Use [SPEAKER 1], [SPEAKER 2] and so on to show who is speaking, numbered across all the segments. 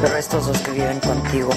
[SPEAKER 1] Pero estos dos que viven contigo.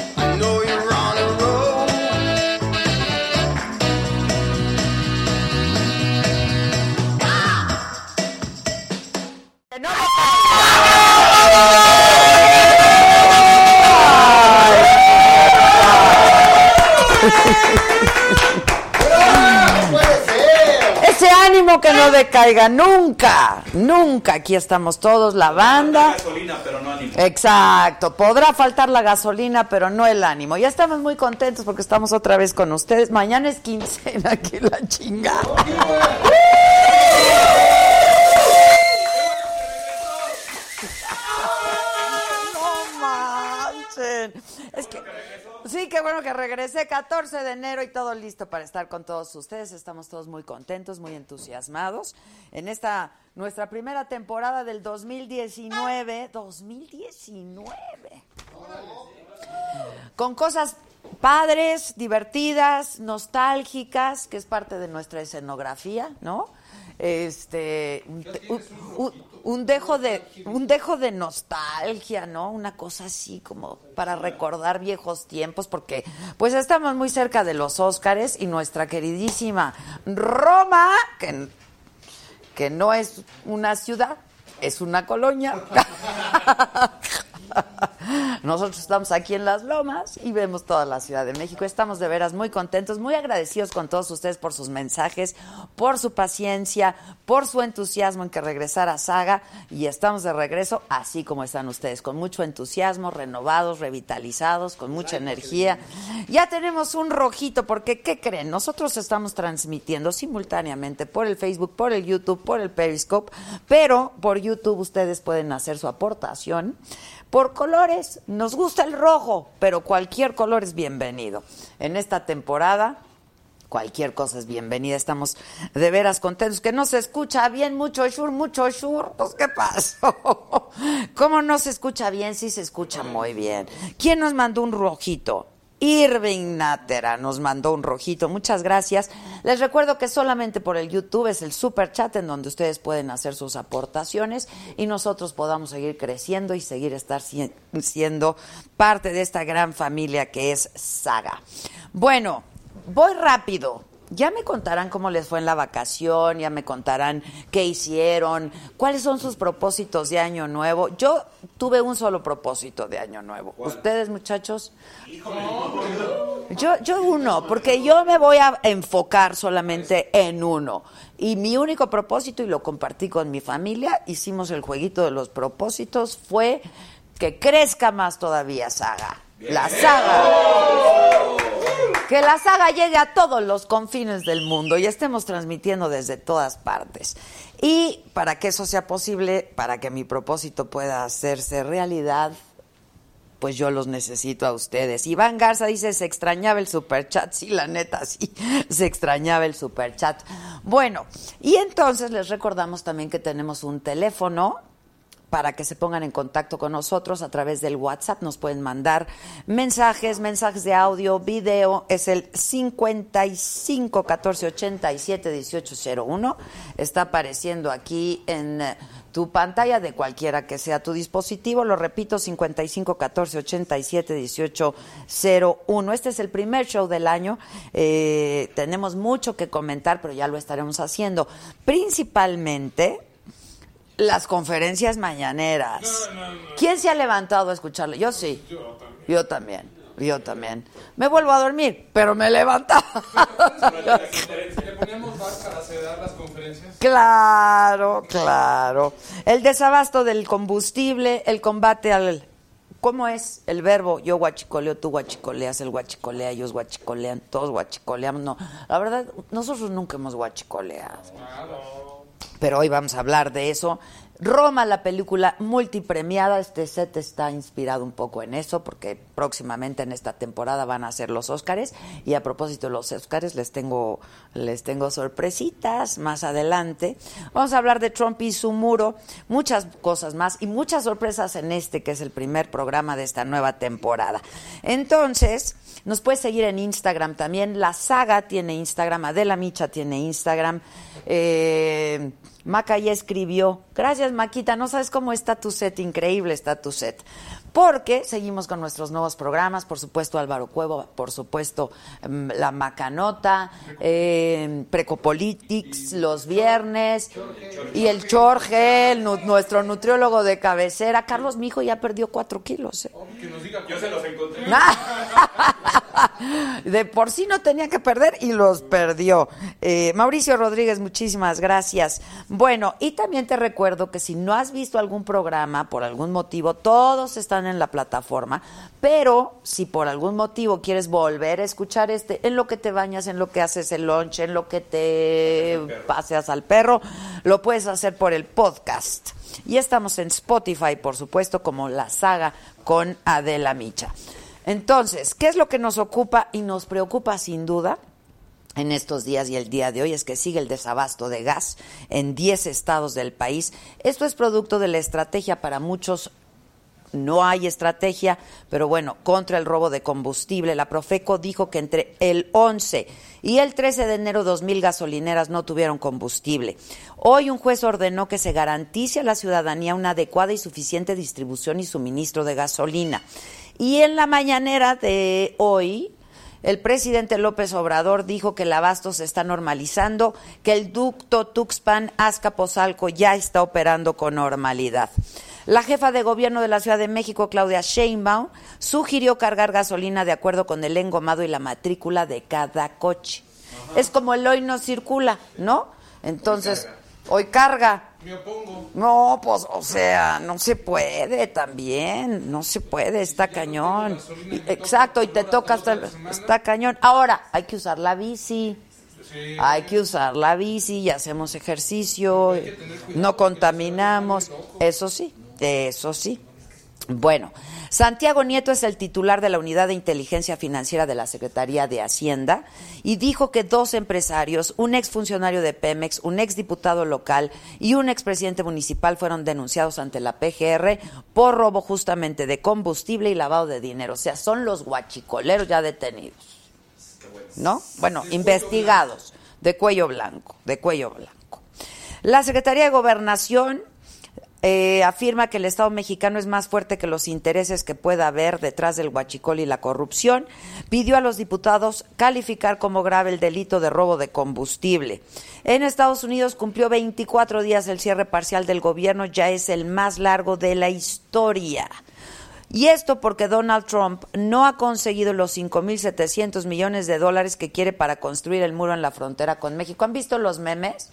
[SPEAKER 1] Ese ánimo que no decaiga nunca, nunca. Aquí estamos todos, la banda. Eh, Exacto, podrá faltar la gasolina, pero no el ánimo. Ya estamos muy contentos porque estamos otra vez con ustedes. Mañana es quincena, que la chingada. no manchen. Es que, sí, qué bueno que regresé 14 de enero y todo listo para estar con todos ustedes. Estamos todos muy contentos, muy entusiasmados en esta nuestra primera temporada del 2019. 2019. Con cosas padres, divertidas, nostálgicas, que es parte de nuestra escenografía, ¿no? Este un, un- un dejo de un dejo de nostalgia, ¿no? Una cosa así como para recordar viejos tiempos porque pues estamos muy cerca de los Óscares y nuestra queridísima Roma, que que no es una ciudad, es una colonia. Nosotros estamos aquí en Las Lomas y vemos toda la Ciudad de México. Estamos de veras muy contentos, muy agradecidos con todos ustedes por sus mensajes, por su paciencia, por su entusiasmo en que regresar a Saga. Y estamos de regreso así como están ustedes, con mucho entusiasmo, renovados, revitalizados, con mucha energía. Ya tenemos un rojito, porque ¿qué creen? Nosotros estamos transmitiendo simultáneamente por el Facebook, por el YouTube, por el Periscope, pero por YouTube ustedes pueden hacer su aportación. Por colores, nos gusta el rojo, pero cualquier color es bienvenido. En esta temporada, cualquier cosa es bienvenida. Estamos de veras contentos. Que no se escucha bien, mucho shur, mucho shur. Pues, ¿qué pasó? ¿Cómo no se escucha bien? Sí se escucha muy bien. ¿Quién nos mandó un rojito? Irving Natera nos mandó un rojito. Muchas gracias. Les recuerdo que solamente por el YouTube es el super chat en donde ustedes pueden hacer sus aportaciones y nosotros podamos seguir creciendo y seguir estar si- siendo parte de esta gran familia que es Saga. Bueno, voy rápido. Ya me contarán cómo les fue en la vacación, ya me contarán qué hicieron, cuáles son sus propósitos de año nuevo. Yo tuve un solo propósito de año nuevo. Ustedes, muchachos, yo, yo uno, porque yo me voy a enfocar solamente en uno. Y mi único propósito, y lo compartí con mi familia, hicimos el jueguito de los propósitos, fue que crezca más todavía Saga. La saga. Que la saga llegue a todos los confines del mundo y estemos transmitiendo desde todas partes. Y para que eso sea posible, para que mi propósito pueda hacerse realidad, pues yo los necesito a ustedes. Iván Garza dice, se extrañaba el superchat. Sí, la neta, sí, se extrañaba el superchat. Bueno, y entonces les recordamos también que tenemos un teléfono para que se pongan en contacto con nosotros a través del WhatsApp. Nos pueden mandar mensajes, mensajes de audio, video. Es el 55 14 87 18 01. Está apareciendo aquí en eh, tu pantalla de cualquiera que sea tu dispositivo. Lo repito, 55 14 87 18 01. Este es el primer show del año. Eh, tenemos mucho que comentar, pero ya lo estaremos haciendo. Principalmente las conferencias mañaneras. ¿Quién se ha levantado a escucharlo? Yo sí. Yo también. Yo también. Me vuelvo a dormir, pero me he levantado.
[SPEAKER 2] ¿Le ponemos bar para sedar las conferencias?
[SPEAKER 1] Claro, claro. El desabasto del combustible, el combate al... ¿Cómo es el verbo? Yo guachicoleo, tú guachicoleas, él guachicolea, ellos guachicolean, todos guachicoleamos. No, la verdad, nosotros nunca hemos guachicoleado pero hoy vamos a hablar de eso. Roma, la película multipremiada, este set está inspirado un poco en eso, porque próximamente en esta temporada van a ser los Óscares. Y a propósito de los Óscares, les tengo, les tengo sorpresitas más adelante. Vamos a hablar de Trump y su muro, muchas cosas más y muchas sorpresas en este, que es el primer programa de esta nueva temporada. Entonces, nos puedes seguir en Instagram también. La saga tiene Instagram, Adela Micha tiene Instagram. Eh, Maca ya escribió. Gracias, Maquita. No sabes cómo está tu set. Increíble está tu set. Porque seguimos con nuestros nuevos programas. Por supuesto, Álvaro Cuevo. Por supuesto, mm, La Macanota. eh, Precopolitics los viernes. Y el Chorge, el nu- nuestro nutriólogo de cabecera. Carlos, mi hijo ya perdió cuatro kilos. ¿eh?
[SPEAKER 2] Yo se los encontré.
[SPEAKER 1] Ah. De por sí no tenía que perder y los perdió. Eh, Mauricio Rodríguez, muchísimas gracias. Bueno, y también te recuerdo que si no has visto algún programa por algún motivo, todos están en la plataforma, pero si por algún motivo quieres volver a escuchar este, en lo que te bañas, en lo que haces el lunch, en lo que te paseas al perro, lo puedes hacer por el podcast. Y estamos en Spotify, por supuesto, como la saga con Adela Micha. Entonces, ¿qué es lo que nos ocupa y nos preocupa sin duda? En estos días y el día de hoy es que sigue el desabasto de gas en 10 estados del país. Esto es producto de la estrategia para muchos no hay estrategia, pero bueno, contra el robo de combustible. La Profeco dijo que entre el 11 y el 13 de enero 2000 gasolineras no tuvieron combustible. Hoy un juez ordenó que se garantice a la ciudadanía una adecuada y suficiente distribución y suministro de gasolina. Y en la mañanera de hoy, el presidente López Obrador dijo que el abasto se está normalizando, que el ducto Tuxpan Azcapotzalco ya está operando con normalidad. La jefa de gobierno de la Ciudad de México, Claudia Sheinbaum, sugirió cargar gasolina de acuerdo con el engomado y la matrícula de cada coche. Es como el hoy no circula, ¿no? Entonces, hoy carga.
[SPEAKER 2] Me opongo.
[SPEAKER 1] No, pues, o sea, no se puede también, no se puede, está cañón.
[SPEAKER 2] gasolina,
[SPEAKER 1] Y-
[SPEAKER 2] te toca
[SPEAKER 1] Exacto, y te
[SPEAKER 2] una
[SPEAKER 1] toca
[SPEAKER 2] hora
[SPEAKER 1] hasta,
[SPEAKER 2] toda la semana.
[SPEAKER 1] está cañón. Ahora, hay que usar la bici,
[SPEAKER 2] Sí.
[SPEAKER 1] hay que usar la bici y hacemos ejercicio, y no contaminamos, eso sí, eso sí. Bueno, Santiago Nieto es el titular de la Unidad de Inteligencia Financiera de la Secretaría de Hacienda y dijo que dos empresarios, un exfuncionario de Pemex, un exdiputado local y un expresidente municipal fueron denunciados ante la PGR por robo justamente de combustible y lavado de dinero. O sea, son los guachicoleros ya detenidos. ¿no? Bueno, investigados de cuello blanco, de cuello blanco. La Secretaría de Gobernación eh, afirma que el Estado mexicano es más fuerte que los intereses que pueda haber detrás del huachicol y la corrupción. Pidió a los diputados calificar como grave el delito de robo de combustible. En Estados Unidos cumplió 24 días el cierre parcial del gobierno, ya es el más largo de la historia. Y esto porque Donald Trump no ha conseguido los 5.700 millones de dólares que quiere para construir el muro en la frontera con México. ¿Han visto los memes?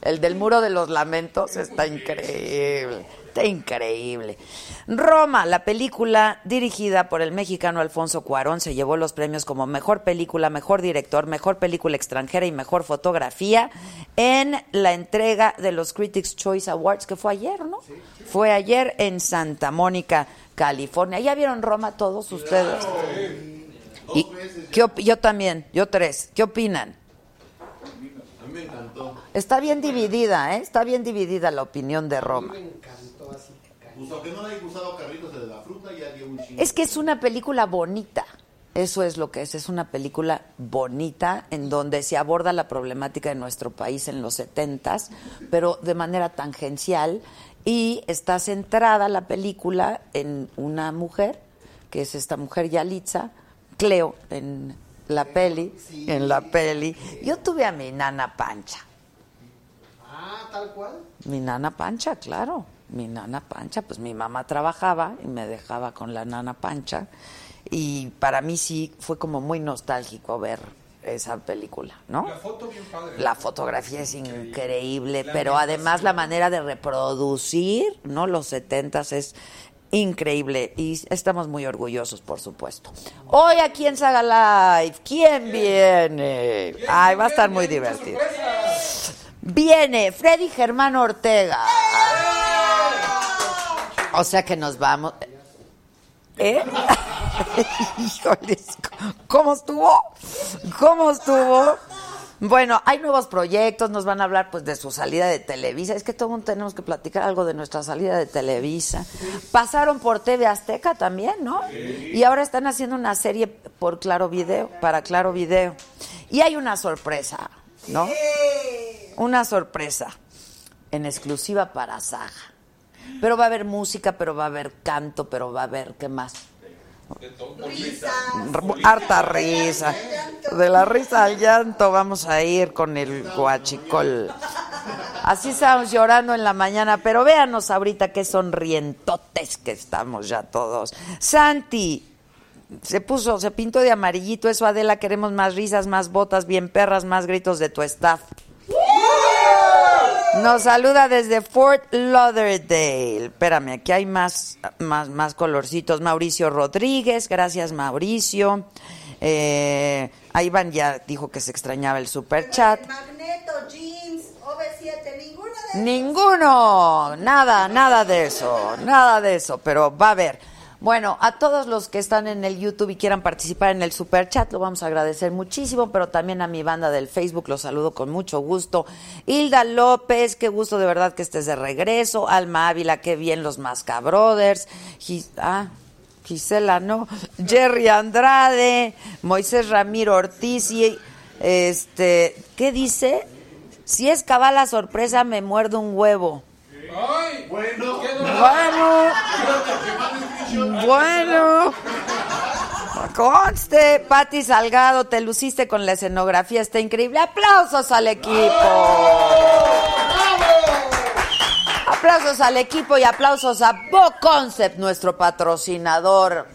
[SPEAKER 1] El del muro de los lamentos está increíble, está increíble. Roma, la película dirigida por el mexicano Alfonso Cuarón, se llevó los premios como mejor película, mejor director, mejor película extranjera y mejor fotografía en la entrega de los Critics Choice Awards, que fue ayer, ¿no? Fue ayer en Santa Mónica, California. ¿Ya vieron Roma todos ustedes? Y- ¿qué op- yo también, yo tres. ¿Qué opinan? Está bien dividida, ¿eh? Está bien dividida la opinión de Roma.
[SPEAKER 3] Pues aunque no le haya gustado a Carlitos el de la fruta, ya dio un chingo.
[SPEAKER 1] Es que es una película bonita. Eso es lo que es, es una película bonita en donde se aborda la problemática de nuestro país en los setentas, pero de manera tangencial y está centrada la película en una mujer, que es esta mujer Yalitza, Cleo en la peli, en la peli. Yo tuve a mi nana Pancha.
[SPEAKER 3] Ah, tal cual.
[SPEAKER 1] Mi nana Pancha, claro. Mi nana Pancha, pues mi mamá trabajaba y me dejaba con la nana Pancha. Y para mí sí fue como muy nostálgico ver esa película, ¿no?
[SPEAKER 2] La foto bien padre.
[SPEAKER 1] La fotografía es increíble, pero además la manera de reproducir, ¿no? Los setentas es increíble y estamos muy orgullosos, por supuesto. Hoy aquí en Saga Live, ¿quién viene? Ay, va a estar muy divertido. Viene Freddy Germán Ortega. O sea que nos vamos. ¿Eh? Híjoles, ¿cómo estuvo? ¿Cómo estuvo? Bueno, hay nuevos proyectos, nos van a hablar pues de su salida de Televisa. Es que todo mundo tenemos que platicar algo de nuestra salida de Televisa. Pasaron por TV Azteca también, ¿no? Y ahora están haciendo una serie por Claro Video, para Claro Video. Y hay una sorpresa, ¿no? Una sorpresa en exclusiva para Saga. Pero va a haber música, pero va a haber canto, pero va a haber qué más. R- Harta risa. De la risa al llanto vamos a ir con el guachicol. Así estamos llorando en la mañana, pero véanos ahorita qué sonrientotes que estamos ya todos. Santi, se puso, se pintó de amarillito eso, Adela, queremos más risas, más botas, bien perras, más gritos de tu staff. Nos saluda desde Fort Lauderdale. Espérame, aquí hay más, más, más colorcitos. Mauricio Rodríguez, gracias Mauricio. Eh, a Iván ya dijo que se extrañaba el super chat.
[SPEAKER 4] Magneto, jeans, OV7, ninguna de
[SPEAKER 1] Ninguno, nada, nada de eso, nada de eso, pero va a haber. Bueno, a todos los que están en el YouTube y quieran participar en el super chat, lo vamos a agradecer muchísimo, pero también a mi banda del Facebook, los saludo con mucho gusto. Hilda López, qué gusto de verdad que estés de regreso. Alma Ávila, qué bien los Masca Brothers. Gis- ah, Gisela, no. Jerry Andrade, Moisés Ramiro Ortiz y este, ¿qué dice? Si es cabal la sorpresa, me muerdo un huevo.
[SPEAKER 2] ¡Ay!
[SPEAKER 3] Bueno,
[SPEAKER 1] Bueno, bueno. Conste, Pati Salgado, te luciste con la escenografía, está increíble. ¡Aplausos al equipo! Aplausos al equipo y aplausos a Bo Concept, nuestro patrocinador.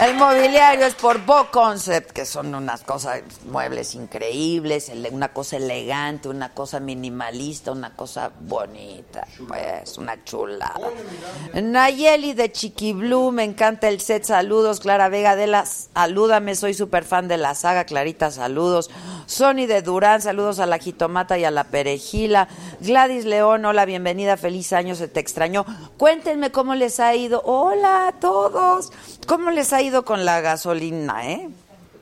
[SPEAKER 1] El mobiliario es por Bo Concept, que son unas cosas, muebles increíbles, ele- una cosa elegante, una cosa minimalista, una cosa bonita, pues, una chulada. Nayeli de Chiquiblue, me encanta el set, saludos. Clara Vega de las, salúdame, soy súper fan de la saga, Clarita, saludos. Sony de Durán, saludos a la jitomata y a la perejila. Gladys León, hola, bienvenida, feliz año, se te extrañó. Cuéntenme cómo les ha ido. Hola a todos. ¿Cómo les ha ido con la gasolina, eh?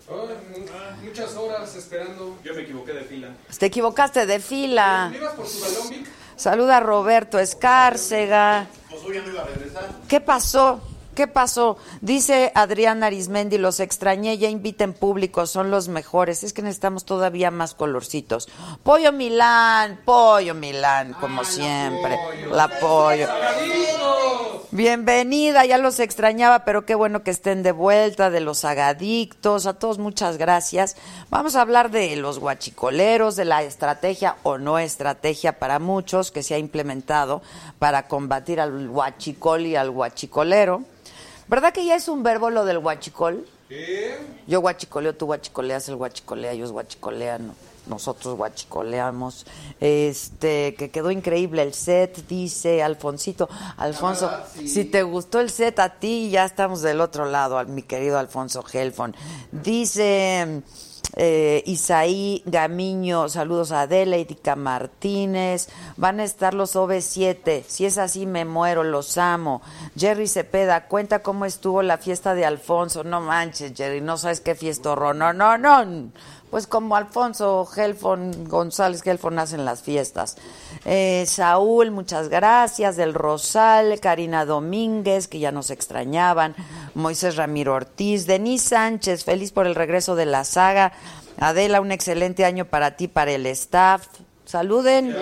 [SPEAKER 2] Ay, Muchas horas esperando. Yo me equivoqué de fila.
[SPEAKER 1] Te equivocaste de fila.
[SPEAKER 2] ¿Ibas por tu balón, Vic?
[SPEAKER 1] Saluda a Roberto Escárcega.
[SPEAKER 3] pues hoy ya no iba a regresar.
[SPEAKER 1] ¿Qué pasó? ¿Qué pasó? Dice Adrián Arismendi, los extrañé, ya inviten público, son los mejores. Es que necesitamos todavía más colorcitos. Pollo Milán, Pollo Milán, como siempre. La pollo. Bienvenida, ya los extrañaba, pero qué bueno que estén de vuelta, de los agadictos, a todos muchas gracias. Vamos a hablar de los guachicoleros, de la estrategia o no estrategia para muchos que se ha implementado para combatir al guachicol y al guachicolero. ¿Verdad que ya es un verbo lo del guachicol? Yo guachicoleo, tú guachicoleas, él guachicolea, ellos guachicolean, nosotros guachicoleamos. Este, que quedó increíble el set, dice Alfonsito. Alfonso,
[SPEAKER 3] verdad, sí.
[SPEAKER 1] si te gustó el set a ti, ya estamos del otro lado, al- mi querido Alfonso Gelfon. Dice eh, Isaí Gamiño, saludos a Adela, Erika Martínez, van a estar los OV7, si es así me muero, los amo. Jerry Cepeda, cuenta cómo estuvo la fiesta de Alfonso, no manches Jerry, no sabes qué fiestorrón, no, no, no. Pues como Alfonso Gelfon, González Gelfon hacen las fiestas. Eh, Saúl, muchas gracias. Del Rosal, Karina Domínguez, que ya nos extrañaban. Moisés Ramiro Ortiz, Denise Sánchez, feliz por el regreso de la saga. Adela, un excelente año para ti, para el staff. Saluden.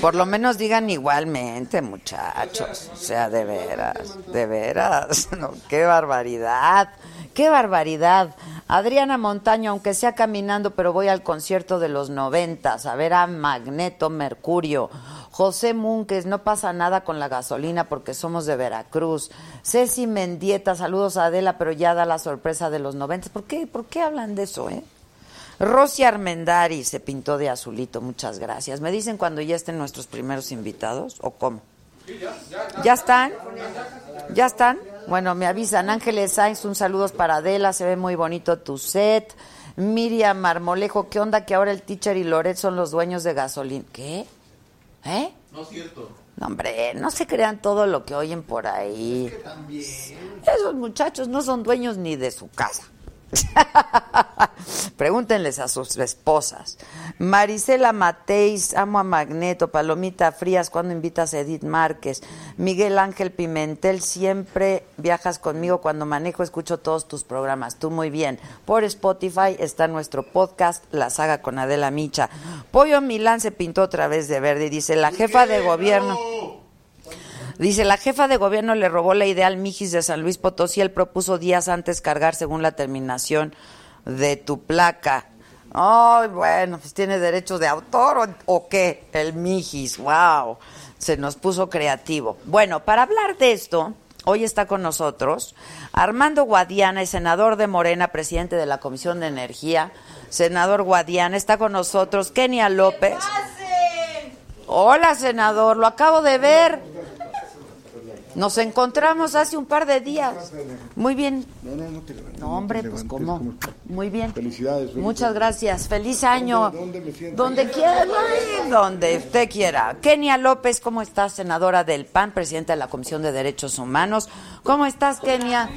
[SPEAKER 1] Por lo menos digan igualmente, muchachos. O sea, de veras, de veras. No, qué barbaridad, qué barbaridad. Adriana Montaño, aunque sea caminando, pero voy al concierto de los noventas, a ver a Magneto Mercurio. José Munques, no pasa nada con la gasolina porque somos de Veracruz. Ceci Mendieta, saludos a Adela, pero ya da la sorpresa de los noventas. ¿Por qué, ¿Por qué hablan de eso, eh? Rosy Armendari se pintó de azulito, muchas gracias. ¿Me dicen cuando ya estén nuestros primeros invitados o cómo? ¿Ya están? ¿Ya están? Bueno, me avisan. Ángeles Sainz, un saludo para Adela, se ve muy bonito tu set. Miriam Marmolejo, ¿qué onda que ahora el teacher y Loret son los dueños de gasolina? ¿Qué? ¿Eh?
[SPEAKER 5] No es cierto.
[SPEAKER 1] No, hombre, no se crean todo lo que oyen por ahí. Esos muchachos no son dueños ni de su casa. Pregúntenles a sus esposas. Marisela Mateis, amo a Magneto, Palomita Frías, cuando invitas a Edith Márquez? Miguel Ángel Pimentel, siempre viajas conmigo cuando manejo, escucho todos tus programas. Tú muy bien. Por Spotify está nuestro podcast, La Saga con Adela Micha. Pollo Milán se pintó otra vez de verde y dice, la jefa de gobierno... Dice, la jefa de gobierno le robó la idea al Mijis de San Luis Potosí. Él propuso días antes cargar según la terminación de tu placa. Ay, bueno, pues tiene derecho de autor o, o qué, el Mijis, wow. Se nos puso creativo. Bueno, para hablar de esto, hoy está con nosotros Armando Guadiana, el senador de Morena, presidente de la Comisión de Energía. Senador Guadiana, está con nosotros Kenia López. Hola, senador, lo acabo de ver. Nos encontramos hace un par de días. Muy bien.
[SPEAKER 6] No, no, no te levantes.
[SPEAKER 1] No, hombre,
[SPEAKER 6] te
[SPEAKER 1] pues
[SPEAKER 6] levantes,
[SPEAKER 1] cómo.
[SPEAKER 6] como-
[SPEAKER 1] Muy bien.
[SPEAKER 6] Felicidades, feliz
[SPEAKER 1] Muchas
[SPEAKER 6] año.
[SPEAKER 1] gracias. Feliz año.
[SPEAKER 6] dónde me siento?
[SPEAKER 1] Donde quiera, ay, donde usted quiera. Kenia López, ¿cómo estás, senadora del PAN, presidenta de la Comisión de Derechos Humanos? ¿Cómo estás, Kenia?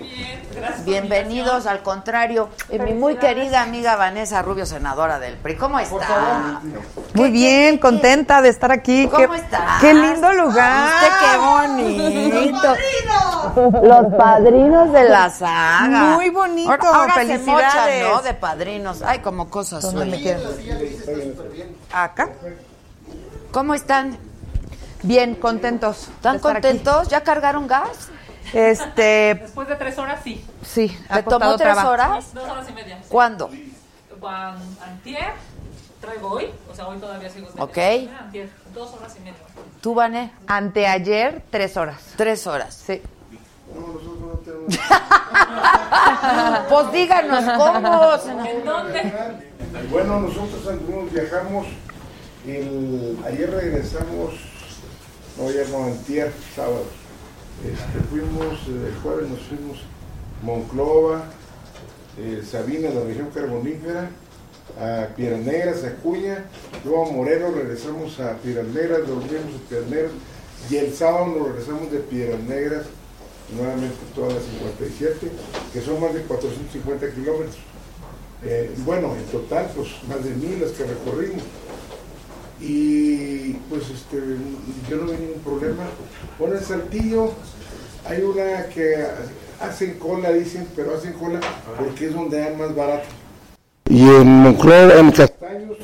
[SPEAKER 1] Bienvenidos, al contrario, y mi muy querida amiga Vanessa Rubio, senadora del PRI. ¿Cómo está?
[SPEAKER 7] Muy bien, contenta de estar aquí.
[SPEAKER 1] ¿Cómo
[SPEAKER 7] qué,
[SPEAKER 1] estás?
[SPEAKER 7] Qué lindo lugar.
[SPEAKER 1] Viste qué bonito. Los padrinos de la saga.
[SPEAKER 7] Muy bonito,
[SPEAKER 1] Ahora, ahora se
[SPEAKER 7] felicidades.
[SPEAKER 1] mochan, ¿no? De padrinos. Ay, como cosas
[SPEAKER 7] ¿Dónde me
[SPEAKER 1] sueltas.
[SPEAKER 7] quedo? Acá.
[SPEAKER 1] ¿Cómo están?
[SPEAKER 7] Bien, contentos. de
[SPEAKER 1] ¿Están
[SPEAKER 7] estar aquí.
[SPEAKER 1] contentos? ¿Ya cargaron gas?
[SPEAKER 7] Este,
[SPEAKER 8] Después de tres horas, sí.
[SPEAKER 7] sí. ha
[SPEAKER 1] ¿Te tomó
[SPEAKER 7] costado
[SPEAKER 1] tres
[SPEAKER 7] trabajo.
[SPEAKER 1] horas?
[SPEAKER 8] Dos horas y media. sí.
[SPEAKER 1] ¿Cuándo?
[SPEAKER 8] Van antier, traigo hoy, o sea, hoy todavía sigo
[SPEAKER 1] Ok.
[SPEAKER 8] teniendo. Antier, dos horas y media.
[SPEAKER 1] ¿Tú, Vané?
[SPEAKER 7] Anteayer, tres horas.
[SPEAKER 1] Tres horas.
[SPEAKER 7] Sí.
[SPEAKER 1] Pues díganos cómo. senador.
[SPEAKER 8] ¿En dónde?
[SPEAKER 6] Bueno, nosotros algunos viajamos, el- ayer regresamos, no, ayer no, antier, sábado. Este, fuimos, eh, el jueves nos fuimos Monclova, eh, Sabina, la región carbonífera, a Piedras Negras, a Cuya, luego a Morelos, regresamos a Piedras Negras, dormimos en Piedras Negras, y el sábado nos regresamos de Piedras Negras, nuevamente todas las 57, que son más de 450 kilómetros. Eh, bueno, en total, pues más de mil las que recorrimos. Y pues este, yo no vi ningún problema. Bueno, en Saltillo hay una que hacen cola, dicen, pero hacen cola porque es donde hay más barato. Y en Monclova, en Castaños,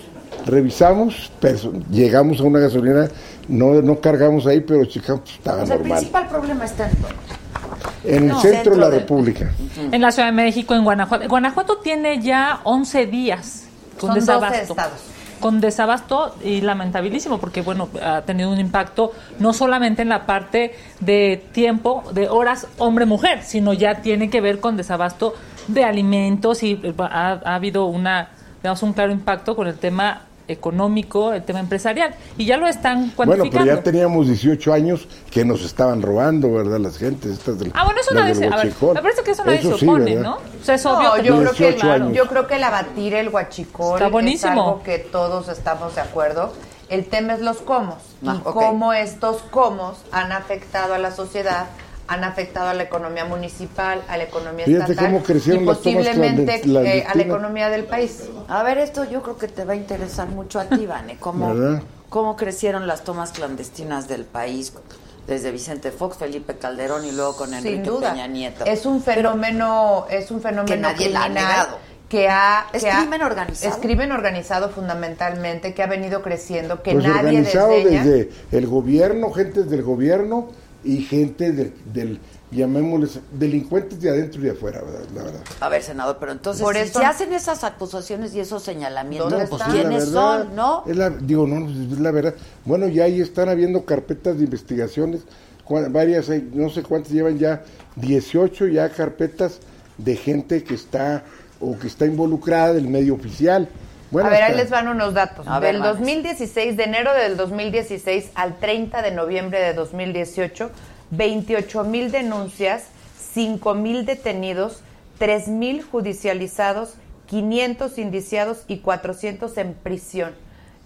[SPEAKER 6] revisamos, pero llegamos a una gasolina, no, no cargamos ahí, pero chicos, estaba
[SPEAKER 1] O sea, el
[SPEAKER 6] normal.
[SPEAKER 1] principal problema está en.
[SPEAKER 6] En el
[SPEAKER 1] no,
[SPEAKER 6] centro de la
[SPEAKER 1] centro de-
[SPEAKER 6] República.
[SPEAKER 8] En la Ciudad de México, en Guanajuato. Guanajuato tiene ya 11 días
[SPEAKER 1] Son
[SPEAKER 8] con
[SPEAKER 1] 12
[SPEAKER 8] desabasto.
[SPEAKER 1] estados.
[SPEAKER 8] Con desabasto y lamentabilísimo, porque bueno, ha tenido un impacto no solamente en la parte de tiempo, de horas hombre-mujer, sino ya tiene que ver con desabasto de alimentos y eh, ha, ha habido una, digamos, un claro impacto con el tema económico, el tema empresarial. Y ya lo están
[SPEAKER 6] Bueno,
[SPEAKER 8] cuantificando.
[SPEAKER 6] pero ya teníamos 18 años que nos estaban robando, ¿verdad? Las gentes estas del
[SPEAKER 8] Ah, bueno, eso
[SPEAKER 6] las
[SPEAKER 8] nadie
[SPEAKER 6] del
[SPEAKER 8] se, a ver,
[SPEAKER 6] huachicol.
[SPEAKER 8] me parece que eso nadie se
[SPEAKER 6] sí,
[SPEAKER 8] opone,
[SPEAKER 6] ¿verdad?
[SPEAKER 8] ¿no? O sea, es obvio.
[SPEAKER 7] No, yo creo, que,
[SPEAKER 6] 18 años.
[SPEAKER 7] yo creo que el abatir el huachicol
[SPEAKER 8] Está buenísimo.
[SPEAKER 7] es algo que todos estamos de acuerdo. El tema es los cómo
[SPEAKER 1] Ah,
[SPEAKER 7] y
[SPEAKER 1] ok.
[SPEAKER 7] cómo estos cómo han afectado a la sociedad, han afectado a la economía municipal, a la economía
[SPEAKER 6] Fíjate
[SPEAKER 7] estatal
[SPEAKER 6] cómo crecieron
[SPEAKER 7] y
[SPEAKER 6] las tomas
[SPEAKER 7] posiblemente eh, a
[SPEAKER 6] clandest-
[SPEAKER 7] la
[SPEAKER 6] clandestinas.
[SPEAKER 7] economía del país.
[SPEAKER 1] A ver, esto yo creo que te va a interesar mucho a ti, Vane. ¿Cómo,
[SPEAKER 6] ¿Verdad?
[SPEAKER 1] cómo crecieron las tomas clandestinas del país desde Vicente Fox, Felipe Calderón y luego con Enrique
[SPEAKER 7] Sin duda.
[SPEAKER 1] Peña Nieto?
[SPEAKER 7] Es un fenómeno, es un fenómeno
[SPEAKER 1] que nadie la ha
[SPEAKER 7] criminal
[SPEAKER 1] negado.
[SPEAKER 7] que ha
[SPEAKER 1] ¿Es
[SPEAKER 7] que ha-
[SPEAKER 1] crimen organizado?
[SPEAKER 7] Es crimen organizado fundamentalmente que ha venido creciendo, que
[SPEAKER 6] pues
[SPEAKER 7] nadie
[SPEAKER 6] organizado
[SPEAKER 7] desdeña.
[SPEAKER 6] desde el gobierno, gentes del gobierno y gente del, del llamémosles, delincuentes de adentro y de afuera, ¿verdad? La verdad.
[SPEAKER 1] A ver, senador, pero entonces,
[SPEAKER 7] Por
[SPEAKER 1] si
[SPEAKER 7] eso-
[SPEAKER 1] se hacen esas acusaciones y esos señalamientos,
[SPEAKER 7] ¿Dónde
[SPEAKER 6] No, pues
[SPEAKER 7] están?
[SPEAKER 6] sí, la
[SPEAKER 1] ¿quiénes
[SPEAKER 6] verdad,
[SPEAKER 1] son, no?
[SPEAKER 6] es la- digo, no, pues, es la verdad. Bueno, ya ahí están habiendo carpetas de investigaciones, cua- varias, hay, no sé cuántas llevan ya, 18 ya carpetas de gente que está o que está involucrada del medio oficial. Bueno,
[SPEAKER 7] a ver, ahí
[SPEAKER 6] hasta-
[SPEAKER 7] les van unos datos.
[SPEAKER 1] A ver,
[SPEAKER 7] del
[SPEAKER 1] vamos.
[SPEAKER 7] 2016, de enero del 2016 al 30 de noviembre de 2018, 28 mil denuncias, 5 mil detenidos, 3 mil judicializados, 500 indiciados y 400 en prisión.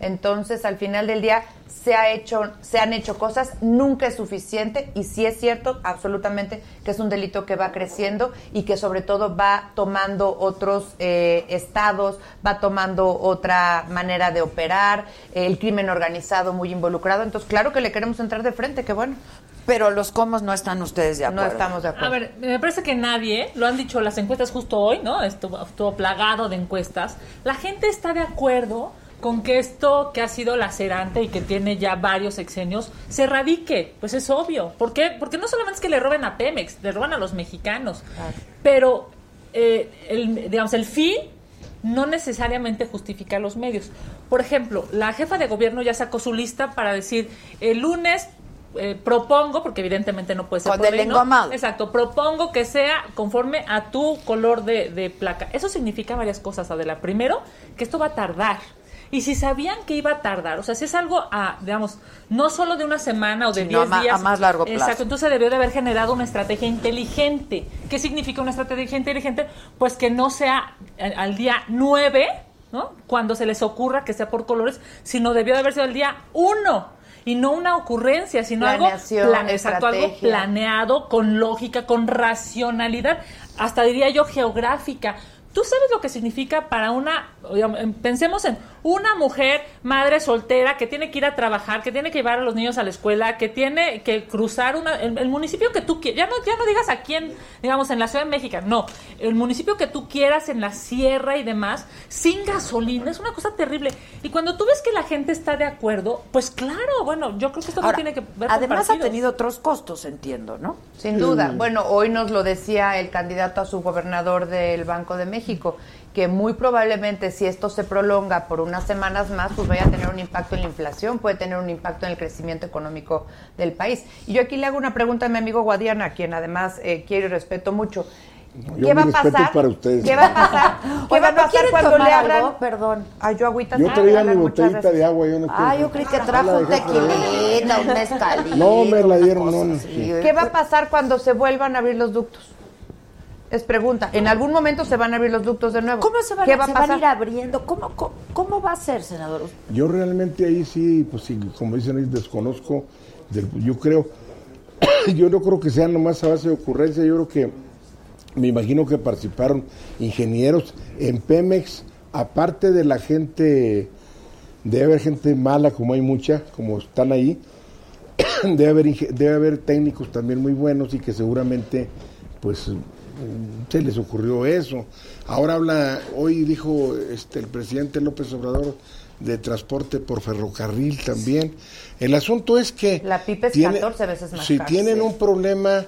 [SPEAKER 7] Entonces, al final del día, se, ha hecho, se han hecho cosas, nunca es suficiente y sí es cierto absolutamente que es un delito que va creciendo y que sobre todo va tomando otros eh, estados, va tomando otra manera de operar, eh, el crimen organizado muy involucrado. Entonces, claro que le queremos entrar de frente, que bueno,
[SPEAKER 1] Pero los comos no están ustedes de
[SPEAKER 7] no
[SPEAKER 1] acuerdo.
[SPEAKER 7] estamos de acuerdo.
[SPEAKER 8] A ver, me parece que nadie, lo han dicho las encuestas justo hoy, ¿no? Estuvo, estuvo plagado de encuestas. La gente está de acuerdo con que esto que ha sido lacerante y que tiene ya varios sexenios se radique. Pues es obvio. ¿Por qué? Porque no solamente es que le roben a Pemex, le roban a los mexicanos. Pero, eh, el, digamos, el fin no necesariamente justifica los medios. Por ejemplo, la jefa de gobierno ya sacó su lista para decir, el lunes eh, propongo, porque evidentemente no puede ser...
[SPEAKER 1] Con
[SPEAKER 8] por
[SPEAKER 1] el
[SPEAKER 8] ley, ¿no?
[SPEAKER 1] engomado.
[SPEAKER 8] Exacto, propongo que sea conforme a tu color de, de placa. Eso significa varias cosas, Adela. Primero, que esto va a tardar. Y si sabían que iba a tardar, o sea, si es algo, a, digamos, no solo de una semana o de
[SPEAKER 1] Sino a
[SPEAKER 8] 10
[SPEAKER 1] ma- a
[SPEAKER 8] días.
[SPEAKER 1] más largo plazo.
[SPEAKER 8] Exacto, entonces debió de haber generado una estrategia inteligente. ¿Qué significa una estrategia inteligente? Pues que no sea eh, al día 9, ¿no? Cuando se les ocurra que sea por colores, sino debió de haber sido al día 1. Y no una ocurrencia, sino
[SPEAKER 7] Planeación,
[SPEAKER 8] algo, plan- exacto, algo
[SPEAKER 7] estrategia.
[SPEAKER 8] planeado, con lógica, con racionalidad, hasta diría yo geográfica. ¿Tú sabes lo que significa para una, digamos, em, pensemos en una mujer madre soltera que tiene que ir a trabajar, que tiene que llevar a los niños a la escuela, que tiene que cruzar una- el, el municipio que tú quieras, ya no, ya no digas a quién, digamos, en la Ciudad de México, no, el municipio que tú quieras, en la sierra y demás, sin gasolina, es una cosa terrible. Y cuando tú ves que la gente está de acuerdo, pues claro, bueno, yo creo que esto
[SPEAKER 1] Ahora,
[SPEAKER 8] no tiene que ver con
[SPEAKER 1] además ha
[SPEAKER 8] partidos.
[SPEAKER 1] tenido otros costos, entiendo, ¿no?
[SPEAKER 7] Sin
[SPEAKER 6] Mm.
[SPEAKER 7] duda. Bueno, hoy nos lo decía el candidato a subgobernador del Banco de México, que muy probablemente si esto se prolonga por unas semanas más, pues vaya a tener un impacto en la inflación, puede tener un impacto en el crecimiento económico del país. Y yo aquí le hago una pregunta a mi amigo Guadiana, a quien además eh, quiero y respeto mucho.
[SPEAKER 6] yo mi respeto para ustedes.
[SPEAKER 7] ¿Qué va a pasar? ¿Qué
[SPEAKER 1] Oiga,
[SPEAKER 7] va a
[SPEAKER 1] ¿no
[SPEAKER 7] pasar
[SPEAKER 1] quieren
[SPEAKER 7] cuando
[SPEAKER 1] tomar
[SPEAKER 7] le abran?
[SPEAKER 1] algo? Perdón.
[SPEAKER 7] Ay, yo agüita.
[SPEAKER 6] Yo
[SPEAKER 7] sí,
[SPEAKER 6] traía mi
[SPEAKER 7] Alan, muchas
[SPEAKER 6] botellita
[SPEAKER 7] gracias.
[SPEAKER 6] de agua, yo no
[SPEAKER 1] Ah,
[SPEAKER 6] quiero-
[SPEAKER 1] yo creí que
[SPEAKER 6] No la
[SPEAKER 1] trajo un
[SPEAKER 6] dejé por ahí.
[SPEAKER 1] tequilita, un mezcalito.
[SPEAKER 6] No, me la
[SPEAKER 1] una
[SPEAKER 6] dieron,
[SPEAKER 1] cosa
[SPEAKER 6] no, no,
[SPEAKER 1] así. ¿eh?
[SPEAKER 6] sí.
[SPEAKER 7] ¿Qué va a pasar cuando se vuelvan a abrir los ductos? Es pregunta. ¿En algún momento se van a abrir los ductos de nuevo?
[SPEAKER 1] ¿Cómo se van,
[SPEAKER 7] ¿Qué
[SPEAKER 1] a-
[SPEAKER 7] va a
[SPEAKER 1] se
[SPEAKER 7] pasar?
[SPEAKER 1] van a ir abriendo? ¿Cómo, cómo, cómo va a ser, senador?
[SPEAKER 6] Yo realmente ahí sí, pues sí, como dicen ahí, desconozco. del- yo creo, yo no creo que sea nomás a base de ocurrencia, yo creo que, me imagino que participaron ingenieros en Pemex, aparte de la gente, debe haber gente mala, como hay mucha, como están ahí, debe haber, inge- debe haber técnicos también muy buenos y que seguramente, pues, se les ocurrió eso. Ahora habla, hoy dijo este, el presidente López Obrador de transporte por ferrocarril también. El asunto es que...
[SPEAKER 7] La pipa es 14 veces más
[SPEAKER 6] Si
[SPEAKER 7] cara,
[SPEAKER 6] tienen
[SPEAKER 7] sí.
[SPEAKER 6] un problema,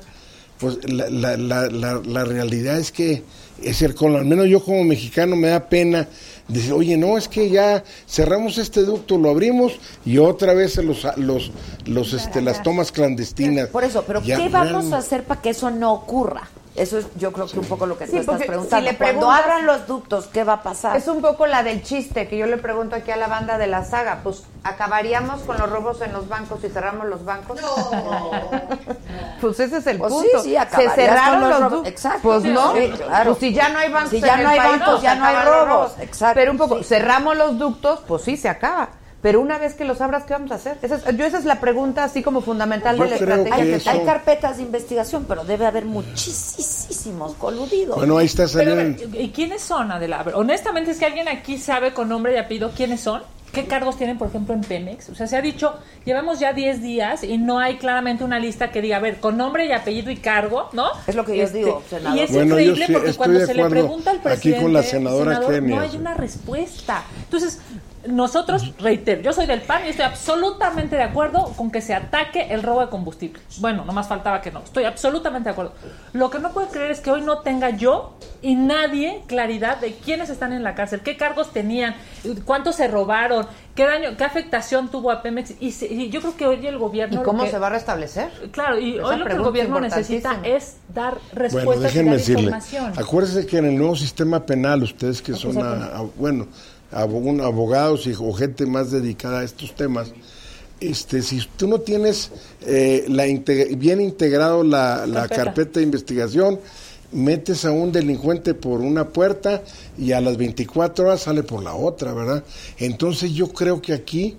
[SPEAKER 6] pues la, la- la- la- la realidad es que es el con al menos yo como mexicano me da pena decir, oye, no, es que ya cerramos este ducto, lo abrimos y otra vez se los, los, los este, las tomas clandestinas.
[SPEAKER 1] Por eso, pero
[SPEAKER 6] Ya
[SPEAKER 1] ¿qué vamos
[SPEAKER 6] realmente-
[SPEAKER 1] a hacer para que eso no ocurra? Eso es, yo creo que un poco lo que
[SPEAKER 7] Sí,
[SPEAKER 1] tú estás
[SPEAKER 7] porque si
[SPEAKER 1] preguntando.
[SPEAKER 7] le
[SPEAKER 1] Cuando
[SPEAKER 7] preguntas-
[SPEAKER 1] abran los ductos, ¿qué va a pasar?
[SPEAKER 7] Es un poco la del chiste que yo le pregunto aquí a la banda de la saga. Pues, ¿acabaríamos con los robos en los bancos y cerramos los bancos? pues ese es el
[SPEAKER 1] Pues sí,
[SPEAKER 7] punto.
[SPEAKER 1] sí,
[SPEAKER 7] Se
[SPEAKER 1] acabarías
[SPEAKER 7] cerraron
[SPEAKER 1] con los
[SPEAKER 7] los
[SPEAKER 1] robos.
[SPEAKER 7] du-
[SPEAKER 1] Exacto.
[SPEAKER 7] Pues
[SPEAKER 1] Sí,
[SPEAKER 7] no.
[SPEAKER 1] sí, claro.
[SPEAKER 7] Pues si ya no hay bancos,
[SPEAKER 1] Si ya
[SPEAKER 7] en
[SPEAKER 1] no
[SPEAKER 7] el
[SPEAKER 1] hay
[SPEAKER 7] país, pues
[SPEAKER 1] bancos,
[SPEAKER 7] se
[SPEAKER 1] ya no hay
[SPEAKER 7] acaban los
[SPEAKER 1] robos. Exacto,
[SPEAKER 7] Pero un poco,
[SPEAKER 1] sí.
[SPEAKER 7] cerramos los ductos, pues sí, se acaba. Pero una vez que los abras, ¿qué vamos a hacer? Esa es- yo esa es la pregunta así como fundamental
[SPEAKER 6] Yo
[SPEAKER 7] de la
[SPEAKER 6] creo
[SPEAKER 7] estrategia.
[SPEAKER 6] que
[SPEAKER 7] que
[SPEAKER 6] eso-
[SPEAKER 7] tengo.
[SPEAKER 1] Hay carpetas de investigación, pero debe haber muchísimos coludidos.
[SPEAKER 6] Bueno, ahí está
[SPEAKER 8] Pero, a
[SPEAKER 6] saliendo.
[SPEAKER 8] ver, ¿Y quiénes son, Adela? A ver, honestamente, es que alguien aquí sabe con nombre y apellido quiénes son. ¿Qué cargos tienen, por ejemplo, en Pemex? O sea, se ha dicho, llevamos ya 10 días y no hay claramente una lista que diga, a ver, con nombre y apellido y cargo, ¿no? Este,
[SPEAKER 1] Es lo que yo digo, senador.
[SPEAKER 8] Y es
[SPEAKER 6] Bueno, yo
[SPEAKER 8] increíble
[SPEAKER 6] sí
[SPEAKER 8] porque
[SPEAKER 6] estoy
[SPEAKER 8] cuando
[SPEAKER 6] de
[SPEAKER 8] se le
[SPEAKER 6] acuerdo
[SPEAKER 8] pregunta al
[SPEAKER 6] aquí
[SPEAKER 8] presidente,
[SPEAKER 6] con la senadora
[SPEAKER 8] senador,
[SPEAKER 6] Kenia,
[SPEAKER 8] no hay
[SPEAKER 6] sí.
[SPEAKER 8] una respuesta. Entonces, nosotros, reitero, yo soy del PAN y estoy absolutamente de acuerdo con que se ataque el robo de combustible. Bueno, nomás faltaba que no. Estoy absolutamente de acuerdo. Lo que no puedo creer es que hoy no tenga yo y nadie claridad de quiénes están en la cárcel, qué cargos tenían, cuánto se robaron, qué daño, qué afectación tuvo a Pemex. Y, se- y yo creo que hoy el
[SPEAKER 7] ¿Y
[SPEAKER 8] gobierno...
[SPEAKER 7] cómo
[SPEAKER 8] lo que-
[SPEAKER 7] se va a restablecer?
[SPEAKER 8] Claro, y
[SPEAKER 7] Esa
[SPEAKER 8] hoy lo que el
[SPEAKER 7] pregunta
[SPEAKER 8] gobierno
[SPEAKER 7] es
[SPEAKER 8] necesita
[SPEAKER 7] importantísima.
[SPEAKER 8] es dar respuestas
[SPEAKER 6] Bueno, déjenme
[SPEAKER 8] y dar
[SPEAKER 6] decirle,
[SPEAKER 8] información. Ah, pues
[SPEAKER 6] acuérdense que en el nuevo sistema penal, ustedes que son, a- a- bueno, abo- un- abogados y o gente más dedicada a estos temas, este, si tú no tienes eh, la inte- bien integrado la, la
[SPEAKER 8] Carpeta.
[SPEAKER 6] carpeta de investigación, metes a un delincuente por una puerta y a las 24 horas sale por la otra, ¿verdad? Entonces yo creo que aquí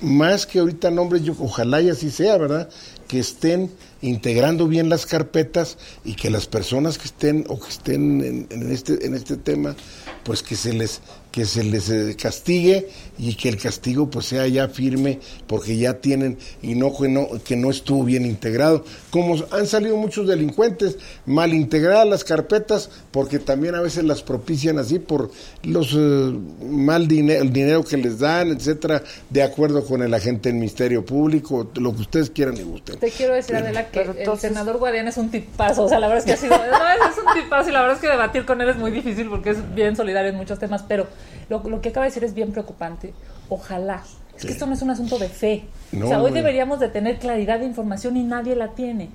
[SPEAKER 6] más que ahorita nombres, yo ojalá y así sea, ¿verdad? Que estén integrando bien las carpetas y que las personas que estén o que estén en, en este en este tema, pues que se les que se les eh, castigue y que el castigo pues sea ya firme porque ya tienen y no que no que no estuvo bien integrado. Como han salido muchos delincuentes mal integradas las carpetas porque también a veces las propician así por los eh, mal dinero el dinero que les dan, etcétera, de acuerdo con el agente del Ministerio Público, lo que ustedes quieran y gusten.
[SPEAKER 8] Te quiero decir, Adela, que el senador Guadiana es un tipazo. O sea, la verdad es que ha sido. No, es, es un tipazo y la verdad es que debatir con él es muy difícil porque es bien solidario en muchos temas. Pero lo, lo que acaba de decir es bien preocupante. Ojalá. Es que
[SPEAKER 6] Sí.
[SPEAKER 8] esto no es un asunto de fe.
[SPEAKER 6] No,
[SPEAKER 8] o sea, hoy
[SPEAKER 6] no.
[SPEAKER 8] deberíamos de tener claridad de información y nadie la tiene.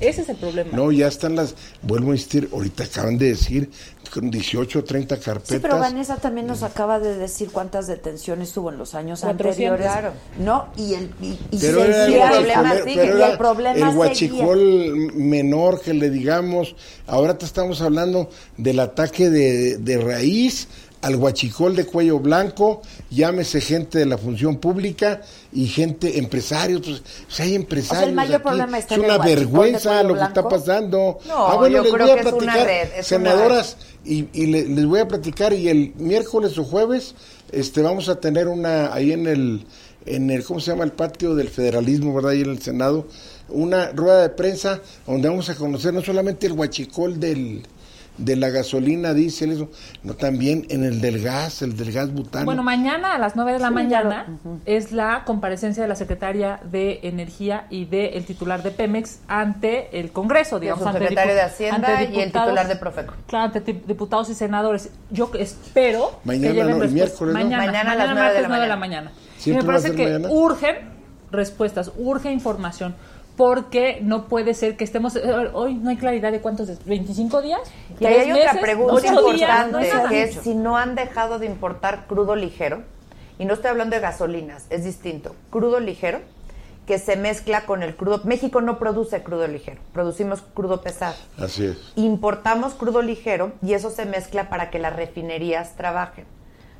[SPEAKER 8] Ese es el problema.
[SPEAKER 6] No, ya están las, vuelvo a insistir, ahorita acaban de decir con 18 o 30 carpetas.
[SPEAKER 1] Sí, pero Vanessa también nos acaba de decir cuántas detenciones hubo en los años
[SPEAKER 8] 400.
[SPEAKER 1] anteriores. ¿No? Y el, y, y
[SPEAKER 6] pero
[SPEAKER 1] seguía-
[SPEAKER 6] era el,
[SPEAKER 1] y el
[SPEAKER 6] guachicol-
[SPEAKER 1] problema sigue.
[SPEAKER 6] pero
[SPEAKER 1] y
[SPEAKER 6] era
[SPEAKER 1] el problema
[SPEAKER 6] el
[SPEAKER 1] seguía.
[SPEAKER 6] guachicol menor que le digamos. Ahora te estamos hablando del ataque de, de raíz al guachicol de cuello blanco, llámese gente de la función pública y gente, empresarios. Pues, o sea, hay
[SPEAKER 1] O
[SPEAKER 6] empresarios.
[SPEAKER 1] sea, el mayor
[SPEAKER 6] aquí.
[SPEAKER 1] problema está
[SPEAKER 6] es
[SPEAKER 1] en el
[SPEAKER 6] una
[SPEAKER 1] guachicol de
[SPEAKER 6] vergüenza
[SPEAKER 1] cuello
[SPEAKER 6] lo que está
[SPEAKER 1] blanco.
[SPEAKER 6] pasando.
[SPEAKER 7] No,
[SPEAKER 6] ah, bueno,
[SPEAKER 7] yo
[SPEAKER 6] les
[SPEAKER 7] creo
[SPEAKER 6] voy a
[SPEAKER 7] que es una
[SPEAKER 6] platicar,
[SPEAKER 7] red, es una red.
[SPEAKER 6] senadoras, y, y le- les voy a platicar y el miércoles o jueves este vamos a tener una ahí en el en el cómo se llama el patio del federalismo verdad ahí en el senado una rueda de prensa donde vamos a conocer no solamente el huachicol del de la gasolina diésel eso no también en el del gas el del gas butano
[SPEAKER 8] Bueno, mañana a las 9 de la
[SPEAKER 1] Sí,
[SPEAKER 8] mañana
[SPEAKER 1] ya lo-
[SPEAKER 8] es la comparecencia de la secretaria de Energía y del titular de Pemex ante el Congreso,
[SPEAKER 7] El
[SPEAKER 8] digamos, ante
[SPEAKER 7] subsecretario de
[SPEAKER 8] dipu-
[SPEAKER 7] Hacienda
[SPEAKER 8] ante
[SPEAKER 7] y el
[SPEAKER 8] diputados.
[SPEAKER 7] titular de Profeco.
[SPEAKER 8] Claro, ante dip- diputados y senadores. Yo espero
[SPEAKER 6] Mañana,
[SPEAKER 8] que lleven
[SPEAKER 6] ¿no? El
[SPEAKER 8] respuestas.
[SPEAKER 6] miércoles, ¿no?
[SPEAKER 8] Mañana,
[SPEAKER 7] Mañana a las
[SPEAKER 8] mañana
[SPEAKER 7] nueve de la
[SPEAKER 8] martes, nueve de la mañana. Y me
[SPEAKER 6] Siempre va a
[SPEAKER 8] parece
[SPEAKER 6] ser
[SPEAKER 8] que
[SPEAKER 6] mañana.
[SPEAKER 8] urgen respuestas, urge información. Porque no puede ser que estemos. eh, Hoy no hay claridad de cuántos. es, ¿25 días?
[SPEAKER 7] Y ahí
[SPEAKER 8] ¿Tres
[SPEAKER 7] hay otra
[SPEAKER 8] meses?
[SPEAKER 7] pregunta
[SPEAKER 8] ¿Ocho días? No hay
[SPEAKER 7] importante,
[SPEAKER 8] nada.
[SPEAKER 7] que es si no han dejado de importar crudo ligero, y no estoy hablando de gasolinas, es distinto, crudo ligero, que se mezcla con el crudo... México no produce crudo ligero, producimos crudo pesado.
[SPEAKER 6] así es
[SPEAKER 7] Importamos crudo ligero y eso se mezcla para que las refinerías trabajen.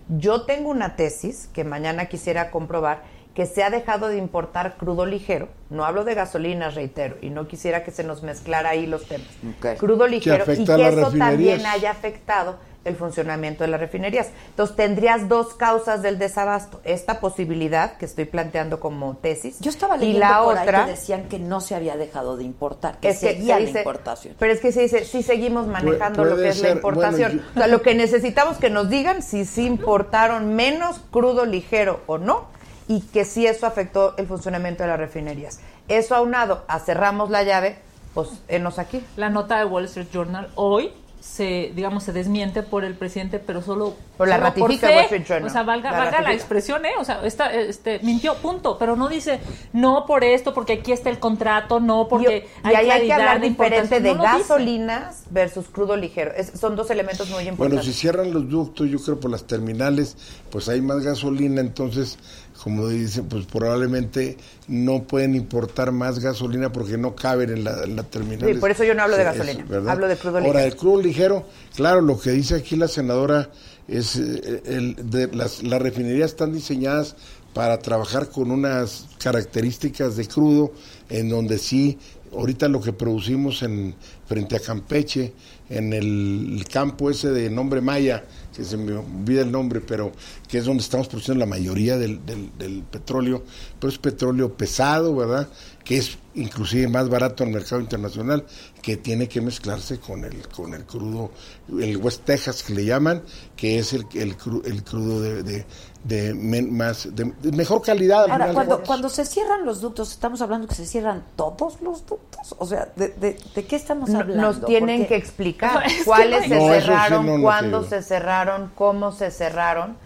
[SPEAKER 7] Yo tengo una tesis que mañana quisiera comprobar que se ha dejado de importar crudo ligero. No hablo de gasolinas, reitero, y no quisiera que se nos mezclara ahí los temas.
[SPEAKER 1] Ok.
[SPEAKER 7] Crudo ligero y
[SPEAKER 6] afecta a
[SPEAKER 7] que
[SPEAKER 6] las
[SPEAKER 7] eso también
[SPEAKER 6] refinerías.
[SPEAKER 7] haya afectado el funcionamiento de las refinerías. Entonces tendrías dos causas del desabasto, esta posibilidad que estoy planteando como tesis
[SPEAKER 1] Yo estaba
[SPEAKER 7] y
[SPEAKER 1] leyendo
[SPEAKER 7] la
[SPEAKER 1] por
[SPEAKER 7] otra
[SPEAKER 1] ahí que decían que no se había dejado de importar, que
[SPEAKER 7] es que
[SPEAKER 1] seguía
[SPEAKER 7] se
[SPEAKER 1] la
[SPEAKER 7] dice-
[SPEAKER 1] importación.
[SPEAKER 7] Pero es que se dice, sí seguimos manejando
[SPEAKER 6] Pu-
[SPEAKER 7] lo que
[SPEAKER 6] puede
[SPEAKER 7] es la
[SPEAKER 6] ser,
[SPEAKER 7] importación.
[SPEAKER 6] bueno, yo-
[SPEAKER 7] O sea, lo que necesitamos que nos digan si sí importaron menos crudo ligero o no, y que si eso afectó el funcionamiento de las refinerías. Eso aunado a cerramos la llave, pues enos aquí.
[SPEAKER 8] la nota de Wall Street Journal hoy se digamos se desmiente por el presidente, pero solo
[SPEAKER 7] Pero la
[SPEAKER 8] solo por
[SPEAKER 7] ratifica
[SPEAKER 8] fe.
[SPEAKER 7] Washington, ¿no?
[SPEAKER 8] O sea, valga
[SPEAKER 7] La
[SPEAKER 8] valga la,
[SPEAKER 7] ratifica.
[SPEAKER 8] expresión, eh, o sea, esta, este mintió punto, pero no dice no por esto, porque aquí está el contrato, no porque
[SPEAKER 7] y ahí hay que
[SPEAKER 8] claridad
[SPEAKER 7] hablar
[SPEAKER 8] de
[SPEAKER 7] diferente
[SPEAKER 8] importancia.
[SPEAKER 7] de
[SPEAKER 8] No lo dice.
[SPEAKER 7] gasolinas versus crudo ligero. Es- son dos elementos muy
[SPEAKER 6] Bueno,
[SPEAKER 7] importantes.
[SPEAKER 6] si cierran los ductos, yo creo por las terminales, pues hay más gasolina, entonces, como dicen, pues probablemente no pueden importar más gasolina porque no caben en la, en la terminal.
[SPEAKER 7] Sí, por eso yo no hablo de gasolina, hablo de crudo
[SPEAKER 6] Ahora,
[SPEAKER 7] ligero.
[SPEAKER 6] el crudo ligero, claro, lo que dice aquí la senadora es, eh, el, de las, las refinerías están diseñadas para trabajar con unas características de crudo, en donde sí, ahorita lo que producimos en frente a Campeche, en el, campo ese de nombre Maya, que se me olvida el nombre, pero que es donde estamos produciendo la mayoría del, del- del petróleo, pero es petróleo pesado, ¿verdad? Que es inclusive más barato en el mercado internacional, que tiene que mezclarse con el, con el crudo, el West Texas que le llaman, que es el, el, cru- el crudo de, de- de men- más, de, de mejor calidad. al
[SPEAKER 1] Ahora,
[SPEAKER 6] final de
[SPEAKER 1] cuando,
[SPEAKER 6] cuentas.
[SPEAKER 1] cuando se cierran los ductos, ¿estamos hablando que se cierran todos los ductos? O sea, ¿de, de- de qué estamos
[SPEAKER 7] No-
[SPEAKER 1] hablando?
[SPEAKER 7] nos tienen
[SPEAKER 1] Porque-
[SPEAKER 7] que explicar cuáles se
[SPEAKER 6] No, eso sí
[SPEAKER 7] cerraron,
[SPEAKER 6] no nos
[SPEAKER 7] cuándo
[SPEAKER 6] sirve.
[SPEAKER 7] se cerraron, cómo se cerraron,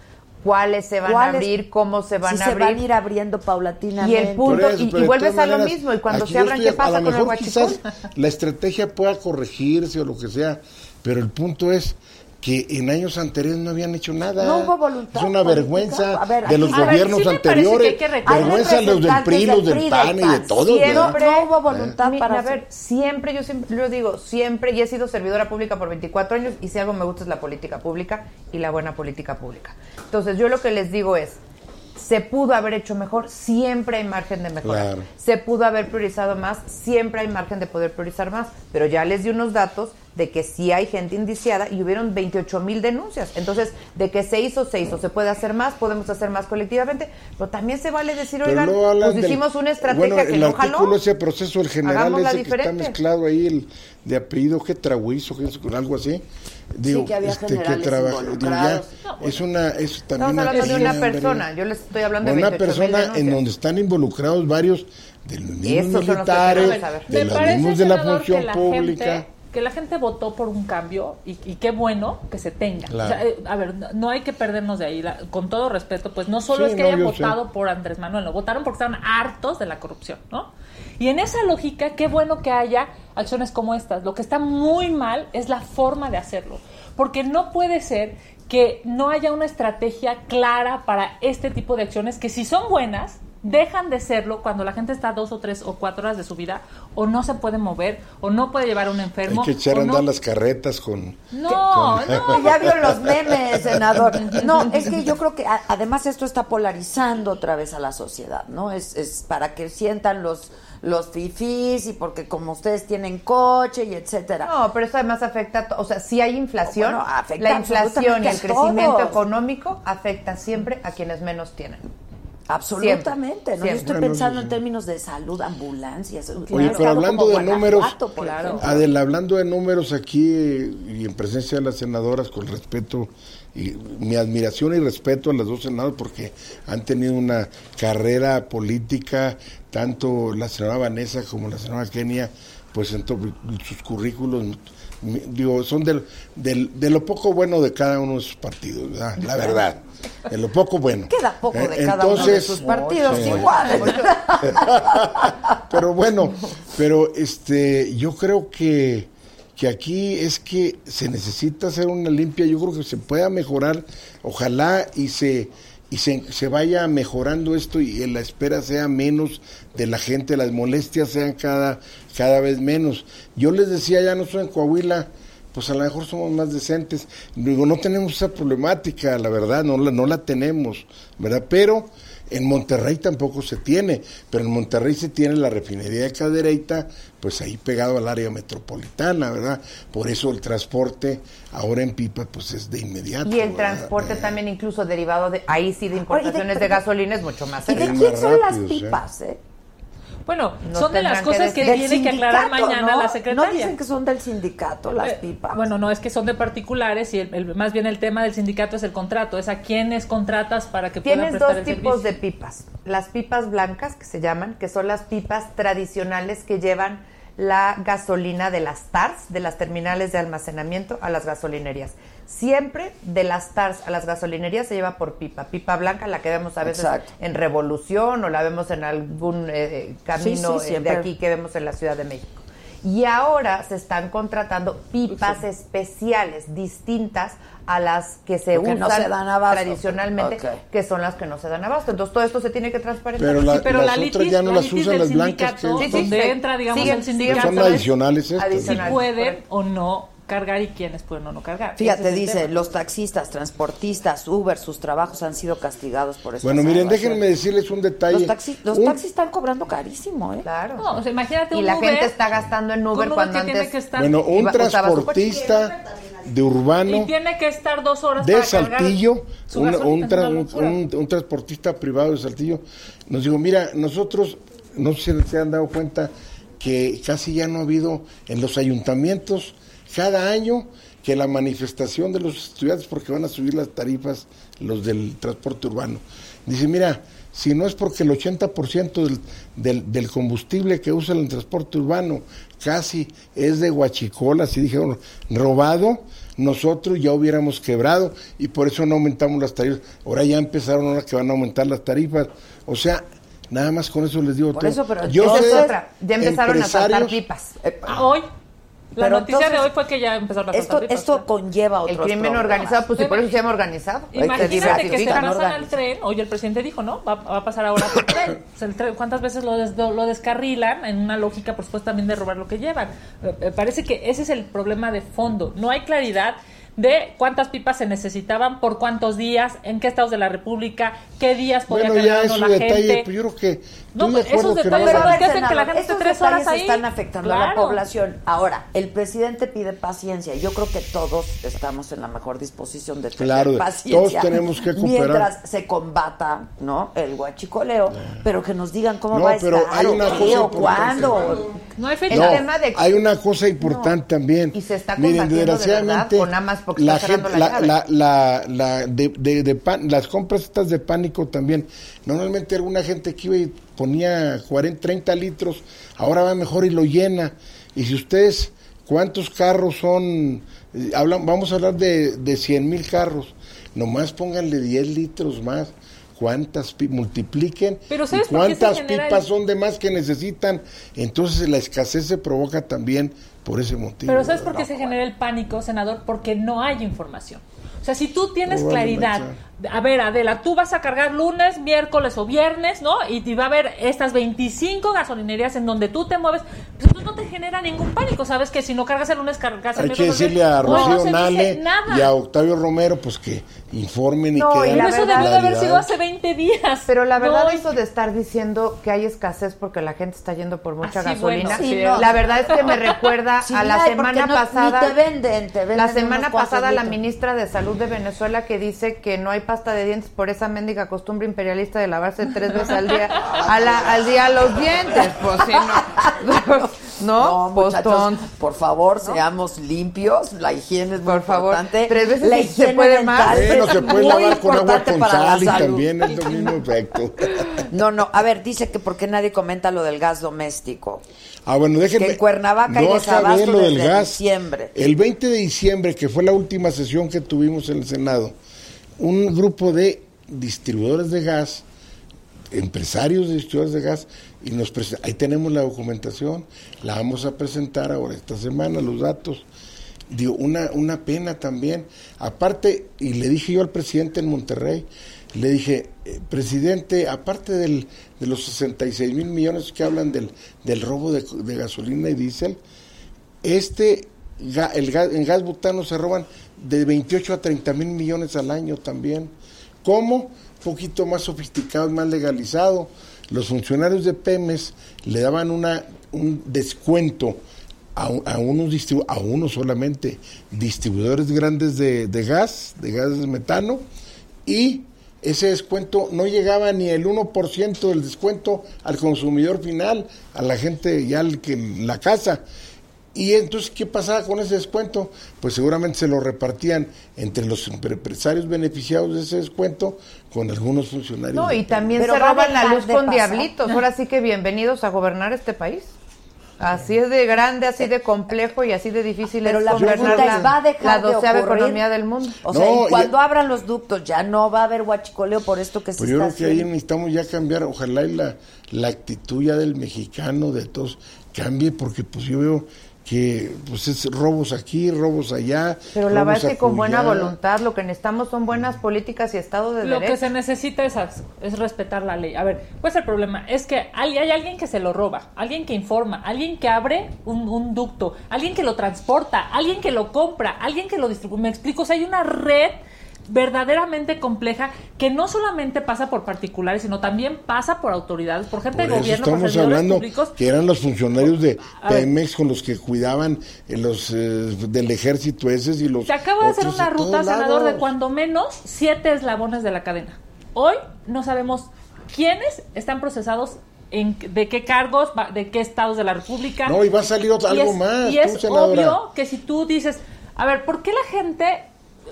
[SPEAKER 7] cuáles se van
[SPEAKER 1] ¿Cuáles?
[SPEAKER 7] a abrir, cómo se van
[SPEAKER 1] si
[SPEAKER 7] a
[SPEAKER 1] se
[SPEAKER 7] abrir.
[SPEAKER 1] van a ir abriendo
[SPEAKER 7] y
[SPEAKER 1] paulatinamente.
[SPEAKER 7] el punto,
[SPEAKER 6] Por eso,
[SPEAKER 7] y-
[SPEAKER 6] pero
[SPEAKER 7] y,
[SPEAKER 6] de
[SPEAKER 7] vuelves
[SPEAKER 6] todas
[SPEAKER 7] a lo
[SPEAKER 6] maneras,
[SPEAKER 7] mismo. Y cuando
[SPEAKER 6] aquí
[SPEAKER 7] se
[SPEAKER 6] yo
[SPEAKER 7] abran,
[SPEAKER 6] estoy
[SPEAKER 7] ¿qué
[SPEAKER 6] a- a
[SPEAKER 7] pasa con
[SPEAKER 6] lo
[SPEAKER 7] el
[SPEAKER 6] mejor
[SPEAKER 7] guachicol?
[SPEAKER 6] quizás La estrategia pueda corregirse o lo que sea, pero el punto es que en años anteriores no habían hecho nada.
[SPEAKER 1] No hubo voluntad
[SPEAKER 6] Es una
[SPEAKER 1] política.
[SPEAKER 6] vergüenza
[SPEAKER 1] A ver,
[SPEAKER 6] de los
[SPEAKER 1] aquí- Ahora,
[SPEAKER 6] gobiernos
[SPEAKER 8] sí me parece
[SPEAKER 6] anteriores.
[SPEAKER 8] que hay que recordar-
[SPEAKER 6] vergüenza de los del PRI, los del PAN y de todos. ¿verdad? Eh.
[SPEAKER 7] Siempre,
[SPEAKER 1] No hubo voluntad
[SPEAKER 7] Mira,
[SPEAKER 1] para
[SPEAKER 7] a ver, siempre, yo siempre lo digo, siempre, y he sido servidora pública por 24 años, y si algo me gusta es la política pública y la buena política pública. Entonces, yo lo que les digo es, se pudo haber hecho mejor, siempre hay margen de mejora.
[SPEAKER 6] Claro.
[SPEAKER 7] Se pudo haber priorizado más, siempre hay margen de poder priorizar más. Pero ya les di unos datos de que sí hay gente indiciada y hubieron 28 mil denuncias. Entonces, de que se hizo, se hizo. Se puede hacer más, podemos hacer más colectivamente. Pero también se vale decir,
[SPEAKER 6] Pero
[SPEAKER 7] oigan,
[SPEAKER 6] luego hablan
[SPEAKER 7] pues
[SPEAKER 6] del-
[SPEAKER 7] hicimos una estrategia
[SPEAKER 6] bueno,
[SPEAKER 7] que
[SPEAKER 6] el
[SPEAKER 7] no
[SPEAKER 6] artículo
[SPEAKER 7] jaló.
[SPEAKER 6] ese proceso el general
[SPEAKER 7] Hagámosla
[SPEAKER 6] ese que está
[SPEAKER 7] diferente.
[SPEAKER 6] mezclado ahí el de apellido que trabuizo que es algo así digo este,
[SPEAKER 1] que había generales
[SPEAKER 6] trabaja-
[SPEAKER 1] involucrados.
[SPEAKER 6] digo, ya, es una es también
[SPEAKER 7] Estamos hablando de una
[SPEAKER 6] apellida,
[SPEAKER 7] persona.
[SPEAKER 6] ¿verdad?
[SPEAKER 7] Yo les estoy hablando
[SPEAKER 6] Bueno,
[SPEAKER 7] de
[SPEAKER 6] una persona en donde están involucrados varios de los mismos
[SPEAKER 7] Esos son los que
[SPEAKER 6] militares,
[SPEAKER 7] queremos saber.
[SPEAKER 6] de
[SPEAKER 8] Me
[SPEAKER 6] los
[SPEAKER 8] parece,
[SPEAKER 6] mismos de la
[SPEAKER 8] senador,
[SPEAKER 6] función
[SPEAKER 8] que la
[SPEAKER 6] pública.
[SPEAKER 8] gente- que la gente votó por un cambio y, y qué bueno que se tenga.
[SPEAKER 6] Claro.
[SPEAKER 8] O sea, eh, a ver, no, no hay que perdernos de ahí. la- con todo respeto, pues no solo
[SPEAKER 6] Sí,
[SPEAKER 8] es que
[SPEAKER 6] no,
[SPEAKER 8] hayan
[SPEAKER 6] yo
[SPEAKER 8] votado
[SPEAKER 6] sé.
[SPEAKER 8] por Andrés Manuel, no votaron porque estaban hartos de la corrupción, ¿no? Y en esa lógica, qué bueno que haya acciones como estas. Lo que está muy mal es la forma de hacerlo, porque no puede ser que no haya una estrategia clara para este tipo de acciones que si son buenas, dejan de serlo cuando la gente está dos o tres o cuatro horas de su vida o no se puede mover o no puede llevar a un
[SPEAKER 6] Hay
[SPEAKER 8] enfermo.
[SPEAKER 6] que echar
[SPEAKER 8] o
[SPEAKER 6] a
[SPEAKER 8] no-
[SPEAKER 6] andar las carretas con
[SPEAKER 8] No, no,
[SPEAKER 1] Ya vio los memes, senador. No, es que yo creo que a- además esto está polarizando otra vez a la sociedad, ¿no? Es, es para que sientan los los fifís y porque como ustedes tienen coche y etcétera.
[SPEAKER 7] No, pero eso además afecta, a to- o sea, si hay inflación,
[SPEAKER 1] Bueno, afecta
[SPEAKER 7] la inflación y el
[SPEAKER 1] absolutamente a
[SPEAKER 7] crecimiento
[SPEAKER 1] todos.
[SPEAKER 7] económico afecta siempre a quienes menos tienen.
[SPEAKER 1] Absolutamente, ¿no?
[SPEAKER 7] Siempre.
[SPEAKER 1] Yo estoy
[SPEAKER 6] Bueno,
[SPEAKER 1] pensando
[SPEAKER 6] sí.
[SPEAKER 1] en términos de salud, ambulancias.
[SPEAKER 6] Oye, pero hablando de números,
[SPEAKER 1] claro.
[SPEAKER 6] Adela, hablando de números aquí eh, y en presencia de las senadoras, con respeto y mi admiración y respeto a las dos senadoras porque han tenido una carrera política, tanto la senadora Vanessa como la senadora Kenia, pues en to- sus currículos, mi- digo, son del, del- de lo poco bueno de cada uno de sus partidos, ¿verdad? La verdad, de lo poco bueno.
[SPEAKER 1] Queda poco de
[SPEAKER 6] Eh,
[SPEAKER 1] cada uno de
[SPEAKER 6] entonces-
[SPEAKER 1] sus partidos,
[SPEAKER 6] Sí.
[SPEAKER 1] igual.
[SPEAKER 6] Pero bueno, pero este, yo creo que, que aquí es que se necesita hacer una limpia, yo creo que se pueda mejorar, ojalá y se y se, se vaya mejorando esto y la espera sea menos de la gente, las molestias sean cada, cada vez menos. Yo les decía, ya no soy en Coahuila, pues a lo mejor somos más decentes. Digo, no tenemos esa problemática, la verdad, no la, no la tenemos, ¿verdad? Pero en Monterrey tampoco se tiene, pero en Monterrey se tiene la refinería de Cadereyta, pues ahí pegado al área metropolitana, ¿verdad? Por eso el transporte ahora en pipa, pues es de inmediato.
[SPEAKER 7] Y el
[SPEAKER 6] ¿verdad?
[SPEAKER 7] transporte
[SPEAKER 6] Eh,
[SPEAKER 7] también incluso derivado de, ahí sí, de importaciones de,
[SPEAKER 1] pero-
[SPEAKER 7] gasolina es mucho más
[SPEAKER 1] ¿Y de
[SPEAKER 7] elevado.
[SPEAKER 6] más
[SPEAKER 1] quién son las
[SPEAKER 6] rápido, sí.
[SPEAKER 1] pipas, eh?
[SPEAKER 8] Bueno,
[SPEAKER 7] Nos
[SPEAKER 8] son de
[SPEAKER 7] tendrán
[SPEAKER 8] las
[SPEAKER 7] que
[SPEAKER 8] cosas que,
[SPEAKER 7] decir.
[SPEAKER 8] tiene que aclarar
[SPEAKER 1] sindicato,
[SPEAKER 8] mañana
[SPEAKER 1] ¿no?
[SPEAKER 8] la secretaria.
[SPEAKER 1] No dicen que son del sindicato las
[SPEAKER 8] Eh,
[SPEAKER 1] pipas.
[SPEAKER 8] Bueno, no, es que son de particulares y el- el- más bien el tema del sindicato es el contrato, es a quiénes contratas para que puedan
[SPEAKER 7] Tienes
[SPEAKER 8] prestar
[SPEAKER 7] dos
[SPEAKER 8] el
[SPEAKER 7] tipos
[SPEAKER 8] servicio.
[SPEAKER 7] de pipas. Las pipas blancas, que se llaman, que son las pipas tradicionales que llevan la gasolina de las TARS, de las terminales de almacenamiento a las gasolinerías. Siempre de las TARS a las gasolinerías se lleva por pipa. Pipa blanca, la que vemos a veces
[SPEAKER 1] Exacto.
[SPEAKER 7] en Revolución o la vemos en algún eh, camino
[SPEAKER 1] Sí, sí,
[SPEAKER 7] eh, de
[SPEAKER 1] siempre.
[SPEAKER 7] aquí que vemos en la Ciudad de México. Y ahora se están contratando pipas especiales, distintas a las que se
[SPEAKER 1] Porque
[SPEAKER 7] usan
[SPEAKER 1] no se dan abasto.
[SPEAKER 7] tradicionalmente,
[SPEAKER 1] Ok.
[SPEAKER 7] que son las que no se dan abasto. Entonces todo esto se tiene que transparentar.
[SPEAKER 6] Pero la- Sí, pero las la otras litis- ya no la las litis usan, del las blancas
[SPEAKER 8] sindicato, que- donde
[SPEAKER 7] se-
[SPEAKER 8] entra, digamos,
[SPEAKER 7] siguen-
[SPEAKER 8] el
[SPEAKER 7] siguen
[SPEAKER 8] sindicato.
[SPEAKER 6] Son adicionales estas.
[SPEAKER 8] si
[SPEAKER 7] Adicionales,
[SPEAKER 8] pueden o no cargar y quiénes pueden o no cargar. Ese
[SPEAKER 1] Fíjate,
[SPEAKER 8] es el
[SPEAKER 1] dice,
[SPEAKER 8] tema.
[SPEAKER 1] los taxistas, transportistas, Uber, sus trabajos han sido castigados por esto.
[SPEAKER 6] Bueno, miren, déjenme decirles un detalle.
[SPEAKER 1] Los, taxi- los
[SPEAKER 6] Un-
[SPEAKER 1] taxis están cobrando carísimo, ¿eh?
[SPEAKER 7] Claro.
[SPEAKER 8] No, o sea, imagínate
[SPEAKER 7] y
[SPEAKER 8] un
[SPEAKER 7] la
[SPEAKER 8] Uber,
[SPEAKER 7] gente está gastando en Uber
[SPEAKER 8] ¿cómo
[SPEAKER 7] cuando
[SPEAKER 8] que tiene
[SPEAKER 7] antes
[SPEAKER 8] que estar-
[SPEAKER 6] Bueno, un
[SPEAKER 7] iba- usaba su coche.
[SPEAKER 6] transportista de urbano
[SPEAKER 8] y tiene que estar dos horas
[SPEAKER 6] de
[SPEAKER 8] para cargar
[SPEAKER 6] Saltillo,
[SPEAKER 8] su
[SPEAKER 6] un,
[SPEAKER 8] gasolina,
[SPEAKER 6] un tra-
[SPEAKER 8] es una
[SPEAKER 6] un-
[SPEAKER 8] locura.
[SPEAKER 6] un- un transportista privado de Saltillo, nos dijo, mira, nosotros, no sé si se han dado cuenta que casi ya no ha habido en los ayuntamientos cada año que la manifestación de los estudiantes porque van a subir las tarifas los del transporte urbano. Dice, mira, si no es porque el 80% del, del, del combustible que usa el transporte urbano casi es de guachicolas, y dijeron, robado, nosotros ya hubiéramos quebrado y por eso no aumentamos las tarifas. Ahora ya empezaron, ahora que van a aumentar las tarifas. O sea, nada más con eso les digo
[SPEAKER 1] Por
[SPEAKER 6] todo.
[SPEAKER 1] eso, pero
[SPEAKER 6] Yo
[SPEAKER 7] Esa es
[SPEAKER 6] sé
[SPEAKER 7] otra. Ya empezaron a saltar
[SPEAKER 6] empresarios-
[SPEAKER 7] pipas.
[SPEAKER 1] Eh,
[SPEAKER 8] Ah, hoy, la
[SPEAKER 1] Pero
[SPEAKER 8] noticia de
[SPEAKER 1] entonces-
[SPEAKER 8] hoy fue que ya empezaron las
[SPEAKER 1] Esto,
[SPEAKER 8] tarifas,
[SPEAKER 1] esto
[SPEAKER 8] ¿no?
[SPEAKER 1] conlleva otros
[SPEAKER 7] El crimen
[SPEAKER 1] problemas.
[SPEAKER 7] organizado, pues y por eso se llama organizado.
[SPEAKER 8] Imagínate que se
[SPEAKER 1] diversifican,
[SPEAKER 8] pasan al
[SPEAKER 1] organizan.
[SPEAKER 8] tren, hoy el presidente dijo, ¿no? Va, va a pasar ahora por tren. O sea, el tren, ¿Cuántas veces lo, des- lo descarrilan en una lógica, por supuesto, también de robar lo que llevan? Eh, eh, Parece que ese es el problema de fondo. No hay claridad de cuántas pipas se necesitaban, por cuántos días, en qué estados de la República, qué días podía
[SPEAKER 6] Bueno, ya
[SPEAKER 8] cargar
[SPEAKER 6] es
[SPEAKER 8] uno
[SPEAKER 6] un
[SPEAKER 8] la
[SPEAKER 6] detalle,
[SPEAKER 8] gente.
[SPEAKER 6] pues yo creo que...
[SPEAKER 8] No,
[SPEAKER 6] estoy de
[SPEAKER 8] pero esos
[SPEAKER 6] acuerdo que no va-
[SPEAKER 8] detalles son
[SPEAKER 1] Pero a ver,
[SPEAKER 8] que hacen que la
[SPEAKER 1] senador,
[SPEAKER 8] gente
[SPEAKER 1] estos
[SPEAKER 8] tres horas
[SPEAKER 1] detalles
[SPEAKER 8] ahí.
[SPEAKER 1] están afectando a la
[SPEAKER 8] Claro.
[SPEAKER 1] población. Ahora, el presidente pide paciencia. Yo creo que todos estamos en la mejor disposición de tener
[SPEAKER 6] Claro,
[SPEAKER 1] paciencia.
[SPEAKER 6] todos tenemos que cooperar.
[SPEAKER 1] Mientras se combata, ¿no? El guachicoleo, pero que nos digan cómo
[SPEAKER 6] Ah. No,
[SPEAKER 1] va a
[SPEAKER 6] pero
[SPEAKER 1] estar,
[SPEAKER 6] hay
[SPEAKER 1] o
[SPEAKER 6] una
[SPEAKER 1] qué,
[SPEAKER 6] cosa
[SPEAKER 1] o
[SPEAKER 6] importante.
[SPEAKER 1] cuándo.
[SPEAKER 8] No hay fecha.
[SPEAKER 7] El
[SPEAKER 6] No,
[SPEAKER 7] tema de-
[SPEAKER 6] hay una cosa importante también.
[SPEAKER 7] Y se está
[SPEAKER 6] Miren,
[SPEAKER 7] combatiendo de verdad
[SPEAKER 6] desgraciadamente,
[SPEAKER 7] con Amas porque
[SPEAKER 6] la
[SPEAKER 7] está cerrando
[SPEAKER 6] gente-
[SPEAKER 7] la
[SPEAKER 6] la-
[SPEAKER 7] llave.
[SPEAKER 6] la- la- la- de- de- de pan- las compras estas de pánico también. Normalmente alguna gente que iba y ponía 40, 30 litros, ahora va mejor y lo llena. Y si ustedes, ¿cuántos carros son? Eh, hablan- vamos a hablar de, de 100 mil carros. Nomás pónganle 10 litros más. ¿Cuántas? pi- Multipliquen.
[SPEAKER 8] Pero
[SPEAKER 6] ¿Y
[SPEAKER 8] ¿sabes por qué se
[SPEAKER 6] ¿Cuántas
[SPEAKER 8] genera el-
[SPEAKER 6] pipas son de más que necesitan? Entonces la escasez se provoca también por ese motivo.
[SPEAKER 8] Pero ¿sabes por
[SPEAKER 6] ¿verdad?
[SPEAKER 8] qué se genera el pánico, senador? Porque no hay información. O sea, si tú tienes
[SPEAKER 6] Probablemente.
[SPEAKER 8] claridad, a ver, Adela, tú vas a cargar lunes, miércoles o viernes, ¿no? Y, y va a haber estas 25 gasolinerías en donde tú te mueves, pues entonces no te genera ningún pánico. Sabes que si no cargas el lunes, cargas el
[SPEAKER 6] Hay que
[SPEAKER 8] miércoles. el
[SPEAKER 6] decirle a
[SPEAKER 8] viernes. No, no
[SPEAKER 6] Rocío
[SPEAKER 8] se dice
[SPEAKER 6] Nale
[SPEAKER 8] nada.
[SPEAKER 6] y a Octavio Romero pues que informen y
[SPEAKER 7] No,
[SPEAKER 6] que
[SPEAKER 7] y
[SPEAKER 6] den
[SPEAKER 7] la
[SPEAKER 8] Pero eso
[SPEAKER 7] verdad-
[SPEAKER 8] debió de haber sido
[SPEAKER 6] claridad.
[SPEAKER 8] hace 20 días.
[SPEAKER 7] Pero la verdad,
[SPEAKER 8] No,
[SPEAKER 7] eso de estar diciendo que hay escasez porque la gente está yendo por mucha
[SPEAKER 8] Ah, sí,
[SPEAKER 7] gasolina,
[SPEAKER 8] bueno, sí, no.
[SPEAKER 7] la verdad es que me recuerda
[SPEAKER 1] Sí,
[SPEAKER 7] a la
[SPEAKER 1] hay,
[SPEAKER 7] semana
[SPEAKER 1] porque no-
[SPEAKER 7] pasada.
[SPEAKER 1] ni te venden, te venden
[SPEAKER 7] la
[SPEAKER 1] unos
[SPEAKER 7] semana
[SPEAKER 1] cuantos
[SPEAKER 7] pasada, la
[SPEAKER 1] litros.
[SPEAKER 7] ministra de Salud de Venezuela que dice que no hay pasta de dientes por esa mendiga costumbre imperialista de lavarse tres veces al día, a la- al día los dientes. Pues sí, no. no, pues
[SPEAKER 1] muchachos,
[SPEAKER 7] tonto.
[SPEAKER 1] por favor, seamos limpios. La higiene es muy
[SPEAKER 7] Por favor.
[SPEAKER 1] importante.
[SPEAKER 7] Tres veces
[SPEAKER 1] la
[SPEAKER 7] si se
[SPEAKER 1] higiene
[SPEAKER 7] puede
[SPEAKER 1] dental
[SPEAKER 7] más.
[SPEAKER 1] es
[SPEAKER 6] Bueno, se puede
[SPEAKER 1] muy
[SPEAKER 6] lavar con agua
[SPEAKER 1] importante
[SPEAKER 6] con
[SPEAKER 1] para la
[SPEAKER 6] sal y
[SPEAKER 1] salud.
[SPEAKER 6] también es lo mismo efecto.
[SPEAKER 1] No, no, a ver, dice que porque nadie comenta lo del gas doméstico.
[SPEAKER 6] Ah, bueno, déjenme.
[SPEAKER 1] Que en Cuernavaca hay
[SPEAKER 6] no
[SPEAKER 1] desabasto
[SPEAKER 6] acabé lo del
[SPEAKER 1] desde
[SPEAKER 6] gas.
[SPEAKER 1] diciembre.
[SPEAKER 6] El 20 de diciembre, que fue la última sesión que tuvimos en el Senado, un grupo de distribuidores de gas, empresarios de distribuidores de gas, y nos presen- ahí tenemos la documentación, la vamos a presentar ahora esta semana, los datos. Digo, una, una pena también. Aparte, y le dije yo al presidente en Monterrey, le dije, eh, presidente, aparte del, de los 66 mil millones que hablan del, del robo de, de gasolina y diésel, este, ga- el gas, en gas butano se roban de 28 a 30 mil millones al año también. ¿Cómo? Un poquito más sofisticado, más legalizado. Los funcionarios de Pemex le daban una, un descuento a, u- a unos distribu- a uno solamente, distribuidores grandes de, de gas, de gas de metano, y ese descuento no llegaba ni el 1% del descuento al consumidor final, a la gente ya al que la casa. Y entonces, ¿qué pasaba con ese descuento? Pues seguramente se lo repartían entre los empresarios beneficiados de ese descuento con algunos funcionarios.
[SPEAKER 7] No,
[SPEAKER 6] de
[SPEAKER 7] y también
[SPEAKER 1] Pero
[SPEAKER 7] se
[SPEAKER 1] va a
[SPEAKER 7] roban la
[SPEAKER 1] dejar
[SPEAKER 7] luz
[SPEAKER 1] de
[SPEAKER 7] con
[SPEAKER 1] pasar.
[SPEAKER 7] diablitos. Ahora sí que bienvenidos a gobernar este país. Así es de grande, así de complejo y así de difícil
[SPEAKER 1] Pero
[SPEAKER 7] es
[SPEAKER 1] la
[SPEAKER 7] gobernar
[SPEAKER 1] pregunta
[SPEAKER 7] la-
[SPEAKER 1] es, ¿va a dejar
[SPEAKER 7] la
[SPEAKER 1] de
[SPEAKER 7] doceava
[SPEAKER 1] ocurrir?
[SPEAKER 7] economía del mundo.
[SPEAKER 1] O sea, y cuando abran los ductos ya no va a haber huachicoleo por esto que se
[SPEAKER 6] Pues yo
[SPEAKER 1] está
[SPEAKER 6] creo que ahí
[SPEAKER 1] haciendo.
[SPEAKER 6] necesitamos ya cambiar, ojalá y la, la actitud ya del mexicano, de todos, cambie, porque pues yo veo que pues es robos aquí, robos allá.
[SPEAKER 7] Pero la
[SPEAKER 6] robos
[SPEAKER 7] verdad es que con buena
[SPEAKER 6] acullá.
[SPEAKER 7] voluntad lo que necesitamos son buenas políticas y Estado de
[SPEAKER 8] Lo que
[SPEAKER 7] Derecho.
[SPEAKER 8] se necesita es, as- es respetar la ley. A ver, ¿cuál es el problema? Es que hay, hay alguien que se lo roba, alguien que informa, alguien que abre un, un ducto, alguien que lo transporta, alguien que lo compra, alguien que lo distribuye. Me explico, o sea, hay una red verdaderamente compleja que no solamente pasa por particulares, sino también pasa por autoridades, por gente
[SPEAKER 6] Por
[SPEAKER 8] de
[SPEAKER 6] eso
[SPEAKER 8] gobierno, pues, por
[SPEAKER 6] estamos
[SPEAKER 8] servidores
[SPEAKER 6] hablando
[SPEAKER 8] públicos.
[SPEAKER 6] que eran los funcionarios de
[SPEAKER 8] A ver.
[SPEAKER 6] Pemex con los que cuidaban eh, los eh, del ejército ese y los
[SPEAKER 8] Se acaba de hacer
[SPEAKER 6] otros
[SPEAKER 8] una
[SPEAKER 6] de todos
[SPEAKER 8] ruta, senador, de
[SPEAKER 6] lados.
[SPEAKER 8] cuando menos siete eslabones de la cadena. Hoy no sabemos quiénes están procesados, en, de qué cargos, va- de qué estados de la República.
[SPEAKER 6] No, y va a salir otra-
[SPEAKER 8] Y
[SPEAKER 6] algo
[SPEAKER 8] es-
[SPEAKER 6] más,
[SPEAKER 8] Y
[SPEAKER 6] tú,
[SPEAKER 8] es
[SPEAKER 6] senadora.
[SPEAKER 8] obvio que si tú dices, a ver, ¿por qué la gente,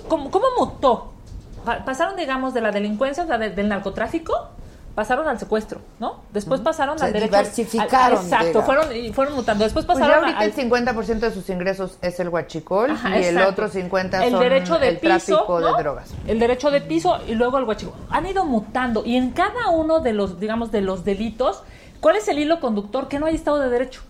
[SPEAKER 8] cómo, cómo mutó? Pa- Pasaron, digamos, de la delincuencia, o sea, de- del narcotráfico, pasaron al secuestro, ¿no? Después pasaron
[SPEAKER 1] Se
[SPEAKER 8] al derecho. al-
[SPEAKER 1] diversificaron,
[SPEAKER 8] exacto,
[SPEAKER 1] digamos.
[SPEAKER 8] fueron, y fueron mutando. Después
[SPEAKER 7] Pues ya
[SPEAKER 8] pasaron
[SPEAKER 7] ahorita
[SPEAKER 8] al-
[SPEAKER 7] el 50% de sus ingresos es el huachicol
[SPEAKER 8] Ajá,
[SPEAKER 7] y el
[SPEAKER 8] exacto.
[SPEAKER 7] otro 50%
[SPEAKER 8] el
[SPEAKER 7] son
[SPEAKER 8] derecho de
[SPEAKER 7] el
[SPEAKER 8] piso,
[SPEAKER 7] tráfico
[SPEAKER 8] ¿no?
[SPEAKER 7] de drogas.
[SPEAKER 8] El derecho de piso y luego el huachico. Han ido mutando y en cada uno de los, digamos, de los delitos, ¿cuál es el hilo conductor? Que no hay Estado de Derecho.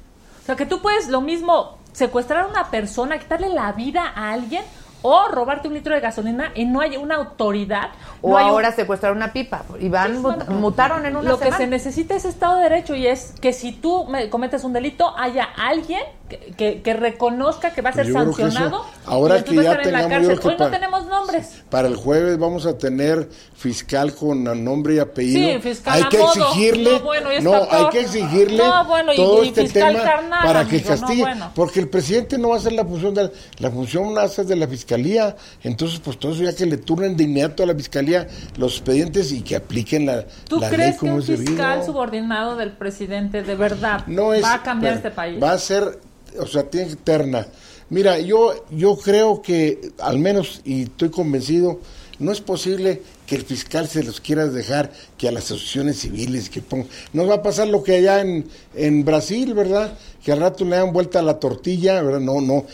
[SPEAKER 8] O sea, que tú puedes lo mismo secuestrar a una persona, quitarle la vida a alguien o robarte un litro de gasolina y no hay una autoridad.
[SPEAKER 7] O
[SPEAKER 8] no hay un-
[SPEAKER 7] ahora secuestrar una pipa y van mut- mutaron en una
[SPEAKER 8] lo que
[SPEAKER 7] semana.
[SPEAKER 8] se necesita es Estado de Derecho y es que si tú me- cometes un delito haya alguien que, que- que reconozca que va a
[SPEAKER 6] Pues
[SPEAKER 8] ser
[SPEAKER 6] yo creo que eso-
[SPEAKER 8] sancionado.
[SPEAKER 6] ahora
[SPEAKER 8] y entonces
[SPEAKER 6] que
[SPEAKER 8] va a
[SPEAKER 6] ya
[SPEAKER 8] estar en la
[SPEAKER 6] tengamos, yo creo
[SPEAKER 8] cárcel.
[SPEAKER 6] que
[SPEAKER 8] Hoy no
[SPEAKER 6] pa-
[SPEAKER 8] tenemos nombres.
[SPEAKER 6] Para el jueves vamos a tener fiscal con nombre y apellido.
[SPEAKER 8] Sí, fiscal
[SPEAKER 6] hay
[SPEAKER 8] a
[SPEAKER 6] que
[SPEAKER 8] modo.
[SPEAKER 6] exigirle,
[SPEAKER 8] No, bueno, y es
[SPEAKER 6] no, hay
[SPEAKER 8] doctor.
[SPEAKER 6] que exigirle
[SPEAKER 8] No, bueno, y-
[SPEAKER 6] todo
[SPEAKER 8] y
[SPEAKER 6] este
[SPEAKER 8] fiscal
[SPEAKER 6] tema
[SPEAKER 8] carnal,
[SPEAKER 6] para que
[SPEAKER 8] amigo, no,
[SPEAKER 6] castigue,
[SPEAKER 8] bueno.
[SPEAKER 6] porque el presidente no va a hacer la función de la, la función hace de la fiscalía, entonces pues todo eso ya que le turnen de inmediato a la fiscalía los expedientes y que apliquen la,
[SPEAKER 8] ¿Tú
[SPEAKER 6] la ley
[SPEAKER 8] crees que
[SPEAKER 6] como
[SPEAKER 8] un
[SPEAKER 6] es debido.
[SPEAKER 8] fiscal subordinado del presidente de verdad
[SPEAKER 6] No es-
[SPEAKER 8] va a cambiar
[SPEAKER 6] pero
[SPEAKER 8] este país?
[SPEAKER 6] Va a ser, o sea, tiene que terna. Mira, yo, yo creo que, al menos, y estoy convencido, no es posible que el fiscal se los quiera dejar que a las asociaciones civiles que pongan. Nos va a pasar lo que allá en, en Brasil, ¿verdad? Que al rato le dan vuelta a la tortilla, ¿verdad? No, no.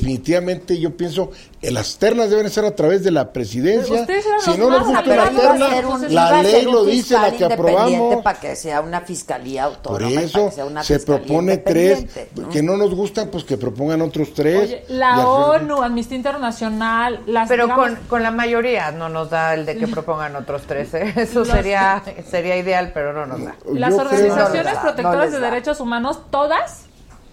[SPEAKER 6] Definitivamente yo pienso que las ternas deben ser a través de la presidencia.
[SPEAKER 1] Ustedes eran
[SPEAKER 6] Si
[SPEAKER 1] los
[SPEAKER 6] no nos
[SPEAKER 1] más
[SPEAKER 6] gusta la
[SPEAKER 1] apegados. Iba a ser
[SPEAKER 6] terna,
[SPEAKER 1] un- iba
[SPEAKER 6] la
[SPEAKER 1] a
[SPEAKER 6] ley
[SPEAKER 1] ser un
[SPEAKER 6] lo dice,
[SPEAKER 1] fiscal
[SPEAKER 6] la que
[SPEAKER 1] independiente
[SPEAKER 6] aprobamos.
[SPEAKER 1] Para que sea una fiscalía
[SPEAKER 6] Por
[SPEAKER 1] autónoma. y para
[SPEAKER 6] eso
[SPEAKER 1] que sea una
[SPEAKER 6] se
[SPEAKER 1] fiscalía
[SPEAKER 6] propone tres,
[SPEAKER 1] independiente, ¿no?
[SPEAKER 6] que no nos gustan, pues que propongan otros tres.
[SPEAKER 8] Oye, la
[SPEAKER 6] Y al-
[SPEAKER 8] ONU, Amnistía Internacional, las
[SPEAKER 7] Pero
[SPEAKER 8] digamos,
[SPEAKER 7] con, con la mayoría no nos da el de que propongan otros tres. ¿eh? Eso
[SPEAKER 8] Los-
[SPEAKER 7] sería sería ideal, pero no nos da.
[SPEAKER 8] las
[SPEAKER 6] yo creo-
[SPEAKER 8] organizaciones
[SPEAKER 7] No les da, no
[SPEAKER 8] protectoras
[SPEAKER 7] les
[SPEAKER 8] de
[SPEAKER 7] da.
[SPEAKER 8] derechos humanos, todas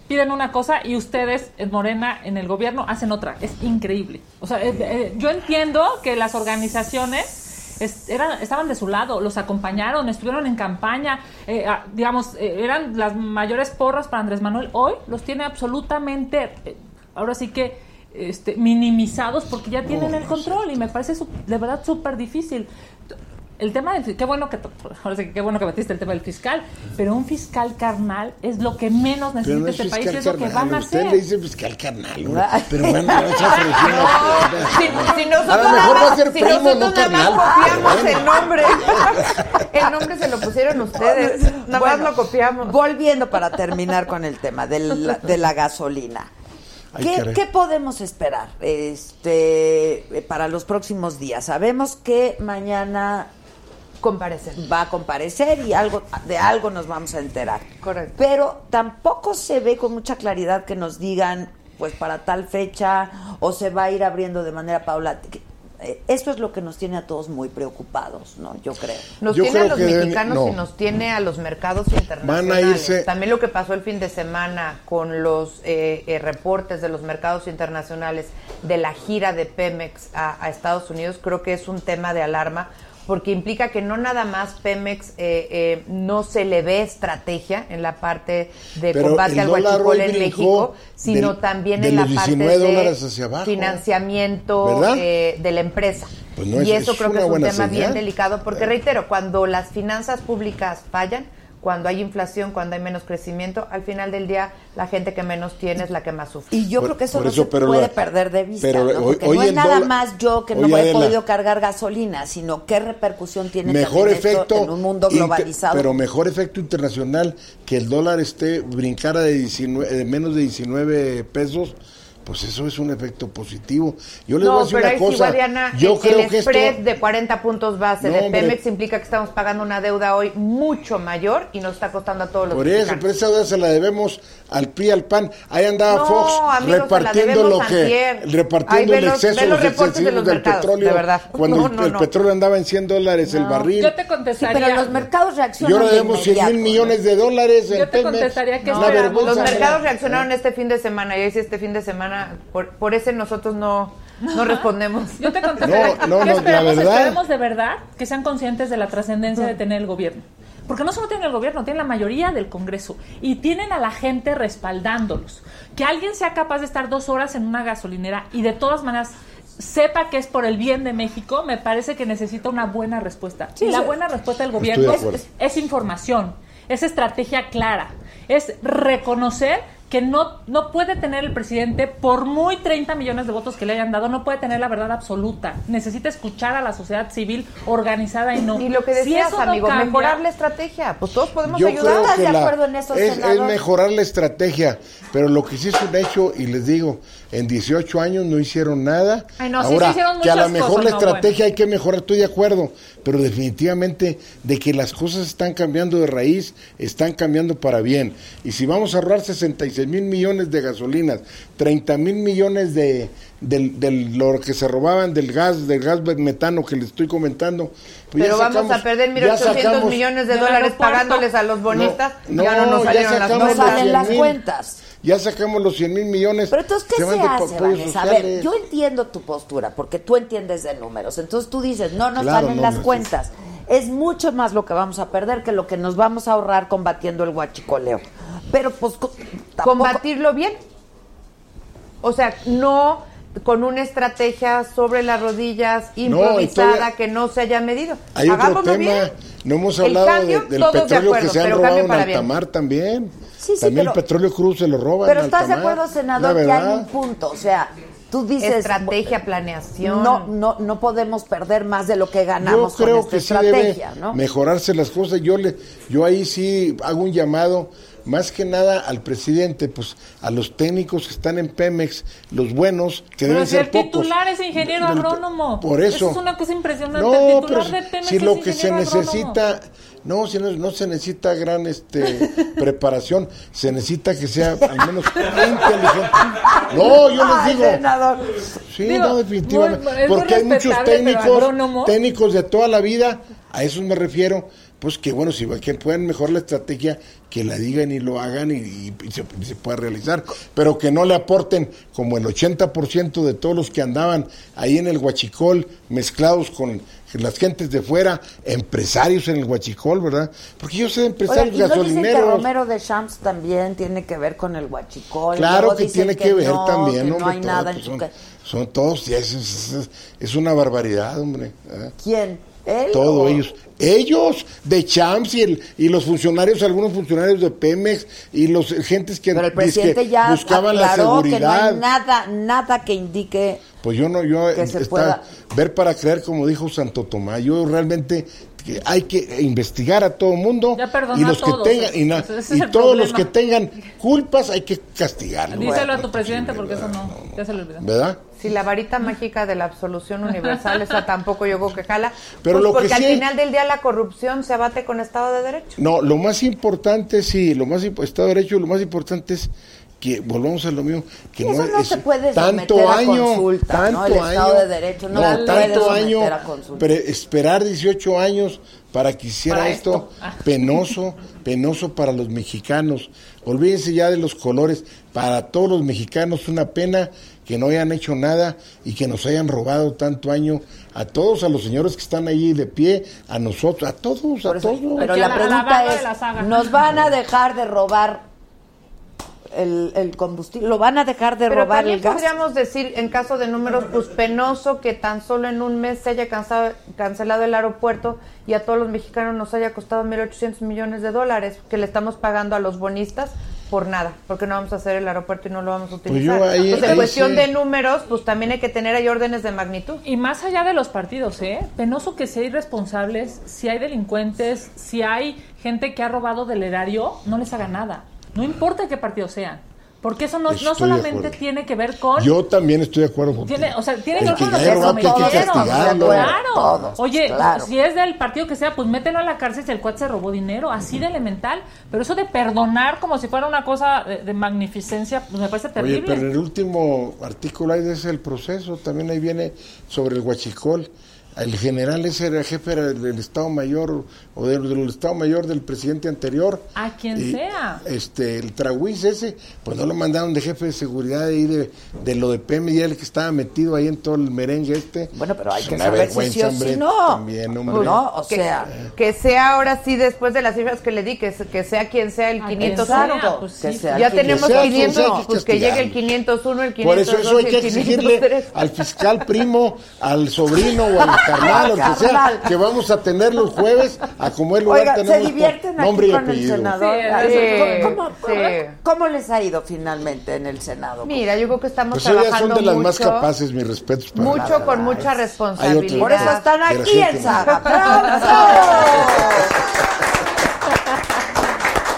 [SPEAKER 8] piden una cosa y ustedes en Morena, en el gobierno, hacen otra. Es increíble. O sea, eh, eh, yo entiendo que las organizaciones es- eran, estaban de su lado, los acompañaron, estuvieron en campaña, eh, ah, digamos, eh, eran las mayores porras para Andrés Manuel. Hoy los tiene absolutamente, eh, ahora sí que... Este, minimizados porque ya tienen el control y me parece su- de verdad súper difícil. El tema del fi- qué bueno que to- ahora sí que qué bueno que metiste el tema del fiscal, pero un fiscal carnal es lo que menos
[SPEAKER 6] Pero
[SPEAKER 8] necesita
[SPEAKER 6] no es
[SPEAKER 8] este país,
[SPEAKER 6] fiscal
[SPEAKER 8] y es lo que van
[SPEAKER 6] carnal,
[SPEAKER 8] a
[SPEAKER 6] usted le
[SPEAKER 8] hacer.
[SPEAKER 6] dice fiscal carnal, hombre. pero bueno, esa presión-
[SPEAKER 7] Si, si nosotros
[SPEAKER 6] A lo
[SPEAKER 7] nada
[SPEAKER 6] mejor va a
[SPEAKER 7] más,
[SPEAKER 6] ser
[SPEAKER 7] si
[SPEAKER 6] primo,
[SPEAKER 7] nosotros
[SPEAKER 6] no
[SPEAKER 7] nada más
[SPEAKER 6] carnal.
[SPEAKER 7] copiamos
[SPEAKER 6] Bueno.
[SPEAKER 7] el nombre. El nombre se lo pusieron ustedes. Nada
[SPEAKER 1] Bueno,
[SPEAKER 7] más lo copiamos.
[SPEAKER 1] Volviendo para terminar con el tema de la, de la gasolina.
[SPEAKER 6] Ay,
[SPEAKER 1] ¿Qué,
[SPEAKER 6] caray.
[SPEAKER 1] qué podemos esperar este, eh, para los próximos días? Sabemos que mañana
[SPEAKER 7] Comparecer.
[SPEAKER 1] va a comparecer y algo de algo nos vamos a enterar.
[SPEAKER 7] Correcto.
[SPEAKER 1] Pero tampoco se ve con mucha claridad que nos digan, pues para tal fecha, o se va a ir abriendo de manera paulatina. Eh, Esto es lo que nos tiene a todos muy preocupados, ¿no? Yo creo.
[SPEAKER 7] Nos
[SPEAKER 6] Yo
[SPEAKER 7] tiene a
[SPEAKER 6] creo
[SPEAKER 7] los
[SPEAKER 6] que deben-
[SPEAKER 7] mexicanos
[SPEAKER 6] no.
[SPEAKER 7] y nos tiene a los mercados internacionales.
[SPEAKER 6] irse-
[SPEAKER 7] También lo que pasó el fin de semana con los eh, eh, reportes de los mercados internacionales de la gira de Pemex a, a Estados Unidos, creo que es un tema de alarma porque implica que no nada más Pemex eh, eh, no se le ve estrategia en la parte de
[SPEAKER 6] Pero el
[SPEAKER 7] combate al
[SPEAKER 6] dólar
[SPEAKER 7] huachicol
[SPEAKER 6] hoy
[SPEAKER 7] en
[SPEAKER 6] brincó
[SPEAKER 7] México, sino
[SPEAKER 6] del-
[SPEAKER 7] también
[SPEAKER 6] de
[SPEAKER 7] en la
[SPEAKER 6] los
[SPEAKER 7] parte
[SPEAKER 6] 19
[SPEAKER 7] de
[SPEAKER 6] dólares hacia abajo.
[SPEAKER 7] financiamiento
[SPEAKER 6] ¿Verdad?
[SPEAKER 7] eh, de la empresa.
[SPEAKER 6] Pues no es-
[SPEAKER 7] y eso
[SPEAKER 6] es
[SPEAKER 7] creo que
[SPEAKER 6] una
[SPEAKER 7] es un
[SPEAKER 6] buena
[SPEAKER 7] tema bien
[SPEAKER 6] señal.
[SPEAKER 7] delicado, porque reitero, cuando las finanzas públicas fallan, cuando hay inflación, cuando hay menos crecimiento, al final del día la gente que menos tiene es la que más sufre.
[SPEAKER 1] Y yo creo que eso, no se puede perder de vista, ¿no? Porque no es nada más yo que no
[SPEAKER 6] hoy
[SPEAKER 1] he
[SPEAKER 6] Adela-
[SPEAKER 1] podido cargar gasolina, sino qué repercusión tiene
[SPEAKER 6] mejor
[SPEAKER 1] también esto
[SPEAKER 6] efecto
[SPEAKER 1] en un mundo
[SPEAKER 6] inter-
[SPEAKER 1] globalizado.
[SPEAKER 6] pero mejor efecto internacional que el dólar esté brincara de, 19 de menos de 19 pesos pues eso es un efecto positivo yo les voy a
[SPEAKER 7] No,
[SPEAKER 6] decir
[SPEAKER 7] pero
[SPEAKER 6] una
[SPEAKER 7] ahí sí,
[SPEAKER 6] cosa
[SPEAKER 7] Guadiana,
[SPEAKER 6] yo
[SPEAKER 7] el,
[SPEAKER 6] creo
[SPEAKER 7] el
[SPEAKER 6] que esto
[SPEAKER 7] spread de 40 puntos base
[SPEAKER 6] No,
[SPEAKER 7] de
[SPEAKER 6] hombre.
[SPEAKER 7] Pemex implica que estamos pagando una deuda hoy mucho mayor y nos está costando a todos los
[SPEAKER 6] por eso,
[SPEAKER 7] mexicanos.
[SPEAKER 6] por esa deuda se la debemos al PRI, al PAN. Ahí andaba
[SPEAKER 7] No,
[SPEAKER 6] Fox
[SPEAKER 7] amigos, se
[SPEAKER 6] repartiendo
[SPEAKER 7] la
[SPEAKER 6] lo
[SPEAKER 7] debemos
[SPEAKER 6] que,
[SPEAKER 7] antier. Ahí
[SPEAKER 6] repartiendo
[SPEAKER 7] ve
[SPEAKER 6] el
[SPEAKER 7] los-
[SPEAKER 6] exceso,
[SPEAKER 7] ve los
[SPEAKER 6] los
[SPEAKER 7] reportes de
[SPEAKER 6] excesivos
[SPEAKER 7] los
[SPEAKER 6] del
[SPEAKER 7] mercados,
[SPEAKER 6] petróleo.
[SPEAKER 7] de verdad.
[SPEAKER 6] Cuando
[SPEAKER 7] No,
[SPEAKER 6] el,
[SPEAKER 7] no,
[SPEAKER 6] el
[SPEAKER 7] no.
[SPEAKER 6] petróleo andaba en 100 dólares el barril.
[SPEAKER 8] Yo te
[SPEAKER 1] Sí,
[SPEAKER 8] contestaría.
[SPEAKER 1] pero los mercados
[SPEAKER 6] Y
[SPEAKER 1] reaccionan.
[SPEAKER 6] ahora
[SPEAKER 1] de
[SPEAKER 6] debemos 100 mil
[SPEAKER 1] inmediato.
[SPEAKER 6] millones de dólares en
[SPEAKER 8] Yo te
[SPEAKER 6] Pemex.
[SPEAKER 8] contestaría que
[SPEAKER 6] Una
[SPEAKER 8] esperamos.
[SPEAKER 6] vergüenza. ¿Eh?
[SPEAKER 7] Los
[SPEAKER 8] Vamos a
[SPEAKER 7] mercados
[SPEAKER 8] ver.
[SPEAKER 7] reaccionaron este fin de semana. Yo hice este fin de semana, por, por ese nosotros no, no respondemos.
[SPEAKER 8] Yo te
[SPEAKER 6] No,
[SPEAKER 8] conté.
[SPEAKER 6] no,
[SPEAKER 8] ¿Qué
[SPEAKER 6] no, la
[SPEAKER 8] esperamos?
[SPEAKER 6] verdad.
[SPEAKER 8] Esperemos de verdad que sean conscientes de la trascendencia de tener el gobierno. Porque no solo tienen el gobierno, tienen la mayoría del Congreso y tienen a la gente respaldándolos. Que alguien sea capaz de estar dos horas en una gasolinera y de todas maneras sepa que es por el bien de México, me parece que necesita una buena respuesta.
[SPEAKER 1] Sí,
[SPEAKER 8] y la
[SPEAKER 1] sí.
[SPEAKER 8] buena respuesta del
[SPEAKER 6] Estoy
[SPEAKER 8] gobierno
[SPEAKER 6] de
[SPEAKER 8] es-
[SPEAKER 6] acuerdo.
[SPEAKER 8] es, es información, es estrategia clara, es reconocer que no, no puede tener el presidente, por muy 30 millones de votos que le hayan dado, no puede tener la verdad absoluta. Necesita escuchar a la sociedad civil organizada y no.
[SPEAKER 7] Y lo que
[SPEAKER 8] Si
[SPEAKER 7] decías,
[SPEAKER 8] eso no
[SPEAKER 7] amigo,
[SPEAKER 8] cambia-
[SPEAKER 7] mejorar la estrategia. Pues todos podemos
[SPEAKER 6] Yo
[SPEAKER 7] ayudar.
[SPEAKER 6] creo
[SPEAKER 1] ¿Estás
[SPEAKER 6] que
[SPEAKER 1] de
[SPEAKER 6] la-
[SPEAKER 1] acuerdo en eso,
[SPEAKER 6] es, es
[SPEAKER 1] senador?
[SPEAKER 6] mejorar la estrategia, pero lo que sí es un hecho, y les digo, en 18 años no hicieron nada.
[SPEAKER 8] Ay, no, sí se
[SPEAKER 6] Ahora,
[SPEAKER 8] hicieron
[SPEAKER 6] que a lo
[SPEAKER 8] muchas
[SPEAKER 6] mejor
[SPEAKER 8] cosas,
[SPEAKER 6] la
[SPEAKER 8] no,
[SPEAKER 6] estrategia hay que mejorar, estoy de acuerdo, pero definitivamente de que las cosas están cambiando de raíz, están cambiando para bien. Y si vamos a ahorrar 66 mil millones de gasolinas, 30 mil millones de, del- del- lo que se robaban del gas, del gas metano que les estoy comentando. pues ya
[SPEAKER 7] Pero vamos
[SPEAKER 6] sacamos-
[SPEAKER 7] a perder
[SPEAKER 6] ya
[SPEAKER 7] 1.800
[SPEAKER 6] sacamos-
[SPEAKER 7] millones de
[SPEAKER 8] Del
[SPEAKER 7] dólares
[SPEAKER 8] aeropuerto.
[SPEAKER 7] pagándoles a los bonistas.
[SPEAKER 6] no,
[SPEAKER 7] ya no nos
[SPEAKER 6] ya
[SPEAKER 7] salieron las
[SPEAKER 6] sacamos
[SPEAKER 1] No
[SPEAKER 6] los
[SPEAKER 7] notas.
[SPEAKER 1] salen
[SPEAKER 6] 100
[SPEAKER 1] las
[SPEAKER 6] mil.
[SPEAKER 1] cuentas.
[SPEAKER 6] Ya sacamos los 100 mil millones.
[SPEAKER 1] Pero entonces, ¿qué se,
[SPEAKER 6] van de pues,
[SPEAKER 1] hace,
[SPEAKER 6] papeles
[SPEAKER 1] Vanessa? A ver,
[SPEAKER 6] sociales.
[SPEAKER 1] yo entiendo tu postura, porque tú entiendes de números. Entonces tú dices, no nos
[SPEAKER 6] Claro,
[SPEAKER 1] salen
[SPEAKER 6] no,
[SPEAKER 1] las
[SPEAKER 6] no, sí.
[SPEAKER 1] cuentas. Es mucho más lo que vamos a perder que lo que nos vamos a ahorrar combatiendo el guachicoleo. Pero pues... co- tampoco-
[SPEAKER 7] Combatirlo bien. O sea, no con una estrategia sobre las rodillas improvisada
[SPEAKER 6] todavía-
[SPEAKER 7] que no se haya medido.
[SPEAKER 6] Hay otro
[SPEAKER 7] Hagámoslo
[SPEAKER 6] tema.
[SPEAKER 7] bien.
[SPEAKER 6] No hemos
[SPEAKER 7] El
[SPEAKER 6] hablado
[SPEAKER 7] cambio,
[SPEAKER 6] de- del
[SPEAKER 7] todos de
[SPEAKER 6] petróleo
[SPEAKER 7] acuerdo,
[SPEAKER 6] que se han
[SPEAKER 7] pero
[SPEAKER 6] robado
[SPEAKER 7] cambio
[SPEAKER 6] en
[SPEAKER 7] para bien.
[SPEAKER 6] Altamar también.
[SPEAKER 1] Sí, sí,
[SPEAKER 6] también
[SPEAKER 1] pero-
[SPEAKER 6] el petróleo cruz se lo roban.
[SPEAKER 1] Pero
[SPEAKER 6] en
[SPEAKER 1] estás de
[SPEAKER 6] Altamar.
[SPEAKER 1] acuerdo, senador,
[SPEAKER 6] La
[SPEAKER 1] que hay un
[SPEAKER 6] verdad.
[SPEAKER 1] punto. O sea, tú dices...
[SPEAKER 7] estrategia, planeación.
[SPEAKER 1] No, no, no podemos perder más de lo que ganamos
[SPEAKER 6] yo creo
[SPEAKER 1] con esta
[SPEAKER 6] que sí debe
[SPEAKER 1] estrategia, ¿no?
[SPEAKER 6] mejorarse las cosas. Yo le, yo ahí sí hago un llamado más que nada al presidente, pues a los técnicos que están en Pemex, los buenos que
[SPEAKER 8] Pero
[SPEAKER 6] deben
[SPEAKER 8] si
[SPEAKER 6] ser
[SPEAKER 8] el
[SPEAKER 6] pocos.
[SPEAKER 8] titular es ingeniero
[SPEAKER 6] Del-
[SPEAKER 8] agrónomo.
[SPEAKER 6] Por eso.
[SPEAKER 8] Eso es una cosa impresionante.
[SPEAKER 6] No,
[SPEAKER 8] El titular
[SPEAKER 6] pero
[SPEAKER 8] de Pemex
[SPEAKER 6] si
[SPEAKER 8] es
[SPEAKER 6] lo que se
[SPEAKER 8] ingeniero agrónomo.
[SPEAKER 6] necesita, no, si no, no se necesita gran este preparación, se necesita que sea al menos inteligente. No, yo les
[SPEAKER 1] Ay,
[SPEAKER 6] digo.
[SPEAKER 1] senador.
[SPEAKER 6] Sí,
[SPEAKER 8] Digo,
[SPEAKER 6] no, definitivamente.
[SPEAKER 8] muy- es muy
[SPEAKER 6] porque hay muchos
[SPEAKER 8] respetable, pero
[SPEAKER 6] técnicos,
[SPEAKER 8] agrónomo.
[SPEAKER 6] técnicos de toda la vida, a esos me refiero, pues que bueno, si que pueden mejorar la estrategia, que la digan y lo hagan y, y- y se, y se pueda realizar, pero que no le aporten como el 80% de todos los que andaban ahí en el Huachicol, mezclados con las gentes de fuera, empresarios en el Huachicol, ¿verdad? Porque yo sé de
[SPEAKER 1] Oye,
[SPEAKER 6] empresarios
[SPEAKER 1] y no dicen que
[SPEAKER 6] gasolineros.
[SPEAKER 1] Romero de Champs también tiene que ver con el huachicol.
[SPEAKER 6] Claro
[SPEAKER 1] Luego
[SPEAKER 6] que
[SPEAKER 1] dicen
[SPEAKER 6] tiene que, ver
[SPEAKER 1] no,
[SPEAKER 6] también,
[SPEAKER 1] que
[SPEAKER 6] hombre.
[SPEAKER 1] no hay
[SPEAKER 6] todo,
[SPEAKER 1] nada en
[SPEAKER 6] pues,
[SPEAKER 1] su
[SPEAKER 6] son,
[SPEAKER 1] ca-
[SPEAKER 6] son todos, es, es- es- es una barbaridad, hombre. ¿eh?
[SPEAKER 1] ¿Quién? ¿Él?
[SPEAKER 6] Todos
[SPEAKER 1] o-
[SPEAKER 6] ellos. Ellos de Champs y, el, y los funcionarios, algunos funcionarios de Pemex y los gentes que,
[SPEAKER 1] Pero el
[SPEAKER 6] dizque
[SPEAKER 1] presidente ya
[SPEAKER 6] buscaban la
[SPEAKER 1] aclaró que no
[SPEAKER 6] seguridad.
[SPEAKER 1] hay nada, nada que indique.
[SPEAKER 6] Pues yo no, yo
[SPEAKER 1] Que se
[SPEAKER 6] está-
[SPEAKER 1] pueda.
[SPEAKER 6] ver para creer, como dijo Santo Tomás, yo realmente que hay que investigar a todo mundo
[SPEAKER 8] Ya perdonó
[SPEAKER 6] y
[SPEAKER 8] a
[SPEAKER 6] los que
[SPEAKER 8] todos,
[SPEAKER 6] tengan y, na-
[SPEAKER 8] ese es
[SPEAKER 6] y
[SPEAKER 8] el
[SPEAKER 6] todos los que
[SPEAKER 8] problema.
[SPEAKER 6] tengan culpas hay que castigarlos.
[SPEAKER 8] Díselo a tu presidente
[SPEAKER 6] pues,
[SPEAKER 8] porque eso no. Ya se lo olvidó.
[SPEAKER 6] ¿Verdad?
[SPEAKER 7] Si la varita mágica de la absolución universal, esa tampoco yo creo que jala.
[SPEAKER 6] Pero
[SPEAKER 7] Pues
[SPEAKER 6] lo que
[SPEAKER 7] porque al
[SPEAKER 6] sí hay-
[SPEAKER 7] final del día la corrupción se abate con Estado de Derecho.
[SPEAKER 6] No, lo más importante, sí, lo más imp- Estado de Derecho, lo más importante es que volvamos a lo mismo. Que
[SPEAKER 1] Eso no
[SPEAKER 6] es-
[SPEAKER 1] se puede
[SPEAKER 6] tanto
[SPEAKER 1] someter a
[SPEAKER 6] año,
[SPEAKER 1] consulta, ¿no?
[SPEAKER 6] tanto
[SPEAKER 1] El Estado
[SPEAKER 6] año,
[SPEAKER 1] de Derecho no se puede
[SPEAKER 6] tanto
[SPEAKER 1] someter
[SPEAKER 6] año,
[SPEAKER 1] a consulta.
[SPEAKER 6] pre- esperar 18 años para que hiciera
[SPEAKER 8] Para
[SPEAKER 6] esto,
[SPEAKER 8] esto. Ah.
[SPEAKER 6] penoso, penoso para los mexicanos. Olvídense ya de los colores, para todos los mexicanos una pena que no hayan hecho nada y que nos hayan robado tanto año a todos, a los señores que están ahí de pie, a nosotros, a todos, a
[SPEAKER 1] por eso.
[SPEAKER 6] todos.
[SPEAKER 1] Pero
[SPEAKER 8] Aquí a
[SPEAKER 1] la
[SPEAKER 8] la- a la
[SPEAKER 1] pregunta
[SPEAKER 8] barra de la
[SPEAKER 1] es:
[SPEAKER 8] saga.
[SPEAKER 1] ¿nos van a dejar de robar el, el combustible, lo van a dejar de
[SPEAKER 7] Pero
[SPEAKER 1] robar
[SPEAKER 7] también
[SPEAKER 1] el gas.
[SPEAKER 7] podríamos decir, en caso de números, pues penoso que tan solo en un mes se haya cansado- cancelado el aeropuerto y a todos los mexicanos nos haya costado 1.800 millones de dólares que le estamos pagando a los bonistas por nada, porque no vamos a hacer el aeropuerto y no lo vamos a utilizar.
[SPEAKER 6] Pues yo ahí-
[SPEAKER 7] Entonces, en
[SPEAKER 6] ahí
[SPEAKER 7] cuestión
[SPEAKER 6] sí.
[SPEAKER 7] de números, pues también hay que tener ahí órdenes de magnitud.
[SPEAKER 8] Y más allá de los partidos, ¿eh? Penoso que si hay responsables, si hay delincuentes, si hay gente que ha robado del erario, no les haga nada. No importa qué partido sean. Porque eso no, no
[SPEAKER 6] Estoy de
[SPEAKER 8] solamente
[SPEAKER 6] acuerdo.
[SPEAKER 8] tiene que ver con...
[SPEAKER 6] Yo también estoy de acuerdo contigo.
[SPEAKER 8] Tiene, o sea, tiene
[SPEAKER 6] El
[SPEAKER 8] que ver
[SPEAKER 6] que
[SPEAKER 8] con los
[SPEAKER 6] ya
[SPEAKER 8] que
[SPEAKER 6] roba, que hay que
[SPEAKER 8] cometieron.
[SPEAKER 6] castigarlo.
[SPEAKER 8] Claro.
[SPEAKER 6] Todos,
[SPEAKER 8] Oye,
[SPEAKER 6] claro.
[SPEAKER 8] si es del partido que sea, pues mételo a la cárcel si el cuate se robó dinero. Así de elemental. Pero eso de perdonar como si fuera una cosa de, de magnificencia, pues me parece terrible.
[SPEAKER 6] Oye, pero en el último artículo ahí es el proceso, también ahí viene sobre el huachicol. El general ese era jefe del, del Estado Mayor o del, del Estado Mayor del presidente anterior.
[SPEAKER 8] A quien
[SPEAKER 6] Y,
[SPEAKER 8] sea.
[SPEAKER 6] Este, el Trahuiz ese, pues no lo mandaron de jefe de seguridad ahí de, de lo de PM y el que estaba metido ahí en todo el merengue este. Bueno, pero hay
[SPEAKER 1] que saber si sí o si no.
[SPEAKER 6] También, hombre.
[SPEAKER 7] que, Que sea ahora sí, después de las cifras que le di, que, se- que sea Ah, quien sea pues el 500.
[SPEAKER 1] Claro, que sea
[SPEAKER 7] ya
[SPEAKER 1] quien
[SPEAKER 7] tenemos
[SPEAKER 1] sea, quien
[SPEAKER 7] 500,
[SPEAKER 1] sea, hay que
[SPEAKER 7] pues que llegue el
[SPEAKER 6] castigarlo.
[SPEAKER 7] 501, el 502,
[SPEAKER 6] Por eso eso hay
[SPEAKER 7] el
[SPEAKER 6] que
[SPEAKER 7] 503.
[SPEAKER 6] exigirle al fiscal primo, al sobrino o al carnal, o que sea,
[SPEAKER 1] Carnal.
[SPEAKER 6] que vamos a tener los jueves a como el lugar
[SPEAKER 1] Oiga, ¿se
[SPEAKER 6] tenemos
[SPEAKER 1] divierten aquí
[SPEAKER 6] nombre y
[SPEAKER 1] con el
[SPEAKER 6] apellido.
[SPEAKER 1] senador?
[SPEAKER 7] Sí,
[SPEAKER 1] Ay,
[SPEAKER 7] sí,
[SPEAKER 1] ¿cómo, cómo-
[SPEAKER 7] sí.
[SPEAKER 1] cómo les ha ido finalmente en el Senado?
[SPEAKER 7] Mira, yo creo que estamos
[SPEAKER 6] Pues ellas son
[SPEAKER 7] trabajando
[SPEAKER 6] de las
[SPEAKER 7] mucho,
[SPEAKER 6] más capaces, mis respetos para
[SPEAKER 7] mucho
[SPEAKER 6] ellas.
[SPEAKER 7] con mucha
[SPEAKER 6] Hay otro-
[SPEAKER 7] responsabilidad.
[SPEAKER 6] Por eso están
[SPEAKER 1] Están
[SPEAKER 6] de la
[SPEAKER 1] aquí
[SPEAKER 6] gente,
[SPEAKER 1] en
[SPEAKER 6] ¿no?
[SPEAKER 1] Saga. ¡Bravo!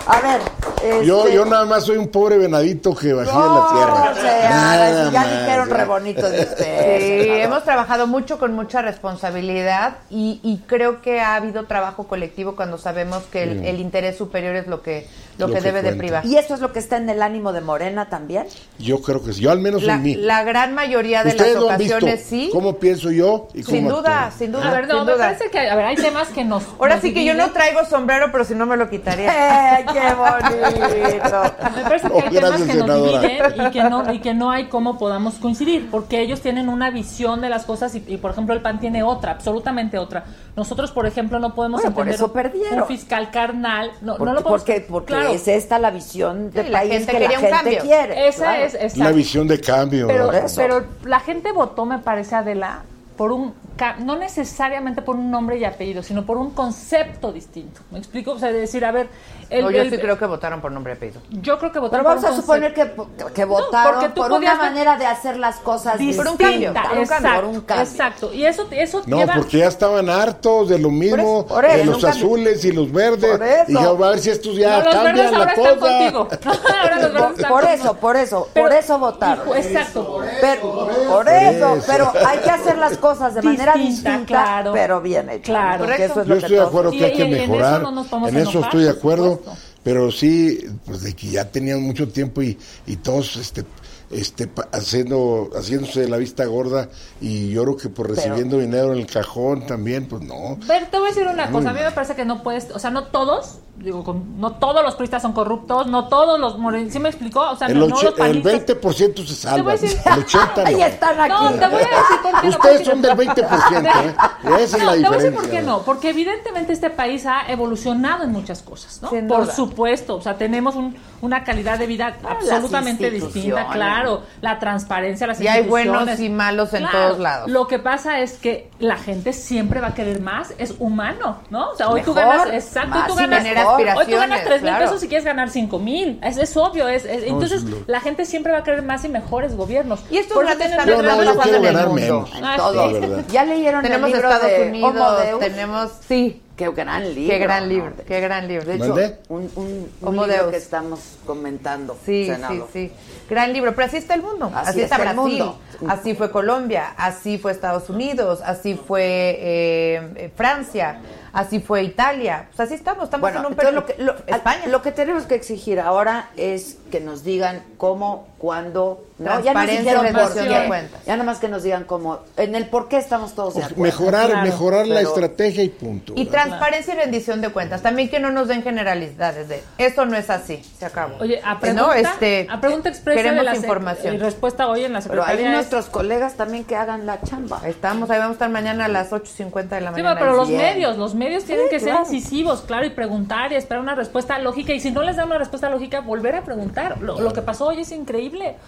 [SPEAKER 1] A ver,
[SPEAKER 6] Yo,
[SPEAKER 1] este,
[SPEAKER 6] yo nada más soy un pobre venadito que bajé de la tierra.
[SPEAKER 1] o sea,
[SPEAKER 6] Nada
[SPEAKER 1] ahora sí ya
[SPEAKER 6] más,
[SPEAKER 1] dijeron
[SPEAKER 6] ya.
[SPEAKER 1] re bonito de ustedes.
[SPEAKER 7] Sí,
[SPEAKER 1] senador.
[SPEAKER 7] hemos trabajado mucho con mucha responsabilidad y, y creo que ha habido trabajo colectivo cuando sabemos que el,
[SPEAKER 1] Sí.
[SPEAKER 7] el interés superior es lo que, lo que debe de privar.
[SPEAKER 1] ¿Y eso es lo que está en el ánimo de Morena también?
[SPEAKER 6] Yo creo que sí, yo al menos
[SPEAKER 7] la,
[SPEAKER 6] en mí.
[SPEAKER 7] la gran mayoría de
[SPEAKER 6] Ustedes
[SPEAKER 7] las
[SPEAKER 6] lo han visto,
[SPEAKER 7] ocasiones sí.
[SPEAKER 6] cómo pienso yo y cómo
[SPEAKER 7] Sin duda,
[SPEAKER 6] actúo.
[SPEAKER 7] sin duda.
[SPEAKER 8] A ver, Ah, no,
[SPEAKER 7] sin
[SPEAKER 8] me
[SPEAKER 7] duda.
[SPEAKER 8] parece que, a ver, hay temas que nos...
[SPEAKER 7] Ahora
[SPEAKER 8] nos
[SPEAKER 7] sí que yo
[SPEAKER 8] dividen.
[SPEAKER 7] no traigo sombrero, pero si no me lo quitaría.
[SPEAKER 1] ¡Eh, ¡Qué bonito!
[SPEAKER 8] Me parece que
[SPEAKER 7] No,
[SPEAKER 8] hay temas
[SPEAKER 7] gracias,
[SPEAKER 8] que nos
[SPEAKER 7] senadora.
[SPEAKER 8] dividen y que, no, y que no hay cómo podamos coincidir, porque ellos tienen una visión de las cosas y, y, por ejemplo, el PAN tiene otra, absolutamente otra. Nosotros, por ejemplo, no podemos
[SPEAKER 1] Bueno, por
[SPEAKER 8] entender
[SPEAKER 1] eso
[SPEAKER 8] un fiscal carnal. No, no
[SPEAKER 1] Porque-
[SPEAKER 8] lo podemos,
[SPEAKER 1] porque- porque
[SPEAKER 8] claro.
[SPEAKER 1] es esta la visión de
[SPEAKER 8] Sí, la
[SPEAKER 1] país
[SPEAKER 8] gente
[SPEAKER 1] que la
[SPEAKER 8] quería un
[SPEAKER 1] gente
[SPEAKER 8] cambio.
[SPEAKER 1] quiere.
[SPEAKER 8] Esa es- exacto.
[SPEAKER 6] La visión de cambio.
[SPEAKER 8] pero,
[SPEAKER 6] ¿verdad?
[SPEAKER 8] pero la gente votó, me parece, Adela, por un ca- no necesariamente por un nombre y apellido, sino por un concepto distinto. ¿Me explico? O sea, de decir, a ver, el-
[SPEAKER 7] No, yo
[SPEAKER 8] el-
[SPEAKER 7] sí creo que votaron por nombre y apellido.
[SPEAKER 8] yo creo que votaron
[SPEAKER 1] Pero
[SPEAKER 8] por
[SPEAKER 1] vamos a
[SPEAKER 8] un
[SPEAKER 1] suponer que,
[SPEAKER 8] concepto.
[SPEAKER 1] que
[SPEAKER 8] No,
[SPEAKER 1] votaron
[SPEAKER 8] porque tú
[SPEAKER 1] por una
[SPEAKER 8] podías ver-
[SPEAKER 1] manera de hacer las cosas distintas.
[SPEAKER 8] Por un cambio,
[SPEAKER 1] por un cambio, por un cambio.
[SPEAKER 8] Exacto. Y eso, eso
[SPEAKER 6] No,
[SPEAKER 8] lleva.
[SPEAKER 6] porque ya estaban hartos de lo mismo,
[SPEAKER 8] eso, por eso,
[SPEAKER 6] de los
[SPEAKER 8] nunca-
[SPEAKER 6] azules y los verdes.
[SPEAKER 1] Por eso.
[SPEAKER 6] Y ya, a ver si estos ya
[SPEAKER 8] No, los verdes
[SPEAKER 6] cambian la
[SPEAKER 8] ahora
[SPEAKER 6] cosa.
[SPEAKER 8] están contigo. Ahora los verdes están
[SPEAKER 1] Por
[SPEAKER 8] contigo.
[SPEAKER 1] eso, por eso, por eso votaron.
[SPEAKER 8] Hijo, exacto.
[SPEAKER 1] Pero- por, eso,
[SPEAKER 8] por eso.
[SPEAKER 1] pero hay que hacer las cosas de manera
[SPEAKER 8] Distinta,
[SPEAKER 1] distinta,
[SPEAKER 8] claro.
[SPEAKER 1] pero bien hecho.
[SPEAKER 8] Claro.
[SPEAKER 1] porque eso es lo
[SPEAKER 6] Yo estoy de
[SPEAKER 1] todos-
[SPEAKER 6] acuerdo que hay que mejorar.
[SPEAKER 8] no nos podemos
[SPEAKER 6] En eso
[SPEAKER 8] enojar,
[SPEAKER 6] estoy de
[SPEAKER 8] por
[SPEAKER 6] acuerdo. Pero sí, pues de que ya tenían mucho tiempo y, y todos este este pa- haciendo haciéndose la vista gorda y yo creo que por recibiendo dinero en el cajón también, pues no.
[SPEAKER 8] Pero te voy a decir una
[SPEAKER 6] Mm.
[SPEAKER 8] cosa, a mí me parece que no puedes, o sea, no todos, digo, con- no todos los priistas son corruptos, no todos los morenistas, ¿sí me explicó? O sea,
[SPEAKER 6] El,
[SPEAKER 8] no, no
[SPEAKER 6] oche-
[SPEAKER 8] los
[SPEAKER 6] el
[SPEAKER 8] panistas.
[SPEAKER 6] 20% se salva. El
[SPEAKER 8] decir-
[SPEAKER 6] 80 no.
[SPEAKER 8] Ahí están aquí. No, te voy a decir por qué no, porque-
[SPEAKER 6] Ustedes son del 20%, ¿eh? Esa es la
[SPEAKER 8] No, te voy a
[SPEAKER 6] diferencia.
[SPEAKER 8] decir por qué no, porque evidentemente este país ha evolucionado en muchas cosas, ¿no?
[SPEAKER 7] Sin
[SPEAKER 8] por
[SPEAKER 7] duda. Ah,
[SPEAKER 8] supuesto, o sea, tenemos un- una calidad de vida absolutamente distinta,
[SPEAKER 7] instituciones.
[SPEAKER 8] claro, la transparencia, las
[SPEAKER 7] Y hay
[SPEAKER 8] instituciones.
[SPEAKER 7] buenos y malos en
[SPEAKER 8] Claro,
[SPEAKER 7] todos lados.
[SPEAKER 8] Lo que pasa es que la gente siempre va a querer más, es humano, ¿no? O sea, hoy tú
[SPEAKER 7] Mejor,
[SPEAKER 8] ganas, exacto, hoy
[SPEAKER 7] más
[SPEAKER 8] tú
[SPEAKER 7] y
[SPEAKER 8] ganas,
[SPEAKER 7] tener
[SPEAKER 8] hoy tú ganas
[SPEAKER 7] aspiraciones,
[SPEAKER 8] 3 mil
[SPEAKER 7] claro.
[SPEAKER 8] pesos y quieres ganar 5 mil, es, es obvio, es, es-
[SPEAKER 6] No,
[SPEAKER 8] entonces
[SPEAKER 6] es lo-
[SPEAKER 8] la gente siempre va a querer más y mejores gobiernos. Y
[SPEAKER 7] estos grandes
[SPEAKER 6] Yo no, yo quiero ganar menos.
[SPEAKER 8] Ah,
[SPEAKER 6] la
[SPEAKER 8] todos.
[SPEAKER 6] verdad.
[SPEAKER 1] Ya leyeron
[SPEAKER 7] Tenemos
[SPEAKER 1] el libro
[SPEAKER 7] Estados
[SPEAKER 1] de
[SPEAKER 7] Unidos,
[SPEAKER 1] Homo Deus.
[SPEAKER 7] tenemos sí,
[SPEAKER 1] qué gran libro.
[SPEAKER 7] qué gran
[SPEAKER 1] ¿no?
[SPEAKER 7] libro, qué gran libro.
[SPEAKER 1] De hecho,
[SPEAKER 6] ¿Mandé?
[SPEAKER 1] un, un, un
[SPEAKER 7] Homo
[SPEAKER 1] libro
[SPEAKER 7] Deus.
[SPEAKER 1] que estamos comentando,
[SPEAKER 7] Sí,
[SPEAKER 1] senador.
[SPEAKER 7] sí, sí. Gran libro, pero así está el mundo.
[SPEAKER 1] Así
[SPEAKER 7] Así,
[SPEAKER 1] está
[SPEAKER 7] está,
[SPEAKER 1] el
[SPEAKER 7] Brasil,
[SPEAKER 1] mundo.
[SPEAKER 7] así fue Colombia, así fue Estados Unidos, así fue eh, eh, Francia, así fue Italia. Pues así estamos, estamos
[SPEAKER 1] Bueno,
[SPEAKER 7] en un
[SPEAKER 1] entonces
[SPEAKER 7] periodo.
[SPEAKER 1] lo que, lo, a- lo que tenemos que exigir ahora es que nos digan cómo, cuándo, ¿no? Ya ni siquiera
[SPEAKER 7] Transparencia,
[SPEAKER 1] por
[SPEAKER 7] rendición de
[SPEAKER 1] qué.
[SPEAKER 7] cuentas.
[SPEAKER 1] Ya nada más que nos digan cómo, en el por qué estamos todos de acuerdo.
[SPEAKER 6] Pues Mejorar,
[SPEAKER 7] Claro,
[SPEAKER 6] mejorar la
[SPEAKER 7] pero-
[SPEAKER 6] estrategia y punto.
[SPEAKER 7] Y transparencia y rendición de cuentas. También que no nos den generalidades de esto no es así. Se acabó.
[SPEAKER 8] Oye, a
[SPEAKER 7] Eh,
[SPEAKER 8] pregunta,
[SPEAKER 7] no, este,
[SPEAKER 8] a pregunta expresa
[SPEAKER 7] queremos
[SPEAKER 8] de la sec-
[SPEAKER 7] información.
[SPEAKER 8] y respuesta hoy en la
[SPEAKER 1] Pero hay
[SPEAKER 8] secretaría. es-
[SPEAKER 1] nuestros colegas también que hagan la chamba.
[SPEAKER 7] Estamos, ahí vamos a estar mañana a las 8.50 de la
[SPEAKER 8] Sí,
[SPEAKER 7] mañana.
[SPEAKER 8] pero los
[SPEAKER 7] Bien.
[SPEAKER 8] medios, los medios tienen
[SPEAKER 7] Sí,
[SPEAKER 8] que
[SPEAKER 7] claro.
[SPEAKER 8] ser incisivos, claro, y preguntar y esperar una respuesta lógica. Y si no les dan una respuesta lógica, volver a preguntar. Lo, lo que pasó hoy es increíble.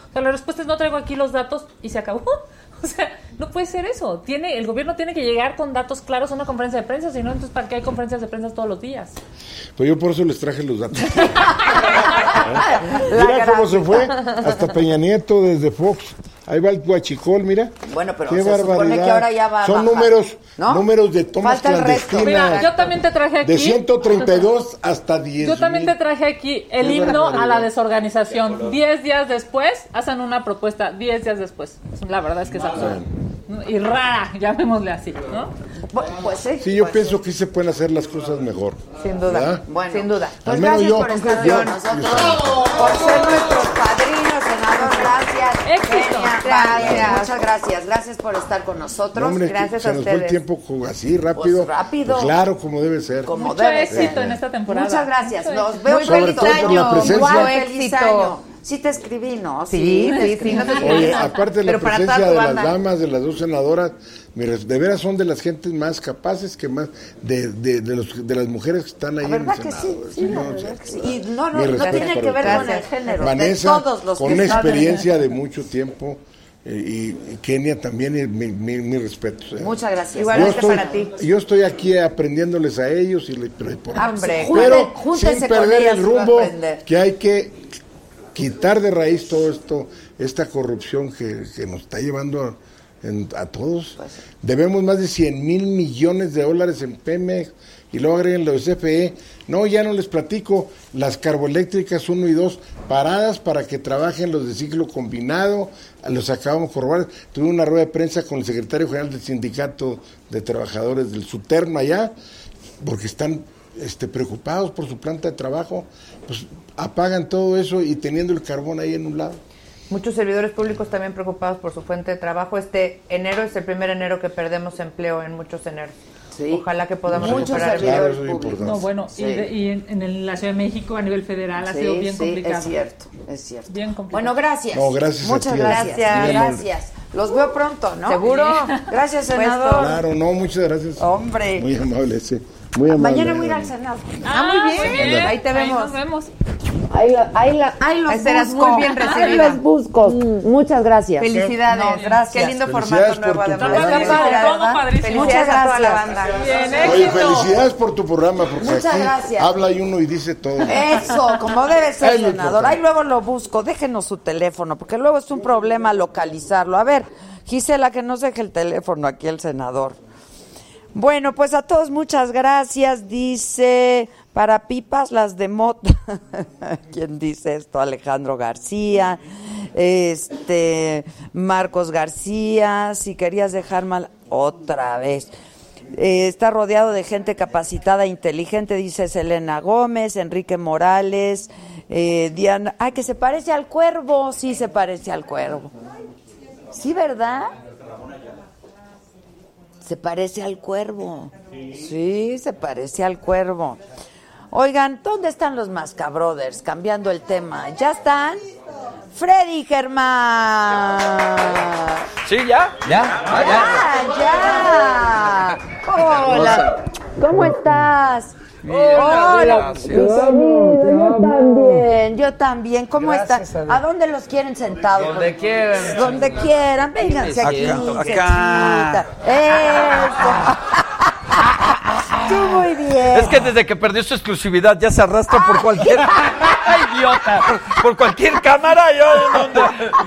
[SPEAKER 8] O sea, la respuesta es no traigo aquí los datos y se acabó. O sea, no puede ser eso. Tiene, el gobierno tiene que llegar con datos claros a una conferencia de prensa, si no, entonces ¿para qué hay conferencias de prensa todos los días?
[SPEAKER 6] Pues yo por eso les traje los datos. mira cómo se fue hasta Peña Nieto desde Fox. Ahí va el Guachicol, mira.
[SPEAKER 1] Bueno, pero
[SPEAKER 6] Qué
[SPEAKER 1] se supone
[SPEAKER 6] barbaridad.
[SPEAKER 1] que ahora ya va a
[SPEAKER 6] Son
[SPEAKER 1] bajar,
[SPEAKER 6] números,
[SPEAKER 1] ¿no?
[SPEAKER 6] números de tomas
[SPEAKER 1] Falta el resto.
[SPEAKER 6] clandestinas.
[SPEAKER 8] Mira, yo también te traje aquí.
[SPEAKER 6] de 132 hasta 10.
[SPEAKER 8] Yo también te traje aquí el
[SPEAKER 6] Qué
[SPEAKER 8] himno a la
[SPEAKER 6] barbaridad.
[SPEAKER 8] desorganización. Diez días después hacen una propuesta. Diez días después. La verdad es que es absurdo. Y rara, llamémosle así, ¿no?
[SPEAKER 1] Pues sí.
[SPEAKER 6] Sí, yo pienso que sí se pueden hacer las cosas mejor.
[SPEAKER 7] Sin duda,
[SPEAKER 6] ¿Verdad?
[SPEAKER 1] Bueno,
[SPEAKER 7] sin duda.
[SPEAKER 6] Al
[SPEAKER 7] Pues
[SPEAKER 6] menos
[SPEAKER 7] gracias
[SPEAKER 6] yo.
[SPEAKER 7] por estar
[SPEAKER 6] yo-
[SPEAKER 7] con
[SPEAKER 6] yo-
[SPEAKER 7] nosotros.
[SPEAKER 1] Por ser nuestros padrinos, senador, gracias.
[SPEAKER 8] Éxito.
[SPEAKER 1] Kenia,
[SPEAKER 7] Gracias.
[SPEAKER 1] Vane, Muchas gracias. Gracias por estar con nosotros.
[SPEAKER 6] No, hombre, que
[SPEAKER 7] gracias
[SPEAKER 6] se
[SPEAKER 7] a
[SPEAKER 6] nos fue el
[SPEAKER 7] ustedes.
[SPEAKER 6] tiempo co- así, rápido.
[SPEAKER 1] Pues rápido.
[SPEAKER 6] Pues claro, como debe ser.
[SPEAKER 1] Como
[SPEAKER 8] Mucho
[SPEAKER 1] debe
[SPEAKER 8] éxito
[SPEAKER 1] ser.
[SPEAKER 8] en este esta temporada.
[SPEAKER 1] Muchas gracias.
[SPEAKER 8] Mucho
[SPEAKER 1] Nos
[SPEAKER 8] éxito.
[SPEAKER 1] vemos
[SPEAKER 6] Sobre
[SPEAKER 1] feliz
[SPEAKER 6] todo por
[SPEAKER 1] año.
[SPEAKER 6] la presencia.
[SPEAKER 1] Guau, feliz
[SPEAKER 7] Éxito.
[SPEAKER 1] año. Sí te escribí, ¿no?
[SPEAKER 7] Sí,
[SPEAKER 1] te
[SPEAKER 7] sí,
[SPEAKER 1] escribí.
[SPEAKER 7] sí, no te
[SPEAKER 6] Oye,
[SPEAKER 7] escondas.
[SPEAKER 6] aparte de la
[SPEAKER 7] Pero para
[SPEAKER 6] presencia
[SPEAKER 7] toda
[SPEAKER 6] de
[SPEAKER 7] tu
[SPEAKER 6] las
[SPEAKER 7] banda.
[SPEAKER 6] damas, de las dos senadoras, mi res- de veras son de las gentes más capaces que más, de, de, de los, de las mujeres que están ahí en pues, el
[SPEAKER 1] ¿Verdad que
[SPEAKER 6] Senado.
[SPEAKER 1] sí? Sí, la verdad que sí. Y no, no,
[SPEAKER 6] Mi
[SPEAKER 1] no
[SPEAKER 6] respeto
[SPEAKER 1] tiene
[SPEAKER 6] para
[SPEAKER 1] que ver con el
[SPEAKER 6] ustedes.
[SPEAKER 1] género.
[SPEAKER 6] Vanessa,
[SPEAKER 1] de todos los
[SPEAKER 6] con
[SPEAKER 1] que están.
[SPEAKER 6] experiencia de mucho tiempo, eh, y, y Kenia también, y mi, mi, mi respeto. o sea.
[SPEAKER 1] Muchas gracias.
[SPEAKER 6] Yo
[SPEAKER 7] Igualmente
[SPEAKER 6] estoy,
[SPEAKER 7] para ti.
[SPEAKER 6] yo estoy aquí aprendiéndoles a ellos y le- pero-
[SPEAKER 1] Ah,
[SPEAKER 7] Hombre,
[SPEAKER 6] pero
[SPEAKER 1] júntense
[SPEAKER 6] sin
[SPEAKER 1] con
[SPEAKER 6] perder
[SPEAKER 1] ellas y
[SPEAKER 6] el
[SPEAKER 1] va a
[SPEAKER 6] rumbo
[SPEAKER 1] aprender.
[SPEAKER 6] que hay que quitar de raíz todo esto, esta corrupción que, que nos está llevando a, en- a todos.
[SPEAKER 1] Pues
[SPEAKER 6] Debemos más de 100 mil millones de dólares en Pemex y luego agreguen los CFE. E. No, ya no les platico. Las carboeléctricas 1 y 2 paradas para que trabajen los de ciclo combinado. a Los acabamos de corroborar. Tuve una rueda de prensa con el secretario general del sindicato de trabajadores del Suterma allá porque están este, preocupados por su planta de trabajo, pues apagan todo eso y teniendo el carbón ahí en un lado.
[SPEAKER 7] Muchos servidores públicos también preocupados por su fuente de trabajo. Este enero es el primer enero que perdemos empleo en muchos eneros.
[SPEAKER 1] Sí.
[SPEAKER 7] Ojalá que podamos
[SPEAKER 1] Muchos
[SPEAKER 7] recuperar el-
[SPEAKER 1] servidores
[SPEAKER 6] Claro, eso es
[SPEAKER 1] públicos.
[SPEAKER 6] importante.
[SPEAKER 8] No, bueno,
[SPEAKER 1] Sí.
[SPEAKER 8] y, de- y en, en el- la Ciudad de México a nivel federal ha
[SPEAKER 1] Sí,
[SPEAKER 8] sido bien
[SPEAKER 1] sí,
[SPEAKER 8] complicado.
[SPEAKER 1] Es cierto, es cierto.
[SPEAKER 8] Bien complicado.
[SPEAKER 1] Bueno, gracias.
[SPEAKER 6] No, gracias a
[SPEAKER 1] Muchas
[SPEAKER 6] ti,
[SPEAKER 1] gracias.
[SPEAKER 7] Adela. Muy
[SPEAKER 6] amable.
[SPEAKER 1] Gracias. Los veo pronto, ¿no?
[SPEAKER 7] ¿Seguro? Pues,
[SPEAKER 1] Gracias,
[SPEAKER 8] Pues,
[SPEAKER 1] senador.
[SPEAKER 6] Claro, no, muchas gracias.
[SPEAKER 1] Hombre.
[SPEAKER 6] Muy amable, sí. Muy amable.
[SPEAKER 1] Mañana voy a ir al Senado.
[SPEAKER 8] Ah, muy bien.
[SPEAKER 7] Ahí te vemos.
[SPEAKER 8] nos vemos.
[SPEAKER 1] Ahí, la- ahí, la- ahí los
[SPEAKER 7] Ahí serás
[SPEAKER 1] busco.
[SPEAKER 7] muy bien recibida.
[SPEAKER 1] Ahí los busco. Muchas gracias.
[SPEAKER 7] Felicidades.
[SPEAKER 1] No, Mm. gracias.
[SPEAKER 7] Qué lindo
[SPEAKER 6] Felicidades
[SPEAKER 7] formato nuevo
[SPEAKER 6] por tu
[SPEAKER 7] además.
[SPEAKER 8] programa.
[SPEAKER 7] Está padre,
[SPEAKER 8] Todo
[SPEAKER 7] ¿verdad?
[SPEAKER 8] padrísimo.
[SPEAKER 7] Felicidades a toda la banda.
[SPEAKER 8] Bien,
[SPEAKER 6] Oye,
[SPEAKER 8] éxito.
[SPEAKER 6] felicidades por tu programa, porque
[SPEAKER 1] Muchas
[SPEAKER 6] aquí
[SPEAKER 1] gracias.
[SPEAKER 6] habla y uno y dice todo.
[SPEAKER 1] Eso, como debe ser,
[SPEAKER 6] Es lo
[SPEAKER 1] senador.
[SPEAKER 6] importante.
[SPEAKER 1] Ahí luego lo busco. Déjenos su teléfono, porque luego es un problema localizarlo. A ver, Gisela, que nos deje el teléfono aquí el senador. Bueno, pues a todos muchas gracias. Dice, para pipas las de mota. ¿Quién dice esto? Alejandro García, este, Marcos García, si querías dejar mal, otra vez. Eh, está rodeado de gente capacitada e inteligente, dice Selena Gómez, Enrique Morales, eh, Diana. Ay, que se parece al cuervo. Sí, se parece al cuervo. Sí, ¿verdad? Se parece al cuervo. Sí, se parece al cuervo. Oigan, ¿dónde están los Mascabrothers? Cambiando el tema. ¿Ya están? Freddy Germán.
[SPEAKER 9] Sí, ya, ya.
[SPEAKER 1] ¡Ya, ya! ¡Hola! ¿Cómo estás? Hola,
[SPEAKER 9] gracias.
[SPEAKER 1] bienvenido, yo también, yo también, ¿cómo están?
[SPEAKER 9] Gracias a Dios.
[SPEAKER 1] ¿A dónde los quieren sentados?
[SPEAKER 9] Donde quieran.
[SPEAKER 1] Donde quieran, vénganse aquí,
[SPEAKER 9] Acá,
[SPEAKER 1] se Eh,
[SPEAKER 9] acá.
[SPEAKER 1] sientan. Eso. Tú muy bien.
[SPEAKER 9] Es que desde que perdió su exclusividad ya se arrastra por cualquier. ¡Ay, idiota! Por cualquier cámara. Yo,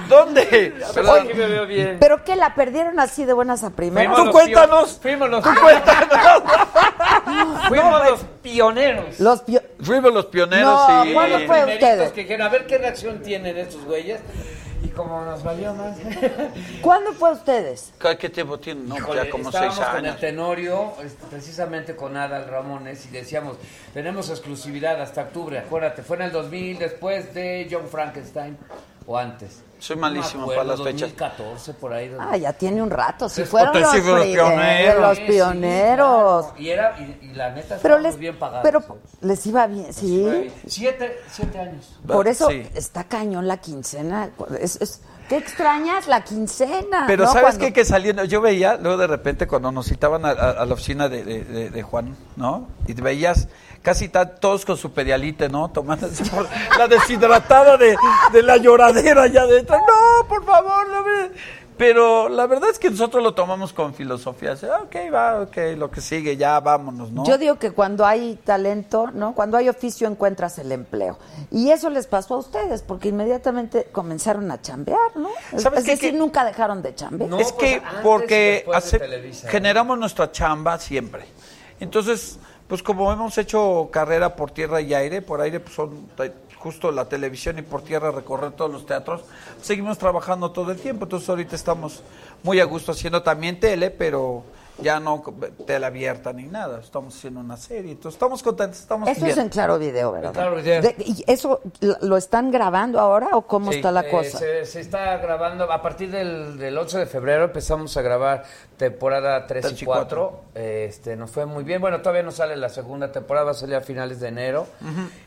[SPEAKER 9] ¿Dónde? ¿Dónde? Perdón, me veo bien.
[SPEAKER 1] ¿Pero qué, la perdieron así de buenas a primeras?
[SPEAKER 9] Tú cuéntanos. Fuimos los, tú cuéntanos. Fuimos los pioneros.
[SPEAKER 1] Los pio-
[SPEAKER 9] Fuimos los pioneros
[SPEAKER 1] No,
[SPEAKER 9] y.
[SPEAKER 1] ¿cuándo fue ustedes?
[SPEAKER 10] dijeron, a ver qué reacción tienen estos güeyes. Y como nos valió más.
[SPEAKER 1] ¿Cuándo fue ustedes?
[SPEAKER 9] ¿Qué- ¿Qué tiempo tiene? No,
[SPEAKER 10] Híjole,
[SPEAKER 9] pues ya como seis
[SPEAKER 10] estábamos con el
[SPEAKER 9] años.
[SPEAKER 10] Tenorio, este, precisamente con Adal Ramones, y decíamos, tenemos exclusividad hasta octubre, acuérdate, fue en el 2000, después de John Frankenstein. o antes.
[SPEAKER 9] Soy
[SPEAKER 10] No me
[SPEAKER 9] malísimo
[SPEAKER 10] acuerdo,
[SPEAKER 9] para las fechas.
[SPEAKER 10] 2014, por ahí.
[SPEAKER 1] Ah, ya tiene un rato. Si
[SPEAKER 10] Es-
[SPEAKER 1] fueron
[SPEAKER 9] Ustedes
[SPEAKER 1] los,
[SPEAKER 9] Pues, sí fueron
[SPEAKER 1] primeros,
[SPEAKER 9] pioneros.
[SPEAKER 1] los
[SPEAKER 9] Sí, sí,
[SPEAKER 1] pioneros.
[SPEAKER 10] Y era, y, y la neta,
[SPEAKER 1] Pero
[SPEAKER 10] estábamos
[SPEAKER 1] les,
[SPEAKER 10] bien pagados.
[SPEAKER 1] pero les iba bien, sí.
[SPEAKER 10] Siete, siete años.
[SPEAKER 1] Por eso
[SPEAKER 9] Sí.
[SPEAKER 1] está cañón la quincena. Es- es- ¿Qué extrañas? La quincena.
[SPEAKER 9] Pero
[SPEAKER 1] ¿no?
[SPEAKER 9] ¿sabes
[SPEAKER 1] Cuando-
[SPEAKER 9] qué? Que saliendo, yo veía, luego de repente cuando nos citaban a, a- a la oficina de, de- de- de Juan, ¿no? Y te veías casi ta- todos con su pedialite, ¿no? Tomando así por- la deshidratada de, de la lloradera allá adentro. No, por favor, no me-". Pero la verdad es que nosotros lo tomamos con filosofía. Así, "Ah, ok, va, ok, lo que sigue, ya vámonos, ¿no?
[SPEAKER 1] Yo digo que cuando hay talento, ¿no? Cuando hay oficio encuentras el empleo. Y eso les pasó a ustedes, porque inmediatamente comenzaron a chambear, ¿no? Es,
[SPEAKER 9] ¿Sabes
[SPEAKER 1] es
[SPEAKER 9] qué?
[SPEAKER 1] decir,
[SPEAKER 9] Que-
[SPEAKER 1] nunca dejaron de chambear.
[SPEAKER 9] es
[SPEAKER 10] pues,
[SPEAKER 9] que porque hace- generamos nuestra chamba siempre. Entonces, pues como hemos hecho carrera por tierra y aire, por aire pues son ta- justo la televisión y por tierra recorrer todos los teatros, seguimos trabajando todo el tiempo. Entonces ahorita estamos muy a gusto haciendo también tele, pero ya no co- tele abierta ni nada. Estamos haciendo una serie, entonces estamos contentos, estamos
[SPEAKER 1] Eso
[SPEAKER 9] bien.
[SPEAKER 1] es en Claro Video, ¿verdad?
[SPEAKER 10] En Claro Video.
[SPEAKER 1] De- ¿Y eso l- lo están grabando ahora o cómo
[SPEAKER 10] Sí,
[SPEAKER 1] está la
[SPEAKER 10] eh,
[SPEAKER 1] cosa?
[SPEAKER 10] Se, se está grabando, a partir del, del 11 de febrero empezamos a grabar temporada 3
[SPEAKER 9] Tres
[SPEAKER 10] y
[SPEAKER 9] y
[SPEAKER 10] 4. Este, nos fue muy bien. Bueno, todavía no sale la segunda temporada, va a salir a finales de enero.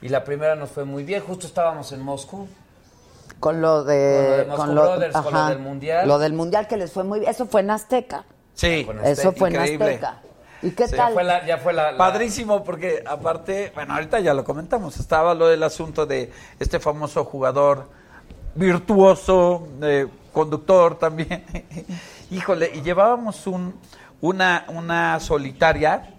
[SPEAKER 10] Y la primera nos fue muy bien. Justo estábamos en Moscú.
[SPEAKER 1] Con lo de...
[SPEAKER 10] Con lo de Moscow Brothers, con lo del Mundial.
[SPEAKER 1] Lo del Mundial que les fue muy bien. Eso fue en Azteca.
[SPEAKER 9] Sí,
[SPEAKER 1] eso fue
[SPEAKER 9] increíble.
[SPEAKER 1] en Azteca. ¿Y qué
[SPEAKER 9] Sí.
[SPEAKER 1] tal?
[SPEAKER 10] Fue la- ya fue la- la,
[SPEAKER 9] Padrísimo, porque aparte, bueno, ahorita ya lo comentamos, estaba lo del asunto de este famoso jugador virtuoso, eh, conductor también. Híjole, y llevábamos un, una, una solitaria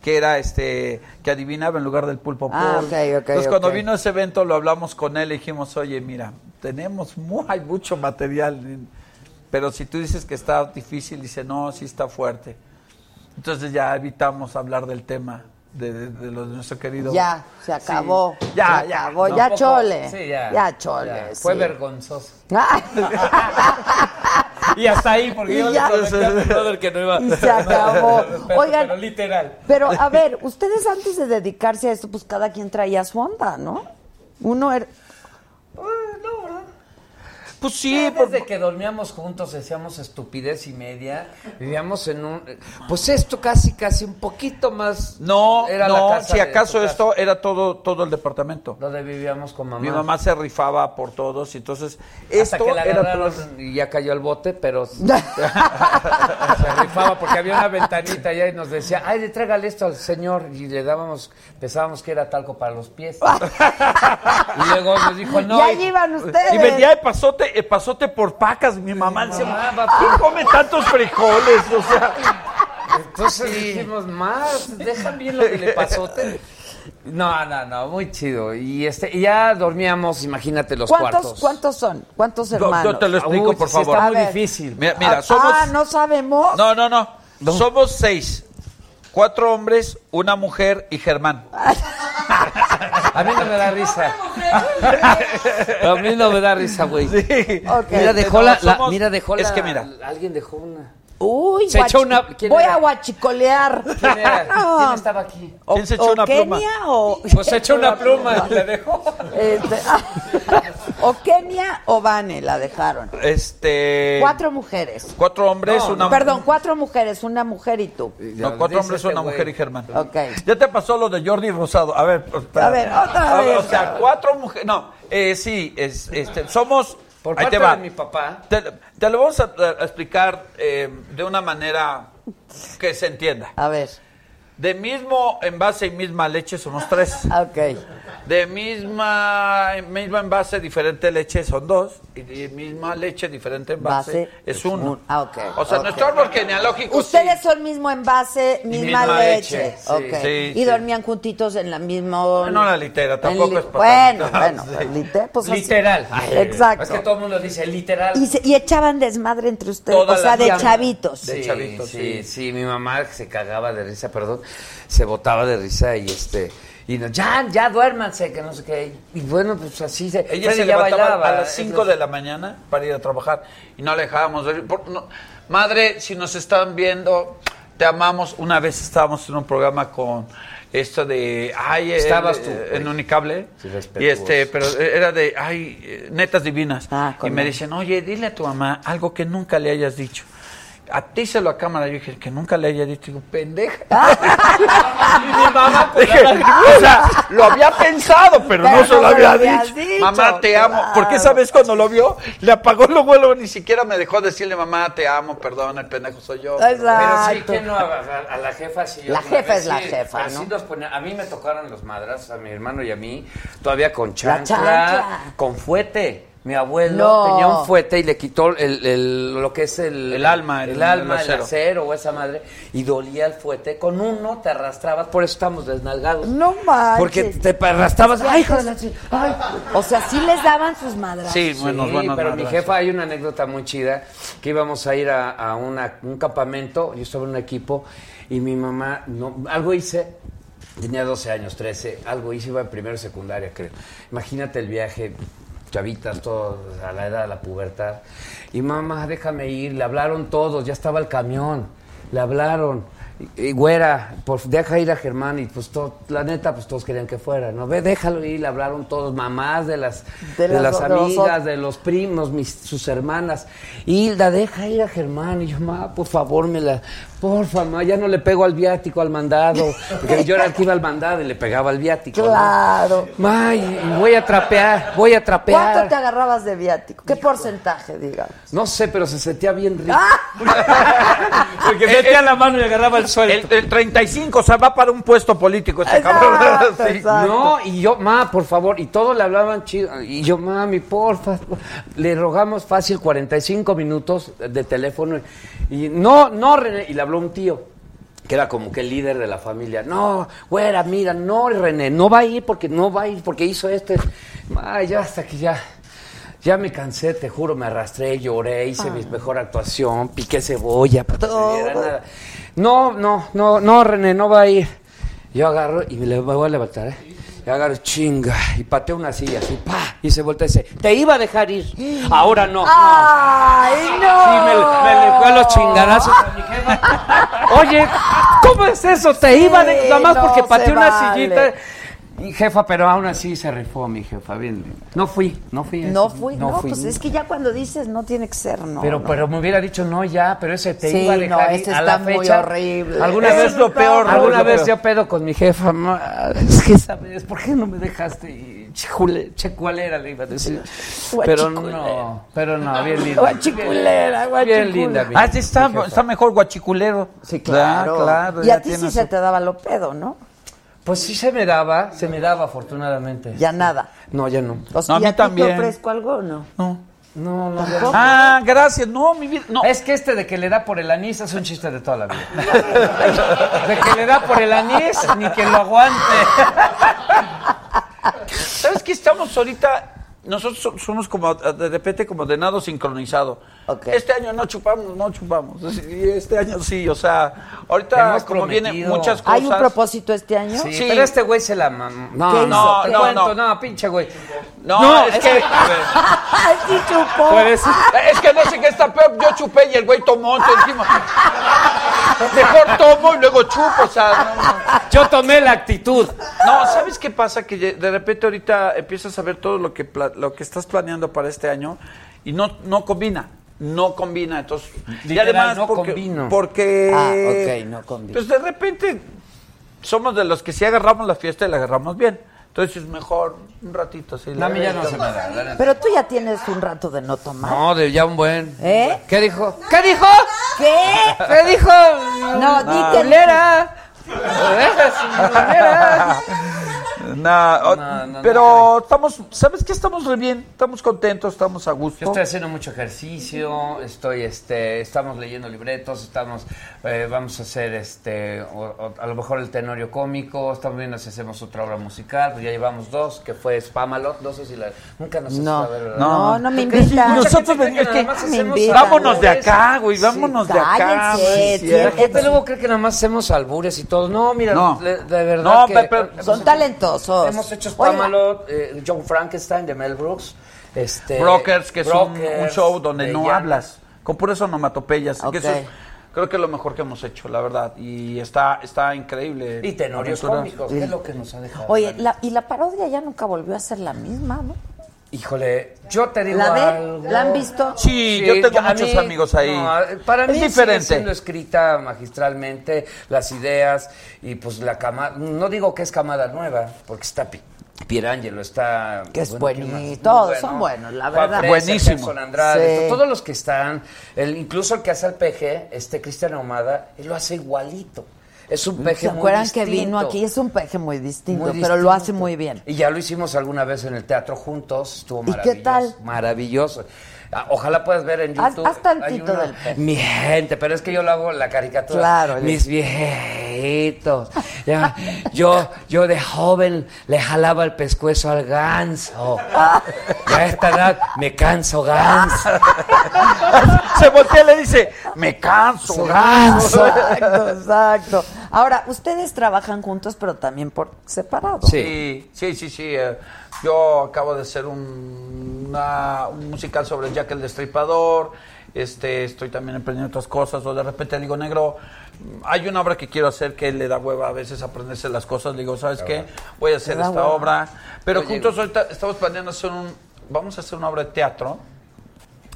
[SPEAKER 9] que era este que adivinaba en lugar del pulpo
[SPEAKER 1] Ah,
[SPEAKER 9] Paul.
[SPEAKER 1] ok, ok,
[SPEAKER 9] Entonces cuando
[SPEAKER 1] ok.
[SPEAKER 9] vino ese evento lo hablamos con él y dijimos, oye, mira, tenemos muy, hay mucho material, pero si tú dices que está difícil, dice, no, sí está fuerte. Entonces ya evitamos hablar del tema de, de- de lo de nuestro querido.
[SPEAKER 1] Ya, se acabó.
[SPEAKER 9] Sí. Ya,
[SPEAKER 1] se
[SPEAKER 9] ya.
[SPEAKER 1] acabó.
[SPEAKER 9] No,
[SPEAKER 1] ya
[SPEAKER 9] poco-
[SPEAKER 1] chole.
[SPEAKER 10] Sí,
[SPEAKER 1] ya.
[SPEAKER 10] ya.
[SPEAKER 1] chole.
[SPEAKER 10] ya. Fue
[SPEAKER 1] sí.
[SPEAKER 10] vergonzoso.
[SPEAKER 1] Ah,
[SPEAKER 9] Y hasta ahí, porque
[SPEAKER 1] Y
[SPEAKER 9] yo
[SPEAKER 1] ya.
[SPEAKER 9] le prometí a mi brother que no iba
[SPEAKER 1] Y se acabó.
[SPEAKER 10] Pero-
[SPEAKER 1] Oigan,
[SPEAKER 10] pero literal.
[SPEAKER 1] Pero a ver, ustedes antes de dedicarse a esto, pues cada quien traía su onda, ¿no? Uno era...
[SPEAKER 9] Pues
[SPEAKER 10] Sí,
[SPEAKER 9] sí,
[SPEAKER 10] desde que dormíamos juntos decíamos estupidez y media, vivíamos en un... Pues esto casi, casi un poquito más...
[SPEAKER 9] No,
[SPEAKER 10] era la
[SPEAKER 9] no,
[SPEAKER 10] casa
[SPEAKER 9] si
[SPEAKER 10] de tu
[SPEAKER 9] acaso
[SPEAKER 10] casa.
[SPEAKER 9] esto era todo, todo el departamento.
[SPEAKER 10] Donde vivíamos con mamá.
[SPEAKER 9] Mi mamá se rifaba por todos, y entonces
[SPEAKER 10] Hasta
[SPEAKER 9] esto
[SPEAKER 10] que la
[SPEAKER 9] era todo-
[SPEAKER 10] agarraron
[SPEAKER 1] pues
[SPEAKER 10] y ya cayó al bote, pero se rifaba porque había una ventanita allá y nos decía, ay, le tráigale esto al señor. Y le dábamos, pensábamos que era talco para los pies. y luego nos dijo, no.
[SPEAKER 1] y
[SPEAKER 10] y-
[SPEAKER 1] ahí iban ustedes.
[SPEAKER 9] Y vendía el pasote, el pasote por pacas. Mi mamá decía, ¿quién come tantos frijoles? O sea,
[SPEAKER 10] Entonces dijimos, más, dejan bien lo que le pasó. te-". No, no, no, muy chido. Y este, y ya dormíamos, imagínate, los
[SPEAKER 1] ¿Cuántos,
[SPEAKER 10] cuartos.
[SPEAKER 1] ¿Cuántos son? ¿Cuántos
[SPEAKER 9] yo-
[SPEAKER 1] hermanos?
[SPEAKER 9] yo te lo explico,
[SPEAKER 10] Uy,
[SPEAKER 9] por
[SPEAKER 10] sí está
[SPEAKER 9] favor.
[SPEAKER 1] A
[SPEAKER 10] muy
[SPEAKER 1] ver.
[SPEAKER 10] difícil.
[SPEAKER 9] Mira, mira,
[SPEAKER 1] Ah,
[SPEAKER 9] somos.
[SPEAKER 1] Ah, no sabemos.
[SPEAKER 9] No, no, no. Somos seis. Cuatro hombres, una mujer y Germán.
[SPEAKER 10] A mí no me da risa. A mí no me da risa, güey.
[SPEAKER 1] Ok.
[SPEAKER 10] Mira, dejó
[SPEAKER 9] No,
[SPEAKER 10] la, la-
[SPEAKER 9] somos-
[SPEAKER 10] Mira, dejó la.
[SPEAKER 9] es que mira.
[SPEAKER 10] Alguien dejó una.
[SPEAKER 1] Uy,
[SPEAKER 10] Se echó
[SPEAKER 1] guachi-
[SPEAKER 10] una- ¿quién
[SPEAKER 1] voy
[SPEAKER 10] era?
[SPEAKER 1] a guachicolear.
[SPEAKER 10] ¿Quién, era?
[SPEAKER 1] No.
[SPEAKER 10] ¿Quién estaba aquí?
[SPEAKER 1] O-
[SPEAKER 9] ¿Quién se
[SPEAKER 1] o
[SPEAKER 9] echó una pluma?
[SPEAKER 1] Kenia o...
[SPEAKER 10] Pues se echó una pluma y la dejó.
[SPEAKER 1] Este, o Kenia o Vane la dejaron.
[SPEAKER 9] Este.
[SPEAKER 1] Cuatro mujeres.
[SPEAKER 9] cuatro hombres,
[SPEAKER 10] No,
[SPEAKER 9] una mujer.
[SPEAKER 1] Perdón, cuatro mujeres, una mujer y tú.
[SPEAKER 9] No, cuatro hombres, una mujer y Germán.
[SPEAKER 1] Ok.
[SPEAKER 9] Ya te pasó lo de Jordi Rosado. A ver, espera.
[SPEAKER 1] A ver, otra
[SPEAKER 9] A ver,
[SPEAKER 1] vez.
[SPEAKER 9] O sea, cuatro mujeres. No, eh, sí, es, este, somos.
[SPEAKER 10] Por
[SPEAKER 9] ahí
[SPEAKER 10] parte
[SPEAKER 9] te va.
[SPEAKER 10] de mi papá.
[SPEAKER 9] Te, te lo vamos a, a explicar eh, de una manera que se entienda.
[SPEAKER 1] A ver,
[SPEAKER 9] De mismo envase y misma leche somos tres.
[SPEAKER 1] ok.
[SPEAKER 9] De misma, misma envase, diferente leche son dos. Y de misma leche, diferente envase
[SPEAKER 1] Base
[SPEAKER 9] es
[SPEAKER 1] es
[SPEAKER 9] uno.
[SPEAKER 1] un- ah, ok,
[SPEAKER 9] O sea,
[SPEAKER 1] ok.
[SPEAKER 9] nuestro árbol genealógico.
[SPEAKER 1] Ustedes
[SPEAKER 9] sí.
[SPEAKER 1] son mismo envase, misma,
[SPEAKER 9] misma
[SPEAKER 1] leche.
[SPEAKER 9] leche, sí,
[SPEAKER 1] ok.
[SPEAKER 9] sí,
[SPEAKER 1] y
[SPEAKER 9] sí.
[SPEAKER 1] dormían juntitos en la misma.
[SPEAKER 9] No la litera, tampoco es para
[SPEAKER 1] Bueno,
[SPEAKER 9] tanto.
[SPEAKER 1] bueno,
[SPEAKER 9] Sí.
[SPEAKER 1] liter- pues así.
[SPEAKER 10] Literal.
[SPEAKER 1] Exacto.
[SPEAKER 10] Es que todo el mundo dice literal.
[SPEAKER 1] Y, se- y echaban desmadre entre ustedes,
[SPEAKER 9] Toda
[SPEAKER 1] o
[SPEAKER 9] la
[SPEAKER 1] sea, de
[SPEAKER 9] vida.
[SPEAKER 1] chavitos.
[SPEAKER 9] De
[SPEAKER 10] sí,
[SPEAKER 9] chavitos, sí.
[SPEAKER 10] sí, sí, mi mamá se cagaba de risa, perdón, se botaba de risa y este y no, ya, ya duérmanse, que no sé qué. Y bueno, pues así se
[SPEAKER 9] Ella
[SPEAKER 10] Freddy
[SPEAKER 9] se
[SPEAKER 10] ya
[SPEAKER 9] levantaba
[SPEAKER 10] bailaba, eh,
[SPEAKER 9] a las
[SPEAKER 10] es
[SPEAKER 9] 5
[SPEAKER 10] lo-
[SPEAKER 9] de la mañana para ir a trabajar y no la dejábamos. ver. Por- no. Madre, si nos están viendo, te amamos. Una vez estábamos en un programa con esto de ay eh,
[SPEAKER 10] Estabas tú,
[SPEAKER 9] eh,
[SPEAKER 10] güey.
[SPEAKER 9] en Unicable
[SPEAKER 10] Sí, respetuoso.
[SPEAKER 9] y este pero era de ay eh, netas divinas y me
[SPEAKER 10] él.
[SPEAKER 9] dicen oye dile a tu mamá algo que nunca le hayas dicho a ti se lo a cámara yo dije que nunca le haya dicho digo pendeja
[SPEAKER 1] Ah.
[SPEAKER 9] Dije, o sea, lo había pensado pero,
[SPEAKER 10] Pero
[SPEAKER 9] no se lo había dicho.
[SPEAKER 10] dicho,
[SPEAKER 9] mamá te amo porque esa vez cuando lo vio le apagó los vuelos ni siquiera me dejó decirle mamá te amo perdón el pendejo soy yo pero-
[SPEAKER 10] Pero sí que no, a, a- a la jefa sí.
[SPEAKER 1] La
[SPEAKER 10] una
[SPEAKER 1] jefa
[SPEAKER 10] vez
[SPEAKER 1] es la
[SPEAKER 10] sí,
[SPEAKER 1] jefa,
[SPEAKER 10] así
[SPEAKER 1] ¿no?
[SPEAKER 10] nos ponía- a mí me tocaron los madrazos, a mi hermano y a mí, todavía con
[SPEAKER 1] chancla.
[SPEAKER 10] chancla, con fuete. Mi abuelo
[SPEAKER 1] No.
[SPEAKER 10] tenía un fuete y le quitó el, el- lo que es el,
[SPEAKER 9] El alma, el-
[SPEAKER 10] el, alma,
[SPEAKER 9] el
[SPEAKER 10] el
[SPEAKER 9] acero.
[SPEAKER 10] acero. o esa madre, y dolía el fuete. Con uno te arrastrabas, por eso estamos desnalgados.
[SPEAKER 1] No manches.
[SPEAKER 10] Porque te arrastrabas, ay, hijo de la chi- ay.
[SPEAKER 1] O sea, sí les daban sus madras.
[SPEAKER 9] buenos, buenos
[SPEAKER 10] pero mi
[SPEAKER 9] madrazos.
[SPEAKER 10] jefa hay una anécdota muy chida que íbamos a ir a, a una- un campamento, yo estaba en un equipo y mi mamá no algo hice tenía 12 años, 13, algo hice iba en primero de secundaria, creo. Imagínate el viaje chavitas todos a la edad de la pubertad y mamá, déjame ir, le hablaron todos, ya estaba el camión. Le hablaron y, y, güera, por, deja ir a Germán y pues todo, la neta, pues todos querían que fuera, ¿no? Ve, déjalo ir, le hablaron todos, mamás de las,
[SPEAKER 1] De
[SPEAKER 10] de,
[SPEAKER 1] las-
[SPEAKER 10] las,
[SPEAKER 1] de los
[SPEAKER 10] amigas, de los primos, mis, sus hermanas. Hilda, deja ir a Germán. Y yo, ma, por favor, me la. Porfa, ma, ya no le pego al viático, al mandado. Porque yo era el que iba al mandado y le pegaba al viático. ¿no?
[SPEAKER 1] Claro.
[SPEAKER 10] Ma, y- y voy a trapear, voy a
[SPEAKER 1] ¿Cuánto
[SPEAKER 10] trapear.
[SPEAKER 1] te agarrabas de viático? ¿Qué porcentaje, digamos?
[SPEAKER 10] No sé, pero se sentía bien rico.
[SPEAKER 9] Porque metía la mano y agarraba el sueldo. El, 35, o sea, va para un puesto político este cabrón. Sí.
[SPEAKER 10] No, y yo, ma, por favor, y todos le hablaban chido. Y yo, mami, porfa, le rogamos fácil 45 minutos de teléfono. Y no, no, René, y le habló un tío. Que era como que el líder de la familia. No, güera, mira, no, René, no va a ir porque no va a ir porque hizo esto. Ay, ya hasta que ya. Ya me cansé, te juro, me arrastré, lloré, hice mi mejor actuación, piqué cebolla, pero no se diera nada. No, no, no, no, René, no va a ir. Yo agarro y me le- me voy a levantar, ¿eh? Yo agarro, chinga, y pateo una silla así, pa, y se voltea y dice, te iba a dejar ir, ahora no.
[SPEAKER 1] Ah. ¡Ay, no!
[SPEAKER 10] Sí, me, me le fue a los chingadazos a
[SPEAKER 1] Ah,
[SPEAKER 10] mi jefa. Oye, ¿cómo es eso? Te iba a dejar, nada más
[SPEAKER 1] no
[SPEAKER 10] porque
[SPEAKER 1] se
[SPEAKER 10] pateé una
[SPEAKER 1] vale.
[SPEAKER 10] sillita. Y jefa, pero aún así se rifó mi jefa, bien. No fui, no fui. a
[SPEAKER 1] No
[SPEAKER 10] ese-
[SPEAKER 1] fui, no, pues es que ya cuando dices no tiene que ser, no.
[SPEAKER 10] pero,
[SPEAKER 1] no.
[SPEAKER 10] pero me hubiera dicho, no, ya, pero ese te
[SPEAKER 1] Sí,
[SPEAKER 10] iba a dejar
[SPEAKER 1] no,
[SPEAKER 10] ir
[SPEAKER 1] ese
[SPEAKER 10] a
[SPEAKER 1] está
[SPEAKER 10] la
[SPEAKER 1] muy
[SPEAKER 10] fecha.
[SPEAKER 1] horrible.
[SPEAKER 10] Alguna
[SPEAKER 1] Ese
[SPEAKER 10] vez
[SPEAKER 1] es lo peor,
[SPEAKER 10] Alguna
[SPEAKER 1] lo
[SPEAKER 10] vez
[SPEAKER 1] peor.
[SPEAKER 10] yo pedo con mi jefa. "Ma, Es que sabes, ¿por qué no me dejaste? Y chijule- checualera le iba a decir. Pero no, pero no, bien linda.
[SPEAKER 1] Guachiculera,
[SPEAKER 10] Bien linda. mi-
[SPEAKER 9] Ah, sí, está,
[SPEAKER 10] mi jefa.
[SPEAKER 9] está mejor guachiculero. Sí,
[SPEAKER 10] claro.
[SPEAKER 9] claro.
[SPEAKER 1] y
[SPEAKER 9] ya
[SPEAKER 1] a ti sí
[SPEAKER 9] tiene
[SPEAKER 1] se
[SPEAKER 9] su-
[SPEAKER 1] te daba lo pedo, ¿no?
[SPEAKER 10] Pues sí se me daba, se me daba afortunadamente.
[SPEAKER 1] Ya nada.
[SPEAKER 10] No, ya no.
[SPEAKER 1] O sea,
[SPEAKER 9] No, a
[SPEAKER 1] ¿y
[SPEAKER 9] mí
[SPEAKER 1] a ti te
[SPEAKER 9] también.
[SPEAKER 1] ofrezco algo o no?
[SPEAKER 9] No.
[SPEAKER 10] No, no, ya no.
[SPEAKER 1] ¿Tampoco?
[SPEAKER 9] Ah, gracias. No, mi vida. No.
[SPEAKER 10] Es que este de que le da por el anís es un chiste de toda la vida. De que le da por el anís, ni que lo aguante.
[SPEAKER 9] ¿Sabes que estamos ahorita? Nosotros so- somos como, ah, de repente, como de nado sincronizado.
[SPEAKER 1] Ok.
[SPEAKER 9] Este año no chupamos, no chupamos. Y este año sí, o sea, ahorita
[SPEAKER 10] Hemos
[SPEAKER 9] como vienen
[SPEAKER 10] prometido.
[SPEAKER 9] muchas cosas.
[SPEAKER 1] ¿Hay un propósito este año?
[SPEAKER 10] Sí,
[SPEAKER 9] Sí.
[SPEAKER 10] pero este güey se la mamó.
[SPEAKER 9] ¿Qué
[SPEAKER 10] No,
[SPEAKER 9] hizo?
[SPEAKER 10] no,
[SPEAKER 9] ¿Qué?
[SPEAKER 10] no,
[SPEAKER 9] no.
[SPEAKER 10] cuento, no, pinche güey.
[SPEAKER 9] No,
[SPEAKER 10] No,
[SPEAKER 9] es,
[SPEAKER 10] es
[SPEAKER 9] que...
[SPEAKER 10] que-
[SPEAKER 9] a ver.
[SPEAKER 1] ¡Ay, sí chupó!
[SPEAKER 10] Puedes.
[SPEAKER 9] Eh, Es que no sé qué está peor. Yo chupé y el güey tomó. entonces dijimos, Mejor tomo y luego chupo. O sea, no, no.
[SPEAKER 10] Yo tomé la actitud.
[SPEAKER 9] No, ¿sabes qué pasa? Que de- de repente ahorita empiezas a ver todo lo que, pla- lo que estás planeando para este año y no, no combina. No combina, entonces.
[SPEAKER 10] Literal,
[SPEAKER 9] y además,
[SPEAKER 10] no
[SPEAKER 9] porque,
[SPEAKER 10] combino.
[SPEAKER 9] porque.
[SPEAKER 1] Ah, ok, no combina.
[SPEAKER 9] Pues de repente somos de los que si agarramos la fiesta y la agarramos bien. Entonces es mejor un ratito así.
[SPEAKER 10] No, a
[SPEAKER 9] la-
[SPEAKER 10] mí ya no se me da. la neta.
[SPEAKER 1] Pero tú ya tienes un rato de no tomar.
[SPEAKER 10] No, de ya un buen.
[SPEAKER 1] ¿Eh?
[SPEAKER 10] ¿Qué dijo? ¿Qué dijo?
[SPEAKER 1] ¿Qué?
[SPEAKER 10] ¿Qué dijo?
[SPEAKER 9] Ah,
[SPEAKER 1] No, di que-
[SPEAKER 10] Culera. Deja su culera.
[SPEAKER 9] No, o-
[SPEAKER 10] No, no,
[SPEAKER 9] pero
[SPEAKER 10] no
[SPEAKER 9] estamos, ¿sabes qué? Estamos re bien, estamos contentos, estamos a gusto.
[SPEAKER 10] Yo estoy haciendo mucho ejercicio, estoy, este, estamos leyendo libretos, estamos, eh, vamos a hacer, este, o- o- a lo mejor el tenorio cómico, estamos viendo si hacemos otra obra musical, pues ya llevamos dos, que fue Spamalot, no sé si la, nunca nos
[SPEAKER 1] No.
[SPEAKER 10] hizo, la verdad.
[SPEAKER 1] No, no me
[SPEAKER 9] Porque sí,
[SPEAKER 1] invitan.
[SPEAKER 9] Nosotros
[SPEAKER 10] Mucha gente
[SPEAKER 9] venimos, es
[SPEAKER 10] cree que
[SPEAKER 9] que
[SPEAKER 10] nada más
[SPEAKER 1] me
[SPEAKER 10] hacemos
[SPEAKER 1] invitan.
[SPEAKER 9] vámonos de
[SPEAKER 10] albures.
[SPEAKER 9] acá, güey, vámonos de acá.
[SPEAKER 1] Cállense,
[SPEAKER 9] güey,
[SPEAKER 1] tienen-
[SPEAKER 10] La
[SPEAKER 9] cierto.
[SPEAKER 10] gente luego cree que nada más hacemos albures y todo. No, mira,
[SPEAKER 9] No.
[SPEAKER 10] le- de verdad
[SPEAKER 9] No,
[SPEAKER 10] que eh,
[SPEAKER 9] Pepe,
[SPEAKER 1] Son talentosos.
[SPEAKER 10] pues, hemos hecho
[SPEAKER 1] Oiga,
[SPEAKER 10] Spamalot, eh, John Frankenstein de Mel Brooks. Este,
[SPEAKER 9] Brokers, que es un-
[SPEAKER 10] Brokers,
[SPEAKER 9] un show donde
[SPEAKER 10] de
[SPEAKER 9] no
[SPEAKER 10] Jan-
[SPEAKER 9] hablas, con puras onomatopeyas. que eso
[SPEAKER 1] Ok.
[SPEAKER 9] es- creo que es lo mejor que hemos hecho, la verdad. Y está, está increíble.
[SPEAKER 10] Y tenorios
[SPEAKER 9] Aventura.
[SPEAKER 10] cómicos, que es lo que nos ha dejado.
[SPEAKER 1] Oye, la- y la parodia ya nunca volvió a ser la misma, ¿no?
[SPEAKER 10] Híjole, yo te digo
[SPEAKER 1] ¿La ven?
[SPEAKER 10] algo.
[SPEAKER 1] ¿La han visto?
[SPEAKER 9] Sí, yo tengo
[SPEAKER 10] a
[SPEAKER 9] muchos amigos ahí.
[SPEAKER 10] no, para
[SPEAKER 9] Es
[SPEAKER 10] mí sigue
[SPEAKER 9] diferente.
[SPEAKER 10] siendo escrita magistralmente, las ideas y pues la camada, no digo que es camada nueva, porque está Pi- Pierangelo, está...
[SPEAKER 1] Que es
[SPEAKER 10] ¿quién
[SPEAKER 1] buenísimo.
[SPEAKER 10] más?
[SPEAKER 1] Todos
[SPEAKER 10] Muy
[SPEAKER 1] son buenos, la
[SPEAKER 10] Juan
[SPEAKER 1] verdad.
[SPEAKER 10] Fresser,
[SPEAKER 9] Buenísimo.
[SPEAKER 10] Nelson Andrade,
[SPEAKER 1] Sí.
[SPEAKER 10] todos los que están, el- incluso el que hace el PG, este Cristian Ahumada, él lo hace igualito. Es un PG
[SPEAKER 1] ¿Se
[SPEAKER 10] muy
[SPEAKER 1] acuerdan que
[SPEAKER 10] distinto.
[SPEAKER 1] vino aquí? Es un peje muy distinto,
[SPEAKER 10] Muy
[SPEAKER 1] pero lo
[SPEAKER 10] distinto.
[SPEAKER 1] hace muy bien.
[SPEAKER 10] Y ya lo hicimos alguna vez en el teatro juntos, estuvo
[SPEAKER 1] qué
[SPEAKER 10] maravilloso.
[SPEAKER 1] tal?
[SPEAKER 10] Maravilloso. Ah, Ojalá puedas ver en
[SPEAKER 1] Haz-
[SPEAKER 10] YouTube.
[SPEAKER 1] haz tantito
[SPEAKER 10] Hay una-
[SPEAKER 1] del pez.
[SPEAKER 10] Mi gente, pero es que yo lo hago la caricatura.
[SPEAKER 1] Claro,
[SPEAKER 10] Mis viejitos. Ya, yo, yo de joven le jalaba el pescuezo al ganso. Ya a esta edad me canso ganso.
[SPEAKER 9] Se voltea y le dice, me canso, ganso.
[SPEAKER 1] Exacto, exacto. Ahora, ustedes trabajan juntos, pero también por separado.
[SPEAKER 9] Sí, sí, sí, sí. eh, yo acabo de hacer un, una- un musical sobre Jack el Destripador. Este, estoy también aprendiendo otras cosas. O de repente le digo, negro, mm, hay una obra que quiero hacer que le da hueva a veces aprenderse las cosas. Le digo, ¿sabes qué? Voy a hacer
[SPEAKER 10] Le da
[SPEAKER 9] esta
[SPEAKER 10] hueva.
[SPEAKER 9] obra. Pero
[SPEAKER 10] Ah, Oye,
[SPEAKER 9] juntos ahorita estamos planeando hacer un... Vamos a hacer una obra de teatro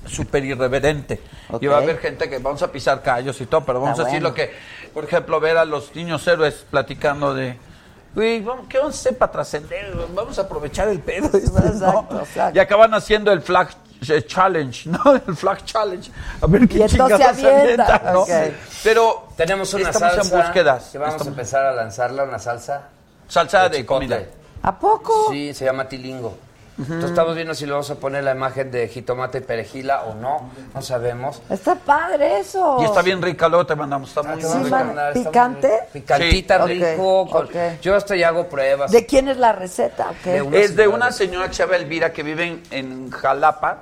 [SPEAKER 9] súper irreverente. Y va a haber gente que vamos a pisar callos y todo, pero vamos
[SPEAKER 10] Está
[SPEAKER 9] a decir lo que, por ejemplo, ver a los niños héroes platicando de, Güey, vamos, ¿qué vamos a hacer para trascender? Vamos a aprovechar el pedo. ¿no? Y acaban haciendo el flag eh, challenge, ¿no? El flag challenge. A ver
[SPEAKER 10] Y
[SPEAKER 9] qué
[SPEAKER 10] entonces
[SPEAKER 9] chingados se
[SPEAKER 10] avienta,
[SPEAKER 9] avientan, ¿no?
[SPEAKER 10] ok.
[SPEAKER 9] Pero
[SPEAKER 10] Tenemos una
[SPEAKER 9] estamos
[SPEAKER 10] salsa.
[SPEAKER 9] en búsquedas.
[SPEAKER 10] que vamos
[SPEAKER 9] Estamos-
[SPEAKER 10] a empezar a lanzarla, una salsa.
[SPEAKER 9] Salsa de comida.
[SPEAKER 1] ¿A poco?
[SPEAKER 10] Sí, se llama tilingo. Entonces estamos viendo si le vamos a poner la imagen de jitomate y perejila o no, no sabemos. Ah,
[SPEAKER 1] Está padre eso.
[SPEAKER 9] Y está bien rica, luego te mandamos. Está muy
[SPEAKER 10] te mando
[SPEAKER 9] rica.
[SPEAKER 10] rica.
[SPEAKER 1] man- ¿Picante?
[SPEAKER 10] Picantita,
[SPEAKER 1] Ok,
[SPEAKER 10] rico. con-
[SPEAKER 1] ok.
[SPEAKER 10] Yo hasta ya hago pruebas.
[SPEAKER 1] ¿De quién es la receta? ok?
[SPEAKER 9] es de una señora que se llama Elvira que vive en, en Jalapa.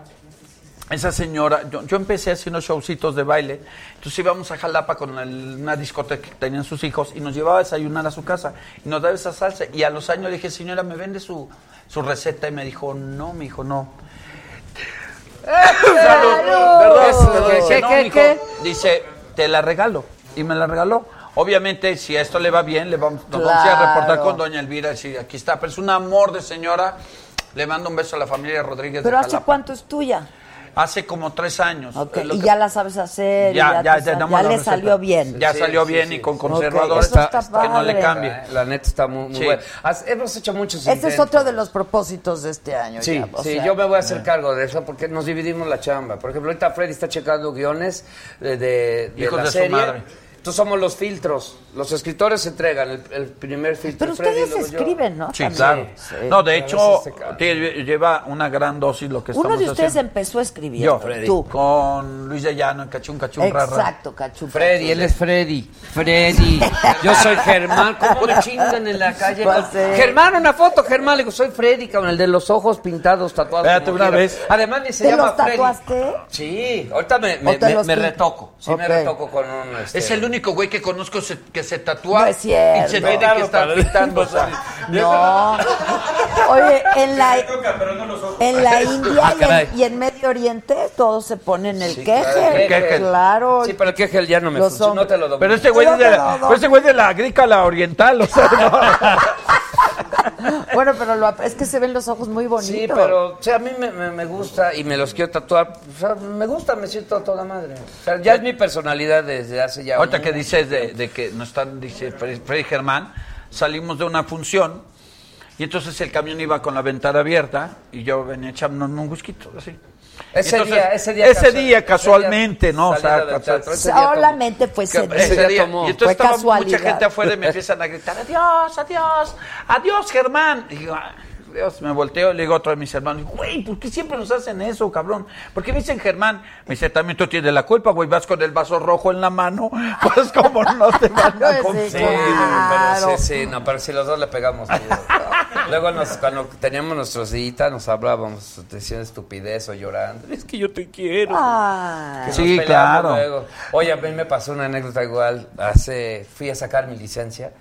[SPEAKER 9] Esa señora, yo, yo empecé haciendo showcitos de baile, entonces íbamos a Jalapa con el- una discoteca que tenían sus hijos y nos llevaba a desayunar a su casa y nos daba esa salsa. Y a los años le dije, señora, ¿me vende su, su receta? Y me dijo, no, me dijo, no. Perdón,
[SPEAKER 10] Eso es lo que
[SPEAKER 9] dice,
[SPEAKER 10] decía,
[SPEAKER 9] "No,
[SPEAKER 10] ¿qué,
[SPEAKER 9] mijo".
[SPEAKER 10] qué?
[SPEAKER 9] Dice, te la regalo. Y me la regaló. Obviamente, si a esto le va bien, le vamos, nos vamos a ir
[SPEAKER 10] Claro.
[SPEAKER 9] a reportar con doña Elvira. y decir, aquí está. Pero es un amor de señora. Le mando un beso a la familia Rodríguez
[SPEAKER 1] ¿Pero
[SPEAKER 9] de
[SPEAKER 1] hace
[SPEAKER 9] Jalapa.
[SPEAKER 1] cuánto es tuya?
[SPEAKER 9] Hace como tres años.
[SPEAKER 1] Ok,
[SPEAKER 9] Es lo
[SPEAKER 1] Y
[SPEAKER 9] que-
[SPEAKER 1] ya la sabes hacer. y
[SPEAKER 9] ya, ya,
[SPEAKER 1] te
[SPEAKER 9] ya,
[SPEAKER 1] sa-
[SPEAKER 9] damos la
[SPEAKER 1] le
[SPEAKER 9] receta.
[SPEAKER 1] salió bien.
[SPEAKER 9] Ya salió bien y con conservadores.
[SPEAKER 1] Ok, eso está
[SPEAKER 9] que no le
[SPEAKER 1] padre.
[SPEAKER 9] cambie.
[SPEAKER 10] La neta está muy, muy
[SPEAKER 9] Sí.
[SPEAKER 10] buena. Has- hemos hecho muchos
[SPEAKER 1] Ese es
[SPEAKER 10] intentos.
[SPEAKER 1] otro de los propósitos de este año.
[SPEAKER 10] Sí,
[SPEAKER 1] ya, o
[SPEAKER 10] sí,
[SPEAKER 1] sea, eh.
[SPEAKER 10] yo me voy a hacer cargo de eso porque nos dividimos la chamba. Por ejemplo, ahorita Freddy está checando guiones de, de- de
[SPEAKER 9] Hijos
[SPEAKER 10] la
[SPEAKER 9] de su
[SPEAKER 10] serie.
[SPEAKER 9] madre.
[SPEAKER 10] Entonces somos los filtros. Los escritores entregan el, el primer filtro.
[SPEAKER 1] Pero
[SPEAKER 10] Freddy,
[SPEAKER 1] ustedes
[SPEAKER 10] luego yo.
[SPEAKER 1] escriben, ¿no?
[SPEAKER 9] Sí,
[SPEAKER 1] También.
[SPEAKER 9] claro.
[SPEAKER 10] Sí.
[SPEAKER 9] no, de
[SPEAKER 10] A
[SPEAKER 9] hecho,
[SPEAKER 10] veces se cansa.
[SPEAKER 9] tie- lleva una gran dosis lo que
[SPEAKER 1] Uno
[SPEAKER 9] estamos
[SPEAKER 1] de ustedes
[SPEAKER 9] haciendo.
[SPEAKER 1] empezó escribiendo.
[SPEAKER 9] Yo,
[SPEAKER 1] Tú.
[SPEAKER 9] con Luis de Llano en Cachún Cachún Ra, Ra.
[SPEAKER 1] Exacto, cachupa.
[SPEAKER 10] Freddy, él es Freddy. Freddy. Yo soy Germán. ¿Cómo me chingan en la calle?
[SPEAKER 1] Ya
[SPEAKER 10] con-
[SPEAKER 1] sé.
[SPEAKER 10] Germán, una foto, Germán. Le digo, soy Freddy, con el de los ojos pintados, tatuados.
[SPEAKER 9] Espérate
[SPEAKER 10] como
[SPEAKER 9] una
[SPEAKER 10] quiera.
[SPEAKER 9] vez.
[SPEAKER 10] Además, ni se
[SPEAKER 1] ¿Te
[SPEAKER 10] llama
[SPEAKER 1] los
[SPEAKER 10] Freddy.
[SPEAKER 1] tatuaste?
[SPEAKER 10] Sí, ahorita me, me-
[SPEAKER 1] ¿O te
[SPEAKER 10] me-
[SPEAKER 1] los
[SPEAKER 10] me
[SPEAKER 1] pin-
[SPEAKER 10] retoco. Sí, me
[SPEAKER 1] Ok.
[SPEAKER 10] retoco con un. este,
[SPEAKER 9] Es el único güey que conozco se- que se tatúa
[SPEAKER 1] No es cierto.
[SPEAKER 9] y se ve de que está pintando. o sea,
[SPEAKER 1] No. Oye, en la,
[SPEAKER 2] Pero no los ojos.
[SPEAKER 1] en la India
[SPEAKER 10] Ah,
[SPEAKER 1] y en-
[SPEAKER 10] caray.
[SPEAKER 1] y, en, Medio Oriente todos se ponen el
[SPEAKER 10] Sí,
[SPEAKER 1] queje.
[SPEAKER 10] claro, el queje.
[SPEAKER 1] Claro.
[SPEAKER 10] Sí, pero el quejel ya no me
[SPEAKER 1] Los
[SPEAKER 10] funciona. No
[SPEAKER 1] hombres.
[SPEAKER 10] te lo doy.
[SPEAKER 9] Pero este güey
[SPEAKER 1] Yo
[SPEAKER 9] es de
[SPEAKER 1] te
[SPEAKER 9] la,
[SPEAKER 1] lo doy.
[SPEAKER 9] pero este güey es de la agrícola oriental, o sea, no.
[SPEAKER 1] Bueno, pero lo ap- es que se ven los ojos muy bonitos.
[SPEAKER 10] Sí, pero o sea, a mí me, me- me gusta y me los quiero tatuar. O sea, me gusta, me siento a toda madre. O sea, ya es mi personalidad desde hace ya.
[SPEAKER 9] Ahorita
[SPEAKER 10] un-
[SPEAKER 9] que dices de, de que nos están, dice Fre- Freddy Germán, salimos de una función y entonces el camión iba con la ventana abierta y yo venía echándonos un busquito, así.
[SPEAKER 10] Ese
[SPEAKER 9] Entonces,
[SPEAKER 10] día, ese día.
[SPEAKER 9] ese
[SPEAKER 10] casual-
[SPEAKER 9] día casualmente, ¿no? O
[SPEAKER 10] salida
[SPEAKER 9] sea,
[SPEAKER 10] del
[SPEAKER 9] casual-
[SPEAKER 10] teatro,
[SPEAKER 1] Pues
[SPEAKER 10] ese día tomó-
[SPEAKER 1] Solamente fue
[SPEAKER 10] Que-
[SPEAKER 1] ese
[SPEAKER 10] ese
[SPEAKER 9] Ese
[SPEAKER 1] día.
[SPEAKER 10] día
[SPEAKER 9] día,
[SPEAKER 10] tomó.
[SPEAKER 9] pues, Y entonces
[SPEAKER 1] Fue
[SPEAKER 9] estaba
[SPEAKER 1] casualidad.
[SPEAKER 9] mucha gente afuera y me empiezan a gritar, adiós, adiós, adiós, Germán. Y digo, "Ah, Dios, me volteo y le digo a otro de mis hermanos, güey, ¿por qué siempre nos hacen eso, cabrón? ¿Por qué me dicen Germán? Me dice, también tú tienes la culpa, güey, vas con el vaso rojo en la mano, pues como no te van a
[SPEAKER 1] Pues sí,
[SPEAKER 9] confundir.
[SPEAKER 10] Sí,
[SPEAKER 1] Claro.
[SPEAKER 10] pero sí, sí, no, pero si los dos le pegamos. duro. Luego nos- cuando teníamos nuestros días nos hablábamos, decían estupidez o llorando. Es que yo te quiero.
[SPEAKER 1] Ay.
[SPEAKER 10] Nos
[SPEAKER 9] Sí,
[SPEAKER 10] peleamos
[SPEAKER 9] claro.
[SPEAKER 10] luego. Oye, a mí me pasó una anécdota igual. Hace, fui a sacar mi licencia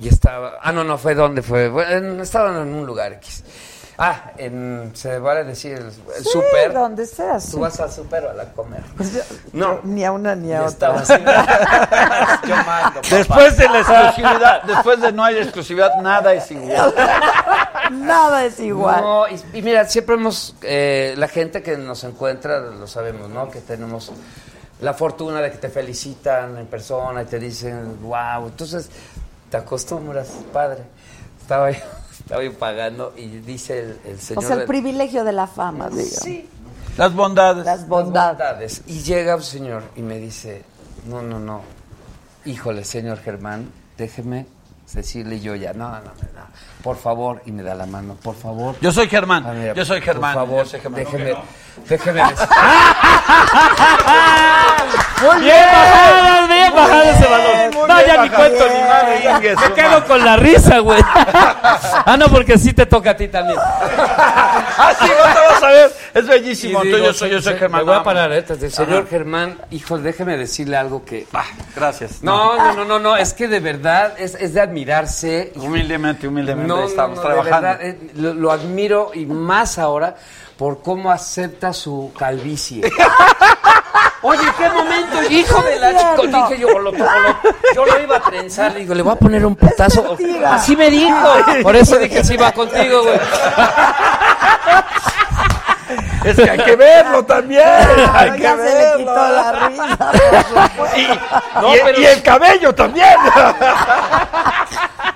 [SPEAKER 10] y estaba. Ah, no, no fue donde fue. Bueno, en- estaba en un lugar X. Ah, en- se vale decir el, el
[SPEAKER 1] Sí,
[SPEAKER 10] súper.
[SPEAKER 1] donde sea, sí.
[SPEAKER 10] Tú vas al súper o a la comer.
[SPEAKER 1] No. Ni a una ni a
[SPEAKER 10] Ya
[SPEAKER 1] otra.
[SPEAKER 9] Después de la exclusividad, después de no hay exclusividad, nada es igual.
[SPEAKER 1] Nada es igual.
[SPEAKER 10] No, y, y mira, siempre hemos, eh, la gente que nos encuentra, lo sabemos, ¿no? Que tenemos la fortuna de que te felicitan en persona y te dicen, wow. Entonces, te acostumbras, padre. Estaba yo, estaba yo pagando y dice el, el
[SPEAKER 1] O
[SPEAKER 10] señor...
[SPEAKER 1] sea, el
[SPEAKER 10] del-
[SPEAKER 1] privilegio de la fama, digo.
[SPEAKER 10] Sí.
[SPEAKER 9] Las bondades.
[SPEAKER 1] Las bondades.
[SPEAKER 10] bondades. Y llega un señor y me dice, no, no, no, híjole, señor Germán, déjeme decirle yo ya, no, no, no, no, por favor, y me da la mano, por favor.
[SPEAKER 9] Yo soy Germán,
[SPEAKER 10] Ah, mira,
[SPEAKER 9] yo soy Germán,
[SPEAKER 10] Por favor,
[SPEAKER 9] yo soy Germán.
[SPEAKER 10] déjeme,
[SPEAKER 9] No,
[SPEAKER 10] déjeme decir.
[SPEAKER 5] Ah, Muy bien bajado, bien bajado ese balón.
[SPEAKER 9] Muy
[SPEAKER 5] No,
[SPEAKER 9] bien
[SPEAKER 5] ya ni
[SPEAKER 9] bajado.
[SPEAKER 5] cuento ni madre.
[SPEAKER 9] Bien,
[SPEAKER 5] ya.
[SPEAKER 9] Jesús,
[SPEAKER 5] Me cago con la risa, güey. Ah, no, porque sí te toca a ti también.
[SPEAKER 9] Ah, sí, no te vas a ver. Es bellísimo.
[SPEAKER 10] Y
[SPEAKER 9] Entonces,
[SPEAKER 10] digo,
[SPEAKER 9] yo soy, yo soy
[SPEAKER 10] se-
[SPEAKER 9] Germán.
[SPEAKER 10] Me voy a
[SPEAKER 9] nada más.
[SPEAKER 10] parar, ¿eh? Entonces, Señor
[SPEAKER 9] Ajá.
[SPEAKER 10] Germán, hijo, déjeme decirle algo que... ah,
[SPEAKER 9] Gracias.
[SPEAKER 10] No, no, no, no, no, es que de verdad es, es de admirarse.
[SPEAKER 9] Humildemente, humildemente
[SPEAKER 10] No, no,
[SPEAKER 9] estamos
[SPEAKER 10] no, de
[SPEAKER 9] trabajando.
[SPEAKER 10] verdad, eh, lo, lo admiro y más ahora por cómo acepta su calvicie. Oye, ¿qué momento, hijo de la chica? Dije yo, o lo- o lo- yo lo iba a trenzar, digo, le voy a poner un putazo.
[SPEAKER 5] mentira.
[SPEAKER 10] Así me dijo. Por eso dije, sí, va contigo, güey.
[SPEAKER 9] Es que hay que verlo también. Hay que
[SPEAKER 1] ya se le
[SPEAKER 9] verlo.
[SPEAKER 1] quitó la risa.
[SPEAKER 10] No,
[SPEAKER 9] y,
[SPEAKER 10] pero-
[SPEAKER 9] y el cabello también.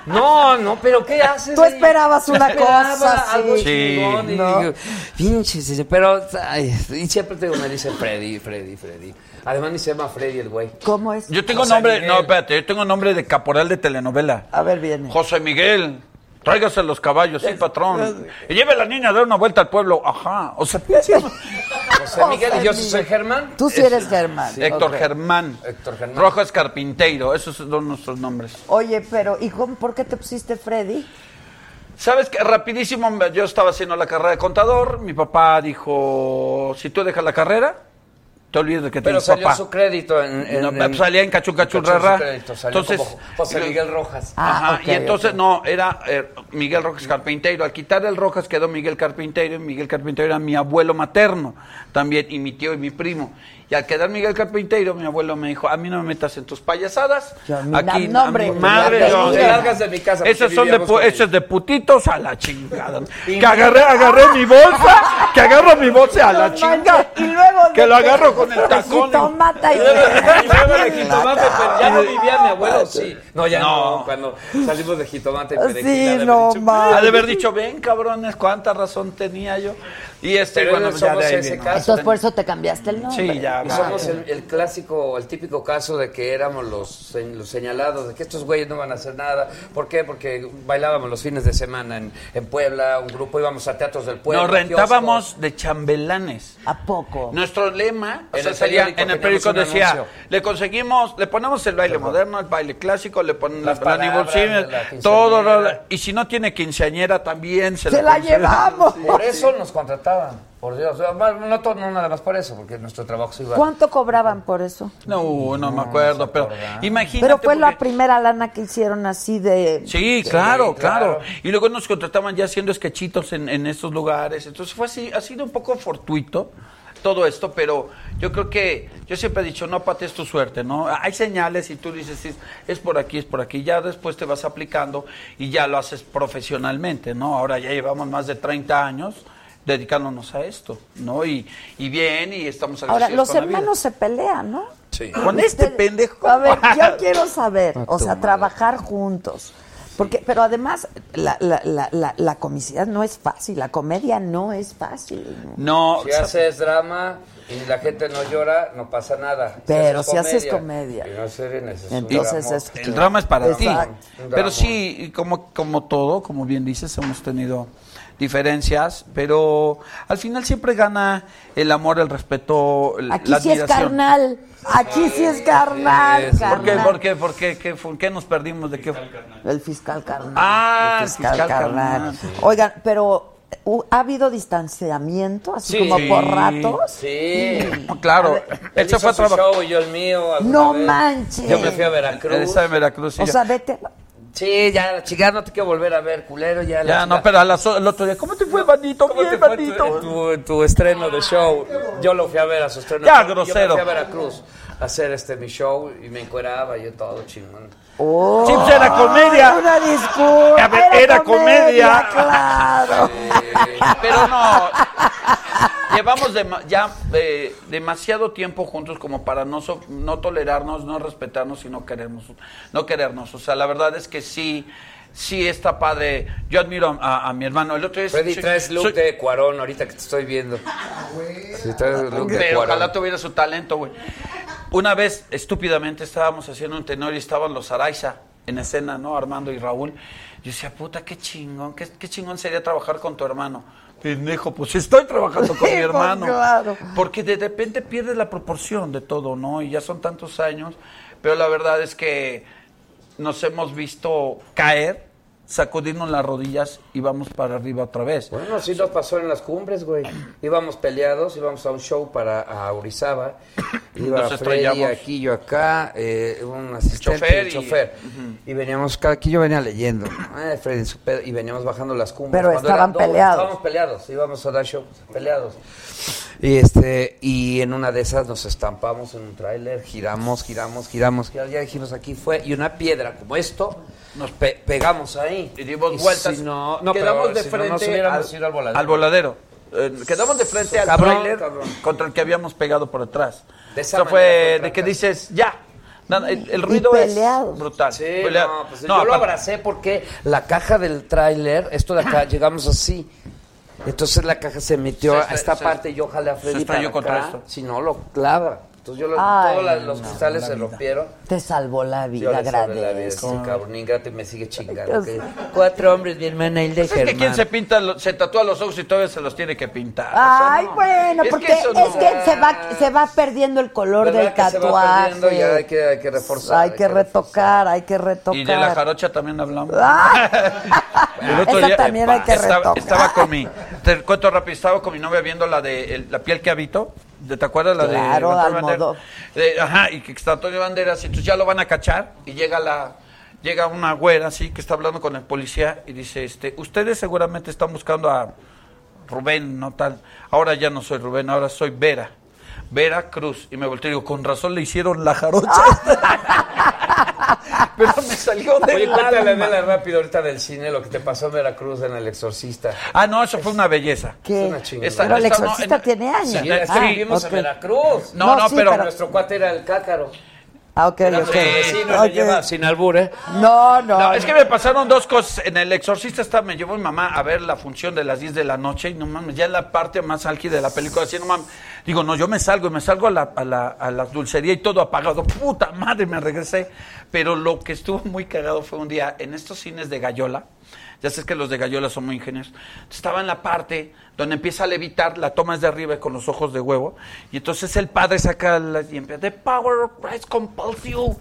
[SPEAKER 10] No, no, pero ¿qué haces?
[SPEAKER 1] Tú esperabas
[SPEAKER 10] Yo
[SPEAKER 1] una
[SPEAKER 10] esperaba
[SPEAKER 1] cosa,
[SPEAKER 10] algo
[SPEAKER 1] sí.
[SPEAKER 10] chingón y
[SPEAKER 1] No.
[SPEAKER 10] digo, pinches, dice, pero ay, y siempre tengo, me dice Freddy, Freddy, Freddy. Además ni se llama Freddy el güey.
[SPEAKER 1] ¿Cómo es?
[SPEAKER 9] Yo tengo
[SPEAKER 10] José
[SPEAKER 9] nombre,
[SPEAKER 10] Miguel.
[SPEAKER 9] no, espérate, yo tengo nombre de caporal de telenovela.
[SPEAKER 1] A ver, viene.
[SPEAKER 9] José Miguel, tráigase los caballos, sí, patrón. Y lleve a la niña a dar una vuelta al pueblo. Ajá. O sea, pinche-
[SPEAKER 10] José Miguel Ah, y yo soy Germán.
[SPEAKER 1] Tú sí eres Germán.
[SPEAKER 9] Héctor
[SPEAKER 1] Ok.
[SPEAKER 9] Germán.
[SPEAKER 10] Héctor Germán.
[SPEAKER 9] Rojo Escarpinteiro, esos son nuestros nombres.
[SPEAKER 1] Oye, pero ¿y cómo- por qué te pusiste Freddy?
[SPEAKER 9] ¿Sabes qué? Rapidísimo, me- yo estaba haciendo la carrera de contador. Mi papá dijo, si tú dejas la carrera, te olvides de que
[SPEAKER 10] Pero
[SPEAKER 9] tienes
[SPEAKER 10] salió
[SPEAKER 9] papá.
[SPEAKER 10] su crédito en, en-
[SPEAKER 9] No,
[SPEAKER 10] en-
[SPEAKER 9] salía en Cachú Cachú
[SPEAKER 10] Cachú su
[SPEAKER 9] Rarra.
[SPEAKER 10] crédito, salió
[SPEAKER 9] Entonces,
[SPEAKER 10] como José
[SPEAKER 9] yo-
[SPEAKER 10] Miguel Rojas.
[SPEAKER 1] Ah,
[SPEAKER 9] Ajá, y entonces no, era eh, Miguel Rojas Carpinteiro. Al quitar el Rojas quedó Miguel Carpinteiro y Miguel Carpinteiro era mi abuelo materno también y mi tío y mi primo. Y al quedar Miguel Carpinteiro, mi abuelo me dijo, a mí no me metas en tus payasadas.
[SPEAKER 1] mí
[SPEAKER 9] Aquí,
[SPEAKER 1] na- nombre,
[SPEAKER 9] a mi
[SPEAKER 1] ni
[SPEAKER 9] madre,
[SPEAKER 1] apellido.
[SPEAKER 9] no,
[SPEAKER 1] Te
[SPEAKER 9] sí.
[SPEAKER 10] largas de mi casa, porque
[SPEAKER 9] Esos son de,
[SPEAKER 10] vivíamos
[SPEAKER 9] pu-
[SPEAKER 10] con
[SPEAKER 9] esos de putitos a la chingada. que agarré, agarré
[SPEAKER 10] ¡ah!
[SPEAKER 9] mi bolsa, que agarro mi bolsa a la
[SPEAKER 1] No
[SPEAKER 9] chingada.
[SPEAKER 1] manches, Y luego
[SPEAKER 9] Que
[SPEAKER 1] de-
[SPEAKER 9] lo agarro con el tacón.
[SPEAKER 1] jitomata y-
[SPEAKER 10] Y luego de jitomate, pero ya no vivía mi
[SPEAKER 9] Ah,
[SPEAKER 10] abuelo, sí. No, ya no, cuando salimos de jitomate y perejil.
[SPEAKER 1] Sí,
[SPEAKER 10] ha de
[SPEAKER 1] no
[SPEAKER 10] haber dicho,
[SPEAKER 1] mames.
[SPEAKER 9] Ha de haber dicho, ven cabrones, cuánta razón tenía yo. Y este,
[SPEAKER 10] Pero
[SPEAKER 9] bueno,
[SPEAKER 10] no
[SPEAKER 9] ya de
[SPEAKER 10] somos
[SPEAKER 9] ahí
[SPEAKER 10] ese
[SPEAKER 9] vino.
[SPEAKER 10] caso. ¿eh?
[SPEAKER 1] Entonces por eso te cambiaste el nombre.
[SPEAKER 9] Sí, ya.
[SPEAKER 10] Y
[SPEAKER 9] va.
[SPEAKER 10] somos el, el clásico, el típico caso de que éramos los, se- los señalados, de que estos güeyes no van a hacer nada. ¿Por qué? Porque bailábamos los fines de semana en, en Puebla, un grupo, íbamos a teatros del pueblo.
[SPEAKER 9] Nos rentábamos de chambelanes.
[SPEAKER 1] ¿A poco?
[SPEAKER 9] Nuestro lema, o
[SPEAKER 10] En
[SPEAKER 9] sea,
[SPEAKER 10] el
[SPEAKER 9] sería-
[SPEAKER 10] periódico
[SPEAKER 9] en el
[SPEAKER 10] teníamos
[SPEAKER 9] periódico
[SPEAKER 10] un
[SPEAKER 9] decía,
[SPEAKER 10] anuncio.
[SPEAKER 9] le conseguimos, le ponemos el baile moderno, el baile clásico, le ponemos
[SPEAKER 10] Las
[SPEAKER 9] la- la
[SPEAKER 10] palabras,
[SPEAKER 9] nivolcina,
[SPEAKER 10] la quinceañera.
[SPEAKER 9] todo. lo- lo- y si no tiene quinceañera también se,
[SPEAKER 1] ¡Se la
[SPEAKER 9] concede.
[SPEAKER 1] llevamos!
[SPEAKER 10] kioscos. Por eso nos contrataban, por Dios. Además, No, to- no nada más por eso, porque nuestro trabajo se iba...
[SPEAKER 1] ¿Cuánto cobraban por eso?
[SPEAKER 9] No, no, me acuerdo, pero imagínate.
[SPEAKER 1] Pero fue la
[SPEAKER 9] porque-
[SPEAKER 1] primera lana que hicieron así de...
[SPEAKER 9] Sí, claro,
[SPEAKER 10] claro.
[SPEAKER 9] claro, Y luego nos contrataban ya haciendo esquechitos en, en estos lugares. Entonces fue así, ha sido un poco fortuito todo esto, pero yo creo que yo siempre he dicho, no patees tu suerte, ¿no? Hay señales y tú dices, es, es por aquí, es por aquí. Ya después te vas aplicando y ya lo haces profesionalmente, ¿no? Ahora ya llevamos más de 30 años dedicándonos a esto, ¿no? Y, y bien, y estamos
[SPEAKER 1] Ahora,
[SPEAKER 9] agradecidos
[SPEAKER 1] los
[SPEAKER 9] con la vida.
[SPEAKER 1] hermanos se pelean, ¿no?
[SPEAKER 10] Sí.
[SPEAKER 9] Con este pendejo.
[SPEAKER 1] A ver, yo quiero saber,
[SPEAKER 10] A
[SPEAKER 1] o
[SPEAKER 10] tu
[SPEAKER 1] sea,
[SPEAKER 10] madre.
[SPEAKER 1] trabajar juntos. Porque, pero además, la, la, la, la, la comicidad no es fácil, la comedia no es fácil. ¿no?
[SPEAKER 9] No,
[SPEAKER 10] Si haces drama y la gente no llora, no pasa nada.
[SPEAKER 1] Pero si haces comedia.
[SPEAKER 10] y no hacer en ese-
[SPEAKER 1] Entonces
[SPEAKER 10] drama.
[SPEAKER 1] es-
[SPEAKER 9] El drama es para
[SPEAKER 1] Exacto.
[SPEAKER 9] ti. Pero sí, y como, como todo, como bien dices, hemos tenido diferencias, pero al final siempre gana el amor, el respeto, el-
[SPEAKER 1] Aquí
[SPEAKER 9] la
[SPEAKER 1] sí es
[SPEAKER 9] admiración.
[SPEAKER 1] carnal, aquí sí es carnal,
[SPEAKER 9] ¿Por qué?
[SPEAKER 1] carnal.
[SPEAKER 9] ¿Por qué? ¿Por qué? ¿Qué, fu- qué nos perdimos? ¿De qué?
[SPEAKER 1] El fiscal carnal.
[SPEAKER 9] Ah,
[SPEAKER 1] el fiscal,
[SPEAKER 9] fiscal
[SPEAKER 1] carnal.
[SPEAKER 9] carnal, sí.
[SPEAKER 1] Oigan, pero ¿hu- ¿ha habido distanciamiento así
[SPEAKER 10] Sí.
[SPEAKER 1] como por
[SPEAKER 9] Sí. Mm,
[SPEAKER 1] ratos?
[SPEAKER 10] Sí.
[SPEAKER 9] Claro,
[SPEAKER 10] Él
[SPEAKER 9] él
[SPEAKER 10] hizo
[SPEAKER 9] se fue a
[SPEAKER 10] su
[SPEAKER 9] trabajar.
[SPEAKER 10] show y yo el mío. alguna
[SPEAKER 1] No
[SPEAKER 10] vez.
[SPEAKER 1] manches.
[SPEAKER 10] Yo me fui a Veracruz.
[SPEAKER 9] Él está en Veracruz. y
[SPEAKER 1] O
[SPEAKER 9] ya.
[SPEAKER 1] sea, vete.
[SPEAKER 10] Sí, ya, la chingada, no te quiero volver a ver, culero, ya. la
[SPEAKER 9] Ya, no,
[SPEAKER 10] chingada.
[SPEAKER 9] pero a las o- el otro día, ¿cómo te fue, bandito? Bien, bandito.
[SPEAKER 10] Tu, eh, tu estreno de show, yo lo fui a ver a su estreno.
[SPEAKER 9] Ya,
[SPEAKER 10] Yo me
[SPEAKER 9] grosero.
[SPEAKER 10] fui a Veracruz a hacer este, mi show y me encueraba yo todo chingón.
[SPEAKER 9] Chips era comedia.
[SPEAKER 1] Una disculpa.
[SPEAKER 9] A ver, era comedia.
[SPEAKER 1] Claro.
[SPEAKER 9] Pero no. Llevamos dema- ya eh, demasiado tiempo juntos como para no, so- no tolerarnos, no respetarnos y no querernos, no querernos. O sea, la verdad es que sí, sí está padre. Yo admiro a, a- a mi hermano. El otro es
[SPEAKER 10] Freddy, traes look de Cuarón ahorita que te estoy viendo. Sí, traes look de
[SPEAKER 9] Pero
[SPEAKER 10] Cuarón.
[SPEAKER 9] ojalá tuviera su talento, güey. Una vez, estúpidamente, estábamos haciendo un tenor y estaban los Araiza en escena, ¿no? Armando y Raúl. Yo decía, puta, qué chingón, qué, qué chingón sería trabajar con tu hermano. Pendejo, pues estoy trabajando con mi
[SPEAKER 1] Sí, pues,
[SPEAKER 9] hermano.
[SPEAKER 1] claro.
[SPEAKER 9] Porque de repente pierdes la proporción de todo, ¿no? Y ya son tantos años, pero la verdad es que nos hemos visto caer, sacudirnos las rodillas y vamos para arriba otra vez.
[SPEAKER 10] Bueno, así nos pasó en las cumbres, güey. Íbamos peleados, íbamos a un show para a Orizaba. Iba
[SPEAKER 9] Nos
[SPEAKER 10] Freddy
[SPEAKER 9] estrellamos.
[SPEAKER 10] aquí, yo acá, eh, un asistente,
[SPEAKER 9] chofer
[SPEAKER 10] un
[SPEAKER 9] y-
[SPEAKER 10] chofer. Y veníamos, cada aquí yo venía leyendo, eh, Freddy en su pedo, y veníamos bajando las cumbres.
[SPEAKER 1] Pero
[SPEAKER 10] Cuando
[SPEAKER 1] estaban
[SPEAKER 10] eran dos,
[SPEAKER 1] peleados.
[SPEAKER 10] Estábamos peleados, íbamos a dar show peleados. Y este y en una de esas nos estampamos en un tráiler, giramos, giramos, giramos, giramos, ya dijimos aquí fue y una piedra como esto nos pe- pegamos ahí
[SPEAKER 9] y dimos
[SPEAKER 10] Y
[SPEAKER 9] vueltas.
[SPEAKER 10] si no, no,
[SPEAKER 9] quedamos
[SPEAKER 10] pero
[SPEAKER 9] de
[SPEAKER 10] si no,
[SPEAKER 9] frente
[SPEAKER 10] nos hubiéramos
[SPEAKER 9] al,
[SPEAKER 10] ido al voladero.
[SPEAKER 9] al voladero. Eh, quedamos de frente al
[SPEAKER 10] Cabrón,
[SPEAKER 9] tráiler
[SPEAKER 10] cabrón.
[SPEAKER 9] contra el que habíamos pegado por atrás.
[SPEAKER 10] De esa
[SPEAKER 9] Eso
[SPEAKER 10] manera fue
[SPEAKER 9] fue
[SPEAKER 10] el
[SPEAKER 9] de que
[SPEAKER 10] trancas.
[SPEAKER 9] dices, ya. Nada, el, el ruido es brutal.
[SPEAKER 10] Sí,
[SPEAKER 9] Pelea-
[SPEAKER 10] no, pues
[SPEAKER 9] no,
[SPEAKER 10] yo
[SPEAKER 9] aparte-
[SPEAKER 10] lo abracé porque la caja del tráiler, esto de acá, llegamos así. Entonces la caja Ah. se metió
[SPEAKER 9] Se
[SPEAKER 10] a
[SPEAKER 9] estra-
[SPEAKER 10] esta
[SPEAKER 9] se-
[SPEAKER 10] parte y yo jalé a Freddy
[SPEAKER 9] se estrelló
[SPEAKER 10] para
[SPEAKER 9] contra
[SPEAKER 10] acá,
[SPEAKER 9] esto.
[SPEAKER 10] Si no, lo clava. Entonces yo lo-
[SPEAKER 1] Ay,
[SPEAKER 10] todos la- los
[SPEAKER 1] no,
[SPEAKER 10] cristales
[SPEAKER 1] la
[SPEAKER 10] se
[SPEAKER 1] vida.
[SPEAKER 10] rompieron.
[SPEAKER 1] Te salvó la
[SPEAKER 10] Yo
[SPEAKER 1] vida,
[SPEAKER 10] le salvé la vida,
[SPEAKER 1] agradezco.
[SPEAKER 10] ese cabrón ingrato y me sigue chingando.
[SPEAKER 1] Dios.
[SPEAKER 10] que Cuatro hombres, mi hermana Hilda y
[SPEAKER 9] Pues Es que quien
[SPEAKER 10] Germán.
[SPEAKER 9] se pinta, lo- se tatúa los ojos y todavía se los tiene que pintar. O sea,
[SPEAKER 1] Ay,
[SPEAKER 9] no. Es
[SPEAKER 1] bueno,
[SPEAKER 9] que
[SPEAKER 1] porque
[SPEAKER 9] eso
[SPEAKER 1] es
[SPEAKER 9] no-
[SPEAKER 1] que se va, se va perdiendo el color
[SPEAKER 10] ¿Verdad
[SPEAKER 1] del
[SPEAKER 10] que se va perdiendo?
[SPEAKER 1] tatuaje.
[SPEAKER 10] Ya hay que- hay que reforzar,
[SPEAKER 1] Hay
[SPEAKER 10] hay
[SPEAKER 1] que
[SPEAKER 10] que
[SPEAKER 1] retocar, hay que retocar.
[SPEAKER 9] Y de la jarocha también hablamos. El otro
[SPEAKER 1] Ah. Esa
[SPEAKER 9] día- eh,
[SPEAKER 1] también hay que
[SPEAKER 9] estaba,
[SPEAKER 1] retocar.
[SPEAKER 9] estaba con mi, te cuento rápido, estaba con mi novia viendo la de el- la piel que habito. ¿Te te acuerdas la
[SPEAKER 1] Claro,
[SPEAKER 9] de Antonio
[SPEAKER 1] Almodó.
[SPEAKER 9] Banderas? De- ajá, y que está Antonio Banderas, y entonces ya lo van a cachar y llega la llega una güera así que está hablando con el policía y dice, este, ustedes seguramente están buscando a Rubén, no tal. Ahora ya no soy Rubén, ahora soy Vera. Vera Cruz. Y me volteé y digo, con razón le hicieron la jarocha.
[SPEAKER 1] Ah.
[SPEAKER 9] Pero me salió de
[SPEAKER 10] Oye, cuéntale, Adela, rápido ahorita del cine, lo que te pasó en Veracruz en El Exorcista.
[SPEAKER 9] Ah, no, eso fue una belleza.
[SPEAKER 1] ¿Qué?
[SPEAKER 10] una chingada.
[SPEAKER 9] Esta-
[SPEAKER 1] Pero el
[SPEAKER 9] esta no,
[SPEAKER 1] exorcista
[SPEAKER 9] en-
[SPEAKER 1] tiene años.
[SPEAKER 10] Sí,
[SPEAKER 9] Sí,
[SPEAKER 10] es que
[SPEAKER 9] ah,
[SPEAKER 10] vivimos
[SPEAKER 1] ok.
[SPEAKER 10] en Veracruz.
[SPEAKER 9] No, no,
[SPEAKER 1] sí,
[SPEAKER 9] pero-
[SPEAKER 10] Nuestro cuate era el cácaro.
[SPEAKER 1] Ah, ok,
[SPEAKER 10] Era
[SPEAKER 1] ok.
[SPEAKER 10] nuestro vecino,
[SPEAKER 1] Ok.
[SPEAKER 10] le lleva sin albur, ¿eh?
[SPEAKER 1] No, no.
[SPEAKER 9] No, es que me pasaron dos cosas. En El Exorcista está, me llevó mi mamá a ver la función de las 10 de la noche y no mames, ya en la parte más álgida de la película, así no mames. Digo, no, yo me salgo y me salgo a la, a la, a la dulcería y todo apagado. Puta madre, me regresé. Pero lo que estuvo muy cagado fue un día en estos cines de Gallola. Ya sabes que los de Gallola son muy ingenieros. Estaba en la parte donde empieza a levitar, la toma es de arriba y con los ojos de huevo. Y entonces el padre saca la, y empieza, The power of Christ compels you. Wow,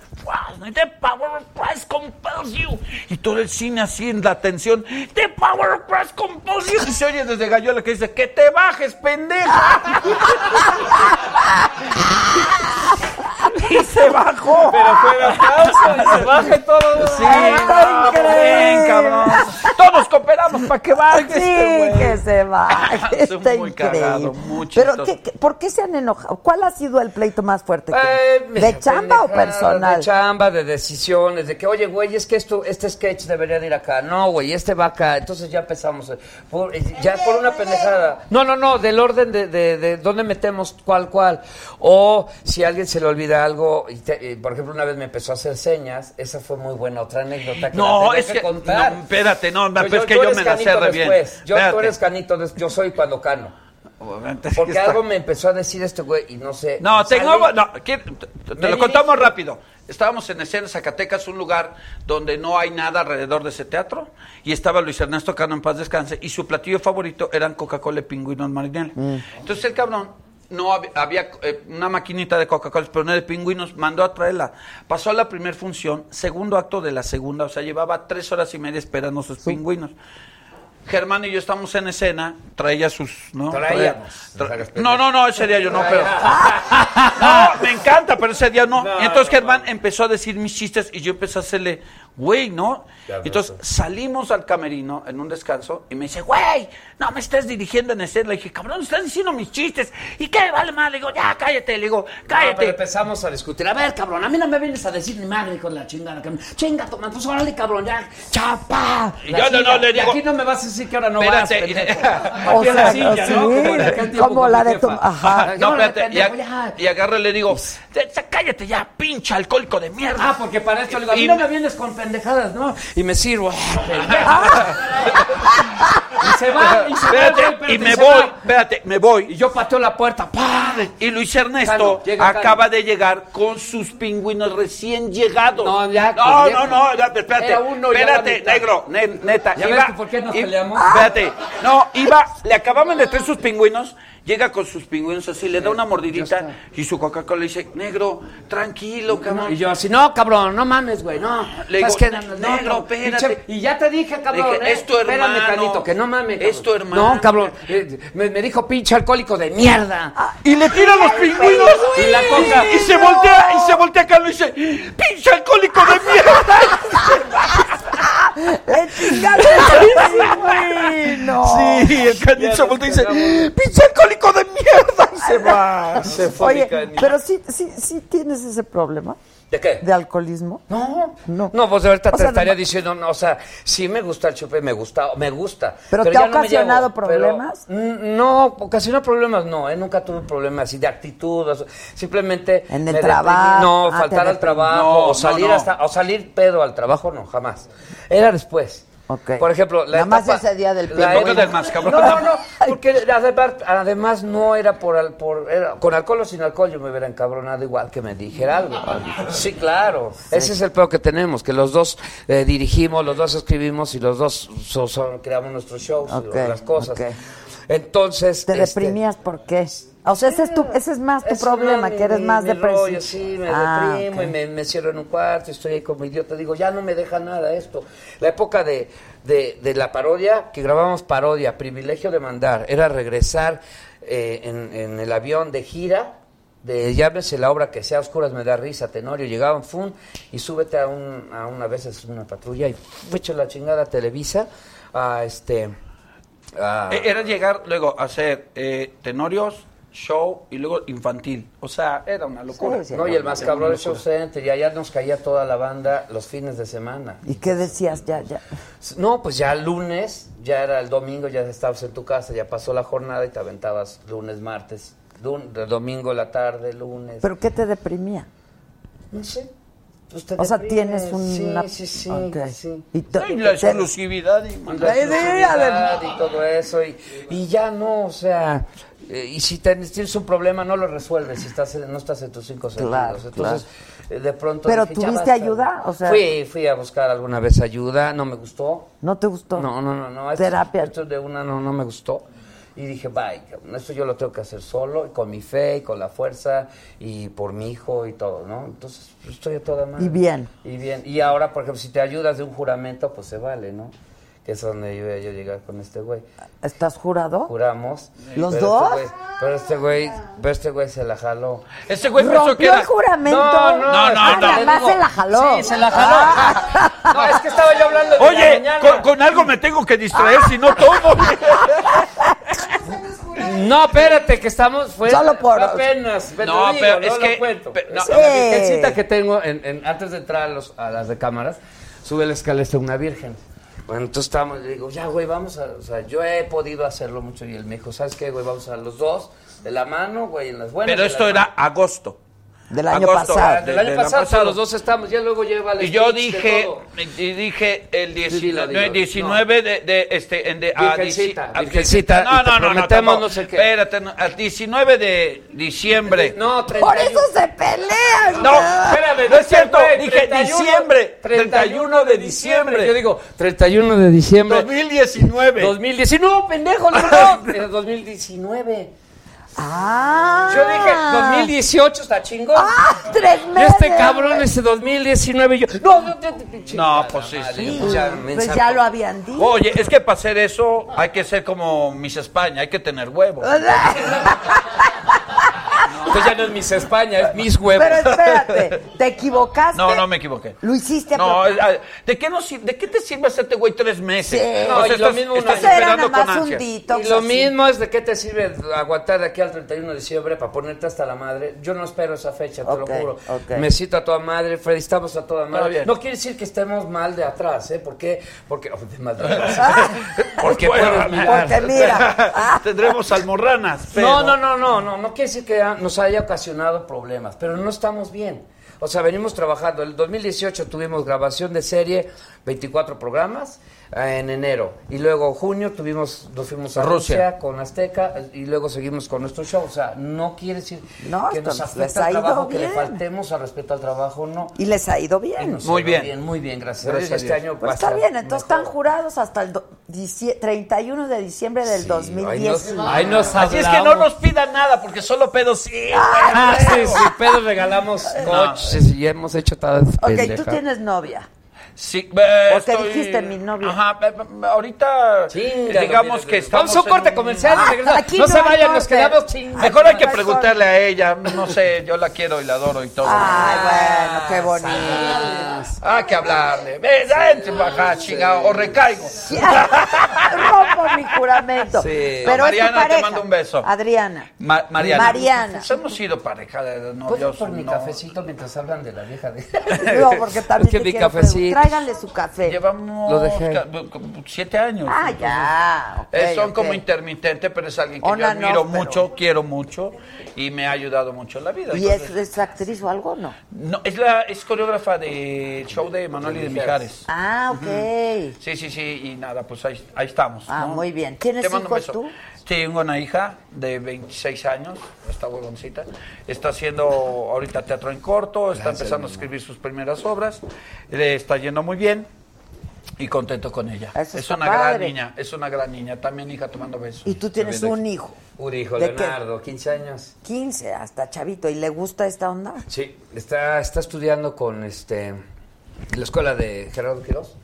[SPEAKER 9] The power of Christ compels you. Y todo el cine así en la atención, The power of Christ compels you. Y se oye desde Gallola que dice, que te bajes, pendeja. y se bajó.
[SPEAKER 10] Pero fue de aplauso y se baja y todo.
[SPEAKER 9] Sí,
[SPEAKER 1] Está
[SPEAKER 9] no, pues,
[SPEAKER 1] increíble.
[SPEAKER 9] bien, cabrón. Todos cooperamos para que
[SPEAKER 1] Sí,
[SPEAKER 9] bajes. este güey.
[SPEAKER 1] que se va.
[SPEAKER 10] Este
[SPEAKER 9] Estoy
[SPEAKER 1] Está
[SPEAKER 9] muy
[SPEAKER 1] increíble.
[SPEAKER 9] cagado, muy
[SPEAKER 1] Pero,
[SPEAKER 9] chistoso.
[SPEAKER 1] ¿qué- qué- ¿por qué se han enojado? ¿Cuál ha sido el pleito más fuerte? que-
[SPEAKER 10] Eh,
[SPEAKER 1] ¿De chamba o
[SPEAKER 10] pendejadas,
[SPEAKER 1] personal?
[SPEAKER 10] De chamba, de decisiones, de que, oye, güey, es que esto, este sketch debería de ir acá. No, güey, este va acá. Entonces ya empezamos. eh, por- eh, ya por una pendejada. No, no, no, del orden de, de, de dónde metemos cuál, cuál. O si a alguien se le olvida algo, y te- eh, por ejemplo, una vez me empezó a hacer señas. Esa fue muy buena, otra anécdota. Que la
[SPEAKER 9] No,
[SPEAKER 10] tenía
[SPEAKER 9] es que.
[SPEAKER 10] contar.
[SPEAKER 9] no, espérate, no,
[SPEAKER 10] Pero
[SPEAKER 9] pero es que yo
[SPEAKER 10] eres
[SPEAKER 9] me la
[SPEAKER 10] canito
[SPEAKER 9] sé re bien.
[SPEAKER 10] después. Yo, tú
[SPEAKER 9] Espérate.
[SPEAKER 10] eres canito, des- yo soy cuando cano.
[SPEAKER 9] Antes que
[SPEAKER 10] Porque
[SPEAKER 9] está-
[SPEAKER 10] algo me empezó a decir este güey y no sé.
[SPEAKER 9] No,
[SPEAKER 10] me sale-
[SPEAKER 9] tengo. No, ¿quién- te- te
[SPEAKER 10] Me
[SPEAKER 9] lo contamos
[SPEAKER 10] dirijo.
[SPEAKER 9] rápido. Estábamos en escena Zacatecas, un lugar donde no hay nada alrededor de ese teatro. Y estaba Luis Ernesto Cano en paz descanse. Y su platillo favorito eran Coca-Cola, pingüinos, marinela. Entonces el cabrón. No hab- había, eh, una maquinita de Coca-Cola, pero no de pingüinos, mandó a traerla. Pasó a la primera función, segundo acto de la segunda, o sea, llevaba tres horas y media esperando sus pingüinos. Germán y yo estamos en escena, traía sus, ¿no?
[SPEAKER 11] Traíamos.
[SPEAKER 9] Tra- no, no, no, ese día yo no, pero. No, me encanta, pero ese día no. Y entonces Germán empezó a decir mis chistes y yo empecé a hacerle, güey, ¿no?
[SPEAKER 11] Ya,
[SPEAKER 9] Entonces salimos al camerino en un descanso y me dice, güey, no me estés dirigiendo en escena. Le dije, cabrón, estás diciendo mis chistes. ¿Y qué vale mal? Le digo, ya, cállate, le digo, cállate.
[SPEAKER 11] No, pero empezamos a discutir. A ver, cabrón, a mí no me vienes a decir ni madre con la chingada. cabrón. Chinga, toma, pues órale, cabrón, ya. Chapa.
[SPEAKER 9] Y
[SPEAKER 11] La
[SPEAKER 9] yo no,
[SPEAKER 11] silla.
[SPEAKER 9] no, le
[SPEAKER 11] Y
[SPEAKER 9] digo-
[SPEAKER 11] aquí no me vas a decir que ahora no
[SPEAKER 9] Espérate,
[SPEAKER 11] vas.
[SPEAKER 9] y-
[SPEAKER 11] pendejo.
[SPEAKER 9] O
[SPEAKER 11] Aquí en la
[SPEAKER 9] sea,
[SPEAKER 11] silla, ¿no?
[SPEAKER 9] sí.
[SPEAKER 11] Como en aquel tiempo
[SPEAKER 9] Como
[SPEAKER 11] con
[SPEAKER 9] la
[SPEAKER 11] tu
[SPEAKER 9] de
[SPEAKER 11] jefa.
[SPEAKER 9] tu- ajá.
[SPEAKER 11] Ah,
[SPEAKER 9] No,
[SPEAKER 11] órale,
[SPEAKER 9] espérate, y a-
[SPEAKER 11] pendejo, ya.
[SPEAKER 9] Y agarro y le digo, "Ya, ya, cállate ya, pinche alcohólico de mierda.
[SPEAKER 11] Ah, porque para esto le digo, a mí
[SPEAKER 9] Y- Ah,
[SPEAKER 11] no me vienes con pendejadas, ¿no? Y me sirvo. Ah, y se va, y se
[SPEAKER 9] Espérate,
[SPEAKER 11] va.
[SPEAKER 9] y me
[SPEAKER 11] se
[SPEAKER 9] voy,
[SPEAKER 11] va.
[SPEAKER 9] espérate, me voy. Y
[SPEAKER 11] yo pateo la puerta, ¡pam!
[SPEAKER 9] Y Luis Ernesto
[SPEAKER 11] Cano, llega Cano.
[SPEAKER 9] acaba de llegar con sus pingüinos recién llegados. No, ya, no,
[SPEAKER 11] pendejo.
[SPEAKER 9] no, ya, pues, espérate.
[SPEAKER 11] pues, Era uno, ya la
[SPEAKER 9] espérate,
[SPEAKER 11] mitad.
[SPEAKER 9] negro, ne- neta.
[SPEAKER 11] ¿Ya ves que por qué nos
[SPEAKER 9] i-
[SPEAKER 11] peleamos?
[SPEAKER 9] Espérate. No, iba, le acababan de traer sus pingüinos, llega con sus pingüinos así, le da una mordidita y su Coca-Cola le dice, negro, tranquilo, cabrón.
[SPEAKER 11] Y yo así, no, cabrón, no mames, güey, no.
[SPEAKER 9] Le digo,
[SPEAKER 11] ¿Sabes qué?
[SPEAKER 9] "Ne-
[SPEAKER 11] No, no,
[SPEAKER 9] negro,
[SPEAKER 11] no,
[SPEAKER 9] espérate".
[SPEAKER 11] pinche- Y ya te dije, cabrón.
[SPEAKER 9] Le dije,
[SPEAKER 11] eh,
[SPEAKER 9] "Es tu
[SPEAKER 11] Espérame,
[SPEAKER 9] hermano,
[SPEAKER 11] Canito, que no mames.
[SPEAKER 9] es
[SPEAKER 11] cabrón".
[SPEAKER 9] tu hermano.
[SPEAKER 11] No, cabrón. eh, me, me dijo pinche alcohólico de mierda.
[SPEAKER 9] Y le tira los pingüinos
[SPEAKER 11] Y la coca.
[SPEAKER 9] Y se voltea, y se voltea acá y dice, pinche alcohólico de mierda.
[SPEAKER 1] ¡Le chingaste al pingüino!
[SPEAKER 9] Sí, el Canito se voltea y dice, pinche alcohólico de mierda. Y se va, se fue.
[SPEAKER 1] Oye,
[SPEAKER 9] mi Canito.
[SPEAKER 1] pero sí, sí, sí tienes ese problema.
[SPEAKER 11] ¿De qué?
[SPEAKER 1] ¿De alcoholismo?
[SPEAKER 11] No.
[SPEAKER 1] No.
[SPEAKER 10] No, pues ahorita
[SPEAKER 1] O
[SPEAKER 10] te
[SPEAKER 1] sea,
[SPEAKER 10] estaría
[SPEAKER 1] no-
[SPEAKER 10] diciendo, no, o sea, sí me gusta el chupe, me gusta, me gusta.
[SPEAKER 1] ¿Pero te ha
[SPEAKER 10] ya no me llevo,
[SPEAKER 1] ocasionado
[SPEAKER 10] pero-
[SPEAKER 1] problemas?
[SPEAKER 10] Mm, no, ocasionó problemas, no, eh, nunca tuve problemas así de actitud, o sea, simplemente... En
[SPEAKER 1] el trabajo, ah,
[SPEAKER 10] No,
[SPEAKER 1] te
[SPEAKER 10] faltar al
[SPEAKER 1] deprimí.
[SPEAKER 10] trabajo,
[SPEAKER 1] No,
[SPEAKER 10] o salir
[SPEAKER 1] no, no.
[SPEAKER 10] hasta, o salir pedo al trabajo, no, jamás. Era después. Por ejemplo, la
[SPEAKER 1] Nada más
[SPEAKER 10] etapa-
[SPEAKER 1] ese día del
[SPEAKER 10] la
[SPEAKER 1] pingüino.
[SPEAKER 10] etapa-
[SPEAKER 9] del más, cabrón.
[SPEAKER 10] No, no, porque además, además no era por, al- por era- con alcohol o sin alcohol yo me hubiera encabronado igual que me dijera algo. Sí, claro. Ese es el peor que tenemos, que los dos eh, dirigimos, los dos escribimos y los dos so- so- creamos nuestros shows,
[SPEAKER 1] Ok,
[SPEAKER 10] las cosas.
[SPEAKER 1] ok.
[SPEAKER 10] Entonces,
[SPEAKER 1] ¿Te
[SPEAKER 10] este,
[SPEAKER 1] deprimías por qué? O sea, ese es, tu, ese es más tu
[SPEAKER 10] eso no
[SPEAKER 1] problema,
[SPEAKER 10] es
[SPEAKER 1] que eres
[SPEAKER 10] mi-
[SPEAKER 1] más
[SPEAKER 10] mi
[SPEAKER 1] depresivo.
[SPEAKER 10] rollo, sí, me
[SPEAKER 1] Ah,
[SPEAKER 10] deprimo
[SPEAKER 1] ok.
[SPEAKER 10] y me, me cierro en un cuarto y estoy ahí como idiota. Digo, ya no me deja nada esto. La época de, de, de la parodia, que grabamos parodia, privilegio de mandar, era regresar eh, en, en el avión de gira. De llámese la obra que sea a oscuras me da risa, Tenorio. Llegaban, fun, y súbete a, un, a una vez es una patrulla y echa la chingada a Televisa. A este. a-
[SPEAKER 9] Eh, Era llegar luego a hacer eh, tenorios, show y luego infantil. O sea, era una locura.
[SPEAKER 10] no, y el más cabrón es Show Center, y allá nos caía toda la banda los fines de semana.
[SPEAKER 1] ¿Y qué decías ya, ya?
[SPEAKER 10] No, pues ya lunes, ya era el domingo, ya estabas en tu casa, ya pasó la jornada y te aventabas lunes, martes, lun- de domingo la tarde, lunes.
[SPEAKER 1] ¿Pero qué te deprimía?
[SPEAKER 10] no sé. pues te
[SPEAKER 1] O sea,
[SPEAKER 10] deprimes,
[SPEAKER 1] tienes una...
[SPEAKER 10] Sí, sí, sí.
[SPEAKER 1] Ok.
[SPEAKER 10] sí.
[SPEAKER 1] Y to-
[SPEAKER 9] Y la
[SPEAKER 1] te-
[SPEAKER 9] exclusividad. y-
[SPEAKER 10] Y la
[SPEAKER 1] Sí,
[SPEAKER 10] exclusividad
[SPEAKER 1] además.
[SPEAKER 10] y todo eso, y, y ya no, o sea, eh, y si ten- tienes un problema no lo resuelves, si estás en- no estás en tus cinco sentidos.
[SPEAKER 1] Claro,
[SPEAKER 10] Entonces, eh, de pronto...
[SPEAKER 1] ¿Pero
[SPEAKER 10] dije, ya
[SPEAKER 1] tuviste
[SPEAKER 10] basta.
[SPEAKER 1] ayuda? O sea-
[SPEAKER 10] Fui, fui a buscar alguna vez ayuda, no me gustó.
[SPEAKER 1] ¿No te gustó?
[SPEAKER 10] No, no, no, no. Esto,
[SPEAKER 1] Terapia.
[SPEAKER 10] esto de una no, no me gustó. Y dije, bye, cabrón, esto yo lo tengo que hacer solo, y con mi fe, y con la fuerza, y por mi hijo y todo, ¿no? Entonces, pues, estoy a toda madre.
[SPEAKER 1] Y bien.
[SPEAKER 10] Y bien. Y ahora, por ejemplo, si te ayudas de un juramento, pues se vale, ¿no? Que es donde yo, yo llegar con este güey.
[SPEAKER 1] ¿Estás jurado?
[SPEAKER 10] Juramos.
[SPEAKER 1] ¿Los
[SPEAKER 10] pero
[SPEAKER 1] dos?
[SPEAKER 10] este güey- pero este güey, pero este güey se la jaló.
[SPEAKER 9] Ese güey pensó que
[SPEAKER 1] ¿Rompió
[SPEAKER 9] era.
[SPEAKER 1] el juramento?
[SPEAKER 10] No, no,
[SPEAKER 9] No, no,
[SPEAKER 10] Ah,
[SPEAKER 9] no.
[SPEAKER 10] le
[SPEAKER 1] Además
[SPEAKER 10] digo-
[SPEAKER 1] se la jaló. Ah,
[SPEAKER 10] Sí, se la jaló. No, es que estaba yo hablando de la
[SPEAKER 9] Oye,
[SPEAKER 10] mañana.
[SPEAKER 9] con, con algo me tengo que
[SPEAKER 10] Ah.
[SPEAKER 9] distraer, si no tomo.
[SPEAKER 10] No, espérate, que estamos fue
[SPEAKER 1] Solo por-
[SPEAKER 10] apenas.
[SPEAKER 9] No,
[SPEAKER 10] No,
[SPEAKER 9] pero
[SPEAKER 10] pero
[SPEAKER 9] es
[SPEAKER 10] es
[SPEAKER 9] que-
[SPEAKER 10] Lo cuento.
[SPEAKER 9] pe- no,
[SPEAKER 10] Es
[SPEAKER 9] no,
[SPEAKER 10] una
[SPEAKER 9] sí.
[SPEAKER 10] virgencita que tengo en- en- antes de entrar a, los- a las de cámaras, sube la escalera está una virgen. Bueno, entonces estábamos, le digo, ya, güey, vamos a. O sea, yo he podido hacerlo mucho y él me dijo, ¿sabes qué, güey? Vamos a los dos, de la mano, güey, en las buenas.
[SPEAKER 9] Pero
[SPEAKER 10] en las
[SPEAKER 9] esto era agosto.
[SPEAKER 1] Del año
[SPEAKER 9] Agosto,
[SPEAKER 1] pasado.
[SPEAKER 9] de-
[SPEAKER 10] El año
[SPEAKER 9] del
[SPEAKER 10] pasado, o sea, los dos estamos, ya luego lleva el
[SPEAKER 9] Y yo
[SPEAKER 10] speech de
[SPEAKER 9] dije,
[SPEAKER 10] todo.
[SPEAKER 9] y dije el
[SPEAKER 10] Dilo,
[SPEAKER 9] 19,
[SPEAKER 10] dilo, dilo.
[SPEAKER 9] 19 de, de, este, en de, a
[SPEAKER 10] Virgencita,
[SPEAKER 9] dieci- a
[SPEAKER 10] virgencita,
[SPEAKER 9] No,
[SPEAKER 10] y te
[SPEAKER 9] no, no, no,
[SPEAKER 10] prometemos
[SPEAKER 9] tampoco.
[SPEAKER 10] no sé qué.
[SPEAKER 9] Espérate, no, a 19 de diciembre.
[SPEAKER 10] No,
[SPEAKER 1] Por
[SPEAKER 10] 31.
[SPEAKER 1] eso se pelean.
[SPEAKER 9] No, espérame, no es cierto.
[SPEAKER 10] Güey,
[SPEAKER 9] Dije
[SPEAKER 10] 31,
[SPEAKER 9] diciembre, 31 de diciembre.
[SPEAKER 10] Yo digo, 31 de diciembre.
[SPEAKER 9] 2019.
[SPEAKER 10] 2019, pendejo, no, no, era 2019.
[SPEAKER 1] Ah.
[SPEAKER 10] Yo dije,
[SPEAKER 5] Ah.
[SPEAKER 10] 2018 está chingón.
[SPEAKER 1] Ah, tres
[SPEAKER 10] Y
[SPEAKER 1] meses.
[SPEAKER 10] este cabrón es de 2019 y yo. No, no, no, no,
[SPEAKER 9] No, pues sí. sí.
[SPEAKER 10] pues ya
[SPEAKER 1] Pues ya lo habían dicho.
[SPEAKER 9] Oye, es que para hacer eso hay que ser como Miss España, hay que tener huevos.
[SPEAKER 10] Entonces ya no es Miss España, es mis huevos.
[SPEAKER 1] Pero espérate, ¿te equivocaste?
[SPEAKER 9] No, no me equivoqué.
[SPEAKER 1] Lo hiciste a
[SPEAKER 9] No,
[SPEAKER 1] propósito.
[SPEAKER 9] eh, ¿de qué, nos sir- ¿de qué te sirve hacerte güey tres meses?
[SPEAKER 10] Sí. No,
[SPEAKER 9] O sea,
[SPEAKER 10] y lo
[SPEAKER 9] estás,
[SPEAKER 10] mismo una-
[SPEAKER 9] estás
[SPEAKER 10] Eso era
[SPEAKER 9] esperando
[SPEAKER 1] nada
[SPEAKER 9] con
[SPEAKER 1] más un
[SPEAKER 9] ansia.
[SPEAKER 1] di-
[SPEAKER 10] Y lo
[SPEAKER 1] así.
[SPEAKER 10] mismo es de qué te sirve aguantar de aquí al 31 de diciembre para ponerte hasta la madre. Yo no espero esa fecha, te
[SPEAKER 1] Ok,
[SPEAKER 10] lo juro.
[SPEAKER 1] ok.
[SPEAKER 10] Me cito a toda madre, felicitamos a toda
[SPEAKER 9] Está
[SPEAKER 10] madre.
[SPEAKER 9] bien.
[SPEAKER 10] No quiere decir que estemos mal de atrás, ¿eh? ¿Por qué? Porque. oh, de mal de atrás. Porque puedes mirar.
[SPEAKER 1] Porque mira.
[SPEAKER 9] Tendremos almorranas. Pero...
[SPEAKER 10] No, no, no, no, no, no quiere decir que ha- nos haya ocasionado problemas, pero no estamos bien. O sea, venimos trabajando. El 2018 tuvimos grabación de serie, 24 programas eh, en enero. Y luego junio tuvimos, nos fuimos a Rusia,
[SPEAKER 9] Rusia.
[SPEAKER 10] con Azteca eh, y luego seguimos con nuestro show. O sea, no quiere decir
[SPEAKER 1] No,
[SPEAKER 10] que
[SPEAKER 1] esto
[SPEAKER 10] nos
[SPEAKER 1] nos les
[SPEAKER 10] afecte
[SPEAKER 1] ha
[SPEAKER 10] al
[SPEAKER 1] ido
[SPEAKER 10] trabajo, que le
[SPEAKER 1] bien.
[SPEAKER 10] faltemos al respeto al trabajo, no.
[SPEAKER 1] Y les ha ido
[SPEAKER 10] Y
[SPEAKER 1] bien.
[SPEAKER 10] nos
[SPEAKER 9] Muy
[SPEAKER 10] ha ido
[SPEAKER 9] bien.
[SPEAKER 10] Muy bien, gracias. a
[SPEAKER 9] Gracias
[SPEAKER 10] Dios.
[SPEAKER 9] a
[SPEAKER 10] Este
[SPEAKER 9] Dios.
[SPEAKER 10] año
[SPEAKER 1] Pues
[SPEAKER 10] va a
[SPEAKER 1] está
[SPEAKER 10] estar
[SPEAKER 1] bien, entonces
[SPEAKER 10] mejor.
[SPEAKER 1] están jurados hasta el do- dicie- 31 de diciembre del 2010.
[SPEAKER 10] Ahí nos- ahí nos
[SPEAKER 9] Así es que no nos
[SPEAKER 10] hablamos.
[SPEAKER 9] pidan nada, porque solo pedo sí.
[SPEAKER 10] Ah, sí, sí, pero regalamos coches y hemos hecho todas
[SPEAKER 1] ok, tú
[SPEAKER 10] pendejadas.
[SPEAKER 1] tienes novia.
[SPEAKER 9] Sí, eh,
[SPEAKER 1] Porque
[SPEAKER 9] estoy-
[SPEAKER 1] dijiste, mi novio.
[SPEAKER 9] Ajá, eh, eh, ahorita
[SPEAKER 10] Chinga,
[SPEAKER 9] digamos que estamos.
[SPEAKER 10] Vamos a un
[SPEAKER 9] en
[SPEAKER 10] corte comercial y
[SPEAKER 1] Ah,
[SPEAKER 10] regresamos.
[SPEAKER 1] aquí
[SPEAKER 10] No,
[SPEAKER 1] no
[SPEAKER 10] se
[SPEAKER 1] hay
[SPEAKER 10] vayan, nos
[SPEAKER 1] corte.
[SPEAKER 10] quedamos chingados.
[SPEAKER 9] Mejor hay que
[SPEAKER 1] Ay,
[SPEAKER 9] preguntarle a ella, no sé, yo la quiero y la adoro y todo.
[SPEAKER 1] Ay, bueno, qué bonito.
[SPEAKER 9] Ah, que
[SPEAKER 10] eh,
[SPEAKER 9] hablarle. Ven, vente para acá, chingado, o recaigo.
[SPEAKER 1] Rompo mi juramento.
[SPEAKER 9] Sí.
[SPEAKER 1] Pero es tu
[SPEAKER 9] Mariana, te
[SPEAKER 1] pareja.
[SPEAKER 9] mando un beso.
[SPEAKER 1] Adriana.
[SPEAKER 9] Ma- Mariana.
[SPEAKER 1] Mariana.
[SPEAKER 9] Pues hemos sido pareja de
[SPEAKER 10] ¿Puedo
[SPEAKER 9] novios.
[SPEAKER 10] por mi
[SPEAKER 9] no.
[SPEAKER 10] cafecito mientras hablan de la vieja de...
[SPEAKER 1] No, porque también
[SPEAKER 10] Es que
[SPEAKER 1] te
[SPEAKER 10] mi
[SPEAKER 1] quiero
[SPEAKER 10] cafecito.
[SPEAKER 1] preguntar. Tráiganle su café.
[SPEAKER 9] Llevamos
[SPEAKER 10] Lo dejé.
[SPEAKER 9] ca- bu- bu- siete años.
[SPEAKER 1] Ah, ya.
[SPEAKER 9] Eh,
[SPEAKER 1] ok,
[SPEAKER 9] son
[SPEAKER 1] ok.
[SPEAKER 9] como intermitentes, pero es alguien que yo
[SPEAKER 1] Ona no,
[SPEAKER 9] admiro
[SPEAKER 1] pero-
[SPEAKER 9] mucho, quiero mucho y me ha ayudado mucho en la vida.
[SPEAKER 1] ¿Y es,
[SPEAKER 9] Entonces,
[SPEAKER 1] es actriz o algo no?
[SPEAKER 9] no, es, la, es coreógrafa de show de Manuel y de Mijares.
[SPEAKER 1] Ah, ok.
[SPEAKER 9] Sí, sí, sí, y nada, pues ahí, ahí estamos.
[SPEAKER 1] Ah,
[SPEAKER 9] ¿no?
[SPEAKER 1] muy bien. ¿Tienes
[SPEAKER 9] Te mando un
[SPEAKER 1] hijos
[SPEAKER 9] beso.
[SPEAKER 1] tú?
[SPEAKER 9] Tengo una hija de 26 años, está huevoncita. Está haciendo ahorita teatro en corto, está empezando a escribir sus primeras obras, le está yendo muy bien y contento con ella.
[SPEAKER 1] Eso
[SPEAKER 9] es
[SPEAKER 1] está
[SPEAKER 9] una gran
[SPEAKER 1] padre.
[SPEAKER 9] niña, es una gran niña. También hija tomando besos.
[SPEAKER 1] Y tú tienes un hijo,
[SPEAKER 10] Un hijo,
[SPEAKER 1] ¿De qué?
[SPEAKER 10] Leonardo, 15 años.
[SPEAKER 1] 15, hasta chavito, ¿y le gusta esta onda?
[SPEAKER 10] Sí, está, está estudiando con este la escuela de Gerardo Quirós,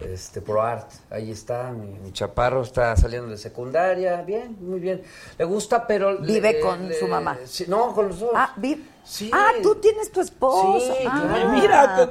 [SPEAKER 10] este, ProArt. Ahí está, mi, mi chaparro está saliendo de secundaria, bien, muy bien. Le gusta, pero... le-
[SPEAKER 1] ¿Vive
[SPEAKER 10] le-
[SPEAKER 1] con
[SPEAKER 10] le-
[SPEAKER 1] su mamá?
[SPEAKER 10] sí, no, con nosotros.
[SPEAKER 1] Ah, vi.
[SPEAKER 10] Sí.
[SPEAKER 1] Ah, tú tienes tu esposa.
[SPEAKER 10] Sí,
[SPEAKER 1] Ah.
[SPEAKER 10] claro. Mira,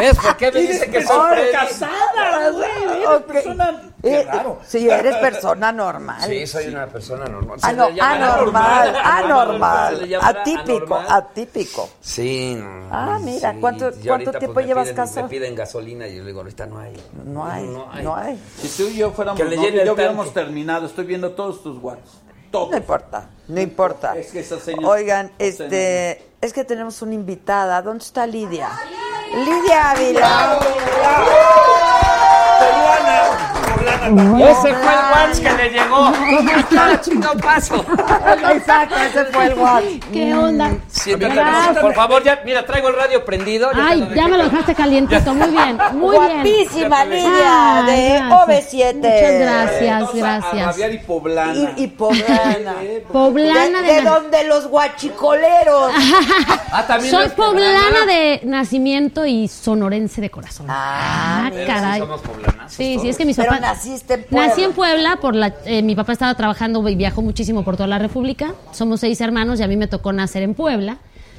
[SPEAKER 10] ¿Ves por qué me dice que soy
[SPEAKER 1] Ahora,
[SPEAKER 10] Freddy?
[SPEAKER 1] casada, güey. Eres persona.
[SPEAKER 10] raro.
[SPEAKER 1] eh, Sí, eres persona normal.
[SPEAKER 10] Sí, soy una persona normal.
[SPEAKER 1] Ah,
[SPEAKER 10] Se
[SPEAKER 1] no,
[SPEAKER 10] le llamará
[SPEAKER 1] anormal,
[SPEAKER 10] Se le
[SPEAKER 1] anormal,
[SPEAKER 10] llamará
[SPEAKER 1] atípico,
[SPEAKER 10] anormal.
[SPEAKER 1] atípico.
[SPEAKER 10] Sí. no,
[SPEAKER 1] Ah, mira,
[SPEAKER 10] sí.
[SPEAKER 1] ¿cuánto-
[SPEAKER 10] Y
[SPEAKER 1] cuánto
[SPEAKER 10] ahorita, pues,
[SPEAKER 1] tiempo
[SPEAKER 10] me
[SPEAKER 1] llevas
[SPEAKER 10] piden-
[SPEAKER 1] casado?
[SPEAKER 10] Me piden gasolina y yo le digo, ahorita no hay.
[SPEAKER 1] No hay, no hay.
[SPEAKER 9] Si tú y yo fuéramos
[SPEAKER 10] Que le llene
[SPEAKER 9] novios,
[SPEAKER 10] el
[SPEAKER 9] ya
[SPEAKER 10] tanque.
[SPEAKER 9] hubiéramos terminado. Estoy viendo todos tus guatos.
[SPEAKER 1] No
[SPEAKER 9] Todos.
[SPEAKER 1] importa, no importa.
[SPEAKER 9] Es que esa señora-
[SPEAKER 1] Oigan,
[SPEAKER 9] esa
[SPEAKER 1] este, es que tenemos una invitada. ¿Dónde está Lidia? Lidia Ávila.
[SPEAKER 10] Ese fue el Wans que le llegó. Está chingado paso.
[SPEAKER 1] Exacto, ese fue el WhatsApp.
[SPEAKER 12] ¿Qué onda?
[SPEAKER 10] Siéntate,
[SPEAKER 12] Gracias.
[SPEAKER 10] por favor, ya, mira, traigo el radio prendido. ya te
[SPEAKER 12] Ay,
[SPEAKER 10] lo dejé.
[SPEAKER 12] ya me lo dejaste calientito. Muy bien, muy bien.
[SPEAKER 1] Guapísima Lidia
[SPEAKER 12] Ay,
[SPEAKER 1] de
[SPEAKER 12] gracias.
[SPEAKER 1] OV7.
[SPEAKER 12] Muchas gracias,
[SPEAKER 9] Entonces, a
[SPEAKER 12] gracias.
[SPEAKER 9] rabiar y poblana.
[SPEAKER 1] Y, y
[SPEAKER 10] eh,
[SPEAKER 1] poblana.
[SPEAKER 12] Poblana
[SPEAKER 1] de,
[SPEAKER 12] de,
[SPEAKER 1] de
[SPEAKER 12] na-
[SPEAKER 1] donde los guachicoleros.
[SPEAKER 10] Ah, también
[SPEAKER 12] Soy
[SPEAKER 10] eres
[SPEAKER 12] poblana de nacimiento y sonorense de corazón. Ah,
[SPEAKER 10] Pero sí
[SPEAKER 12] caray.
[SPEAKER 10] somos poblanas.
[SPEAKER 12] Sí, sí, es que mis
[SPEAKER 1] Pero
[SPEAKER 12] papás.
[SPEAKER 1] naciste en Puebla.
[SPEAKER 12] Nací en Puebla, por la, eh, mi papá estaba trabajando y viajó muchísimo por toda la República. Somos seis hermanos y a mí me tocó nacer en Puebla.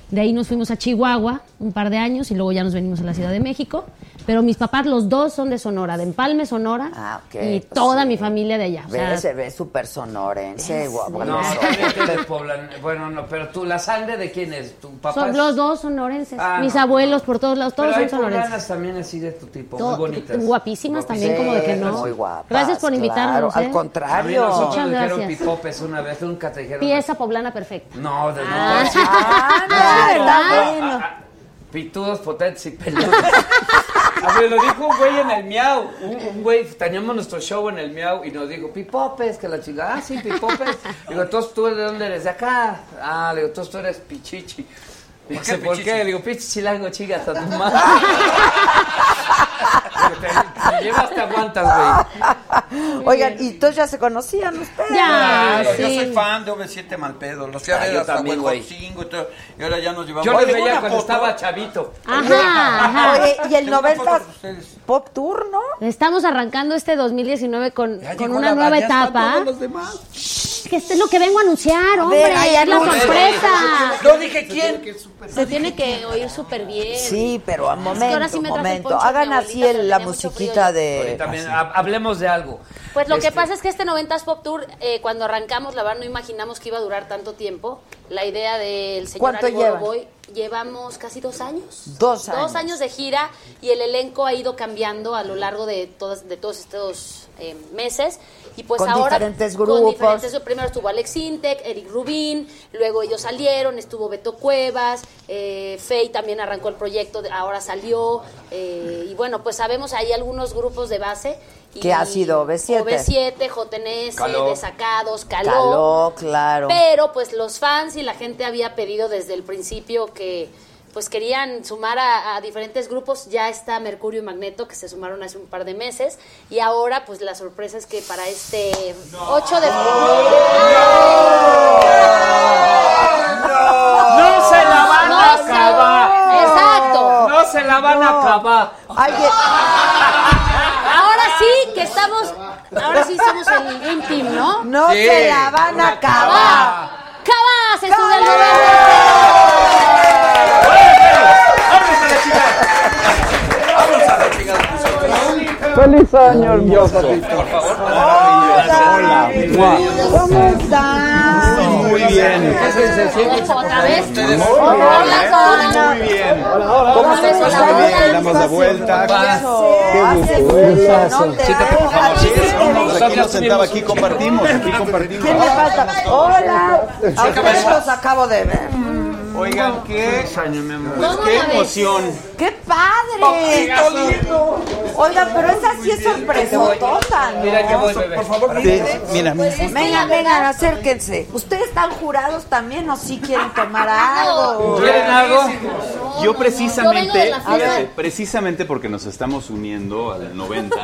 [SPEAKER 12] De ahí nos fuimos a Chihuahua un par de años y luego ya nos venimos a la Ciudad de México. Pero mis papás, los dos son de Sonora, de Empalme, Sonora.
[SPEAKER 1] Ah, ok,
[SPEAKER 12] Y
[SPEAKER 1] pues
[SPEAKER 12] toda
[SPEAKER 1] sí.
[SPEAKER 12] mi familia de allá. O
[SPEAKER 1] Ve,
[SPEAKER 12] sea,
[SPEAKER 1] se ve súper sonorense, guapo.
[SPEAKER 10] No, también tú eres poblana. Bueno, no, pero tú, ¿la sangre de quién es? ¿Tu papá?
[SPEAKER 12] son
[SPEAKER 10] es-
[SPEAKER 12] los dos sonorenses.
[SPEAKER 10] Ah,
[SPEAKER 12] mis
[SPEAKER 10] no.
[SPEAKER 12] abuelos por todos lados, todos
[SPEAKER 10] pero hay
[SPEAKER 12] son sonorenses.
[SPEAKER 10] poblanas también así de tu tipo,
[SPEAKER 12] Todo-
[SPEAKER 10] muy bonitas.
[SPEAKER 12] guapísimas también, como de que no.
[SPEAKER 1] Muy guapas,
[SPEAKER 12] Gracias por invitarnos.
[SPEAKER 1] claro,
[SPEAKER 12] ¿eh?
[SPEAKER 1] Al
[SPEAKER 10] A mí
[SPEAKER 1] contrario.
[SPEAKER 10] nosotros
[SPEAKER 12] Muchas
[SPEAKER 10] dijeron
[SPEAKER 12] gracias.
[SPEAKER 10] pipopes una vez, nunca te dijeron...
[SPEAKER 12] Pieza poblana perfecta.
[SPEAKER 10] No, de no.
[SPEAKER 1] Anda, está
[SPEAKER 10] No,
[SPEAKER 1] bueno.
[SPEAKER 10] a- a- Pitudos, potentes y peludos. A ver, lo dijo un güey en el miau. Un, un güey, teníamos nuestro show en el miau y nos dijo, pipopes, que la chingada, ah, sí, pipopes. Digo, entonces tú de dónde eres, de acá. Ah, le digo, entonces tú eres pichichi. Dice, ¿por qué? Le digo, pichichilango, chingas a tu madre. Digo, te, te llevas, te aguantas, güey.
[SPEAKER 1] Oigan, y entonces ya se conocían ustedes.
[SPEAKER 9] Claro, Yo soy fan de V7 Malpedo. Los fui a
[SPEAKER 10] Ah,
[SPEAKER 9] ver
[SPEAKER 10] yo
[SPEAKER 9] hasta
[SPEAKER 10] también, güey.
[SPEAKER 9] Huejotzingo y todo. Y ahora ya nos llevamos.
[SPEAKER 10] Yo lo
[SPEAKER 9] Oye,
[SPEAKER 10] veía
[SPEAKER 9] una
[SPEAKER 10] cuando
[SPEAKER 9] foto.
[SPEAKER 10] estaba chavito.
[SPEAKER 13] Ajá, ajá.
[SPEAKER 1] Oye, y el
[SPEAKER 13] Tengo una foto
[SPEAKER 1] 90 Pop Tour, ¿no?
[SPEAKER 13] Estamos arrancando este 2019 con, con
[SPEAKER 1] llegó
[SPEAKER 13] una
[SPEAKER 1] la
[SPEAKER 13] nueva
[SPEAKER 1] Dani, ya están
[SPEAKER 13] etapa.
[SPEAKER 1] todos
[SPEAKER 13] Shh, Que este es lo que vengo a anunciar, hombre.
[SPEAKER 1] ver, ay,
[SPEAKER 13] es la
[SPEAKER 1] anúncialo.
[SPEAKER 13] sorpresa.
[SPEAKER 9] No dije quién.
[SPEAKER 13] Se tiene que oír súper bien.
[SPEAKER 1] Sí, pero a
[SPEAKER 13] Es que
[SPEAKER 1] momento,
[SPEAKER 13] ahora sí me traje el
[SPEAKER 1] momento.
[SPEAKER 13] poncho de mi
[SPEAKER 1] Hagan así
[SPEAKER 13] abuelita,
[SPEAKER 1] el-
[SPEAKER 13] pero
[SPEAKER 1] la
[SPEAKER 13] tenía mucho
[SPEAKER 1] musiquita
[SPEAKER 13] frío
[SPEAKER 1] de...
[SPEAKER 10] Ahorita también, ha- hablemos de algo.
[SPEAKER 13] Pues lo
[SPEAKER 10] Este-
[SPEAKER 13] que pasa es que este 90s Pop Tour, eh, cuando arrancamos, la verdad no imaginamos que iba a durar tanto tiempo. La idea del señor
[SPEAKER 1] ¿Cuánto
[SPEAKER 13] Ari
[SPEAKER 1] llevan?
[SPEAKER 13] Boroboy, llevamos casi dos años.
[SPEAKER 1] Dos años.
[SPEAKER 13] Dos años de gira y el elenco ha ido cambiando a lo largo de, todas, de todos estos eh, meses. Y pues
[SPEAKER 1] Con
[SPEAKER 13] ahora.
[SPEAKER 1] diferentes
[SPEAKER 13] con
[SPEAKER 1] grupos.
[SPEAKER 13] diferentes- primero estuvo Alex Intec, Eric Rubín, luego ellos salieron, estuvo Beto Cuevas, eh, Fey también arrancó el proyecto, de- ahora salió. eh, y bueno, pues sabemos ahí algunos grupos de base. y-
[SPEAKER 1] Que ha sido OV7.
[SPEAKER 13] OV7, JNS,
[SPEAKER 1] Caló.
[SPEAKER 13] Desacados, Caló.
[SPEAKER 1] Caló, claro.
[SPEAKER 13] Pero pues los fans y la gente había pedido desde el principio que pues querían sumar a, a diferentes grupos. Ya está Mercurio y Magneto que se sumaron hace un par de meses y ahora pues la sorpresa es que para este 8 de
[SPEAKER 10] ¡No se la van a
[SPEAKER 13] No se-
[SPEAKER 10] acabar!
[SPEAKER 13] Exacto.
[SPEAKER 10] ¡No se la van a acabar!
[SPEAKER 13] Ahora sí que estamos ahora sí somos el Dream Team, ¿no?
[SPEAKER 1] No
[SPEAKER 10] Sí,
[SPEAKER 1] se la van a acabar.
[SPEAKER 13] ¡Cabas! ¡Se sube la
[SPEAKER 14] ¡Feliz año, hermoso!
[SPEAKER 1] ¿Cómo están?
[SPEAKER 14] Muy bien.
[SPEAKER 13] Otra vez.
[SPEAKER 14] Muy bien. ¿Cómo
[SPEAKER 1] pues,
[SPEAKER 14] estás? Muy bien, le damos la vuelta. Qué gusto. Nosotros sentaba aquí, compartimos, aquí compartimos.
[SPEAKER 1] ¿Quién le falta? Hola. A ustedes los acabo de ver.
[SPEAKER 13] Mm,
[SPEAKER 14] Oigan, qué, pues,
[SPEAKER 1] ¿Cómo
[SPEAKER 14] qué
[SPEAKER 1] la ves?
[SPEAKER 14] emoción.
[SPEAKER 1] ¡Qué padre! Oiga, pero esa sí es sorpresotota, ¿no?
[SPEAKER 14] Mira que voy, bebé.
[SPEAKER 1] Por favor,
[SPEAKER 14] Sí,
[SPEAKER 1] miren.
[SPEAKER 14] mira.
[SPEAKER 1] Vengan, vengan, acérquense. ¿Ustedes están jurados también o sí quieren tomar algo?
[SPEAKER 14] ¿Quieren algo? Yo
[SPEAKER 1] Yo vengo de
[SPEAKER 14] precisamente,
[SPEAKER 1] la fiesta.
[SPEAKER 14] fíjate, precisamente porque nos estamos uniendo al 90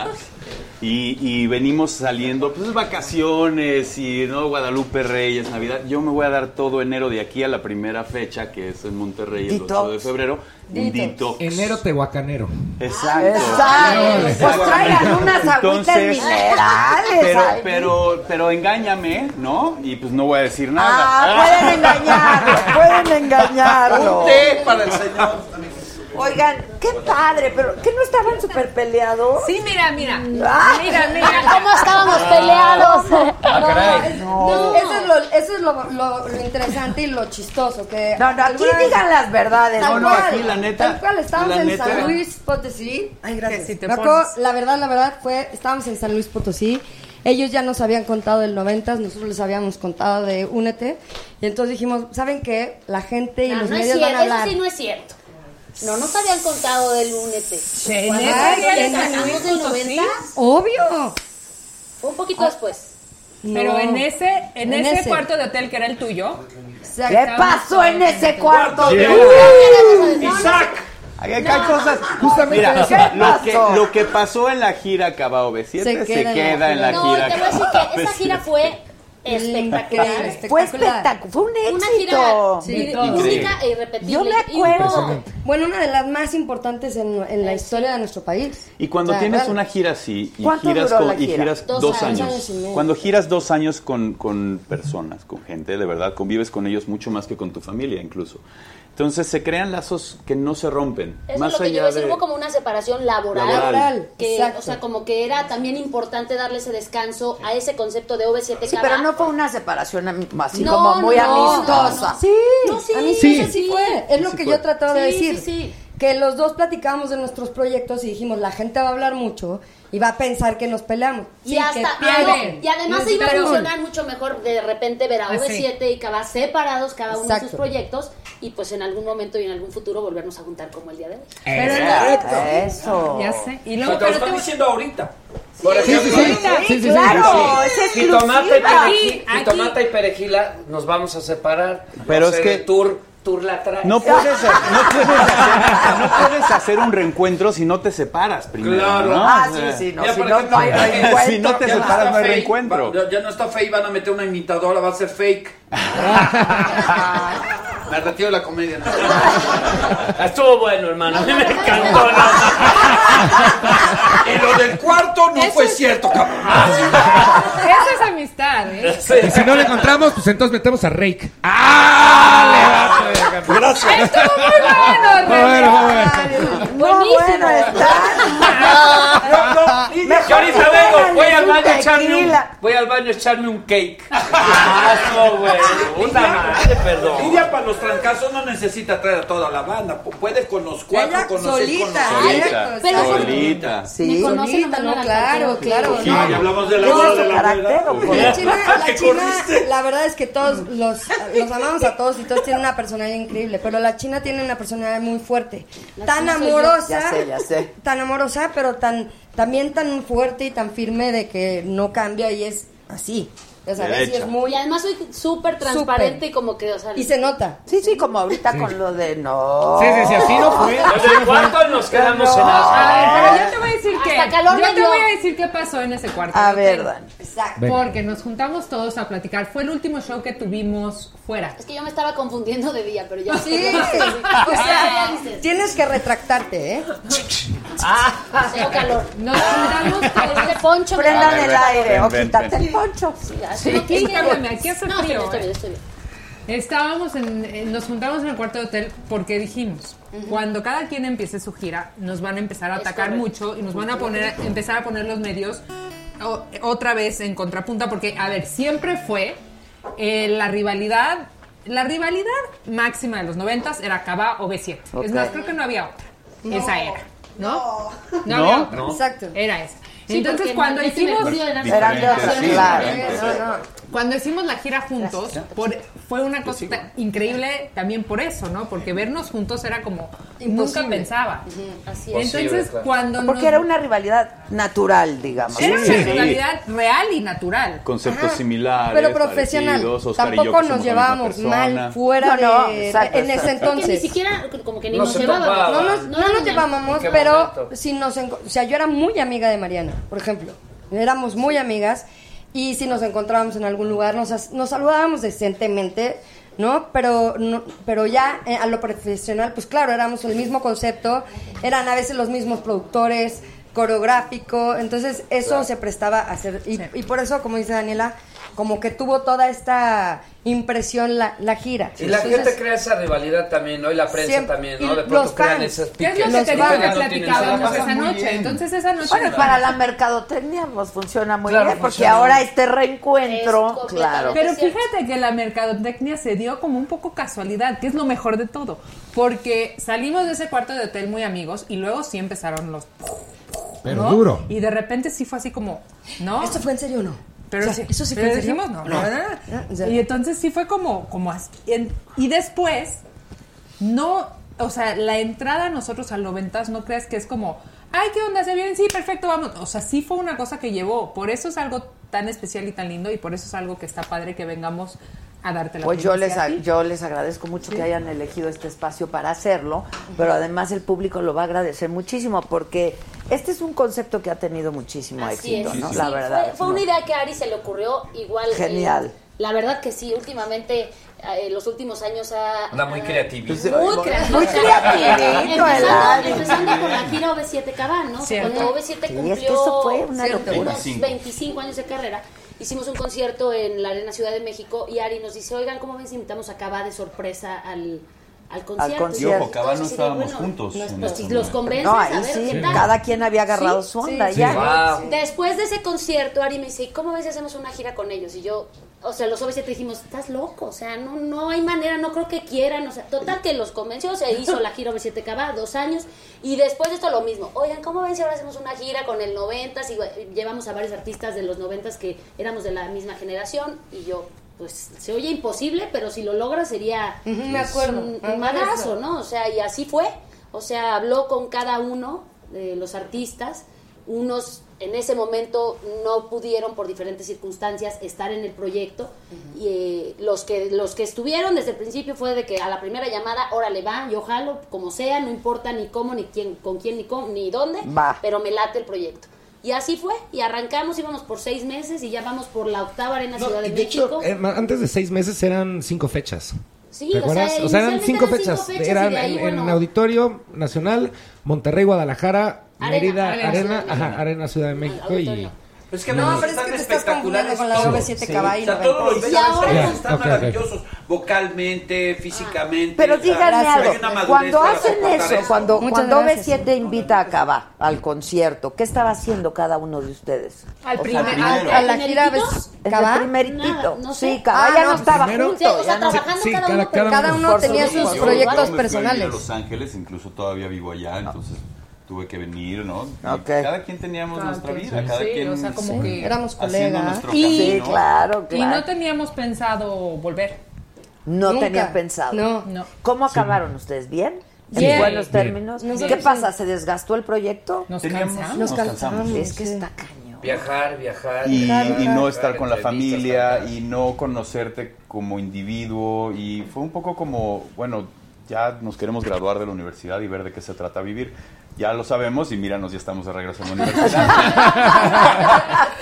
[SPEAKER 14] y, y venimos saliendo, pues vacaciones y no Guadalupe Reyes, Navidad. Yo me voy a dar todo enero de aquí a la primera fecha que es en Monterrey el 8 de febrero. Un detox.
[SPEAKER 15] Enero tehuacanero.
[SPEAKER 14] Exacto. Ah,
[SPEAKER 15] Exacto.
[SPEAKER 1] Pues traigan unas agüitas
[SPEAKER 14] Entonces,
[SPEAKER 1] minerales.
[SPEAKER 14] Pero,
[SPEAKER 1] ay.
[SPEAKER 14] pero, pero engáñame, ¿no? Y pues no voy a decir nada.
[SPEAKER 1] Ah, pueden engañarlos, pueden engañarlos.
[SPEAKER 14] Un té para el señor.
[SPEAKER 1] Oigan, qué padre, pero ¿qué no estaban súper peleados?
[SPEAKER 16] Sí, mira, mira.
[SPEAKER 1] Ah.
[SPEAKER 16] Mira, mira.
[SPEAKER 1] ¿Cómo estábamos peleados?
[SPEAKER 16] Ah, caray.
[SPEAKER 1] No.
[SPEAKER 4] Eso es, lo, eso es lo, lo- lo interesante y lo chistoso. Que
[SPEAKER 1] No, no, aquí digan las verdades,
[SPEAKER 4] Tal
[SPEAKER 1] no, no,
[SPEAKER 4] cual,
[SPEAKER 1] aquí la neta,
[SPEAKER 4] Tal cual, estábamos
[SPEAKER 1] la
[SPEAKER 4] en
[SPEAKER 1] neta.
[SPEAKER 4] San Luis Potosí. Ay, gracias.
[SPEAKER 1] si te pones.
[SPEAKER 4] la verdad, la verdad fue, estábamos en San Luis Potosí. Ellos ya nos habían contado del 90, nosotros les habíamos contado de Únete. Y entonces dijimos, ¿saben qué? La gente y
[SPEAKER 13] No,
[SPEAKER 4] los
[SPEAKER 13] no es
[SPEAKER 4] medios van a
[SPEAKER 13] cierto, eso
[SPEAKER 4] hablar.
[SPEAKER 13] sí no es cierto. No nos habían contado del Únete. ¿Cuándo
[SPEAKER 4] Ay,
[SPEAKER 13] fue que
[SPEAKER 4] en San
[SPEAKER 13] sacamos
[SPEAKER 4] Luis
[SPEAKER 13] del
[SPEAKER 4] Potosí.
[SPEAKER 13] 90?
[SPEAKER 4] Obvio.
[SPEAKER 13] Fue un poquito después.
[SPEAKER 5] Pero
[SPEAKER 13] No.
[SPEAKER 5] en ese, en,
[SPEAKER 13] En
[SPEAKER 5] ese,
[SPEAKER 13] ese.
[SPEAKER 5] cuarto de hotel que era el tuyo.
[SPEAKER 1] ¿Qué pasó en ese cuarto?
[SPEAKER 14] Yeah.
[SPEAKER 1] Isaac.
[SPEAKER 14] Hay,
[SPEAKER 1] acá hay cosas,
[SPEAKER 14] justamente Mira,
[SPEAKER 1] ¿Qué
[SPEAKER 14] lo que,
[SPEAKER 1] pasó?
[SPEAKER 14] lo que pasó en la gira Cabao B7
[SPEAKER 13] Se
[SPEAKER 14] se,
[SPEAKER 13] queda en la
[SPEAKER 14] queda en la
[SPEAKER 13] gira.
[SPEAKER 14] gira.
[SPEAKER 13] No, te voy a decir que
[SPEAKER 14] Cabao
[SPEAKER 13] esa
[SPEAKER 14] B7.
[SPEAKER 13] gira fue espectacular.
[SPEAKER 1] Fue espectacular, fue un éxito.
[SPEAKER 13] Una gira
[SPEAKER 4] Sí,
[SPEAKER 13] ir-
[SPEAKER 4] todo.
[SPEAKER 13] única e irrepetible.
[SPEAKER 4] Yo me
[SPEAKER 13] Y
[SPEAKER 4] acuerdo.
[SPEAKER 14] Impresionante.
[SPEAKER 4] Bueno, una de las más importantes en, en la historia de nuestro país.
[SPEAKER 14] Y cuando
[SPEAKER 4] O sea,
[SPEAKER 14] tienes
[SPEAKER 4] real-
[SPEAKER 14] una gira así y
[SPEAKER 4] ¿Cuánto
[SPEAKER 14] giras,
[SPEAKER 4] duró
[SPEAKER 14] con-
[SPEAKER 4] la
[SPEAKER 14] y
[SPEAKER 4] gira?
[SPEAKER 14] giras
[SPEAKER 4] Dos
[SPEAKER 14] dos,
[SPEAKER 4] años.
[SPEAKER 14] años,
[SPEAKER 4] Dos años y medio.
[SPEAKER 14] cuando giras dos años con, con personas, con gente, de verdad, convives con ellos mucho más que con tu familia incluso. Entonces se crean lazos que no se rompen.
[SPEAKER 13] Eso
[SPEAKER 14] más
[SPEAKER 13] es lo que yo
[SPEAKER 14] allá
[SPEAKER 13] iba a decir,
[SPEAKER 14] de...
[SPEAKER 13] hubo como una separación laboral.
[SPEAKER 14] Laboral,
[SPEAKER 13] que,
[SPEAKER 1] exacto.
[SPEAKER 13] o sea, como que era también importante darle ese descanso a ese concepto de OV7
[SPEAKER 1] Sí, pero no fue una separación am- así
[SPEAKER 13] No,
[SPEAKER 1] como muy
[SPEAKER 13] no,
[SPEAKER 1] amistosa.
[SPEAKER 13] no, no.
[SPEAKER 4] Sí,
[SPEAKER 13] No, sí,
[SPEAKER 4] a mí
[SPEAKER 13] sí,
[SPEAKER 4] sí, eso sí
[SPEAKER 13] sí.
[SPEAKER 4] fue. Es lo
[SPEAKER 13] Sí
[SPEAKER 4] que
[SPEAKER 13] fue.
[SPEAKER 4] yo trataba de
[SPEAKER 13] Sí, sí,
[SPEAKER 4] decir. Que los dos platicábamos de nuestros proyectos y dijimos, la gente va a hablar mucho y va a pensar que nos peleamos.
[SPEAKER 13] Y,
[SPEAKER 4] Sí,
[SPEAKER 13] hasta,
[SPEAKER 4] que pierden.
[SPEAKER 13] algo- Ah, y además
[SPEAKER 4] Nos
[SPEAKER 13] se iba a
[SPEAKER 4] perdieron.
[SPEAKER 13] funcionar mucho mejor de repente ver a
[SPEAKER 4] Ah, sí.
[SPEAKER 13] V7 y Cava separados cada uno de
[SPEAKER 4] Exacto.
[SPEAKER 13] sus proyectos y pues en algún momento y en algún futuro volvernos a juntar como el día de hoy.
[SPEAKER 4] Eh,
[SPEAKER 5] Pero en la- Ya sé. Y luego,
[SPEAKER 9] Lo que lo
[SPEAKER 5] pero
[SPEAKER 9] están
[SPEAKER 5] te-
[SPEAKER 9] diciendo ahorita. Por
[SPEAKER 5] Sí, sí,
[SPEAKER 9] ejemplo,
[SPEAKER 5] sí.
[SPEAKER 9] ahorita.
[SPEAKER 5] Sí, sí, sí. Claro,
[SPEAKER 9] Sí.
[SPEAKER 1] es
[SPEAKER 10] Jitomate y,
[SPEAKER 9] exclusiva. Aquí,
[SPEAKER 10] perejil- jitomate y perejila nos vamos a separar.
[SPEAKER 14] Pero
[SPEAKER 10] Vamos a
[SPEAKER 14] es
[SPEAKER 10] hacer
[SPEAKER 14] que-
[SPEAKER 10] el tour
[SPEAKER 9] tú la traes.
[SPEAKER 14] No puedes, ha- no, puedes hacer, no puedes hacer un reencuentro si no te separas primero.
[SPEAKER 9] Claro.
[SPEAKER 14] ¿no?
[SPEAKER 9] Ah,
[SPEAKER 14] O sea,
[SPEAKER 9] sí, sí, no,
[SPEAKER 14] ya
[SPEAKER 9] si
[SPEAKER 14] por
[SPEAKER 9] no,
[SPEAKER 14] ejemplo,
[SPEAKER 9] no hay reencuentro.
[SPEAKER 14] Si no te
[SPEAKER 9] Ya no
[SPEAKER 14] separas,
[SPEAKER 9] está
[SPEAKER 14] no hay
[SPEAKER 9] fake,
[SPEAKER 14] reencuentro.
[SPEAKER 9] va- Ya no está fake, van a meter una imitadora, va a ser fake. Me retiro de la comedia. Estuvo bueno, hermano. A mí me encantó. y lo del cuarto no fue cierto, cabrón.
[SPEAKER 16] Esa es amistad, ¿eh?
[SPEAKER 5] Y si no le encontramos, pues entonces metemos a Rake.
[SPEAKER 9] Ah,
[SPEAKER 16] Gracias. Estuvo muy bueno,
[SPEAKER 5] Muy bueno, muy bueno.
[SPEAKER 1] Buenísimo.
[SPEAKER 9] No, no,
[SPEAKER 1] Mejor
[SPEAKER 9] yo ahorita
[SPEAKER 1] póngale
[SPEAKER 9] vengo, voy al
[SPEAKER 1] un
[SPEAKER 9] baño a echarme un,
[SPEAKER 1] tequila.
[SPEAKER 9] voy al baño a echarme un cake. Ah, no, güey. Puta madre, perdón. Lidia para los trancazos no necesita traer a toda la banda, pu- puede con los cuatro,
[SPEAKER 1] Ella
[SPEAKER 9] con los seis, con
[SPEAKER 1] solita,
[SPEAKER 9] los siete.
[SPEAKER 1] solita, Pero eso- solita. Sí. Me conoce
[SPEAKER 4] Solita,
[SPEAKER 1] la
[SPEAKER 4] no,
[SPEAKER 1] manera
[SPEAKER 4] claro,
[SPEAKER 1] que quiero.
[SPEAKER 4] claro.
[SPEAKER 1] Sí,
[SPEAKER 4] no. pues.
[SPEAKER 1] y hablamos de la
[SPEAKER 4] Ese
[SPEAKER 1] hora
[SPEAKER 4] es
[SPEAKER 1] de
[SPEAKER 4] su
[SPEAKER 1] la
[SPEAKER 4] carácter,
[SPEAKER 1] abuela.
[SPEAKER 4] hombre. La china,
[SPEAKER 9] ¿Qué
[SPEAKER 4] la china,
[SPEAKER 9] corriste?
[SPEAKER 4] la verdad es que todos los, los amamos a todos y todos tienen una personalidad increíble, pero la china tiene una personalidad muy fuerte, tan
[SPEAKER 1] china soy yo.
[SPEAKER 4] amorosa,
[SPEAKER 1] Ya sé, ya sé.
[SPEAKER 4] tan amorosa, pero tan también tan fuerte y tan firme de que no cambia y es así. Ya sabes, y
[SPEAKER 1] Derecha.
[SPEAKER 4] es muy
[SPEAKER 13] Y además soy súper transparente y como que, o sea,
[SPEAKER 4] y se nota.
[SPEAKER 1] Sí, sí, como ahorita con lo de no.
[SPEAKER 5] Sí, sí, sí, así no fue. Así no fue.
[SPEAKER 9] nos
[SPEAKER 1] quedamos
[SPEAKER 5] en
[SPEAKER 1] las-
[SPEAKER 16] A ver, pero yo te voy a decir
[SPEAKER 13] Hasta
[SPEAKER 16] qué.
[SPEAKER 13] calor
[SPEAKER 16] yo
[SPEAKER 13] me
[SPEAKER 16] te
[SPEAKER 13] dio.
[SPEAKER 16] voy a decir qué pasó en ese cuarto.
[SPEAKER 1] A
[SPEAKER 16] ¿ok?
[SPEAKER 1] ver, Dani.
[SPEAKER 5] Venga.
[SPEAKER 16] Porque nos juntamos todos a platicar. Fue el último show que tuvimos fuera.
[SPEAKER 13] es que yo me estaba confundiendo de día, pero ya.
[SPEAKER 4] Sí,
[SPEAKER 13] ya sé,
[SPEAKER 4] o
[SPEAKER 13] Ah, ya
[SPEAKER 4] sea,
[SPEAKER 13] dices.
[SPEAKER 4] tienes que retractarte, ¿eh?
[SPEAKER 1] Ah.
[SPEAKER 13] Tengo calor.
[SPEAKER 16] Nos juntamos todos.
[SPEAKER 13] Este poncho me
[SPEAKER 1] Prendan
[SPEAKER 13] da-
[SPEAKER 1] el aire o
[SPEAKER 13] Ven, ven,
[SPEAKER 1] quítate
[SPEAKER 13] ven.
[SPEAKER 1] el poncho.
[SPEAKER 13] Ya,
[SPEAKER 16] Sí,
[SPEAKER 13] no, sí,
[SPEAKER 16] quítame,
[SPEAKER 13] sí.
[SPEAKER 16] aquí hace
[SPEAKER 13] No, estoy bien,
[SPEAKER 16] frío,
[SPEAKER 13] estoy bien,
[SPEAKER 16] ¿eh?
[SPEAKER 13] estoy bien.
[SPEAKER 16] Estábamos en, eh, nos juntamos en el cuarto de hotel porque dijimos, cuando cada quien empiece su gira, nos van a empezar a atacar mucho y nos van a poner, empezar a poner los medios o- otra vez en contrapunta porque, a ver, siempre fue eh, la rivalidad, la rivalidad máxima de los noventas era Cava o B7.
[SPEAKER 1] Ok.
[SPEAKER 16] Es más, creo que no había otra.
[SPEAKER 13] No.
[SPEAKER 16] Esa era, ¿no? No,
[SPEAKER 13] No.
[SPEAKER 16] había otra.
[SPEAKER 13] No.
[SPEAKER 4] Exacto.
[SPEAKER 16] Era esa.
[SPEAKER 13] Sí,
[SPEAKER 16] Entonces,
[SPEAKER 13] porque
[SPEAKER 16] cuando
[SPEAKER 13] Martín y
[SPEAKER 16] hicimos...
[SPEAKER 13] Mercurio eran Eran de otras, diferentes, claro. sí,
[SPEAKER 1] No, no.
[SPEAKER 16] Cuando hicimos la gira juntos, por- fue una cosa increíble también por eso, ¿no? Porque vernos juntos era como nunca
[SPEAKER 4] Imposible.
[SPEAKER 16] pensaba.
[SPEAKER 13] Así
[SPEAKER 1] es.
[SPEAKER 16] Entonces,
[SPEAKER 1] Posible, claro.
[SPEAKER 16] cuando
[SPEAKER 1] Porque
[SPEAKER 16] nos-
[SPEAKER 1] era una rivalidad natural, digamos.
[SPEAKER 16] era
[SPEAKER 14] Sí.
[SPEAKER 16] una realidad real y natural.
[SPEAKER 14] Conceptos
[SPEAKER 4] Ajá.
[SPEAKER 14] similares.
[SPEAKER 4] Pero profesional.
[SPEAKER 14] parecidos, Oscar y yo, que
[SPEAKER 4] Tampoco
[SPEAKER 14] somos
[SPEAKER 4] nos
[SPEAKER 14] la misma
[SPEAKER 4] llevábamos
[SPEAKER 14] persona.
[SPEAKER 4] mal fuera
[SPEAKER 1] No, no,
[SPEAKER 4] de,
[SPEAKER 1] exacto,
[SPEAKER 4] en ese
[SPEAKER 1] exacto.
[SPEAKER 13] Porque ni
[SPEAKER 4] entonces.
[SPEAKER 13] siquiera, como que ni
[SPEAKER 4] No
[SPEAKER 13] nos
[SPEAKER 4] se
[SPEAKER 13] llevábamos.
[SPEAKER 4] No nos, no
[SPEAKER 13] era
[SPEAKER 4] nos
[SPEAKER 13] ni-
[SPEAKER 4] llevábamos,
[SPEAKER 13] ¿En qué
[SPEAKER 4] pero
[SPEAKER 13] momento?
[SPEAKER 4] si nos enco- o sea, yo era muy amiga de Mariana, por ejemplo. Éramos muy amigas y si nos encontrábamos en algún lugar nos, as- nos saludábamos decentemente, ¿no? Pero no- pero ya eh, a lo profesional, pues claro, éramos el mismo concepto, eran a veces los mismos productores, coreográfico, entonces eso se prestaba a hacer y, y por eso, como dice Daniela, como que tuvo toda esta impresión la, la gira.
[SPEAKER 10] Y la
[SPEAKER 4] Entonces-
[SPEAKER 10] gente crea esa rivalidad también, ¿no? Y la prensa
[SPEAKER 4] Siempre.
[SPEAKER 10] también,
[SPEAKER 4] Y
[SPEAKER 10] ¿no? De
[SPEAKER 4] los
[SPEAKER 10] pronto crean
[SPEAKER 4] fans.
[SPEAKER 10] esas
[SPEAKER 4] ¿Qué
[SPEAKER 10] piques.
[SPEAKER 4] es lo que te digo que
[SPEAKER 16] platicábamos esa
[SPEAKER 10] muy
[SPEAKER 16] noche?
[SPEAKER 10] bien.
[SPEAKER 16] Entonces, esa noche
[SPEAKER 1] Bueno,
[SPEAKER 16] nos-
[SPEAKER 1] para la mercadotecnia pues funciona muy
[SPEAKER 16] Claro,
[SPEAKER 1] bien, porque
[SPEAKER 16] funciona
[SPEAKER 1] ahora
[SPEAKER 16] bien.
[SPEAKER 1] este reencuentro, claro.
[SPEAKER 16] Pero fíjate que la mercadotecnia se dio como un poco casualidad, que es lo mejor de todo. Porque salimos de ese cuarto de hotel muy amigos y luego sí empezaron los.
[SPEAKER 5] Pero
[SPEAKER 16] ¿no?
[SPEAKER 5] duro.
[SPEAKER 16] Y de repente sí fue así como, ¿no?
[SPEAKER 4] ¿Esto fue en serio o no? O
[SPEAKER 16] Pero
[SPEAKER 4] sea,
[SPEAKER 16] sí,
[SPEAKER 4] ¿Eso sí
[SPEAKER 16] pero
[SPEAKER 4] fue en serio?
[SPEAKER 16] dijimos no,
[SPEAKER 4] No.
[SPEAKER 16] ¿verdad?
[SPEAKER 4] Ah, ya.
[SPEAKER 16] Y entonces sí fue como, como así. En- y después, no, o sea, la entrada a nosotros al noventas, no creas que es como, ay, ¿qué onda? ¿Se vienen? Sí, perfecto, vamos. O sea, sí fue una cosa que llevó. Por eso es algo tan especial y tan lindo y por eso es algo que está padre que vengamos a darte la
[SPEAKER 1] Pues yo les,
[SPEAKER 16] primicia a
[SPEAKER 1] ag-
[SPEAKER 16] ti.
[SPEAKER 1] yo les agradezco mucho que hayan elegido este espacio para hacerlo, pero además el público lo va a agradecer muchísimo porque este es un concepto que ha tenido muchísimo
[SPEAKER 13] Así
[SPEAKER 1] éxito,
[SPEAKER 13] es.
[SPEAKER 1] ¿no?
[SPEAKER 13] Sí,
[SPEAKER 1] La
[SPEAKER 13] fue-
[SPEAKER 1] verdad.
[SPEAKER 13] Fue, una idea que a Ari se le ocurrió igual. eh,
[SPEAKER 1] Genial.
[SPEAKER 13] la verdad que sí, últimamente, eh, los últimos años ha.
[SPEAKER 10] Anda muy creativista.
[SPEAKER 13] Muy creativo.
[SPEAKER 1] Muy creativito el
[SPEAKER 13] empezando,
[SPEAKER 1] Ari.
[SPEAKER 13] empezando con la gira OV7 Cabán, ¿no?
[SPEAKER 1] Cierto.
[SPEAKER 13] Cuando OV7
[SPEAKER 1] Sí,
[SPEAKER 13] cumplió
[SPEAKER 1] es que eso fue una
[SPEAKER 13] cierto,
[SPEAKER 1] locura.
[SPEAKER 13] unos 25. años de carrera, hicimos un concierto en la Arena Ciudad de México y Ari nos dice, oigan, ¿cómo ven si invitamos a Cabá de sorpresa al... Al concierto.
[SPEAKER 1] concierto. Y ojo,
[SPEAKER 14] Cabá no
[SPEAKER 13] Entonces,
[SPEAKER 14] estábamos
[SPEAKER 13] bueno,
[SPEAKER 14] juntos
[SPEAKER 13] Los,
[SPEAKER 14] en
[SPEAKER 13] los-
[SPEAKER 14] ese
[SPEAKER 13] los
[SPEAKER 14] momento.
[SPEAKER 13] convences,
[SPEAKER 1] No,
[SPEAKER 13] a
[SPEAKER 1] ahí
[SPEAKER 13] ver
[SPEAKER 1] sí,
[SPEAKER 13] qué tal.
[SPEAKER 1] cada quien había agarrado su onda
[SPEAKER 13] Sí,
[SPEAKER 1] ya.
[SPEAKER 13] sí.
[SPEAKER 1] ¿no?
[SPEAKER 13] Después de ese concierto, Ari me dice, ¿cómo ves si hacemos una gira con ellos? Y yo, o sea, los OV7 dijimos, estás loco, o sea, no, no hay manera, no creo que quieran, o sea, total que los convenció, se hizo la gira OV7 Cabá, dos años, y después de esto lo mismo, oigan, ¿cómo ven si ahora hacemos una gira con el 90 y eh, llevamos a varios artistas de los 90 que éramos de la misma generación? Y yo, pues, se oye imposible, pero si lo logra sería
[SPEAKER 4] me acuerdo, me
[SPEAKER 13] un, un
[SPEAKER 4] acuerdo.
[SPEAKER 13] madrazo, ¿no? O sea, y así fue. O sea, habló con cada uno de los artistas unos en ese momento no pudieron por diferentes circunstancias estar en el proyecto y eh, los que los que estuvieron desde el principio fue de que a la primera llamada órale va yo jalo como sea no importa ni cómo ni quién con quién ni cómo, ni dónde
[SPEAKER 1] Va.
[SPEAKER 13] pero me late el proyecto y así fue y arrancamos íbamos por seis meses y ya vamos por la octava arena
[SPEAKER 15] No,
[SPEAKER 13] Ciudad de,
[SPEAKER 15] y de
[SPEAKER 13] México
[SPEAKER 15] hecho, eh, ma- antes de seis meses eran cinco fechas.
[SPEAKER 13] Sí,
[SPEAKER 15] ¿Te
[SPEAKER 13] o sea,
[SPEAKER 15] acuerdas? O sea, eran
[SPEAKER 13] inicialmente
[SPEAKER 15] cinco
[SPEAKER 13] eran cinco
[SPEAKER 15] fechas.
[SPEAKER 13] fechas y
[SPEAKER 15] Eran
[SPEAKER 13] de ahí,
[SPEAKER 15] en,
[SPEAKER 13] bueno.
[SPEAKER 15] en Auditorio Nacional, Monterrey, Guadalajara,
[SPEAKER 13] Arena,
[SPEAKER 15] Mérida,
[SPEAKER 13] Arena,
[SPEAKER 15] Arena,
[SPEAKER 13] Ciudad de
[SPEAKER 15] ajá,
[SPEAKER 13] México.
[SPEAKER 15] Arena, Ciudad de México y...
[SPEAKER 11] Es que
[SPEAKER 15] No,
[SPEAKER 11] no,
[SPEAKER 15] pero
[SPEAKER 11] es que
[SPEAKER 4] te estás confundiendo con la OV7
[SPEAKER 11] O sea,
[SPEAKER 4] Caballo,
[SPEAKER 11] todos los bailes
[SPEAKER 4] entonces. Y ahora-
[SPEAKER 11] están- están
[SPEAKER 15] Ok, ok.
[SPEAKER 11] maravillosos vocalmente, físicamente.
[SPEAKER 1] Pero
[SPEAKER 11] o sea,
[SPEAKER 1] díganme
[SPEAKER 11] hay
[SPEAKER 1] algo,
[SPEAKER 11] una madurez
[SPEAKER 1] cuando
[SPEAKER 11] para
[SPEAKER 1] hacen
[SPEAKER 11] soportar
[SPEAKER 1] eso, cuando,
[SPEAKER 11] Muchas
[SPEAKER 1] cuando
[SPEAKER 11] gracias.
[SPEAKER 1] B7 invita a Cava al concierto, ¿qué estaba haciendo cada uno de ustedes?
[SPEAKER 4] Al
[SPEAKER 1] O sea,
[SPEAKER 4] primer- al- a la gira
[SPEAKER 1] ¿Primerito?
[SPEAKER 4] ves-
[SPEAKER 1] ¿El
[SPEAKER 4] Cava?
[SPEAKER 1] primeritito?
[SPEAKER 4] Nada, no
[SPEAKER 1] sí,
[SPEAKER 4] sé.
[SPEAKER 1] Cava
[SPEAKER 4] Ah,
[SPEAKER 1] ya
[SPEAKER 4] no,
[SPEAKER 1] no estaba
[SPEAKER 4] primero-
[SPEAKER 1] junto.
[SPEAKER 4] Sí, o sea,
[SPEAKER 1] ya no-
[SPEAKER 4] trabajando Sí, cada cada- uno
[SPEAKER 14] cada
[SPEAKER 4] cada uno
[SPEAKER 1] Por
[SPEAKER 4] tenía
[SPEAKER 1] supuesto.
[SPEAKER 4] sus
[SPEAKER 14] Yo-
[SPEAKER 4] proyectos
[SPEAKER 14] yo me fui a vivir
[SPEAKER 4] personales.
[SPEAKER 14] a Los Ángeles, incluso todavía vivo allá, entonces tuve que venir, ¿no? Y Cada quien teníamos
[SPEAKER 16] Ah,
[SPEAKER 14] nuestra
[SPEAKER 16] ok.
[SPEAKER 14] vida, cada
[SPEAKER 16] Sí,
[SPEAKER 14] quien
[SPEAKER 16] o sea, como que- Éramos
[SPEAKER 14] haciendo
[SPEAKER 16] colegas.
[SPEAKER 14] nuestro
[SPEAKER 16] Y- Sí,
[SPEAKER 14] camino.
[SPEAKER 1] claro,
[SPEAKER 16] Y no
[SPEAKER 1] claro.
[SPEAKER 16] teníamos pensado volver.
[SPEAKER 1] No,
[SPEAKER 16] Nunca.
[SPEAKER 1] tenían pensado.
[SPEAKER 16] No. No.
[SPEAKER 1] ¿Cómo acabaron ustedes? ¿Bien?
[SPEAKER 16] Bien.
[SPEAKER 1] ¿En buenos
[SPEAKER 16] Bien.
[SPEAKER 1] términos?
[SPEAKER 16] Nosotros
[SPEAKER 1] ¿Qué
[SPEAKER 16] sí.
[SPEAKER 1] pasa? ¿Se desgastó el proyecto?
[SPEAKER 16] Nos
[SPEAKER 14] Teníamos- cansamos. nos cansamos.
[SPEAKER 1] Es que está
[SPEAKER 17] Viajar, viajar. viajar,
[SPEAKER 14] y, y no
[SPEAKER 17] viajar,
[SPEAKER 14] estar con la
[SPEAKER 17] entrevistas,
[SPEAKER 14] familia y no conocerte como individuo y fue un poco como, bueno, ya nos queremos graduar de la universidad y ver de qué se trata vivir. Ya lo sabemos y míranos, ya estamos de regreso a la universidad.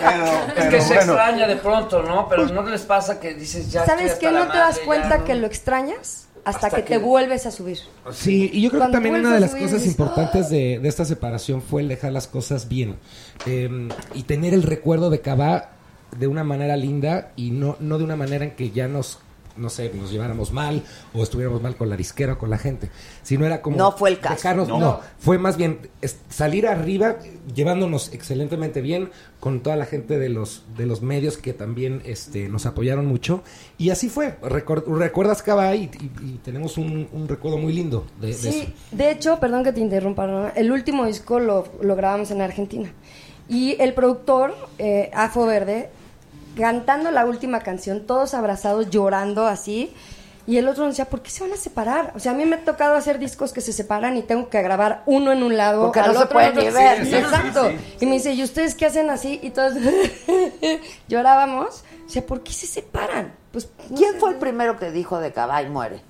[SPEAKER 14] Pero-
[SPEAKER 10] Es
[SPEAKER 14] pero
[SPEAKER 10] que se
[SPEAKER 14] bueno.
[SPEAKER 10] extraña de pronto, ¿no? Pero no les pasa que dices ya.
[SPEAKER 4] ¿Sabes
[SPEAKER 10] estoy
[SPEAKER 4] qué?
[SPEAKER 10] hasta la
[SPEAKER 4] No te das
[SPEAKER 10] madre, ya,
[SPEAKER 4] cuenta
[SPEAKER 10] ¿no?
[SPEAKER 4] que lo extrañas hasta,
[SPEAKER 10] Hasta
[SPEAKER 4] que,
[SPEAKER 10] que-
[SPEAKER 4] te vuelves a subir.
[SPEAKER 15] Sí, y yo creo que
[SPEAKER 4] Cuando
[SPEAKER 15] también
[SPEAKER 4] vuelves
[SPEAKER 15] una de
[SPEAKER 4] a
[SPEAKER 15] las
[SPEAKER 4] subir,
[SPEAKER 15] cosas
[SPEAKER 4] dices,
[SPEAKER 15] importantes de, de esta separación fue el dejar las cosas bien Eh, y tener el recuerdo de Cabá de una manera linda y no, no de una manera en que ya nos, no sé, nos lleváramos mal o estuviéramos mal con la disquera o con la gente, sino era como...
[SPEAKER 1] No fue el caso.
[SPEAKER 15] dejarnos-
[SPEAKER 1] No.
[SPEAKER 15] no. fue más bien es- salir arriba llevándonos excelentemente bien con toda la gente de los, de los medios que también este, nos apoyaron mucho y así fue. Recor- recuerdas Cabá y, y- y tenemos un, un recuerdo muy lindo de, de eso.
[SPEAKER 4] Sí, de hecho, perdón que te interrumpa, Rona, el último disco lo, lo grabamos en Argentina. Y el productor, eh, Afo Verde, cantando la última canción, todos abrazados, llorando así. Y el otro nos decía, ¿por qué se van a separar? O sea, a mí me ha tocado hacer discos que se separan y tengo que grabar uno en un lado,
[SPEAKER 1] Porque
[SPEAKER 4] al
[SPEAKER 1] no se
[SPEAKER 4] otro en
[SPEAKER 1] pueden
[SPEAKER 4] otro.
[SPEAKER 1] ni ver,
[SPEAKER 4] Sí,
[SPEAKER 1] ¿no?
[SPEAKER 4] Exacto.
[SPEAKER 1] Sí,
[SPEAKER 4] Y me dice, ¿y ustedes qué hacen así? Y todos llorábamos. O sea, ¿por qué se separan? Pues,
[SPEAKER 1] ¿Quién fue el primero que dijo de Cabá y muere?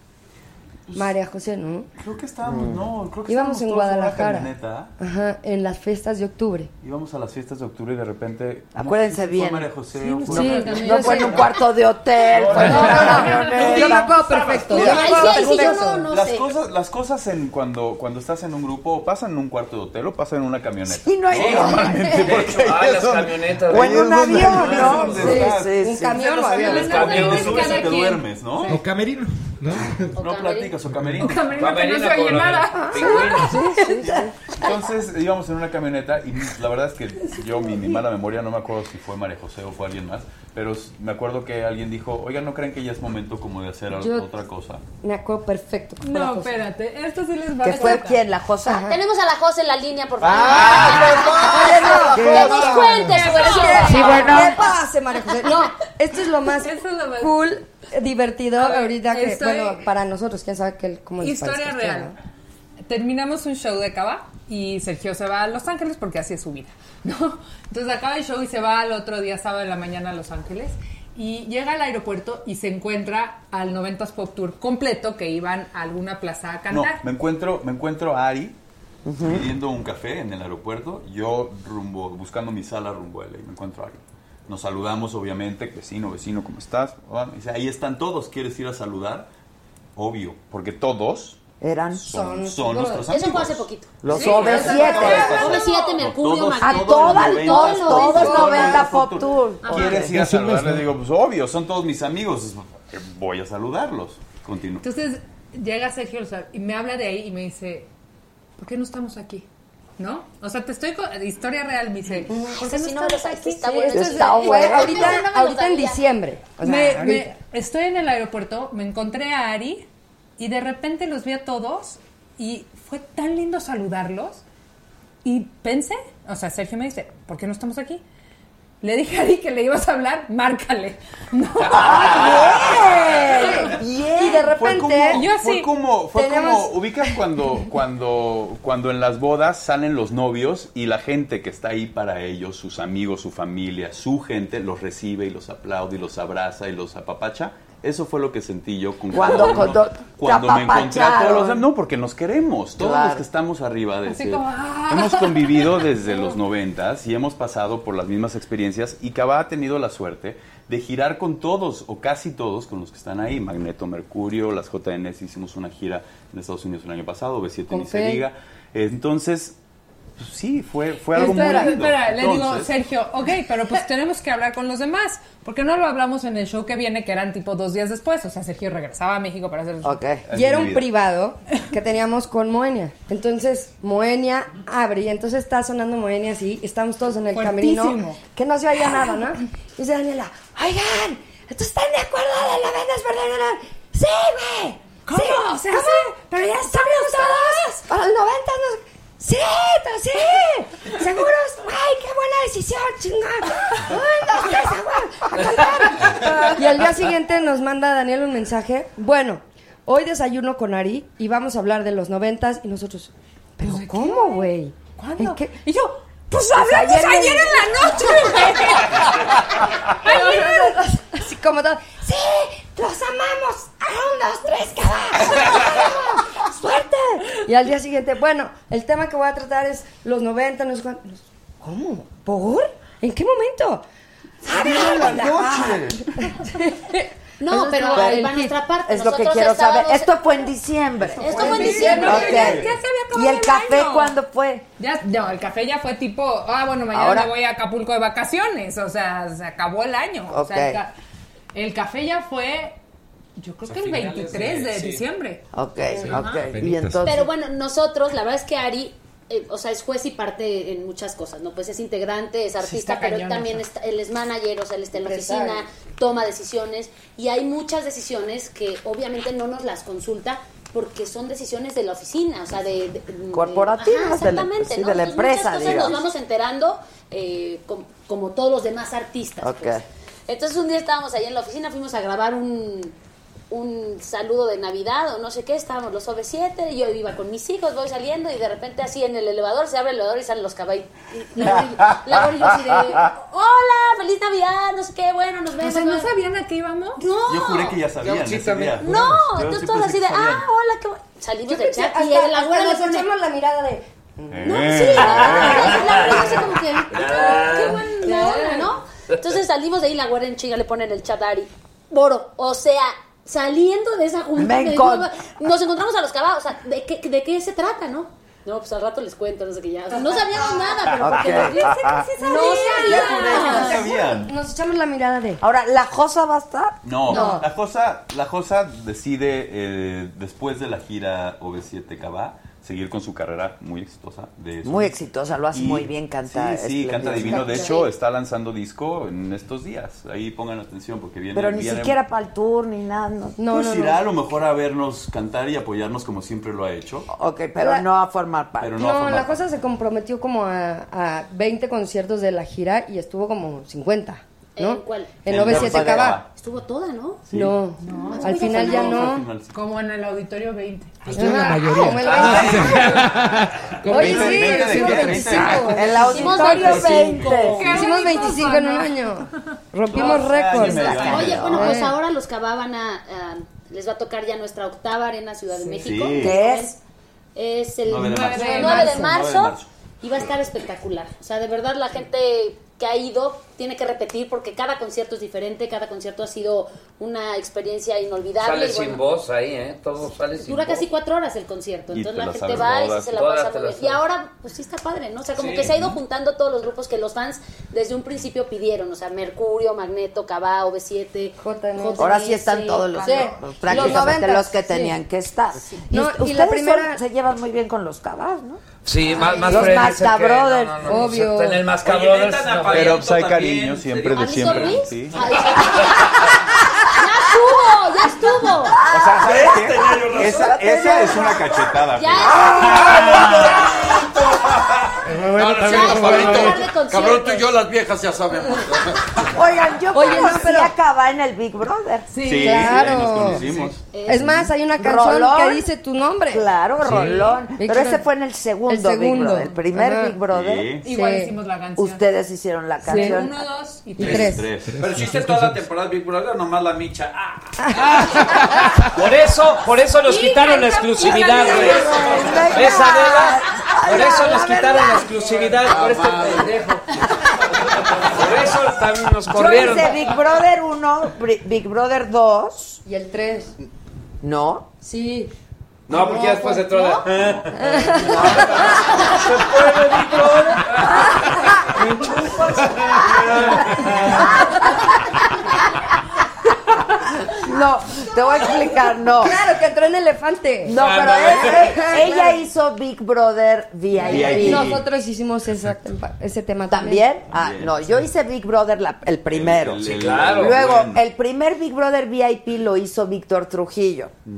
[SPEAKER 4] María José, ¿no?
[SPEAKER 14] Creo que estábamos, no, creo que
[SPEAKER 4] Íbamos
[SPEAKER 14] estábamos
[SPEAKER 4] en
[SPEAKER 14] todos una
[SPEAKER 4] Guadalajara.
[SPEAKER 14] camioneta.
[SPEAKER 4] Ajá, en las fiestas de octubre.
[SPEAKER 14] Íbamos a las fiestas de octubre y de repente...
[SPEAKER 1] Acuérdense
[SPEAKER 14] fue
[SPEAKER 1] bien.
[SPEAKER 14] María José,
[SPEAKER 1] Sí,
[SPEAKER 14] o fue-
[SPEAKER 1] sí,
[SPEAKER 14] no,
[SPEAKER 1] no fue en un cuarto de hotel, fue en una camioneta.
[SPEAKER 4] Yo me acuerdo perfecto. Yo me acuerdo perfecto.
[SPEAKER 14] las cosas, las cosas en cuando, cuando estás en un grupo o pasan en un cuarto de hotel o pasan en una camioneta.
[SPEAKER 1] Sí, no hay- Sí,
[SPEAKER 14] normalmente
[SPEAKER 1] de
[SPEAKER 14] porque
[SPEAKER 1] hecho,
[SPEAKER 14] ahí
[SPEAKER 1] ay,
[SPEAKER 14] es
[SPEAKER 1] Ah, las
[SPEAKER 14] donde-
[SPEAKER 1] camionetas. O
[SPEAKER 14] ahí
[SPEAKER 1] en
[SPEAKER 14] es
[SPEAKER 1] un
[SPEAKER 14] donde-
[SPEAKER 1] avión,
[SPEAKER 14] ahí es
[SPEAKER 1] ¿no?
[SPEAKER 14] donde
[SPEAKER 1] Sí,
[SPEAKER 14] estás.
[SPEAKER 1] sí, Un sí. camión o avión.
[SPEAKER 14] Los
[SPEAKER 1] Los
[SPEAKER 14] camiones
[SPEAKER 1] camiones,
[SPEAKER 14] subes y
[SPEAKER 1] cada
[SPEAKER 14] te
[SPEAKER 1] quien.
[SPEAKER 14] duermes, ¿no?
[SPEAKER 15] O camerino, ¿no?
[SPEAKER 14] No platicas, o camerino.
[SPEAKER 16] camerino que no se oye nada.
[SPEAKER 14] Entonces íbamos en una camioneta y la verdad es que yo, mi, mi mala memoria, no me acuerdo si fue María José o fue alguien más, pero s- me acuerdo que alguien dijo, oiga, ¿no creen que ya es momento como de hacer al-
[SPEAKER 4] Yo-
[SPEAKER 14] otra cosa?
[SPEAKER 4] Me acuerdo perfecto. que fue la
[SPEAKER 16] No,
[SPEAKER 4] cosa.
[SPEAKER 16] espérate, esto sí les va
[SPEAKER 1] ¿Que
[SPEAKER 16] a
[SPEAKER 1] fue
[SPEAKER 16] chocar.
[SPEAKER 1] quién? ¿La Josa?
[SPEAKER 13] Ah. tenemos a la José en la línea por favor
[SPEAKER 4] ¡Ah,
[SPEAKER 13] que
[SPEAKER 4] perdón!
[SPEAKER 13] nos cuente su versión.
[SPEAKER 4] Sí, bueno. ¿Qué pase, María José? No, esto es lo más, cool, divertido ahorita que,
[SPEAKER 16] estoy-
[SPEAKER 4] bueno, para nosotros, quién sabe que el- cómo les
[SPEAKER 16] Historia
[SPEAKER 4] parezca, este
[SPEAKER 16] real. Terminamos un show de Cava y Sergio se va a Los Ángeles porque así es su vida, ¿no? Entonces acaba el show y se va al otro día, sábado de la mañana, a Los Ángeles. Y llega al aeropuerto y se encuentra al 90s Pop Tour completo que iban a alguna plaza a
[SPEAKER 14] No,
[SPEAKER 16] cantar.
[SPEAKER 14] me encuentro, me encuentro a Ari pidiendo un café en el aeropuerto, yo rumbo, buscando mi sala rumbo a LA, me encuentro a Ari. Nos saludamos, obviamente, vecino, vecino, ¿cómo estás? Ah, me dice, ahí están todos, ¿quieres ir a saludar? Obvio, porque todos
[SPEAKER 1] Eran.
[SPEAKER 14] son, son nuestros amigos.
[SPEAKER 13] Eso fue hace poquito.
[SPEAKER 1] Los OV7.
[SPEAKER 13] OV7, Mercurio,
[SPEAKER 14] Todos,
[SPEAKER 13] Magneto.
[SPEAKER 1] A todas,
[SPEAKER 14] los
[SPEAKER 1] todos,
[SPEAKER 14] noventas, todos
[SPEAKER 1] todos
[SPEAKER 14] los noventas
[SPEAKER 1] 90
[SPEAKER 14] Pop
[SPEAKER 1] Pop Tour.
[SPEAKER 14] ¿Quieres ir a saludarles? Digo, pues obvio, son todos mis amigos, eh, voy a saludarlos. Continúo.
[SPEAKER 16] Entonces llega Sergio o sea, y me habla de ahí y me dice, ¿por qué no estamos aquí? ¿No? O sea, te estoy con historia real, me dice, ¿por qué no
[SPEAKER 13] si no
[SPEAKER 16] estamos
[SPEAKER 13] lo sabes,
[SPEAKER 16] aquí?
[SPEAKER 13] está
[SPEAKER 16] Sí,
[SPEAKER 13] bueno.
[SPEAKER 16] entonces,
[SPEAKER 13] Está
[SPEAKER 16] eh,
[SPEAKER 4] Fue
[SPEAKER 13] bueno.
[SPEAKER 4] ahorita,
[SPEAKER 13] No me lo
[SPEAKER 4] ahorita en
[SPEAKER 13] sabía.
[SPEAKER 4] diciembre. O sea,
[SPEAKER 16] me-
[SPEAKER 4] ahorita.
[SPEAKER 16] me- estoy en el aeropuerto, me encontré a Ari y de repente los vi a todos y fue tan lindo saludarlos y pensé, o sea, Sergio me dice, ¿por qué no estamos aquí? Le dije a Ari que le ibas a hablar, márcale. No.
[SPEAKER 13] ¡Ah,
[SPEAKER 1] Bien.
[SPEAKER 4] Y de
[SPEAKER 14] Fue
[SPEAKER 4] repente,
[SPEAKER 14] como,
[SPEAKER 4] yo así,
[SPEAKER 14] fue como, fue
[SPEAKER 4] tenemos-
[SPEAKER 14] como, ubicas cuando, cuando, cuando en las bodas salen los novios y la gente que está ahí para ellos, sus amigos, su familia, su gente, los recibe y los aplaude y los abraza y los apapacha. Eso fue lo que sentí yo con
[SPEAKER 1] Cuando-
[SPEAKER 14] cada uno.
[SPEAKER 1] cuando te
[SPEAKER 14] Cuando me encontré a todos los
[SPEAKER 1] apapacharon.
[SPEAKER 14] no, porque nos queremos, todos
[SPEAKER 1] Claro.
[SPEAKER 14] los que estamos arriba de
[SPEAKER 1] Así
[SPEAKER 14] ese-
[SPEAKER 1] como, "Ah".
[SPEAKER 14] Hemos convivido desde los noventas y hemos pasado por las mismas experiencias y Cava ha tenido la suerte de girar con todos o casi todos con los que están ahí, Magneto, Mercurio, las JNS hicimos una gira en Estados Unidos el año pasado, B7
[SPEAKER 16] Con
[SPEAKER 14] ni se
[SPEAKER 16] Fey.
[SPEAKER 14] diga. Entonces, pues sí, fue fue algo
[SPEAKER 16] espera,
[SPEAKER 14] muy lindo.
[SPEAKER 16] espera, le digo,
[SPEAKER 14] Entonces,
[SPEAKER 16] Sergio, ok, pero pues tenemos que hablar con los demás. ¿Por qué no lo hablamos en el show que viene, que eran tipo dos días después? O sea, Sergio regresaba a México para hacer el show.
[SPEAKER 4] Y era un privado que teníamos con Moenia. Entonces, Moenia abre y entonces está sonando Moenia así. Estamos todos en el
[SPEAKER 16] Fuertísimo.
[SPEAKER 4] camerino. Que no se oía nada, ¿no? Y dice Daniela, oigan, ¿estos están de acuerdo de la venda es verdadera? ¡Sí, güey!
[SPEAKER 16] ¿Cómo?
[SPEAKER 4] Sí,
[SPEAKER 16] O sea,
[SPEAKER 4] ¿cómo?
[SPEAKER 16] sí.
[SPEAKER 4] Pero ya estamos todos. Para los 90 nos... ¡Sí! to- ¡Sí! ¡Seguros! ¡Ay, qué buena decisión, chingada! ¡Un, dos, tres, aguas! Y al día siguiente nos manda Daniel un mensaje. Bueno, hoy desayuno con Ari y vamos a hablar de los noventas. Y nosotros, ¿pero cómo, güey? ¿En qué? Y yo,
[SPEAKER 16] Pues hablamos ayer, en la noche,
[SPEAKER 4] Así como todo. ¡Sí! ¡Los amamos! ¡A "Ah, un, dos, tres, cabrón! ¡Suerte! Y al día siguiente, bueno, el tema que voy a tratar es los 90, no sé cuánto. ¿Cómo? ¿Por? ¿En qué momento?
[SPEAKER 1] en la
[SPEAKER 13] No, pero ahí va nuestra parte.
[SPEAKER 1] Es lo que
[SPEAKER 13] Nosotros
[SPEAKER 1] quiero saber.
[SPEAKER 13] estábamos-
[SPEAKER 1] Esto fue en diciembre.
[SPEAKER 13] Esto fue en diciembre.
[SPEAKER 1] Ok.
[SPEAKER 13] Ya- ya se había
[SPEAKER 1] ¿Y el café cuándo fue?
[SPEAKER 16] Ya, no, el café ya fue tipo, ah, bueno, mañana
[SPEAKER 1] Ahora-
[SPEAKER 16] me voy a Acapulco de vacaciones. O sea, se acabó el año. O sea, el,
[SPEAKER 1] Ok.
[SPEAKER 16] ca- el café ya fue, yo creo que el
[SPEAKER 1] finales
[SPEAKER 16] 23
[SPEAKER 1] de-
[SPEAKER 16] de,
[SPEAKER 1] sí.
[SPEAKER 16] diciembre.
[SPEAKER 1] Ok,
[SPEAKER 16] Sí.
[SPEAKER 1] ok.
[SPEAKER 16] Ajá.
[SPEAKER 1] Y entonces.
[SPEAKER 13] Pero bueno, nosotros, la verdad es que Ari, eh, o sea, es juez y parte en muchas cosas, ¿no? Pues es integrante, es artista,
[SPEAKER 16] está
[SPEAKER 13] pero él
[SPEAKER 16] cañón
[SPEAKER 13] también
[SPEAKER 16] eso.
[SPEAKER 13] está- él es manager, o sea, él está en la
[SPEAKER 16] Empresario.
[SPEAKER 13] oficina, toma decisiones y hay muchas decisiones que obviamente no nos las consulta porque son decisiones de la oficina, o sea, de... de- de-
[SPEAKER 1] Corporativas,
[SPEAKER 13] Ajá,
[SPEAKER 1] de la-
[SPEAKER 13] exactamente,
[SPEAKER 1] sí,
[SPEAKER 13] ¿no?
[SPEAKER 1] de la
[SPEAKER 13] Entonces, muchas
[SPEAKER 1] empresa,
[SPEAKER 13] cosas
[SPEAKER 1] digamos.
[SPEAKER 13] nos vamos enterando eh, com- como todos los demás artistas.
[SPEAKER 1] Ok.
[SPEAKER 13] pues. Entonces un día estábamos ahí en la oficina, fuimos a grabar un, un saludo de Navidad o no sé qué, estábamos los sobre 7, yo iba con mis hijos, voy saliendo y de repente así en el elevador se abre el elevador y salen los caballos. Y La gorilla- la gorilla así de, hola, feliz Navidad, no sé qué, bueno, nos
[SPEAKER 16] O
[SPEAKER 13] vemos.
[SPEAKER 16] sea, ¿no
[SPEAKER 13] bueno".
[SPEAKER 16] sabían a qué íbamos?
[SPEAKER 13] No.
[SPEAKER 14] yo juré que ya sabían
[SPEAKER 16] sí
[SPEAKER 14] ese
[SPEAKER 16] también.
[SPEAKER 14] día.
[SPEAKER 13] No,
[SPEAKER 14] Yo
[SPEAKER 13] entonces
[SPEAKER 14] sí
[SPEAKER 13] todos
[SPEAKER 14] pensé
[SPEAKER 13] así de,
[SPEAKER 14] que sabían.
[SPEAKER 13] ah, hola, qué bueno". Salimos del chat y
[SPEAKER 4] hasta,
[SPEAKER 13] la abuela le
[SPEAKER 4] hasta nos
[SPEAKER 13] pone,
[SPEAKER 4] echamos la mirada de.
[SPEAKER 14] Eh.
[SPEAKER 13] la abuela así como que, "Ah, qué buena
[SPEAKER 4] Eh.
[SPEAKER 13] onda", ¿no? Entonces salimos de ahí, la güera en chinga le pone en el chat a Ari, Boro, o sea, saliendo de esa junta,
[SPEAKER 1] Me
[SPEAKER 13] me
[SPEAKER 1] encon-
[SPEAKER 13] dijo, nos encontramos a los caballos, o sea, ¿de qué, ¿de qué se trata, no? No, pues al rato les cuento, no sé qué ya. o sea, no sabíamos nada, pero porque
[SPEAKER 1] Ok.
[SPEAKER 13] nos dio ese-
[SPEAKER 4] No
[SPEAKER 13] sabían.
[SPEAKER 14] No sabían.
[SPEAKER 4] Nos echamos la mirada de.
[SPEAKER 1] Ahora, ¿la Josa va a estar?
[SPEAKER 14] No,
[SPEAKER 4] No.
[SPEAKER 14] La, Josa, la Josa decide, eh, después de la gira OV7 Cabá, seguir con su carrera muy exitosa. De
[SPEAKER 1] Muy exitosa, lo hace
[SPEAKER 14] Y-
[SPEAKER 1] muy bien, canta.
[SPEAKER 14] Sí, sí, canta
[SPEAKER 1] espléndido.
[SPEAKER 14] divino. De hecho, está lanzando disco en estos días. Ahí pongan atención porque viene.
[SPEAKER 1] Pero ni
[SPEAKER 14] viene-
[SPEAKER 1] siquiera para el tour ni nada. No,
[SPEAKER 14] Pues irá a lo mejor a vernos cantar y apoyarnos como siempre lo ha hecho.
[SPEAKER 1] Ok, pero no a formar parte.
[SPEAKER 14] Pero no, a
[SPEAKER 4] No,
[SPEAKER 14] formar
[SPEAKER 4] la cosa se comprometió como a, a 20 conciertos de la gira y estuvo como 50. ¿no?
[SPEAKER 13] ¿En cuál?
[SPEAKER 4] En
[SPEAKER 13] En
[SPEAKER 4] OV7 Cava.
[SPEAKER 13] Estuvo toda, ¿no?
[SPEAKER 4] No, al final ya no.
[SPEAKER 16] Como en el auditorio Ah, 20.
[SPEAKER 4] Estuvo la mayoría. como el
[SPEAKER 16] Como
[SPEAKER 4] Oye,
[SPEAKER 16] veinte,
[SPEAKER 4] sí,
[SPEAKER 16] veinte,
[SPEAKER 4] hicimos
[SPEAKER 16] veinte,
[SPEAKER 4] 25.
[SPEAKER 16] veinte.
[SPEAKER 1] El auditorio
[SPEAKER 4] Hicimos
[SPEAKER 1] 20.
[SPEAKER 4] 25.
[SPEAKER 1] Qué
[SPEAKER 4] Hicimos
[SPEAKER 1] bonito
[SPEAKER 4] 25 en un
[SPEAKER 1] sonó.
[SPEAKER 4] año. Rompimos
[SPEAKER 1] Dos
[SPEAKER 4] récords.
[SPEAKER 1] años y medio.
[SPEAKER 13] Oye, bueno,
[SPEAKER 4] Eh.
[SPEAKER 13] pues ahora los cababan a, a- les va a tocar ya nuestra octava arena Ciudad de México.
[SPEAKER 1] Sí. ¿Qué es?
[SPEAKER 13] Es el 9
[SPEAKER 1] 9 de marzo.
[SPEAKER 13] de,
[SPEAKER 1] 9 de
[SPEAKER 13] marzo.
[SPEAKER 1] marzo.
[SPEAKER 13] Y va a estar espectacular. O sea, de verdad la gente que ha ido tiene que repetir porque cada concierto es diferente, cada concierto ha sido una experiencia inolvidable.
[SPEAKER 17] Sale
[SPEAKER 13] y bueno,
[SPEAKER 17] sin voz ahí, ¿eh? Todo sale sin
[SPEAKER 13] Dura
[SPEAKER 17] voz.
[SPEAKER 13] casi cuatro horas el concierto,
[SPEAKER 17] Y
[SPEAKER 13] entonces
[SPEAKER 17] te
[SPEAKER 13] la
[SPEAKER 17] las
[SPEAKER 13] gente
[SPEAKER 17] sabes
[SPEAKER 13] va y
[SPEAKER 17] todas.
[SPEAKER 13] se la
[SPEAKER 17] Todas
[SPEAKER 13] pasa
[SPEAKER 17] te
[SPEAKER 13] muy bien.
[SPEAKER 17] las
[SPEAKER 13] Y ahora, pues sí está padre, ¿no? O sea, como
[SPEAKER 17] Sí.
[SPEAKER 13] que se ha ido juntando todos los grupos que los fans desde un principio pidieron, o sea, Mercurio, Magneto, Cabá, V7, JNS,
[SPEAKER 1] Ahora sí están todos los,
[SPEAKER 13] Sí.
[SPEAKER 1] los- prácticamente los,
[SPEAKER 13] 90,
[SPEAKER 1] que
[SPEAKER 13] sí.
[SPEAKER 1] tenían que estar. Y
[SPEAKER 13] No,
[SPEAKER 1] ustedes
[SPEAKER 13] y la
[SPEAKER 1] son-
[SPEAKER 13] primera-
[SPEAKER 1] se llevan muy bien con los cabas, ¿no?
[SPEAKER 17] Sí, más, más
[SPEAKER 1] Los
[SPEAKER 17] friendly se
[SPEAKER 1] Mascabrothers,
[SPEAKER 17] queda, no, no, no,
[SPEAKER 1] obvio.
[SPEAKER 17] se- En el
[SPEAKER 14] Oye,
[SPEAKER 17] Mascabrothers.
[SPEAKER 14] metan a
[SPEAKER 17] no,
[SPEAKER 14] Pero pues hay cariño siempre, de siempre.
[SPEAKER 13] Luis?
[SPEAKER 14] Sí.
[SPEAKER 13] ¡Ya estuvo! ¡Ya estuvo!
[SPEAKER 14] O sea, ¿sabes qué? Esa, esa es una cachetada.
[SPEAKER 13] Ya
[SPEAKER 14] Fer.
[SPEAKER 13] es-
[SPEAKER 11] No,
[SPEAKER 18] bueno,
[SPEAKER 11] no, sí,
[SPEAKER 18] también,
[SPEAKER 11] las Pablito,
[SPEAKER 18] bueno, bueno. Hablar de conciertos.
[SPEAKER 11] Cabrón, tú y yo las viejas ya sabemos.
[SPEAKER 1] Oigan, yo
[SPEAKER 4] Oye,
[SPEAKER 1] conocí
[SPEAKER 4] no, pero-
[SPEAKER 1] a Cava en el Big Brother.
[SPEAKER 4] Sí, Sí, claro. ahí nos
[SPEAKER 11] conocimos.
[SPEAKER 4] Es más, hay una canción que dice tu nombre.
[SPEAKER 1] Claro,
[SPEAKER 4] Sí.
[SPEAKER 1] Rolón.
[SPEAKER 4] Big
[SPEAKER 1] Pero
[SPEAKER 4] Brother.
[SPEAKER 1] ese fue en el segundo,
[SPEAKER 4] El segundo.
[SPEAKER 1] Big Brother. El primer
[SPEAKER 4] Ajá.
[SPEAKER 1] Big Brother.
[SPEAKER 11] Sí.
[SPEAKER 16] Igual hicimos la canción.
[SPEAKER 1] Ustedes hicieron la
[SPEAKER 16] Sí.
[SPEAKER 1] canción.
[SPEAKER 16] Uno, dos y
[SPEAKER 11] Tres.
[SPEAKER 16] tres.
[SPEAKER 11] Pero hiciste toda la temporada Big Brother, nomás la micha. Ah,
[SPEAKER 9] Ah.
[SPEAKER 5] Por eso, por eso nos quitaron la exclusividad, pues. güey. ¿Ves, Adela? Por eso nos quitaron la exclusividad, por este pendejo. Por eso también nos
[SPEAKER 1] Yo
[SPEAKER 5] corrieron.
[SPEAKER 1] hice Big Brother 1, Bri- Big Brother 2.
[SPEAKER 4] Y el 3.
[SPEAKER 1] ¿No?
[SPEAKER 4] Sí.
[SPEAKER 5] No, porque ya después entró la...
[SPEAKER 1] No, te voy a explicar, no.
[SPEAKER 4] Claro que entró en elefante.
[SPEAKER 1] Ah, No, pero es- es- ella hizo Big Brother VIP.
[SPEAKER 4] Nosotros hicimos esa tempa- ese tema también.
[SPEAKER 1] ¿También? Ah, no, yo hice Big Brother la- el primero.
[SPEAKER 4] Sí, claro.
[SPEAKER 1] Luego,
[SPEAKER 4] Bueno.
[SPEAKER 1] el primer Big Brother VIP lo hizo Víctor Trujillo.
[SPEAKER 4] Esa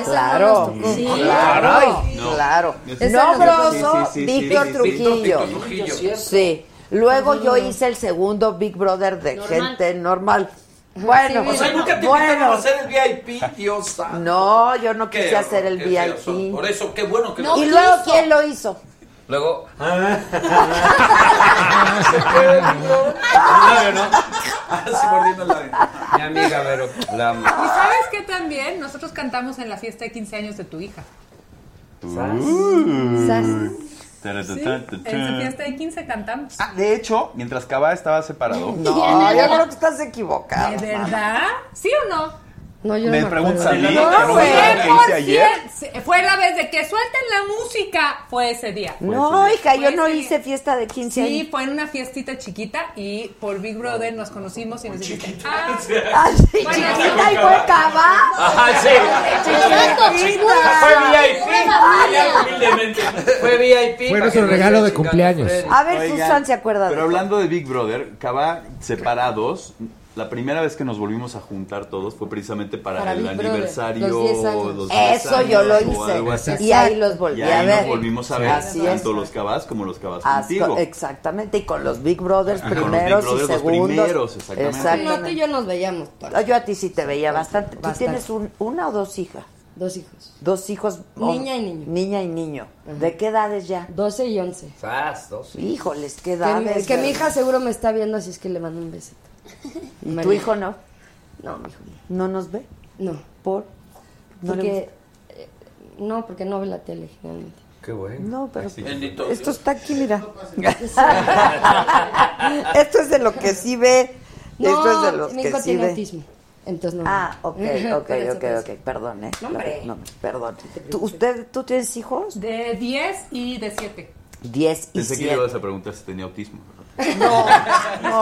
[SPEAKER 4] no
[SPEAKER 1] Claro,
[SPEAKER 4] nos tocó. Sí.
[SPEAKER 1] claro,
[SPEAKER 4] No.
[SPEAKER 1] claro.
[SPEAKER 4] Esa
[SPEAKER 1] No,
[SPEAKER 4] no nos
[SPEAKER 1] broso,
[SPEAKER 4] tocó. Sí, sí, sí,
[SPEAKER 1] Víctor
[SPEAKER 4] sí, sí, sí.
[SPEAKER 1] Trujillo.
[SPEAKER 4] Víctor Trujillo.
[SPEAKER 1] Sí. Luego yo hice el segundo Big Brother de gente normal. Bueno,
[SPEAKER 11] o sea, nunca te invitaron a
[SPEAKER 1] bueno.
[SPEAKER 11] hacer el VIP, diosa.
[SPEAKER 1] No, yo no quise
[SPEAKER 11] Qué
[SPEAKER 1] hacer el
[SPEAKER 11] horror, qué feos son.
[SPEAKER 1] VIP.
[SPEAKER 11] Por eso, qué bueno que
[SPEAKER 1] ¿Y luego quién lo hizo?
[SPEAKER 11] Luego.
[SPEAKER 9] ah.
[SPEAKER 5] Mi amiga Vero, la amo.
[SPEAKER 16] Y sabes que también nosotros cantamos en la fiesta de 15 años de tu hija. Sí, en su fiesta de 15 cantamos.
[SPEAKER 14] Ah, De hecho, mientras Cava estaba separado.
[SPEAKER 1] No, yo creo que estás equivocado.
[SPEAKER 16] ¿De verdad? ¿Sí o no?
[SPEAKER 4] No,
[SPEAKER 14] yo Me no me preguntas acuerdo. a mí,
[SPEAKER 1] No,
[SPEAKER 14] te
[SPEAKER 11] Pues
[SPEAKER 14] preguntas
[SPEAKER 1] güey.
[SPEAKER 14] a mí. ¿Hice ayer?
[SPEAKER 16] Cien- Fue la vez de que suelten la música, fue ese día.
[SPEAKER 1] No, hija, yo
[SPEAKER 11] Pues
[SPEAKER 16] Fue
[SPEAKER 1] no
[SPEAKER 16] ese día.
[SPEAKER 1] hice fiesta de 15
[SPEAKER 16] Sí,
[SPEAKER 1] años.
[SPEAKER 16] fue en una fiestita chiquita y por Big Brother nos conocimos y nos dijiste, ah,
[SPEAKER 1] Ah, sí, chiquita y fue cava.
[SPEAKER 5] Ah, sí.
[SPEAKER 1] Chiquita.
[SPEAKER 5] Fue VIP. Fue VIP.
[SPEAKER 15] Fue nuestro regalo de cumpleaños.
[SPEAKER 1] A ver, Susan se acuerda de
[SPEAKER 14] Pero hablando de Big Brother, Cava separados. La primera vez que nos volvimos a juntar todos fue precisamente para,
[SPEAKER 1] Para
[SPEAKER 14] el
[SPEAKER 1] Big Brother,
[SPEAKER 14] aniversario.
[SPEAKER 1] los 10 años.
[SPEAKER 14] los 10
[SPEAKER 1] Eso yo lo
[SPEAKER 14] años o
[SPEAKER 1] hice,
[SPEAKER 14] algo así.
[SPEAKER 1] y ahí los volví
[SPEAKER 14] Y
[SPEAKER 1] a
[SPEAKER 14] ahí
[SPEAKER 1] ver.
[SPEAKER 14] Nos volvimos a ver,
[SPEAKER 1] Así es.
[SPEAKER 14] tanto los Cavas como los Cavas
[SPEAKER 1] Asco-
[SPEAKER 14] Pues
[SPEAKER 1] eh,
[SPEAKER 14] contigo.
[SPEAKER 1] exactamente, y con los Big Brothers
[SPEAKER 14] Y con los Big
[SPEAKER 1] primeros
[SPEAKER 14] Brothers,
[SPEAKER 1] y
[SPEAKER 14] los
[SPEAKER 1] segundos.
[SPEAKER 14] primeros, exactamente.
[SPEAKER 4] No, tú y yo nos veíamos.
[SPEAKER 1] Ah, Yo a ti sí te veía bastante. ¿Tú
[SPEAKER 4] Bastante.
[SPEAKER 1] tienes un- una o dos hijas?
[SPEAKER 4] Dos hijos.
[SPEAKER 1] Dos hijos.
[SPEAKER 4] Niña y
[SPEAKER 1] niño. Niña y niño. ¿De qué edades ya?
[SPEAKER 4] 12 y 11.
[SPEAKER 1] Híjoles, qué
[SPEAKER 4] Que, mi-
[SPEAKER 1] edades.
[SPEAKER 4] que mi
[SPEAKER 1] ¿verdad?
[SPEAKER 4] hija seguro me está viendo, así es que le mando un besito.
[SPEAKER 1] ¿Y tu
[SPEAKER 4] María.
[SPEAKER 1] hijo no?
[SPEAKER 4] No, mi hijo no.
[SPEAKER 1] ¿No nos ve?
[SPEAKER 4] No.
[SPEAKER 1] ¿Por? No le
[SPEAKER 4] Porque, eh, no, porque no ve la tele generalmente.
[SPEAKER 5] Qué bueno.
[SPEAKER 1] No, pero
[SPEAKER 5] Bendito
[SPEAKER 1] esto
[SPEAKER 5] Dios.
[SPEAKER 1] está aquí, mira. esto es de lo que sí ve. esto es de lo
[SPEAKER 4] mi
[SPEAKER 1] que
[SPEAKER 4] hijo
[SPEAKER 1] sí
[SPEAKER 4] tiene
[SPEAKER 1] ve.
[SPEAKER 4] autismo. Entonces no.
[SPEAKER 1] Ah, ok, ok,
[SPEAKER 4] Por eso,
[SPEAKER 1] ok,
[SPEAKER 4] por eso.
[SPEAKER 1] ok, perdón, eh.
[SPEAKER 4] No, hombre.
[SPEAKER 1] No, perdón. ¿Tú, usted, ¿Tú tienes hijos?
[SPEAKER 16] de 10 y de 7.
[SPEAKER 1] 10 y
[SPEAKER 14] Pensé que le
[SPEAKER 1] 7.
[SPEAKER 14] ibas a preguntar si tenía autismo.
[SPEAKER 1] No,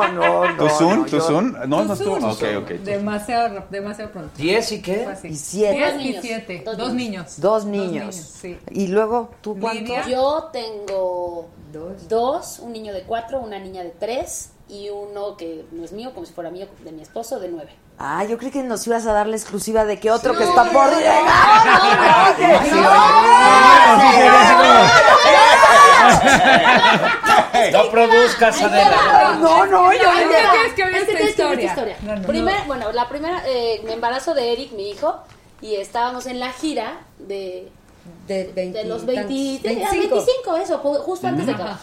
[SPEAKER 1] no, no.
[SPEAKER 14] ¿Tú Zoom?
[SPEAKER 1] no,
[SPEAKER 14] ¿Tú
[SPEAKER 1] yo-
[SPEAKER 14] Zoom? No, no tú.
[SPEAKER 16] Tuzun.
[SPEAKER 14] Ok, ok.
[SPEAKER 16] Demasiado, rap- demasiado pronto.
[SPEAKER 5] ¿Diez y qué?
[SPEAKER 16] Fue así.
[SPEAKER 1] Y siete.
[SPEAKER 16] Diez
[SPEAKER 1] Dos
[SPEAKER 16] y
[SPEAKER 1] niños.
[SPEAKER 16] siete. Dos niños.
[SPEAKER 1] Dos niños.
[SPEAKER 13] sí.
[SPEAKER 1] Y luego, ¿tú cuántos?
[SPEAKER 13] Yo tengo dos. un niño de cuatro, una niña de tres y uno que no es mío, como si fuera mío, de mi esposo, de nueve.
[SPEAKER 1] Ah, yo creí que nos ibas a dar la exclusiva de que otro que
[SPEAKER 13] No,
[SPEAKER 1] está
[SPEAKER 13] no,
[SPEAKER 1] por
[SPEAKER 13] no,
[SPEAKER 1] llegar.
[SPEAKER 13] no, no,
[SPEAKER 1] Ah,
[SPEAKER 5] No produzcas, Adela.
[SPEAKER 1] No, no, yo
[SPEAKER 13] es
[SPEAKER 1] ya-
[SPEAKER 13] tienes que ver
[SPEAKER 1] Es que tienes que
[SPEAKER 13] esta
[SPEAKER 1] ver
[SPEAKER 13] historia.
[SPEAKER 1] esta historia. No, no,
[SPEAKER 13] Primer-
[SPEAKER 1] no.
[SPEAKER 13] Bueno, la primera, eh, me embarazo de Eric, mi hijo, y estábamos en la gira de,
[SPEAKER 4] De,
[SPEAKER 13] de los 20,
[SPEAKER 4] 20,
[SPEAKER 13] eran
[SPEAKER 4] 25.
[SPEAKER 13] 25, eso, ju- justo antes de
[SPEAKER 4] Ujú.
[SPEAKER 13] acabar.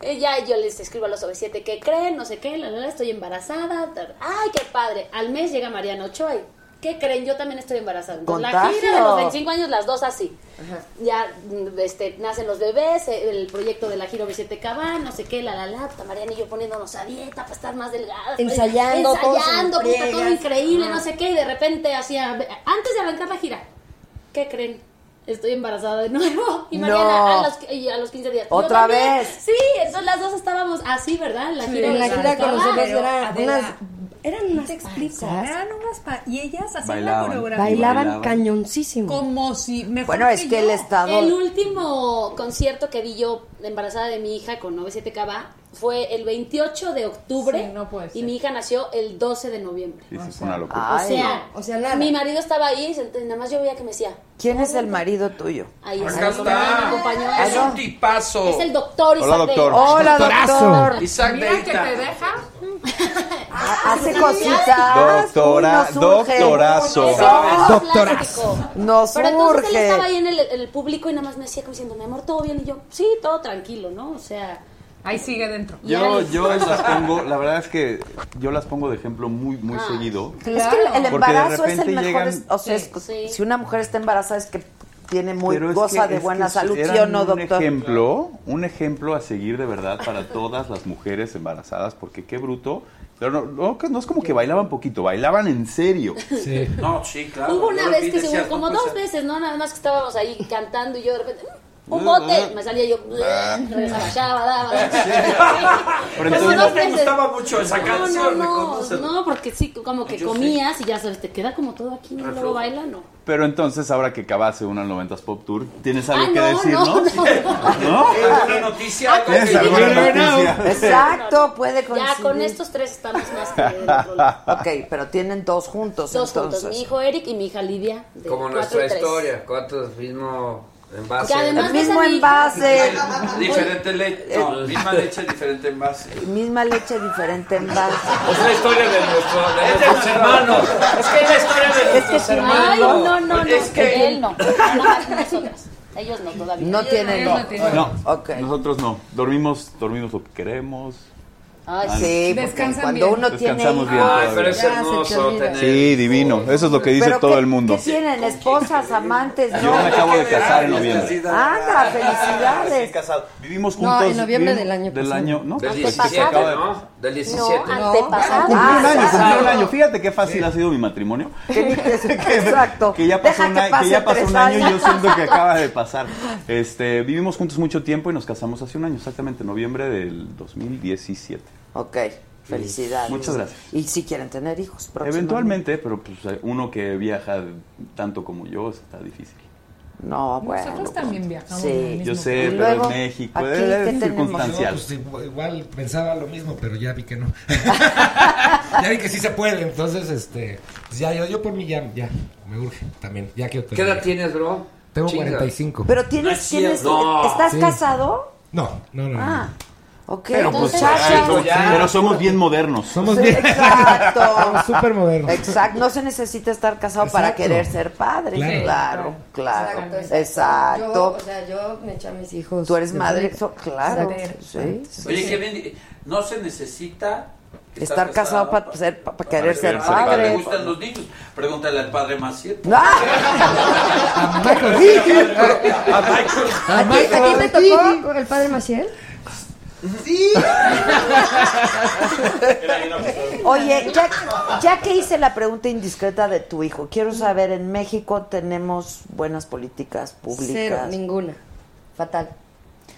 [SPEAKER 13] Eh, ya yo les escribo a los OV7 que creen, no sé qué, la, la, la, estoy embarazada. tar- Ay, qué padre. Al mes llega Mariano Ochoa y, ¿qué creen? Yo también estoy embarazada. Entonces, la
[SPEAKER 1] Contagio.
[SPEAKER 13] gira de los 25 años, las dos así. Ya mm, este, nacen los bebés, eh, el proyecto de la Giro V7 Cabán, no sé qué, la la la. Mariana y yo poniéndonos a dieta para estar más delgadas. pues,
[SPEAKER 4] Ensayando, todo se nos
[SPEAKER 13] ensayando, puta, todo
[SPEAKER 4] friegas.
[SPEAKER 13] increíble,
[SPEAKER 4] Ajá.
[SPEAKER 13] no sé qué. Y de repente, hacía, antes de arrancar la gira, ¿qué creen? Estoy embarazada de nuevo. Y Mariana,
[SPEAKER 1] No.
[SPEAKER 13] a, los, y a los 15 días.
[SPEAKER 1] ¿Otra
[SPEAKER 13] yo también.
[SPEAKER 1] vez?
[SPEAKER 13] Sí, entonces las dos estábamos así, ¿verdad? En la
[SPEAKER 4] Sí,
[SPEAKER 13] gira.
[SPEAKER 4] en la
[SPEAKER 13] nos
[SPEAKER 4] gira con
[SPEAKER 13] tocaba.
[SPEAKER 16] Ah,
[SPEAKER 4] nosotros era
[SPEAKER 13] Adela,
[SPEAKER 4] unas- Eran unas
[SPEAKER 16] explicas. Eran unas pa- y ellas hacían
[SPEAKER 4] Bailaban,
[SPEAKER 16] la coreografía.
[SPEAKER 4] bailaban Bailaban. cañoncísimo.
[SPEAKER 16] Como si mejor
[SPEAKER 1] Bueno, es que
[SPEAKER 16] yo.
[SPEAKER 1] él está
[SPEAKER 13] El último concierto que di yo embarazada de mi hija con 97 Cava fue el 28 de octubre y mi hija nació el 12 de noviembre.
[SPEAKER 14] Y sí, fue una locura.
[SPEAKER 1] Ay,
[SPEAKER 13] o sea,
[SPEAKER 1] no.
[SPEAKER 13] mi marido estaba ahí, sent- nada más yo veía que me decía,
[SPEAKER 1] ¿Quién es el marido tuyo?
[SPEAKER 13] ahí
[SPEAKER 9] Acá
[SPEAKER 13] está, me
[SPEAKER 9] está.
[SPEAKER 13] acompañó
[SPEAKER 9] Es
[SPEAKER 1] Ah,
[SPEAKER 13] él.
[SPEAKER 9] un tipazo.
[SPEAKER 13] Es el doctor
[SPEAKER 9] Hola,
[SPEAKER 13] Isaac
[SPEAKER 9] doctor.
[SPEAKER 13] Deita.
[SPEAKER 9] Hola,
[SPEAKER 1] doctor.
[SPEAKER 9] Isaac Deita.
[SPEAKER 16] deja.
[SPEAKER 13] Ah,
[SPEAKER 1] Hace cositas.
[SPEAKER 14] Doctora-
[SPEAKER 1] Uy, nos urge.
[SPEAKER 14] doctorazo.
[SPEAKER 1] Nos-
[SPEAKER 13] Doctorazo.
[SPEAKER 1] Nos
[SPEAKER 13] Pero entonces él
[SPEAKER 1] urge.
[SPEAKER 13] estaba ahí en el, en el público y nada más me decía como diciendo, mi amor, todo bien. Y yo, sí, todo tranquilo, ¿no? O sea.
[SPEAKER 16] Ahí sigue dentro.
[SPEAKER 14] Yo, yo las pongo, la verdad es que yo las pongo de ejemplo muy, muy seguido.
[SPEAKER 1] Ah, Es que el- el
[SPEAKER 14] Porque de
[SPEAKER 1] embarazo es el
[SPEAKER 14] repente
[SPEAKER 1] mejor.
[SPEAKER 14] llegan-
[SPEAKER 1] es- o sea, es- si una mujer está embarazada es que tiene muy
[SPEAKER 14] Pero es
[SPEAKER 1] goza
[SPEAKER 14] que-
[SPEAKER 1] de
[SPEAKER 14] es que
[SPEAKER 1] buena salud,
[SPEAKER 14] eran
[SPEAKER 1] ¿sí o no,
[SPEAKER 14] Un
[SPEAKER 1] doctor?
[SPEAKER 14] ejemplo, un ejemplo a seguir de verdad para todas las mujeres embarazadas, porque qué bruto. Pero no, no, que no es como que bailaban poquito, bailaban en serio.
[SPEAKER 15] Sí.
[SPEAKER 9] No, sí, claro.
[SPEAKER 13] Hubo una
[SPEAKER 14] yo
[SPEAKER 13] vez
[SPEAKER 14] vi,
[SPEAKER 13] que
[SPEAKER 14] decías,
[SPEAKER 13] se como
[SPEAKER 14] no puede
[SPEAKER 13] dos
[SPEAKER 9] pues,
[SPEAKER 14] ser.
[SPEAKER 13] veces, ¿no? Nada más que estábamos ahí cantando y yo de repente, "Mm, un
[SPEAKER 14] Ah,
[SPEAKER 13] bote,
[SPEAKER 14] ah.
[SPEAKER 13] me salía yo, "Mm",
[SPEAKER 14] Ah.
[SPEAKER 13] regresaba, daba, daba.
[SPEAKER 14] Pero
[SPEAKER 13] Como
[SPEAKER 14] entonces-
[SPEAKER 13] dos
[SPEAKER 14] No te
[SPEAKER 13] veces.
[SPEAKER 14] gustaba mucho esa
[SPEAKER 13] No,
[SPEAKER 14] canción,
[SPEAKER 13] no, no,
[SPEAKER 14] reconócelo.
[SPEAKER 13] no, porque sí, como que
[SPEAKER 14] Yo
[SPEAKER 13] comías y ya sabes, te queda como todo aquí, ¿no?
[SPEAKER 14] Reflujo.
[SPEAKER 13] luego baila, no.
[SPEAKER 14] Pero entonces, ahora que acabase uno al 90s Pop Tour, ¿tienes algo
[SPEAKER 13] Ah,
[SPEAKER 14] que
[SPEAKER 13] no,
[SPEAKER 14] decir,
[SPEAKER 13] no,
[SPEAKER 14] no?
[SPEAKER 13] no,
[SPEAKER 14] ¿No?
[SPEAKER 9] ¿Alguna noticia? ¿Algo
[SPEAKER 14] ¿Tienes
[SPEAKER 9] que-
[SPEAKER 14] alguna noticia?
[SPEAKER 1] Exacto, puede
[SPEAKER 13] Ya
[SPEAKER 1] coincidir.
[SPEAKER 13] con estos tres estamos más que del otro lado.
[SPEAKER 1] ok, pero tienen dos juntos,
[SPEAKER 13] Dos
[SPEAKER 1] entonces.
[SPEAKER 13] juntos, mi hijo Eric y mi hija Lidia. de
[SPEAKER 17] Como
[SPEAKER 13] cuatro
[SPEAKER 17] nuestra
[SPEAKER 13] y tres.
[SPEAKER 17] historia, cuántos mismo envase.
[SPEAKER 13] Que además
[SPEAKER 1] El mismo envase.
[SPEAKER 9] Diferente leche. No, misma leche, diferente envase.
[SPEAKER 1] Misma leche, diferente envase.
[SPEAKER 5] Es la historia de, nuestro, de
[SPEAKER 9] Es de
[SPEAKER 5] nuestros
[SPEAKER 9] nuestro-
[SPEAKER 5] hermanos. Es que es la historia de nuestros
[SPEAKER 1] sí,
[SPEAKER 5] hermanos.
[SPEAKER 13] Ay, no, no, no,
[SPEAKER 5] Es
[SPEAKER 13] no,
[SPEAKER 5] que-
[SPEAKER 13] él no. Nada más nosotras. Ellos no todavía.
[SPEAKER 1] No tienen-
[SPEAKER 13] Ellos
[SPEAKER 14] No, nosotros no. Dormimos, dormimos lo que queremos.
[SPEAKER 13] Ay,
[SPEAKER 14] Ah,
[SPEAKER 1] sí,
[SPEAKER 14] no.
[SPEAKER 1] porque cuando uno tiene
[SPEAKER 14] Descansamos bien
[SPEAKER 1] hijos,
[SPEAKER 14] todavía.
[SPEAKER 5] pero es
[SPEAKER 1] ya se te
[SPEAKER 5] hermoso
[SPEAKER 1] olvida.
[SPEAKER 5] tener-
[SPEAKER 14] Sí, divino. Eso es lo que dice
[SPEAKER 1] Pero
[SPEAKER 14] todo
[SPEAKER 1] ¿qué-
[SPEAKER 14] el mundo.
[SPEAKER 1] ¿Qué tienen? ¿Esposas, amantes?
[SPEAKER 14] Yo
[SPEAKER 1] No.
[SPEAKER 14] me acabo de casar en noviembre.
[SPEAKER 1] Anda, Ah, felicidades.
[SPEAKER 14] Vivimos
[SPEAKER 1] No,
[SPEAKER 14] juntos.
[SPEAKER 1] en noviembre
[SPEAKER 14] vivimos-
[SPEAKER 1] del año
[SPEAKER 14] Del
[SPEAKER 1] pasado.
[SPEAKER 14] año, ¿no?
[SPEAKER 1] Del
[SPEAKER 14] Se
[SPEAKER 1] 17,
[SPEAKER 14] acaba de-
[SPEAKER 17] ¿no? Del
[SPEAKER 14] 17.
[SPEAKER 13] No, antepasado.
[SPEAKER 14] Cumplí
[SPEAKER 1] Ah,
[SPEAKER 14] un año, cumplí un
[SPEAKER 13] pasado.
[SPEAKER 14] año. Fíjate qué fácil ha sido mi matrimonio.
[SPEAKER 1] Exacto.
[SPEAKER 14] Que ya pasó,
[SPEAKER 1] Deja
[SPEAKER 14] un,
[SPEAKER 1] que
[SPEAKER 14] año-
[SPEAKER 1] pase
[SPEAKER 14] que ya pasó
[SPEAKER 1] tres
[SPEAKER 14] un año y yo
[SPEAKER 1] años.
[SPEAKER 14] siento que acaba de pasar. Este, vivimos juntos mucho tiempo y nos casamos hace un año, exactamente, noviembre del 2017.
[SPEAKER 1] Ok, felicidades.
[SPEAKER 14] Muchas gracias.
[SPEAKER 1] Y si quieren tener hijos próximamente.
[SPEAKER 14] Eventualmente, pero pues uno que viaja tanto como yo está difícil.
[SPEAKER 1] No, pues,
[SPEAKER 16] Nosotros también viajamos.
[SPEAKER 14] Sí.
[SPEAKER 16] en el mismo
[SPEAKER 14] Yo sé,
[SPEAKER 16] coche.
[SPEAKER 14] pero Luego, es México, aquí, es- ¿qué es tenemos? circunstancial.
[SPEAKER 15] No, pues, igual- igual pensaba lo mismo, pero ya vi que no. ya vi que sí se puede, entonces, este, pues ya, yo, yo por mí ya, ya, me urge también, ya que
[SPEAKER 17] ¿Qué edad tienes, bro?
[SPEAKER 15] Tengo
[SPEAKER 17] Chinga.
[SPEAKER 15] 45.
[SPEAKER 1] Pero tienes, tienes
[SPEAKER 5] Ah,
[SPEAKER 1] ¿estás
[SPEAKER 15] Sí.
[SPEAKER 1] casado?
[SPEAKER 15] No, no, no.
[SPEAKER 1] Ah, ok.
[SPEAKER 14] Pero, pues,
[SPEAKER 1] muchachas.
[SPEAKER 14] ay, no, pero somos bien modernos.
[SPEAKER 15] Somos
[SPEAKER 1] Sí, Exacto.
[SPEAKER 15] Súper modernos.
[SPEAKER 1] Exacto, no se necesita estar casado para
[SPEAKER 15] Exacto.
[SPEAKER 1] querer ser padre.
[SPEAKER 15] Claro.
[SPEAKER 1] Claro, claro. Exacto.
[SPEAKER 4] Yo, o sea, yo me eché a mis hijos.
[SPEAKER 1] Tú eres
[SPEAKER 4] desde
[SPEAKER 1] madre,
[SPEAKER 4] ahorita.
[SPEAKER 1] eso, claro.
[SPEAKER 4] Exacto.
[SPEAKER 1] Sí, sí,
[SPEAKER 9] Oye,
[SPEAKER 1] sí.
[SPEAKER 9] qué bien. No se necesita
[SPEAKER 1] Estar casado para ser, pa- para querer ser
[SPEAKER 9] ¿Te
[SPEAKER 1] padre.
[SPEAKER 9] gustan los niños? Pregúntale al padre Maciel.
[SPEAKER 1] ¡Ah!
[SPEAKER 9] A Michael.
[SPEAKER 4] ¿A ti, a ti te tocó con el padre Maciel?
[SPEAKER 1] Sí. Oye, ya, ya que hice la pregunta indiscreta de tu hijo, quiero saber, en México tenemos buenas políticas públicas.
[SPEAKER 4] Cero, ninguna. Fatal.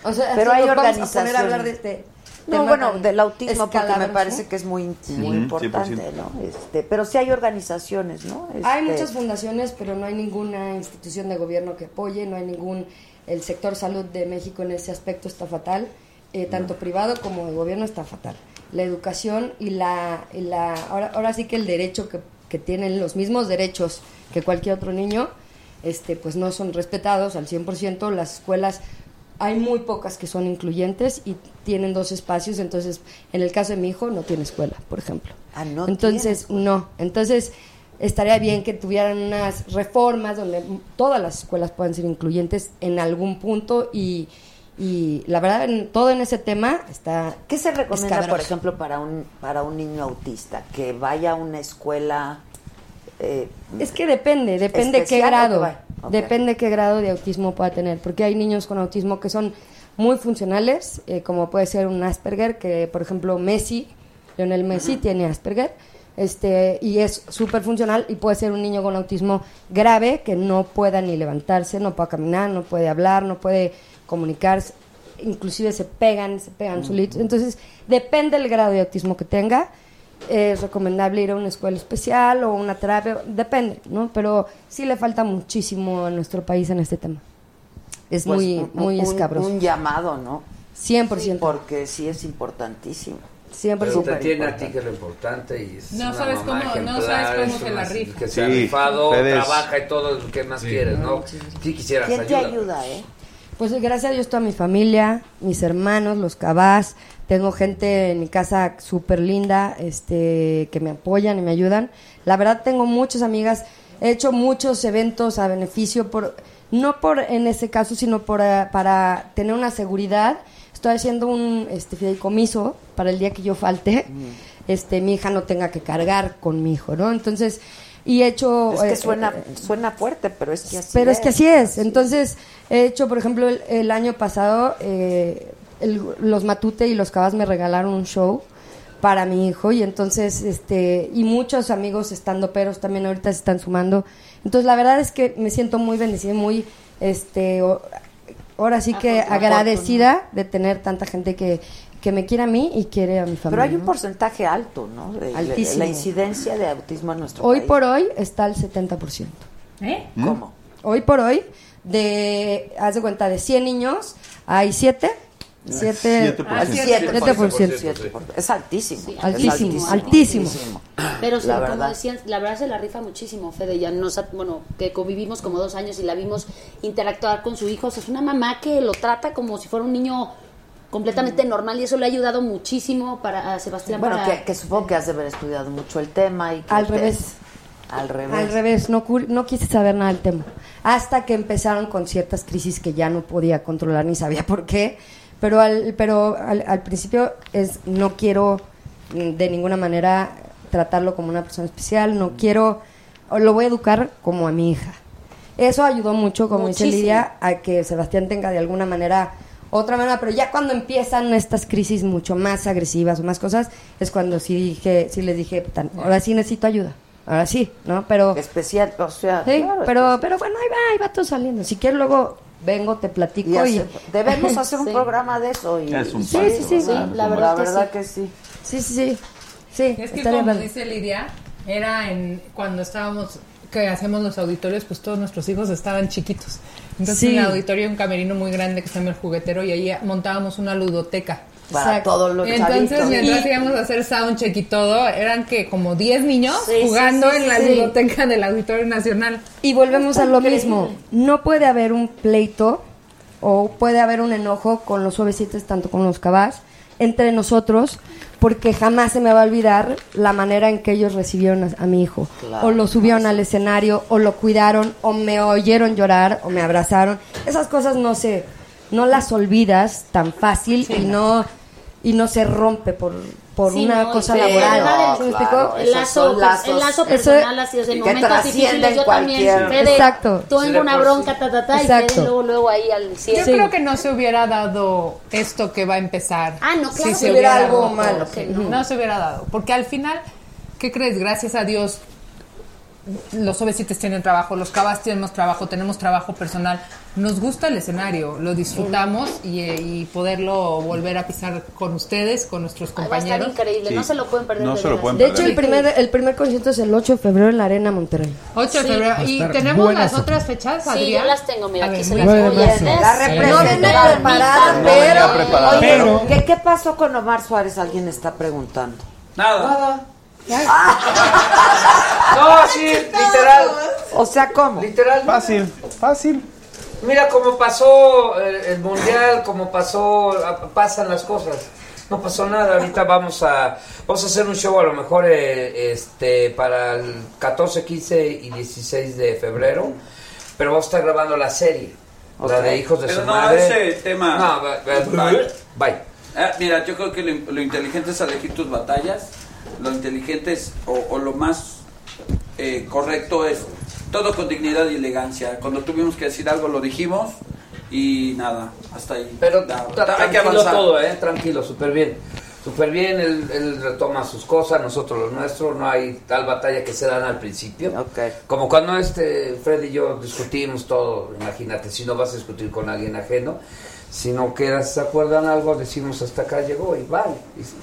[SPEAKER 4] O sea,
[SPEAKER 1] Pero
[SPEAKER 4] así
[SPEAKER 1] hay
[SPEAKER 4] nos Vamos a
[SPEAKER 1] organizaciones.
[SPEAKER 4] poner a hablar de este.
[SPEAKER 1] No,
[SPEAKER 4] tema
[SPEAKER 1] bueno,
[SPEAKER 4] tan
[SPEAKER 1] del autismo, porque me
[SPEAKER 4] escalabroso.
[SPEAKER 1] parece que es muy, muy
[SPEAKER 4] Sí,
[SPEAKER 1] importante,
[SPEAKER 4] 100%.
[SPEAKER 1] ¿no? Este, pero sí hay organizaciones, ¿no?
[SPEAKER 4] Hay
[SPEAKER 1] Este,
[SPEAKER 4] muchas fundaciones, pero no hay ninguna institución de gobierno que apoye, no hay ningún... El sector salud de México en ese aspecto está fatal, eh, tanto privado como de gobierno está fatal. La educación y la... y la ahora, ahora sí que el derecho que, que tienen los mismos derechos que cualquier otro niño, este pues no son respetados al 100%, las escuelas... Hay muy pocas que son incluyentes y tienen dos espacios, entonces en el caso de mi hijo no tiene escuela, por ejemplo.
[SPEAKER 1] Ah, no
[SPEAKER 4] Entonces, no. Entonces, estaría bien que tuvieran unas reformas donde m- todas las escuelas puedan ser incluyentes en algún punto y, y la verdad, en- todo en ese tema está...
[SPEAKER 1] ¿Qué se recomienda, por
[SPEAKER 4] escabroso.
[SPEAKER 1] ejemplo, para un para un niño autista que vaya a una escuela? eh,
[SPEAKER 4] Es que depende, depende qué
[SPEAKER 1] especial o que
[SPEAKER 4] grado.
[SPEAKER 1] vaya? Ok.
[SPEAKER 4] Depende qué grado de autismo pueda tener, porque hay niños con autismo que son muy funcionales, eh, como puede ser un Asperger, que por ejemplo Messi, Lionel Messi tiene Asperger, este, y es súper funcional, y puede ser un niño con autismo grave que no pueda ni levantarse, no pueda caminar, no puede hablar, no puede comunicarse, inclusive se pegan, se pegan solitos. Entonces, depende el grado de autismo que tenga es recomendable ir a una escuela especial o una terapia, depende, ¿no? Pero sí le falta muchísimo a nuestro país en este tema. Es
[SPEAKER 1] Pues,
[SPEAKER 4] muy,
[SPEAKER 1] un-
[SPEAKER 4] muy
[SPEAKER 1] un-
[SPEAKER 4] escabroso.
[SPEAKER 1] Un llamado, ¿no?
[SPEAKER 4] 100%.
[SPEAKER 1] porque sí es importantísimo.
[SPEAKER 4] Siempre
[SPEAKER 17] Pero te tiene a ti que es lo importante y es
[SPEAKER 1] No
[SPEAKER 17] una
[SPEAKER 1] sabes
[SPEAKER 17] mamá
[SPEAKER 1] cómo- no
[SPEAKER 17] ejemplar,
[SPEAKER 1] sabes cómo
[SPEAKER 17] es
[SPEAKER 1] se la
[SPEAKER 17] una-
[SPEAKER 1] rifa.
[SPEAKER 17] Que se ha
[SPEAKER 14] Sí,
[SPEAKER 17] rifado,
[SPEAKER 14] ustedes-
[SPEAKER 17] trabaja y todo, ¿qué más quieres, no? Sí quisieras
[SPEAKER 1] ¿Quién te
[SPEAKER 17] ayuda.
[SPEAKER 1] ayuda, eh?
[SPEAKER 4] Pues gracias a Dios toda mi familia, mis hermanos, los cabás, tengo gente en mi casa súper linda, este, que me apoyan y me ayudan. La verdad tengo muchas amigas, he hecho muchos eventos a beneficio por, no por en ese caso, sino por, eh, para tener una seguridad. Estoy haciendo un este, fideicomiso para el día que yo falte, este, mi hija no tenga que cargar con mi hijo, ¿no? Entonces, y he hecho...
[SPEAKER 1] Es que
[SPEAKER 4] eh,
[SPEAKER 1] suena,
[SPEAKER 4] eh,
[SPEAKER 1] suena fuerte, pero es que así
[SPEAKER 4] pero es que así es. Entonces, he hecho, por ejemplo, el, el año pasado, eh, el- los Matute y los Cabas me regalaron un show para mi hijo y entonces, este, y muchos amigos estando peros también ahorita se están sumando. Entonces, la verdad es que me siento muy bendecida, y muy, este, o- ahora sí que
[SPEAKER 1] Afortunada.
[SPEAKER 4] agradecida de tener tanta gente que, que me quiere a mí y quiere a mi familia.
[SPEAKER 1] Pero hay un
[SPEAKER 4] ¿no?
[SPEAKER 1] porcentaje alto, ¿no? De- de-
[SPEAKER 4] Altísimo.
[SPEAKER 1] La incidencia de autismo en nuestro
[SPEAKER 4] Hoy
[SPEAKER 1] país.
[SPEAKER 4] por hoy está al 70%.
[SPEAKER 8] ¿Eh?
[SPEAKER 17] ¿Mm?
[SPEAKER 1] ¿Cómo?
[SPEAKER 4] Hoy por hoy, de, haz de cuenta, de 100 niños, hay 7. 7
[SPEAKER 1] Ah, Siete por ciento. Siete por ciento. Siete por ciento. Es altísimo.
[SPEAKER 13] Sí,
[SPEAKER 1] es
[SPEAKER 4] Altísimo, altísimo.
[SPEAKER 13] Pero sí,
[SPEAKER 1] La
[SPEAKER 13] como
[SPEAKER 1] verdad.
[SPEAKER 13] decían, la verdad se la rifa muchísimo, Fede. Ya nos, ha- bueno, que convivimos como dos años y la vimos interactuar con su hijo. O sea, es una mamá que lo trata como si fuera un niño completamente normal y eso le ha ayudado muchísimo para a Sebastián.
[SPEAKER 1] Bueno,
[SPEAKER 13] para-
[SPEAKER 1] que, que supongo que has de haber estudiado mucho el tema y que
[SPEAKER 4] Al
[SPEAKER 1] te-
[SPEAKER 4] revés.
[SPEAKER 1] Al revés.
[SPEAKER 4] Al revés, no, cur- no quise saber nada del tema. Hasta que empezaron con ciertas crisis que ya no podía controlar ni sabía por qué. Pero al, pero al, al principio es no quiero mm, de ninguna manera tratarlo como una persona especial, no quiero, o lo voy a educar como a mi hija. Eso ayudó mucho, como dice
[SPEAKER 13] Muchísimo.
[SPEAKER 4] Lidia, a que Sebastián tenga de alguna manera otra manera, pero ya cuando empiezan estas crisis mucho más agresivas o más cosas, es cuando sí dije, sí les dije, "Tan, ahora sí necesito ayuda, ahora sí, ¿no? Pero
[SPEAKER 1] especial, o sea,
[SPEAKER 4] sí,
[SPEAKER 1] claro,
[SPEAKER 4] pero, pero bueno, ahí va, ahí va todo saliendo. Si quieres luego vengo, te platico
[SPEAKER 1] Y
[SPEAKER 4] y,
[SPEAKER 1] hace- debemos hacer un programa de eso. Y,
[SPEAKER 4] Es un
[SPEAKER 1] y-
[SPEAKER 4] Sí, paso, sí, sí,
[SPEAKER 1] ¿verdad?
[SPEAKER 4] sí, la verdad que sí.
[SPEAKER 1] que sí.
[SPEAKER 4] Sí, sí, sí. Sí,
[SPEAKER 16] Es que
[SPEAKER 4] estaría
[SPEAKER 16] como
[SPEAKER 4] padre.
[SPEAKER 16] dice Lidia, era en cuando estábamos que hacemos los auditorios, pues todos nuestros hijos estaban chiquitos. Entonces
[SPEAKER 4] Sí.
[SPEAKER 16] un auditorio, un camerino muy grande que se llama el juguetero y ahí montábamos una ludoteca.
[SPEAKER 1] Para todos los
[SPEAKER 16] Entonces,
[SPEAKER 1] chavitos.
[SPEAKER 16] mientras
[SPEAKER 1] Y-
[SPEAKER 16] íbamos a hacer soundcheck y todo, eran que como 10 niños
[SPEAKER 4] Sí,
[SPEAKER 16] jugando
[SPEAKER 4] sí, sí,
[SPEAKER 16] en la
[SPEAKER 4] sí.
[SPEAKER 16] ludoteca del Auditorio Nacional.
[SPEAKER 4] Y volvemos a lo mismo. No puede haber un pleito o puede haber un enojo con los suavecitos, tanto como los cabas, entre nosotros, porque jamás se me va a olvidar la manera en que ellos recibieron a, a mi hijo.
[SPEAKER 13] Claro.
[SPEAKER 4] O lo subieron al escenario, o lo cuidaron, o me oyeron llorar, o me abrazaron. Esas cosas no se, no las olvidas tan fácil y no y no se rompe por, por
[SPEAKER 13] Sí,
[SPEAKER 4] una
[SPEAKER 13] no,
[SPEAKER 4] cosa
[SPEAKER 13] sí,
[SPEAKER 4] laboral.
[SPEAKER 13] no,
[SPEAKER 4] ¿Sí me
[SPEAKER 13] claro,
[SPEAKER 4] explicó?
[SPEAKER 13] el lazo, el lazo personal así, o sea, en
[SPEAKER 4] que
[SPEAKER 13] momentos difíciles
[SPEAKER 4] trascienden
[SPEAKER 13] yo también,
[SPEAKER 4] cualquier-
[SPEAKER 13] Fede,
[SPEAKER 4] Exacto.
[SPEAKER 13] tú
[SPEAKER 4] Sí,
[SPEAKER 13] en
[SPEAKER 4] de
[SPEAKER 13] una
[SPEAKER 4] por sí.
[SPEAKER 13] bronca, ta, ta, ta, y
[SPEAKER 4] Exacto.
[SPEAKER 13] Fede luego, luego ahí al
[SPEAKER 16] Yo
[SPEAKER 13] cielo.
[SPEAKER 16] creo que no se hubiera dado esto que va a empezar.
[SPEAKER 13] Ah, no, claro
[SPEAKER 16] Si
[SPEAKER 13] que
[SPEAKER 16] se hubiera
[SPEAKER 13] no,
[SPEAKER 16] algo
[SPEAKER 13] claro
[SPEAKER 16] malo.
[SPEAKER 13] que
[SPEAKER 16] no.
[SPEAKER 13] no.
[SPEAKER 16] se hubiera dado. Porque al final, ¿qué crees? Gracias a Dios, los obesitos tienen trabajo, los cabas tenemos trabajo, tenemos trabajo personal. Nos gusta el escenario, lo disfrutamos y, eh, y poderlo volver a pisar con ustedes, con nuestros
[SPEAKER 13] Va a estar
[SPEAKER 16] compañeros.
[SPEAKER 13] increíble, no
[SPEAKER 16] Sí.
[SPEAKER 13] se lo pueden perder.
[SPEAKER 14] No
[SPEAKER 13] de
[SPEAKER 14] se lo
[SPEAKER 13] veras.
[SPEAKER 14] pueden
[SPEAKER 4] De hecho, el primer, el primer concierto es el 8 de febrero en la Arena Monterrey.
[SPEAKER 16] 8 de
[SPEAKER 13] Sí.
[SPEAKER 16] febrero.
[SPEAKER 4] Va a
[SPEAKER 16] ¿Y
[SPEAKER 4] estar
[SPEAKER 16] tenemos
[SPEAKER 4] buenazo.
[SPEAKER 16] las otras fechas,
[SPEAKER 13] Sí,
[SPEAKER 16] Adrián?
[SPEAKER 13] yo las tengo, mira,
[SPEAKER 16] A
[SPEAKER 13] aquí
[SPEAKER 16] ver,
[SPEAKER 13] se
[SPEAKER 16] muy
[SPEAKER 13] las
[SPEAKER 16] bien.
[SPEAKER 13] voy a hacer.
[SPEAKER 1] La representante
[SPEAKER 13] No venía
[SPEAKER 1] preparada,
[SPEAKER 13] preparada,
[SPEAKER 1] pero.
[SPEAKER 13] no venía preparada,
[SPEAKER 1] Oye,
[SPEAKER 13] pero-
[SPEAKER 1] ¿qué, ¿qué pasó con Omar Suárez? Alguien está preguntando.
[SPEAKER 5] Nada. Ah.
[SPEAKER 1] No, sí, literal. O sea, ¿cómo?
[SPEAKER 5] Literal.
[SPEAKER 1] Fácil,
[SPEAKER 5] fácil. Mira cómo pasó eh, el mundial, cómo pasó, ah, pasan las cosas. No pasó nada. Ahorita vamos a vamos a hacer un show a lo mejor eh, este para el 14, 15 y 16 de febrero, pero vamos a estar grabando la serie, la
[SPEAKER 9] Ok.
[SPEAKER 5] de hijos de
[SPEAKER 9] Pero
[SPEAKER 5] su
[SPEAKER 9] no,
[SPEAKER 5] madre.
[SPEAKER 9] ese tema-
[SPEAKER 5] No, va- va- va- bye.
[SPEAKER 9] Ah, mira, yo creo que lo, lo inteligente es elegir tus batallas. Lo inteligente es, o, o lo más eh, correcto es, todo con dignidad y elegancia. Cuando tuvimos que decir algo, lo dijimos y nada, hasta ahí.
[SPEAKER 5] Pero
[SPEAKER 9] Nada,
[SPEAKER 5] Está
[SPEAKER 9] hay que
[SPEAKER 5] tranquilo
[SPEAKER 9] avanzar.
[SPEAKER 5] todo, ¿eh? Tranquilo, súper bien. Súper bien, él, él retoma sus cosas, nosotros lo nuestro, no hay tal batalla que se dan al principio. Como cuando este Fred y yo discutimos todo, imagínate, si no vas a discutir con alguien ajeno.
[SPEAKER 10] Si no quedas, ¿se acuerdan algo? Decimos hasta acá llegó y vale.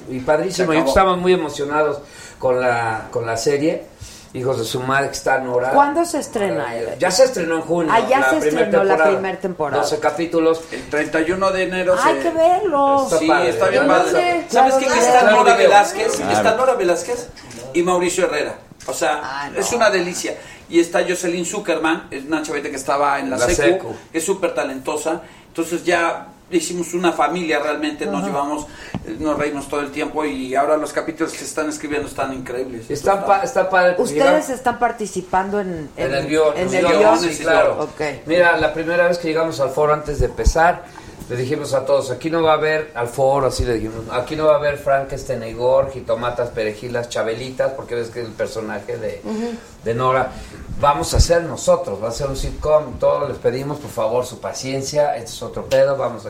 [SPEAKER 10] Y, y
[SPEAKER 5] Se
[SPEAKER 10] padrísimo.
[SPEAKER 5] acabó.
[SPEAKER 10] Y estábamos muy emocionados con la, con la serie. Hijos de su madre que está en horario.
[SPEAKER 1] ¿Cuándo se estrena? Eve?
[SPEAKER 10] Ya se estrenó en junio.
[SPEAKER 1] Ah, ya se
[SPEAKER 10] primera
[SPEAKER 1] estrenó la
[SPEAKER 10] temporada.
[SPEAKER 1] primera temporada.
[SPEAKER 10] 12 capítulos. El
[SPEAKER 9] 31 de enero
[SPEAKER 1] Hay que verlo.
[SPEAKER 9] Sí, está bien
[SPEAKER 1] padre.
[SPEAKER 9] padre.
[SPEAKER 1] Sí,
[SPEAKER 9] ¿Sabes
[SPEAKER 1] claro,
[SPEAKER 9] qué? Que
[SPEAKER 1] claro.
[SPEAKER 9] Está Nora
[SPEAKER 1] Claro.
[SPEAKER 9] Velázquez,
[SPEAKER 1] Claro.
[SPEAKER 9] está Nora Velázquez y Mauricio Herrera. O sea, es una delicia. Y está Jocelyn Zuckerman, es una chaveta que estaba en la,
[SPEAKER 10] La
[SPEAKER 9] secu,
[SPEAKER 10] secu.
[SPEAKER 9] es súper talentosa. Entonces ya hicimos una familia realmente, nos
[SPEAKER 10] Ajá.
[SPEAKER 9] llevamos, eh, nos reímos todo el tiempo y ahora los capítulos que se están escribiendo están increíbles.
[SPEAKER 10] Está, pa- está padre. porque
[SPEAKER 1] Ustedes están participando en,
[SPEAKER 10] En el guión.
[SPEAKER 1] en
[SPEAKER 10] los
[SPEAKER 1] el
[SPEAKER 10] guiones,
[SPEAKER 1] guión.
[SPEAKER 10] sí, claro. Mira, la primera vez que llegamos al foro antes de empezar, le dijimos a todos, aquí no va a haber, al foro así le dijimos, aquí no va a haber Frankenstein, jitomatas, perejilas, chabelitas, porque ves que es el personaje de, de Nora. Vamos a hacer nosotros, va a ser un sitcom, todo, les pedimos por favor su paciencia, este es otro pedo, vamos a...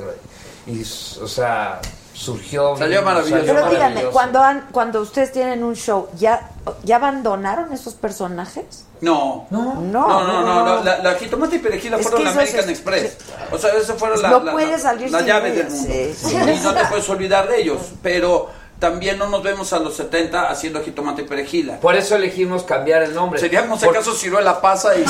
[SPEAKER 10] Y, o sea, surgió...
[SPEAKER 9] Salió maravilloso.
[SPEAKER 10] salió
[SPEAKER 1] Pero díganme,
[SPEAKER 10] maravilloso.
[SPEAKER 1] cuando, han- cuando ustedes tienen un show, ¿ya, ¿ya abandonaron esos personajes?
[SPEAKER 9] No.
[SPEAKER 1] No, no,
[SPEAKER 9] No, no, no,
[SPEAKER 1] no.
[SPEAKER 9] la- la, la jitomate y perejila
[SPEAKER 1] Es
[SPEAKER 9] fueron
[SPEAKER 1] que
[SPEAKER 9] la
[SPEAKER 1] eso es- Pues
[SPEAKER 9] American Express. O sea, eso fueron la,
[SPEAKER 1] No
[SPEAKER 9] la-
[SPEAKER 1] puedes
[SPEAKER 9] la-
[SPEAKER 1] salir
[SPEAKER 9] la
[SPEAKER 1] sin
[SPEAKER 9] llave del
[SPEAKER 1] ellas,
[SPEAKER 9] mundo.
[SPEAKER 1] sí, sí.
[SPEAKER 9] Y no te puedes olvidar de ellos, pero también no nos vemos a los 70 haciendo jitomate y perejila.
[SPEAKER 10] Por eso elegimos cambiar el nombre.
[SPEAKER 9] Seríamos acaso ciruela pasa y...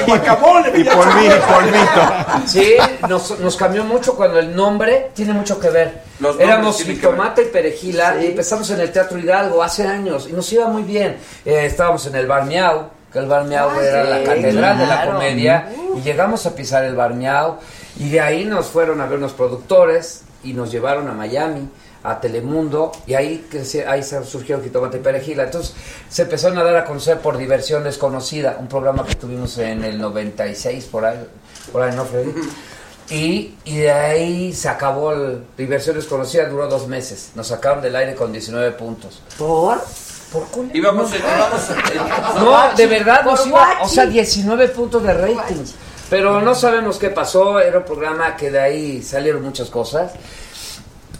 [SPEAKER 10] Y guacamole. Y polvito, Sí, nos, nos cambió mucho cuando el nombre tiene mucho que ver.
[SPEAKER 9] Los nombres
[SPEAKER 10] Éramos
[SPEAKER 9] tienen
[SPEAKER 10] Jitomate y Perejila y empezamos en el Teatro Hidalgo hace años y nos iba muy bien. Eh, estábamos en el Bar Miau, que el Bar Miau
[SPEAKER 9] Ah,
[SPEAKER 10] era
[SPEAKER 9] sí,
[SPEAKER 10] la catedral de la
[SPEAKER 9] claro.
[SPEAKER 10] comedia y llegamos a pisar el Bar Miau y de ahí nos fueron a ver unos productores y nos llevaron a Miami a Telemundo y ahí creci- ahí se- surgió Jitomate y Perejila. Entonces se empezaron a dar a conocer por Diversión Desconocida, un programa que tuvimos en el 96 por ahí, por ahí no Freddy. Y, y de ahí se acabó el Diversión Desconocida, duró dos meses. Nos sacaron del aire con 19 puntos.
[SPEAKER 1] ¿Por?
[SPEAKER 10] ¿Por culo?
[SPEAKER 9] Íbamos en- íbamos en-
[SPEAKER 10] No, de verdad,
[SPEAKER 9] Por
[SPEAKER 10] nos iba,
[SPEAKER 9] guachi.
[SPEAKER 10] o sea, 19 puntos de rating. Pero no sabemos qué pasó, era un programa que de ahí salieron muchas cosas.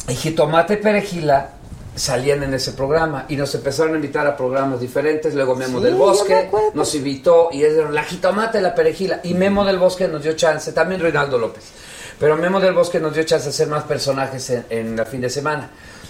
[SPEAKER 10] Y Jitomate y Perejila salían en ese programa y nos empezaron a invitar a programas diferentes. Luego Memo
[SPEAKER 9] Sí,
[SPEAKER 10] del
[SPEAKER 9] yo me
[SPEAKER 10] Bosque nos invitó y es la Jitomate y la Perejila. Y Memo del Bosque nos dio chance, también Reinaldo López. Pero Memo del Bosque nos dio chance de hacer más personajes en, en el fin de semana.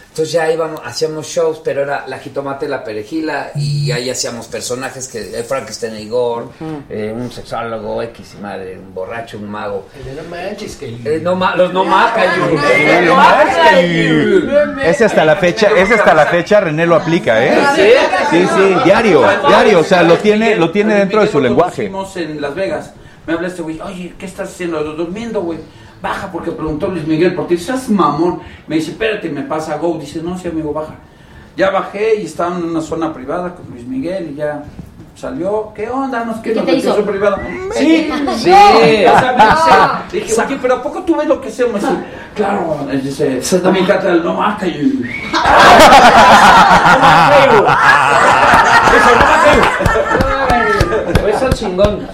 [SPEAKER 10] Entonces ya íbamos, hacíamos shows, pero era la jitomate, la perejila, y ahí hacíamos personajes que eh, Frankenstein Igor, eh, un sexólogo, X y madre, un borracho, un mago.
[SPEAKER 19] No manches, que
[SPEAKER 10] Eh, no ma- los no maca, you.
[SPEAKER 19] Eh,
[SPEAKER 10] Eh,
[SPEAKER 19] no
[SPEAKER 10] no maca, you.
[SPEAKER 14] Ese hasta la fecha, ese hasta la fecha René lo aplica, ¿eh? Sí, sí, diario, diario, o sea, lo tiene, lo tiene dentro de su lenguaje.
[SPEAKER 9] Estuvimos en Las Vegas. Me habla este güey, oye, ¿qué estás haciendo? Durmiendo, güey. Baja, porque preguntó Luis Miguel por ti. Estás mamón. Me dice, espérate, me pasa Go. Dice, no, sí, amigo, baja. Ya bajé y estaba en una zona privada con Luis Miguel y ya salió. ¿Qué onda? Nos
[SPEAKER 13] ¿Qué
[SPEAKER 9] quedó
[SPEAKER 13] te hizo? Mm.
[SPEAKER 9] privada.
[SPEAKER 13] Sí, sí.
[SPEAKER 9] O sea, me dice, dije, oye, pero ¿a poco tú ves lo que hacemos? Y, Claro, él dice, se da mi cata del no marca. Y,
[SPEAKER 10] Pues son chingón.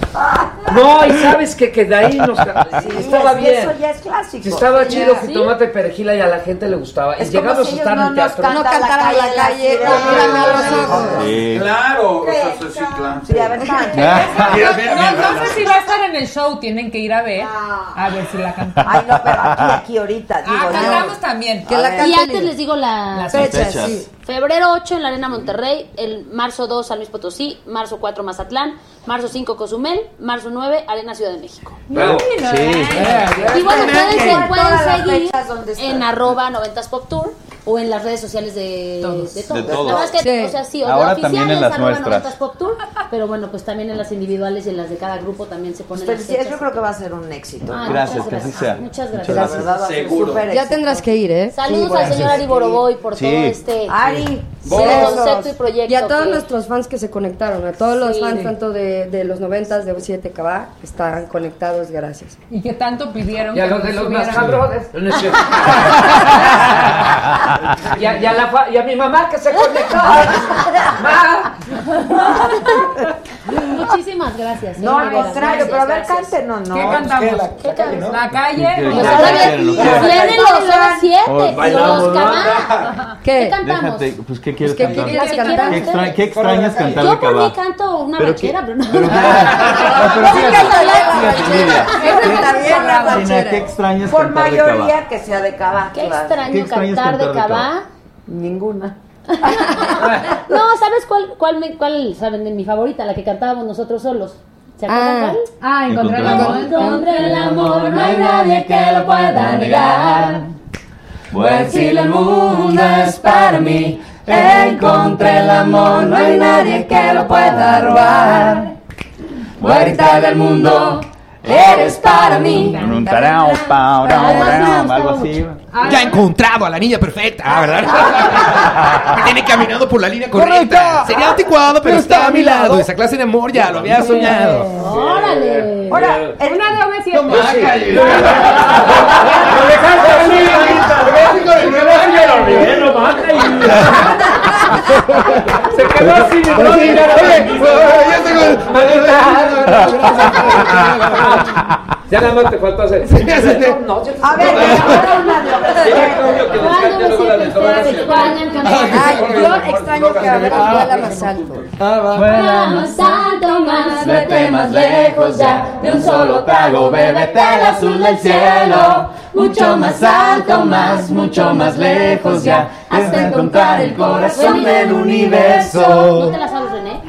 [SPEAKER 10] No, y sabes que, que de ahí nos ca- sí,
[SPEAKER 1] Sí,
[SPEAKER 10] estaba
[SPEAKER 1] es-
[SPEAKER 10] bien.
[SPEAKER 1] Eso ya es clásico.
[SPEAKER 10] Sí, estaba
[SPEAKER 1] Sí,
[SPEAKER 10] chido
[SPEAKER 1] ya.
[SPEAKER 10] jitomate perejila y a la gente le gustaba.
[SPEAKER 1] Es
[SPEAKER 10] y
[SPEAKER 1] como
[SPEAKER 10] llegamos
[SPEAKER 1] si
[SPEAKER 10] a
[SPEAKER 1] ellos
[SPEAKER 10] estar
[SPEAKER 1] no
[SPEAKER 10] en Ah.
[SPEAKER 1] nos
[SPEAKER 10] teatro.
[SPEAKER 1] cantan la
[SPEAKER 4] cantaran la calle,
[SPEAKER 1] ciudad.
[SPEAKER 4] no, mírame a los ojos.
[SPEAKER 10] Sí.
[SPEAKER 9] Claro, o sea, sí, claro.
[SPEAKER 1] Sí, a ver, Juan.
[SPEAKER 9] Mira, mira, mira,
[SPEAKER 16] No, no
[SPEAKER 9] mira.
[SPEAKER 16] sé si va a estar en el show, tienen que ir a ver.
[SPEAKER 13] Ah.
[SPEAKER 16] A ver si la cantan.
[SPEAKER 1] Ay, no, pero aquí, aquí ahorita.
[SPEAKER 16] Ah,
[SPEAKER 1] digo,
[SPEAKER 16] cantamos también.
[SPEAKER 1] Que la
[SPEAKER 16] A ver.
[SPEAKER 13] Y
[SPEAKER 1] canten
[SPEAKER 13] antes les digo la-
[SPEAKER 1] Las fechas, fechas. sí.
[SPEAKER 13] Febrero 8 en la Arena Monterrey, el marzo 2 San Luis Potosí, marzo 4 Mazatlán, marzo 5 Cozumel, marzo 9 Arena Ciudad de México.
[SPEAKER 14] Bravo. Sí.
[SPEAKER 13] Y bueno, ustedes se
[SPEAKER 1] Todas las
[SPEAKER 13] pueden
[SPEAKER 1] fechas donde
[SPEAKER 13] seguir en
[SPEAKER 1] están.
[SPEAKER 13] arroba 90 Pop Tour o en las redes sociales de todos. De
[SPEAKER 14] De todos.
[SPEAKER 13] La verdad es que, o sea, sí, o
[SPEAKER 14] Ahora
[SPEAKER 13] la oficial
[SPEAKER 14] también en
[SPEAKER 13] es
[SPEAKER 14] las
[SPEAKER 13] arroba
[SPEAKER 14] nuestras.
[SPEAKER 13] 90s Pop Tour, pero bueno, pues también en las individuales y en las de cada grupo también se ponen las
[SPEAKER 1] Pues Felicidades,
[SPEAKER 13] fechas.
[SPEAKER 1] yo creo que va a ser un éxito.
[SPEAKER 13] Ah,
[SPEAKER 14] Gracias,
[SPEAKER 13] muchas
[SPEAKER 14] que así
[SPEAKER 13] gracias.
[SPEAKER 14] sea.
[SPEAKER 13] Muchas gracias.
[SPEAKER 14] Muchas
[SPEAKER 1] La
[SPEAKER 14] gracias.
[SPEAKER 1] verdad va a ser
[SPEAKER 14] Seguro.
[SPEAKER 1] súper
[SPEAKER 4] Ya tendrás que ir, ¿eh?
[SPEAKER 13] Saludos
[SPEAKER 4] Sí,
[SPEAKER 13] al
[SPEAKER 4] gracias.
[SPEAKER 13] señor Ari Boroboy por
[SPEAKER 14] Sí.
[SPEAKER 13] todo este
[SPEAKER 1] Ari,
[SPEAKER 13] este concepto y proyecto.
[SPEAKER 4] Y a todos
[SPEAKER 13] que-
[SPEAKER 4] nuestros fans que se conectaron, a todos los
[SPEAKER 13] Sí.
[SPEAKER 4] fans tanto de, de los 90 de 7 k que están conectados, gracias.
[SPEAKER 16] Y que tanto pidieron.
[SPEAKER 4] Y a
[SPEAKER 16] que
[SPEAKER 4] los
[SPEAKER 16] nos
[SPEAKER 4] de los
[SPEAKER 16] subieran.
[SPEAKER 4] mascabrones.
[SPEAKER 10] No es cierto. y, a, y a la fa- y a mi mamá que se conectó. Ma,
[SPEAKER 20] Muchísimas gracias.
[SPEAKER 13] ¿eh?
[SPEAKER 1] No, al
[SPEAKER 20] señora.
[SPEAKER 1] contrario, pero a ver,
[SPEAKER 20] Gracias.
[SPEAKER 1] cántenos, ¿no?
[SPEAKER 20] ¿Qué cantamos?
[SPEAKER 1] Pues,
[SPEAKER 20] ¿Qué
[SPEAKER 1] calle,
[SPEAKER 20] cantamos?
[SPEAKER 1] no?
[SPEAKER 20] La calle.
[SPEAKER 1] Sí,
[SPEAKER 20] Pues
[SPEAKER 1] claro.
[SPEAKER 20] ahora
[SPEAKER 14] viene-
[SPEAKER 1] Claro.
[SPEAKER 14] viene la de los
[SPEAKER 13] siete,
[SPEAKER 14] Oh,
[SPEAKER 13] los
[SPEAKER 14] bailamos,
[SPEAKER 13] Cabá.
[SPEAKER 5] ¿Qué?
[SPEAKER 14] Déjate, pues ¿qué quieres
[SPEAKER 13] ¿qué
[SPEAKER 14] cantar?
[SPEAKER 13] quieres cantar?
[SPEAKER 14] ¿Qué, extra- qué extrañas cantar de
[SPEAKER 13] Yo por mí
[SPEAKER 14] Cabá?
[SPEAKER 13] canto una
[SPEAKER 14] Pero
[SPEAKER 13] bachera, Bruno.
[SPEAKER 14] Ah, pero
[SPEAKER 13] Sí,
[SPEAKER 14] fíjate,
[SPEAKER 13] cántale,
[SPEAKER 14] fíjate, Lidia,
[SPEAKER 1] Esa está bien, la
[SPEAKER 14] Marina,
[SPEAKER 1] ranchera.
[SPEAKER 14] ¿qué extrañas
[SPEAKER 1] Por
[SPEAKER 14] cantar de
[SPEAKER 1] mayoría que sea de Cabá.
[SPEAKER 13] ¿Qué extraño
[SPEAKER 1] ¿Qué
[SPEAKER 14] extrañas
[SPEAKER 13] cantar de
[SPEAKER 14] cantar de
[SPEAKER 13] Cabá?
[SPEAKER 1] Ninguna.
[SPEAKER 13] No, ¿sabes cuál, cuál, me- cuál saben de mi favorita? La que cantábamos nosotros solos. ¿Se acuerdan
[SPEAKER 20] Ah.
[SPEAKER 13] cuál?
[SPEAKER 20] Ah, encontré el amor.
[SPEAKER 13] Encontré el amor, no hay nadie que lo pueda negar.
[SPEAKER 20] Pues si el mundo es para mí,
[SPEAKER 1] encontré el amor, no hay nadie que lo pueda robar. Muerta del mundo, eres para mí.
[SPEAKER 14] Un tarao, pao, rao, rao, algo así.
[SPEAKER 15] Ya he encontrado a la niña perfecta, ah, ¿verdad? Me tiene caminando por la línea correcta.
[SPEAKER 1] Correcta.
[SPEAKER 15] Sería anticuado, pero está a mi lado. Esa clase de amor ya lo había soñado.
[SPEAKER 13] ¡Órale!
[SPEAKER 1] Ahora,
[SPEAKER 16] Una de me siento.
[SPEAKER 15] Lo dejaste así, ahorita. México de nuevo año, lo olvidé, no
[SPEAKER 6] Se quedó así, no Ya nada más te faltó hacer.
[SPEAKER 1] A ver, ahora una de
[SPEAKER 5] yo extraño
[SPEAKER 1] Ah,
[SPEAKER 5] que a ver vuela más alto.
[SPEAKER 14] Vuela
[SPEAKER 13] más alto, más
[SPEAKER 14] Vete más lejos ya, de un solo trago, bébete el azul del cielo. Mucho más alto, más, mucho más lejos ya, hasta encontrar el corazón del
[SPEAKER 13] ¿No
[SPEAKER 14] universo.
[SPEAKER 13] te la ¿eh? sabes, René?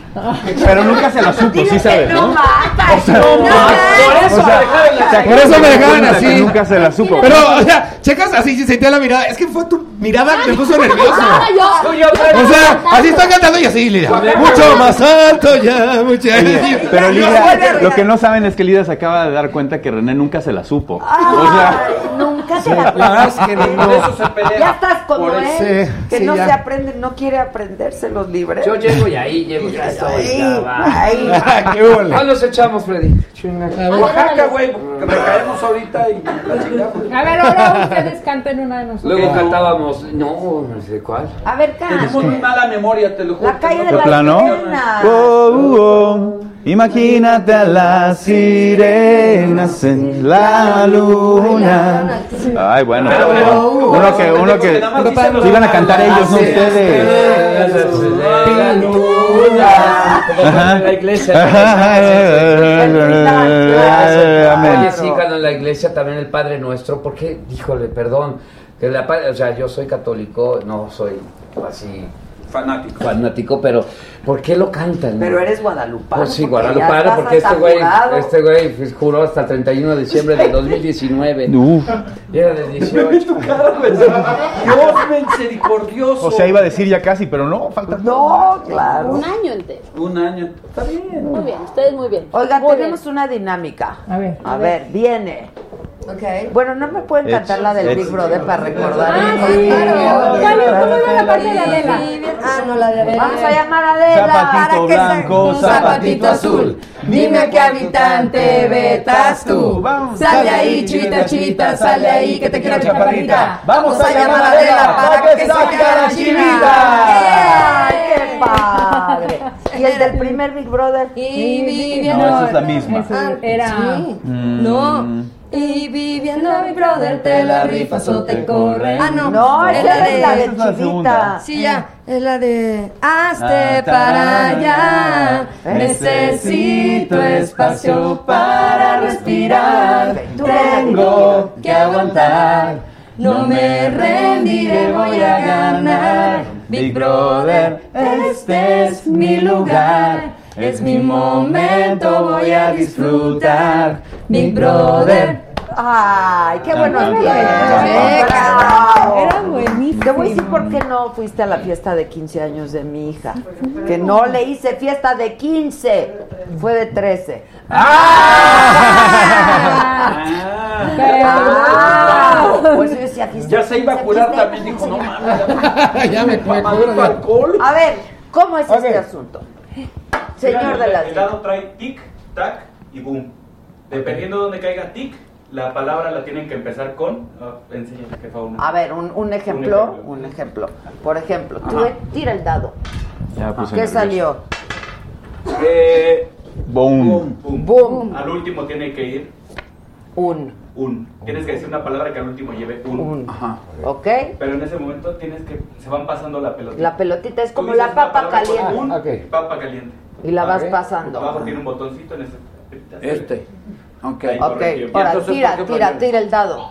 [SPEAKER 14] Pero nunca se la supo, sí sabes, ¿no?
[SPEAKER 13] mata,
[SPEAKER 14] O sea, no,
[SPEAKER 6] por eso
[SPEAKER 14] o sea,
[SPEAKER 6] me dejaron así.
[SPEAKER 14] o sea,
[SPEAKER 15] Por eso me dejaron
[SPEAKER 14] cuenta que
[SPEAKER 15] así.
[SPEAKER 14] Nunca se la supo.
[SPEAKER 15] Pero, o sea, checas así, si sentía la mirada. Es que fue tu mirada que me puso nervioso.
[SPEAKER 13] Ahora yo.
[SPEAKER 15] O sea, así están cantando y así, Lidia. Mucho más alto ya, mucho
[SPEAKER 14] Oye, pero Lidia, lo que no saben es que Lidia se acaba de dar cuenta que René nunca se la supo. O sea,
[SPEAKER 1] Nunca Ah, se
[SPEAKER 14] Sí,
[SPEAKER 1] la
[SPEAKER 14] la verdad es que
[SPEAKER 1] aprende.
[SPEAKER 14] no.
[SPEAKER 1] Ya estás como
[SPEAKER 14] Por eso.
[SPEAKER 1] él,
[SPEAKER 14] Sí,
[SPEAKER 1] que
[SPEAKER 14] sí,
[SPEAKER 1] no
[SPEAKER 14] ya.
[SPEAKER 1] se aprende, no quiere aprenderse los libres.
[SPEAKER 10] Yo llego y ahí llego y ya estoy. ya va.
[SPEAKER 1] ahí.
[SPEAKER 15] ¿Qué huele?
[SPEAKER 10] ¿Cuál nos echamos, Freddy?
[SPEAKER 9] Oaxaca, güey, que recaemos ahorita y la chingamos.
[SPEAKER 16] A ver, ahora ustedes canten una de nosotros.
[SPEAKER 10] Luego cantábamos. No, no sé cuál.
[SPEAKER 1] A ver,
[SPEAKER 9] Tenemos muy mala memoria, te lo juro. La calle
[SPEAKER 14] ¿De plano? Oh, uh, oh. Imagínate a las sirenas en la luna. Ay, bueno. Uno que, uno que. sí Iban a cantar ellos, no ustedes. Ajá.
[SPEAKER 10] La iglesia. Oye, sí,
[SPEAKER 14] Amén.
[SPEAKER 10] cuando en la iglesia también el Padre Nuestro, porque, híjole, perdón, que la, pa- o sea, yo soy católico, no soy así
[SPEAKER 9] Fanático.
[SPEAKER 10] fanático, pero ¿por qué lo cantan?
[SPEAKER 1] Pero eres guadalupano.
[SPEAKER 10] Pues sí,
[SPEAKER 1] porque ya
[SPEAKER 10] Guadalupano,
[SPEAKER 1] estás
[SPEAKER 10] porque este güey,
[SPEAKER 1] saturado.
[SPEAKER 10] este güey pues, juró hasta el 31 de diciembre de 2019.
[SPEAKER 14] Uf.
[SPEAKER 10] Y era del 18.
[SPEAKER 9] Dios misericordioso.
[SPEAKER 14] O sea, iba a decir ya casi, pero no, falta.
[SPEAKER 1] No, claro.
[SPEAKER 13] Un año entero.
[SPEAKER 9] Un año.
[SPEAKER 13] Muy bien, ustedes muy bien.
[SPEAKER 1] Oiga,
[SPEAKER 13] Muy
[SPEAKER 1] tenemos una dinámica. A ver. A ver, viene.
[SPEAKER 5] Ok.
[SPEAKER 1] Bueno, no me pueden
[SPEAKER 14] Ex-
[SPEAKER 1] cantar la del
[SPEAKER 14] ex-
[SPEAKER 1] Big Brother para recordar.
[SPEAKER 5] Ah,
[SPEAKER 1] esto.
[SPEAKER 5] sí, claro. ¿Cuál es? ¿Cómo
[SPEAKER 1] iba la parte
[SPEAKER 5] de Adela? Ah, no, la de Adela.
[SPEAKER 1] Vamos a llamar a Adela
[SPEAKER 14] Zapatito
[SPEAKER 1] para que
[SPEAKER 14] blanco,
[SPEAKER 1] se...
[SPEAKER 14] zapatito azul.
[SPEAKER 1] Dime a qué habitante vetas tú.
[SPEAKER 5] Sal de ahí, chivita, chivita, sal de ahí, que te quiero chaparrita.
[SPEAKER 14] Vamos
[SPEAKER 5] a llamar a Adela para que saque a la
[SPEAKER 1] chivita. ¡Ay, qué padre! ¿Y el del primer Big Brother?
[SPEAKER 5] Y Vivian
[SPEAKER 14] No, esa es la misma.
[SPEAKER 5] Era. Ah, Sí. No. Y viviendo mi brother, te la rifas o te corre. Ah, no.
[SPEAKER 1] No, esa es la de
[SPEAKER 14] Esa es la
[SPEAKER 1] Chivita.
[SPEAKER 14] segunda.
[SPEAKER 5] Sí, ya. Es la de. Hazte
[SPEAKER 14] Ah,
[SPEAKER 5] para allá.
[SPEAKER 14] ¿Eh?
[SPEAKER 5] Necesito espacio para respirar.
[SPEAKER 1] Tú
[SPEAKER 5] Tengo que aguantar. No me rendiré, voy a ganar.
[SPEAKER 14] Big Brother,
[SPEAKER 5] Este es mi lugar. Es mi momento, voy a disfrutar. Big Brother.
[SPEAKER 1] Ay, qué buenos
[SPEAKER 5] Ah,
[SPEAKER 1] tiempos.
[SPEAKER 5] era
[SPEAKER 1] Bravo.
[SPEAKER 5] buenísimo. Era buenísimo.
[SPEAKER 1] Te voy a decir por qué no fuiste a la fiesta de 15 años de mi hija. Que no le hice fiesta de 15. Fue de 13. ¡Ah! Pues yo decía, "Aquí está
[SPEAKER 9] Ya se iba a curar también, dijo, no mames. Ya me cuento. alcohol.
[SPEAKER 1] A ver, ¿cómo es este asunto? Señor de las
[SPEAKER 21] El dado trae tic, tac y boom. Dependiendo de dónde caiga tic, la palabra la tienen que empezar con. ah, enséñame, jefa, una.
[SPEAKER 1] A ver, un, un ejemplo,
[SPEAKER 21] ejemplo.
[SPEAKER 1] un ejemplo. Por ejemplo, tú
[SPEAKER 21] Ajá.
[SPEAKER 1] eh, tira el dado.
[SPEAKER 14] Ya, pues,
[SPEAKER 1] ¿Qué
[SPEAKER 14] nervioso.
[SPEAKER 1] salió?
[SPEAKER 21] Eh,
[SPEAKER 18] Boom.
[SPEAKER 21] boom. Al último tiene que ir
[SPEAKER 1] un.
[SPEAKER 21] un. Tienes que decir una palabra que al último lleve un.
[SPEAKER 1] Ajá. ¿Ok?
[SPEAKER 21] Pero en ese momento tienes que. Se van pasando la pelota.
[SPEAKER 1] La pelotita es
[SPEAKER 21] Tú
[SPEAKER 1] como
[SPEAKER 21] dices
[SPEAKER 1] la papa
[SPEAKER 21] palabra con
[SPEAKER 1] caliente.
[SPEAKER 21] Un,
[SPEAKER 18] Ah,
[SPEAKER 21] Papa caliente.
[SPEAKER 1] Y la vas
[SPEAKER 21] Ok.
[SPEAKER 1] pasando.
[SPEAKER 21] Abajo tiene un botoncito en ese.
[SPEAKER 9] Este. Ok.
[SPEAKER 1] Ok, ahora tira, tira, tira el dado.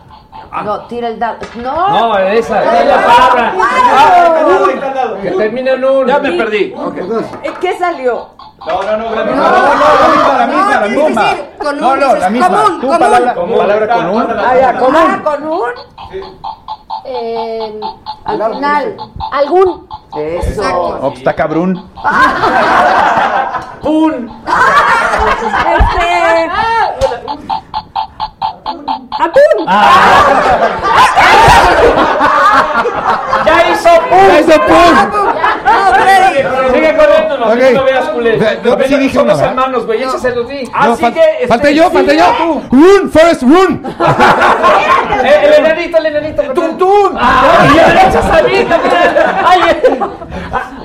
[SPEAKER 18] Ah.
[SPEAKER 1] No, tira el dado. No.
[SPEAKER 5] No, esa,
[SPEAKER 1] Ah,
[SPEAKER 5] es la
[SPEAKER 1] no.
[SPEAKER 5] palabra.
[SPEAKER 1] Ah,
[SPEAKER 5] Que termina en un.
[SPEAKER 9] Ya me perdí.
[SPEAKER 1] ¿En qué salió?
[SPEAKER 21] No, no, no, no,
[SPEAKER 18] No, no, la misma, la misma, la
[SPEAKER 1] tienes que
[SPEAKER 18] misma.
[SPEAKER 1] decir con un,
[SPEAKER 18] No, no,
[SPEAKER 1] dices,
[SPEAKER 18] la misma.
[SPEAKER 1] común,
[SPEAKER 18] Tú
[SPEAKER 1] común.
[SPEAKER 18] palabra-
[SPEAKER 1] Común.
[SPEAKER 18] palabra con un.
[SPEAKER 1] Ah, ya, común. Ah, con un.
[SPEAKER 13] Eh, al final, algún.
[SPEAKER 14] Mm.
[SPEAKER 1] Eso.
[SPEAKER 18] Oh, pues está cabrón.
[SPEAKER 1] ¡Pun! Este. ¡Atún!
[SPEAKER 5] ¡Ya hizo pum!
[SPEAKER 18] ¡Ya hizo
[SPEAKER 5] pum! Sigue corriéndonos,
[SPEAKER 18] Ok.
[SPEAKER 5] no veas culé.
[SPEAKER 18] Ve- yo
[SPEAKER 5] Ve-
[SPEAKER 18] sí dije una,
[SPEAKER 5] somos
[SPEAKER 18] ¿verdad?
[SPEAKER 5] hermanos, güey, ese se los di. Ah,
[SPEAKER 18] No,
[SPEAKER 5] Así
[SPEAKER 18] fal-
[SPEAKER 5] que...
[SPEAKER 18] falté yo, falté yo. Run, Forrest, run.
[SPEAKER 5] Eh, El enanito, el enanito. ¡Tum, tum! ¡Y ya le echas a mí también! ¡Ay, eh.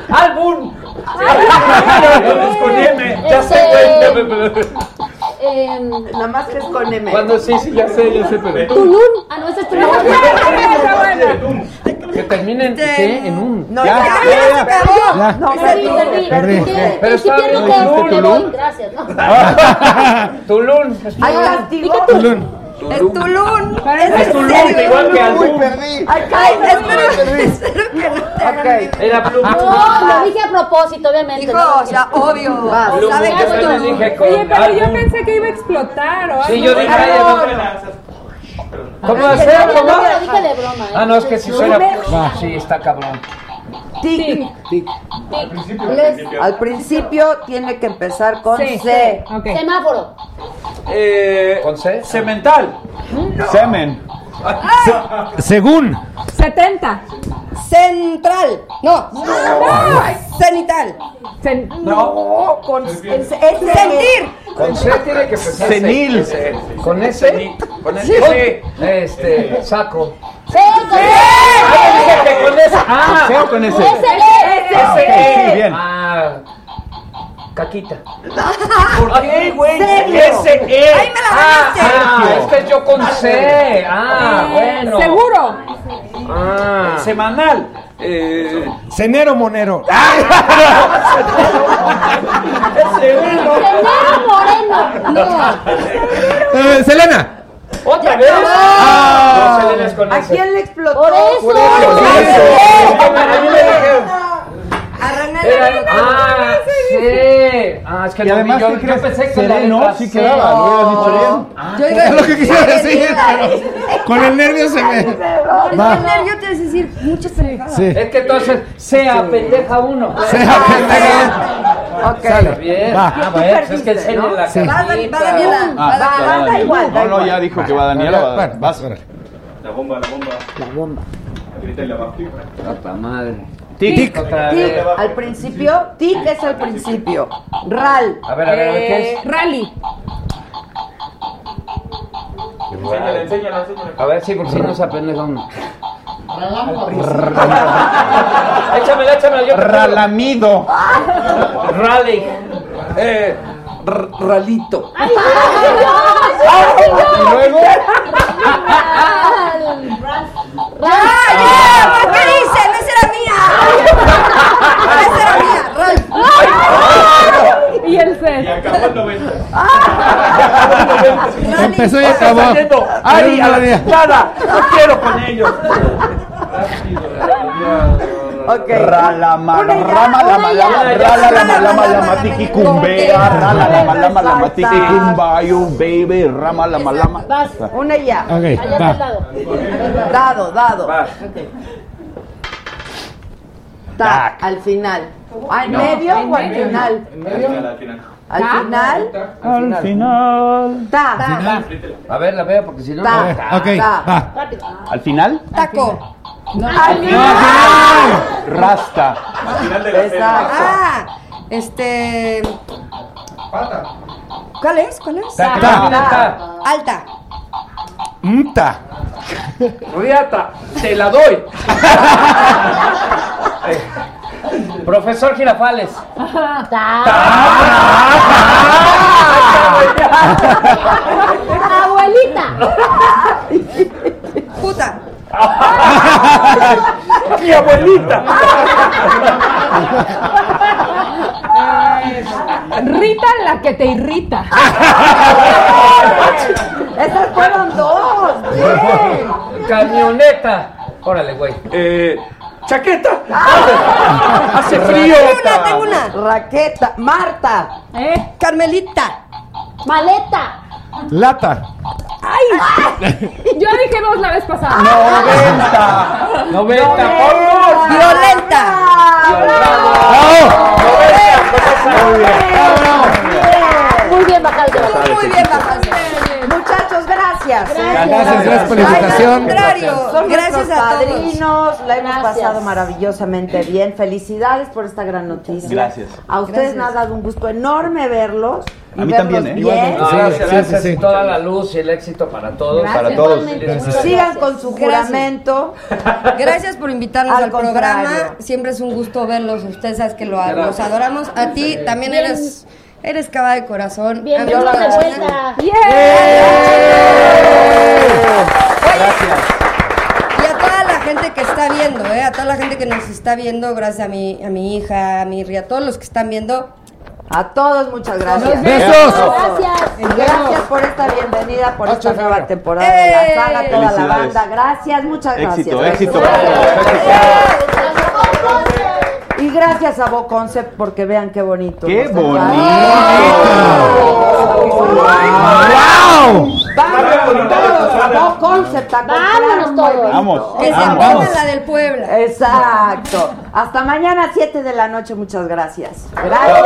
[SPEAKER 5] Ah, álbum!
[SPEAKER 13] Ya
[SPEAKER 10] Este,
[SPEAKER 13] sé,
[SPEAKER 1] Nada más que es con M.
[SPEAKER 5] Cuando sí, sí, ya sé, ya sé, pero.
[SPEAKER 13] Tulum. Ah, no, ese es Tulum.
[SPEAKER 5] Que terminen ¿qué? en un.
[SPEAKER 1] No,
[SPEAKER 13] ya,
[SPEAKER 5] ya,
[SPEAKER 13] ya,
[SPEAKER 5] ya,
[SPEAKER 13] ya,
[SPEAKER 5] ya.
[SPEAKER 13] ya. No, perdí, perdí.
[SPEAKER 5] Perdí.
[SPEAKER 13] ¿Qué?
[SPEAKER 5] Pero
[SPEAKER 13] ¿Qué
[SPEAKER 5] está
[SPEAKER 13] pierdo
[SPEAKER 5] bien,
[SPEAKER 13] que
[SPEAKER 5] ¿dijiste
[SPEAKER 13] me voy?
[SPEAKER 5] Tulum?
[SPEAKER 13] Gracias, ¿no?
[SPEAKER 5] Tulum.
[SPEAKER 1] ¡Ay, castigo! ¡Es Tulum!
[SPEAKER 5] Es Tulum, igual que al Tulum.
[SPEAKER 1] ¡Ay, cállate! Espero, espero que no te hagan mi-
[SPEAKER 5] Era Plum.
[SPEAKER 13] No, lo dije a propósito, obviamente.
[SPEAKER 1] Dijo,
[SPEAKER 13] ¿no?
[SPEAKER 1] o sea, obvio.
[SPEAKER 13] Vas.
[SPEAKER 5] Plum,
[SPEAKER 1] ¿sabe
[SPEAKER 5] yo
[SPEAKER 1] qué?
[SPEAKER 5] también
[SPEAKER 1] Tulum.
[SPEAKER 5] dije con
[SPEAKER 16] Oye, pero yo
[SPEAKER 5] álbum.
[SPEAKER 16] pensé que iba a explotar o
[SPEAKER 5] Sí,
[SPEAKER 16] algo.
[SPEAKER 5] yo dije,
[SPEAKER 16] Ah,
[SPEAKER 5] ay,
[SPEAKER 16] no.
[SPEAKER 5] ¿Cómo
[SPEAKER 16] Ay,
[SPEAKER 5] va a
[SPEAKER 16] que
[SPEAKER 5] ser,
[SPEAKER 16] nadie no
[SPEAKER 5] mamá?
[SPEAKER 16] me lo dije de
[SPEAKER 13] broma, ¿eh?
[SPEAKER 5] Ah, no, es que si
[SPEAKER 13] Sí,
[SPEAKER 5] suena.
[SPEAKER 13] me-
[SPEAKER 5] Ah, sí, está cabrón.
[SPEAKER 1] Tic.
[SPEAKER 13] Tic.
[SPEAKER 1] Les- Al principio tiene que empezar con
[SPEAKER 13] Sí.
[SPEAKER 1] C.
[SPEAKER 13] Semáforo.
[SPEAKER 9] Eh,
[SPEAKER 5] ¿Con C?
[SPEAKER 9] Cemental.
[SPEAKER 18] Semen.
[SPEAKER 15] Según.
[SPEAKER 16] 70.
[SPEAKER 4] Central. No. Cenital.
[SPEAKER 5] No.
[SPEAKER 4] Con
[SPEAKER 1] sentir.
[SPEAKER 5] Con C tiene que empezar.
[SPEAKER 18] Senil.
[SPEAKER 5] C. Con S. Con
[SPEAKER 18] Sí.
[SPEAKER 5] S. Este, saco.
[SPEAKER 13] Sí, sí.
[SPEAKER 5] Ay, Ah, dije que con S. Ah,
[SPEAKER 18] ¿Con C o con S?
[SPEAKER 5] Ah, ok,
[SPEAKER 18] Muy bien.
[SPEAKER 5] Ah, caquita. ¿Por qué, güey?
[SPEAKER 1] Sergio.
[SPEAKER 5] S, E.
[SPEAKER 1] Ahí me la
[SPEAKER 5] ah,
[SPEAKER 1] ganaste.
[SPEAKER 5] ah, es que yo con C. Ah,
[SPEAKER 16] Eh,
[SPEAKER 5] bueno.
[SPEAKER 16] Seguro.
[SPEAKER 5] Ah.
[SPEAKER 9] Semanal. Eh,
[SPEAKER 15] Cenero Monero.
[SPEAKER 13] Señora Moreno. No.
[SPEAKER 15] Eh, Selena.
[SPEAKER 5] ¿Otra vez?
[SPEAKER 15] Ah.
[SPEAKER 5] No, Selena es con
[SPEAKER 1] ¿A
[SPEAKER 5] S.
[SPEAKER 1] quién le explotó?
[SPEAKER 13] Por eso.
[SPEAKER 5] Por eso, por eso. Es que a mí me dijeron.
[SPEAKER 1] A René le
[SPEAKER 5] Era-
[SPEAKER 1] explotó.
[SPEAKER 5] ah, sí. Ah, es que
[SPEAKER 18] Y
[SPEAKER 5] no vi,
[SPEAKER 18] además,
[SPEAKER 5] yo,
[SPEAKER 18] ¿qué
[SPEAKER 5] yo
[SPEAKER 18] crees?
[SPEAKER 5] pensé que la
[SPEAKER 18] Sereno,
[SPEAKER 5] letra
[SPEAKER 18] sí
[SPEAKER 5] C.
[SPEAKER 18] quedaba, lo hubieras dicho bien.
[SPEAKER 5] Ah,
[SPEAKER 4] Yo iba a
[SPEAKER 18] Es lo que quisiera
[SPEAKER 4] decir,
[SPEAKER 18] decir, pero con el nervio se me...
[SPEAKER 4] Es
[SPEAKER 18] Va.
[SPEAKER 4] que el nervio te hace decir muchas pendejadas.
[SPEAKER 18] Sí.
[SPEAKER 5] Es que entonces sea Ah, pendeja uno.
[SPEAKER 18] Sea pendeja.
[SPEAKER 1] Ok.
[SPEAKER 5] Sale bien.
[SPEAKER 18] Va.
[SPEAKER 5] Ah, bueno, es que el Sergio la pues,
[SPEAKER 18] Sí.
[SPEAKER 1] Va, Dan- va,
[SPEAKER 18] Ah,
[SPEAKER 1] Daniela. Va, Dan-
[SPEAKER 18] va,
[SPEAKER 1] va, da
[SPEAKER 18] Daniela.
[SPEAKER 1] igual, da
[SPEAKER 18] No, no,
[SPEAKER 1] igual.
[SPEAKER 18] ya dijo que va Daniela.
[SPEAKER 15] Bueno,
[SPEAKER 18] va-
[SPEAKER 15] bueno,
[SPEAKER 18] Vas.
[SPEAKER 21] La bomba, la bomba.
[SPEAKER 1] La bomba.
[SPEAKER 21] Grita y la bajo.
[SPEAKER 5] Papá madre.
[SPEAKER 18] Tic. Tic.
[SPEAKER 5] Otra
[SPEAKER 1] Tic
[SPEAKER 5] vez.
[SPEAKER 1] al principio, tic es al principio. Ral.
[SPEAKER 5] A ver, a ver, a ver, ¿qué
[SPEAKER 1] Eh,
[SPEAKER 5] es?
[SPEAKER 1] Rally.
[SPEAKER 21] Enséñala, enséñala, enséñala.
[SPEAKER 5] A ver si por si no se apendeja uno. Échamela, échamela, yo te puedo.
[SPEAKER 18] Ralamido.
[SPEAKER 5] Rally. Eh, r- ralito.
[SPEAKER 13] Ay, ay, ay,
[SPEAKER 18] Ah, Y luego.
[SPEAKER 13] ay.
[SPEAKER 1] ¡Ah, ya! ¿Por qué dicen? ¡Esa era mía! ¡Esa era mía! Ralph.
[SPEAKER 16] Y el C.
[SPEAKER 21] Y acabó el 90.
[SPEAKER 5] Ah.
[SPEAKER 18] Empezó y
[SPEAKER 9] Está
[SPEAKER 18] acabó.
[SPEAKER 9] saliendo Ari a la
[SPEAKER 18] María.
[SPEAKER 9] chingada. No quiero con ellos.
[SPEAKER 1] Ok.
[SPEAKER 18] Ralamala,
[SPEAKER 1] Una ya,
[SPEAKER 18] rama, lama, lama,
[SPEAKER 1] una ya.
[SPEAKER 18] rala,
[SPEAKER 1] Ya, ya,
[SPEAKER 18] lama,
[SPEAKER 1] ya,
[SPEAKER 18] lama,
[SPEAKER 1] ya,
[SPEAKER 18] lama,
[SPEAKER 1] ya,
[SPEAKER 18] tiki,
[SPEAKER 1] ya,
[SPEAKER 18] cumbea,
[SPEAKER 1] ya,
[SPEAKER 18] rala,
[SPEAKER 1] ya,
[SPEAKER 18] lama,
[SPEAKER 1] ya,
[SPEAKER 18] lama,
[SPEAKER 1] ya,
[SPEAKER 18] lama,
[SPEAKER 1] ya,
[SPEAKER 18] tiki,
[SPEAKER 1] ya.
[SPEAKER 18] cumbayo, baby, rama, lama, lama.
[SPEAKER 1] Vas. Una ya.
[SPEAKER 18] Ok,
[SPEAKER 13] Allá
[SPEAKER 18] va.
[SPEAKER 13] al lado.
[SPEAKER 1] Dado, dado.
[SPEAKER 5] Va.
[SPEAKER 1] Tac. Al final. ¿Al medio o al final?
[SPEAKER 21] Al final.
[SPEAKER 1] Al final.
[SPEAKER 18] Al final.
[SPEAKER 1] Ta.
[SPEAKER 5] A ver, la veo porque si no.
[SPEAKER 1] Ta.
[SPEAKER 5] no.
[SPEAKER 1] Ok, va.
[SPEAKER 13] Rápido.
[SPEAKER 18] ¿Al final?
[SPEAKER 4] Taco.
[SPEAKER 1] Al Ah.
[SPEAKER 18] Rasta.
[SPEAKER 21] Al final de la cena.
[SPEAKER 1] Exacto.
[SPEAKER 4] Ah, este. ¿Cuál es? ¿Cuál es? Ah,
[SPEAKER 5] Ta,
[SPEAKER 18] Ta.
[SPEAKER 5] termina ta.
[SPEAKER 4] Alta.
[SPEAKER 18] Mta.
[SPEAKER 5] Riata, te la doy.
[SPEAKER 10] Profesor Girafales.
[SPEAKER 5] Abuelita.
[SPEAKER 4] Puta.
[SPEAKER 5] Mi abuelita.
[SPEAKER 16] Rita la que te irrita.
[SPEAKER 1] Esas fueron dos.
[SPEAKER 10] Camioneta. Órale, güey.
[SPEAKER 22] Eh, chaqueta.
[SPEAKER 1] Hace
[SPEAKER 22] frío.
[SPEAKER 4] Tengo una.
[SPEAKER 1] Raqueta. Marta.
[SPEAKER 4] Carmelita.
[SPEAKER 16] Maleta.
[SPEAKER 15] Lata.
[SPEAKER 16] Yo dije dos la vez pasada.
[SPEAKER 15] Noventa. Noventa.
[SPEAKER 16] ¡Vamos!
[SPEAKER 5] Muy bien, Bacaldo.
[SPEAKER 1] Muy bien, Bacaldo. Muchachos, gracias.
[SPEAKER 7] Gracias, gracias por la invitación.
[SPEAKER 1] Ay, al contrario,
[SPEAKER 7] Son
[SPEAKER 1] gracias
[SPEAKER 7] nuestros
[SPEAKER 1] a todos.
[SPEAKER 7] padrinos,
[SPEAKER 1] La hemos
[SPEAKER 7] Gracias.
[SPEAKER 1] pasado maravillosamente bien. Felicidades por esta gran noticia.
[SPEAKER 23] Gracias.
[SPEAKER 1] A ustedes
[SPEAKER 23] Gracias.
[SPEAKER 1] me ha dado un gusto enorme verlos. y
[SPEAKER 23] A mí
[SPEAKER 1] verlos
[SPEAKER 23] también, ¿eh?
[SPEAKER 1] bien.
[SPEAKER 23] Igualmente.
[SPEAKER 10] No,
[SPEAKER 23] Sí,
[SPEAKER 10] gracias,
[SPEAKER 23] sí, sí,
[SPEAKER 10] gracias.
[SPEAKER 23] sí.
[SPEAKER 10] Toda la luz y el éxito para todos.
[SPEAKER 23] Gracias. Para todos. Igualmente,
[SPEAKER 10] Les-
[SPEAKER 23] muchas
[SPEAKER 1] Sigan con su juramento.
[SPEAKER 4] Gracias por invitarnos
[SPEAKER 1] Al
[SPEAKER 4] al,
[SPEAKER 1] contrario.
[SPEAKER 4] programa. Siempre es un gusto verlos. Ustedes saben que lo,
[SPEAKER 1] Gracias.
[SPEAKER 4] los adoramos. A ti
[SPEAKER 1] Sí.
[SPEAKER 4] también
[SPEAKER 1] Bien.
[SPEAKER 4] eres eres cava de corazón.
[SPEAKER 16] Bien,
[SPEAKER 4] A mí
[SPEAKER 16] yo
[SPEAKER 4] me
[SPEAKER 16] la
[SPEAKER 4] encanta.
[SPEAKER 16] revuelta.
[SPEAKER 4] Y a toda la gente que está viendo, ¿eh? a toda la gente que nos está viendo, gracias a mi, a mi hija, a mi Ria, a todos los que están viendo.
[SPEAKER 1] A todos, muchas gracias.
[SPEAKER 4] Nos vemos. Besos.
[SPEAKER 1] Gracias. Gracias por esta bienvenida, por esta nueva temporada de
[SPEAKER 5] ¡Eh!
[SPEAKER 1] la saga, toda la
[SPEAKER 5] Felicidades.
[SPEAKER 1] banda. Gracias, muchas gracias.
[SPEAKER 5] Éxito,
[SPEAKER 1] Gracias.
[SPEAKER 5] éxito.
[SPEAKER 1] Y gracias a Bo Concept porque vean qué bonito.
[SPEAKER 5] ¡Qué
[SPEAKER 1] nos está.
[SPEAKER 5] bonito!
[SPEAKER 1] ¡Wow!
[SPEAKER 5] ¡Vámonos
[SPEAKER 1] todos a Bo Concept a
[SPEAKER 5] Vámonos
[SPEAKER 1] comprar un
[SPEAKER 5] todos.
[SPEAKER 1] mueble.
[SPEAKER 5] Que se Vamos, aprenda vamos. la
[SPEAKER 4] del Puebla.
[SPEAKER 1] Exacto. Hasta mañana 7 de la noche. Muchas gracias. Gracias.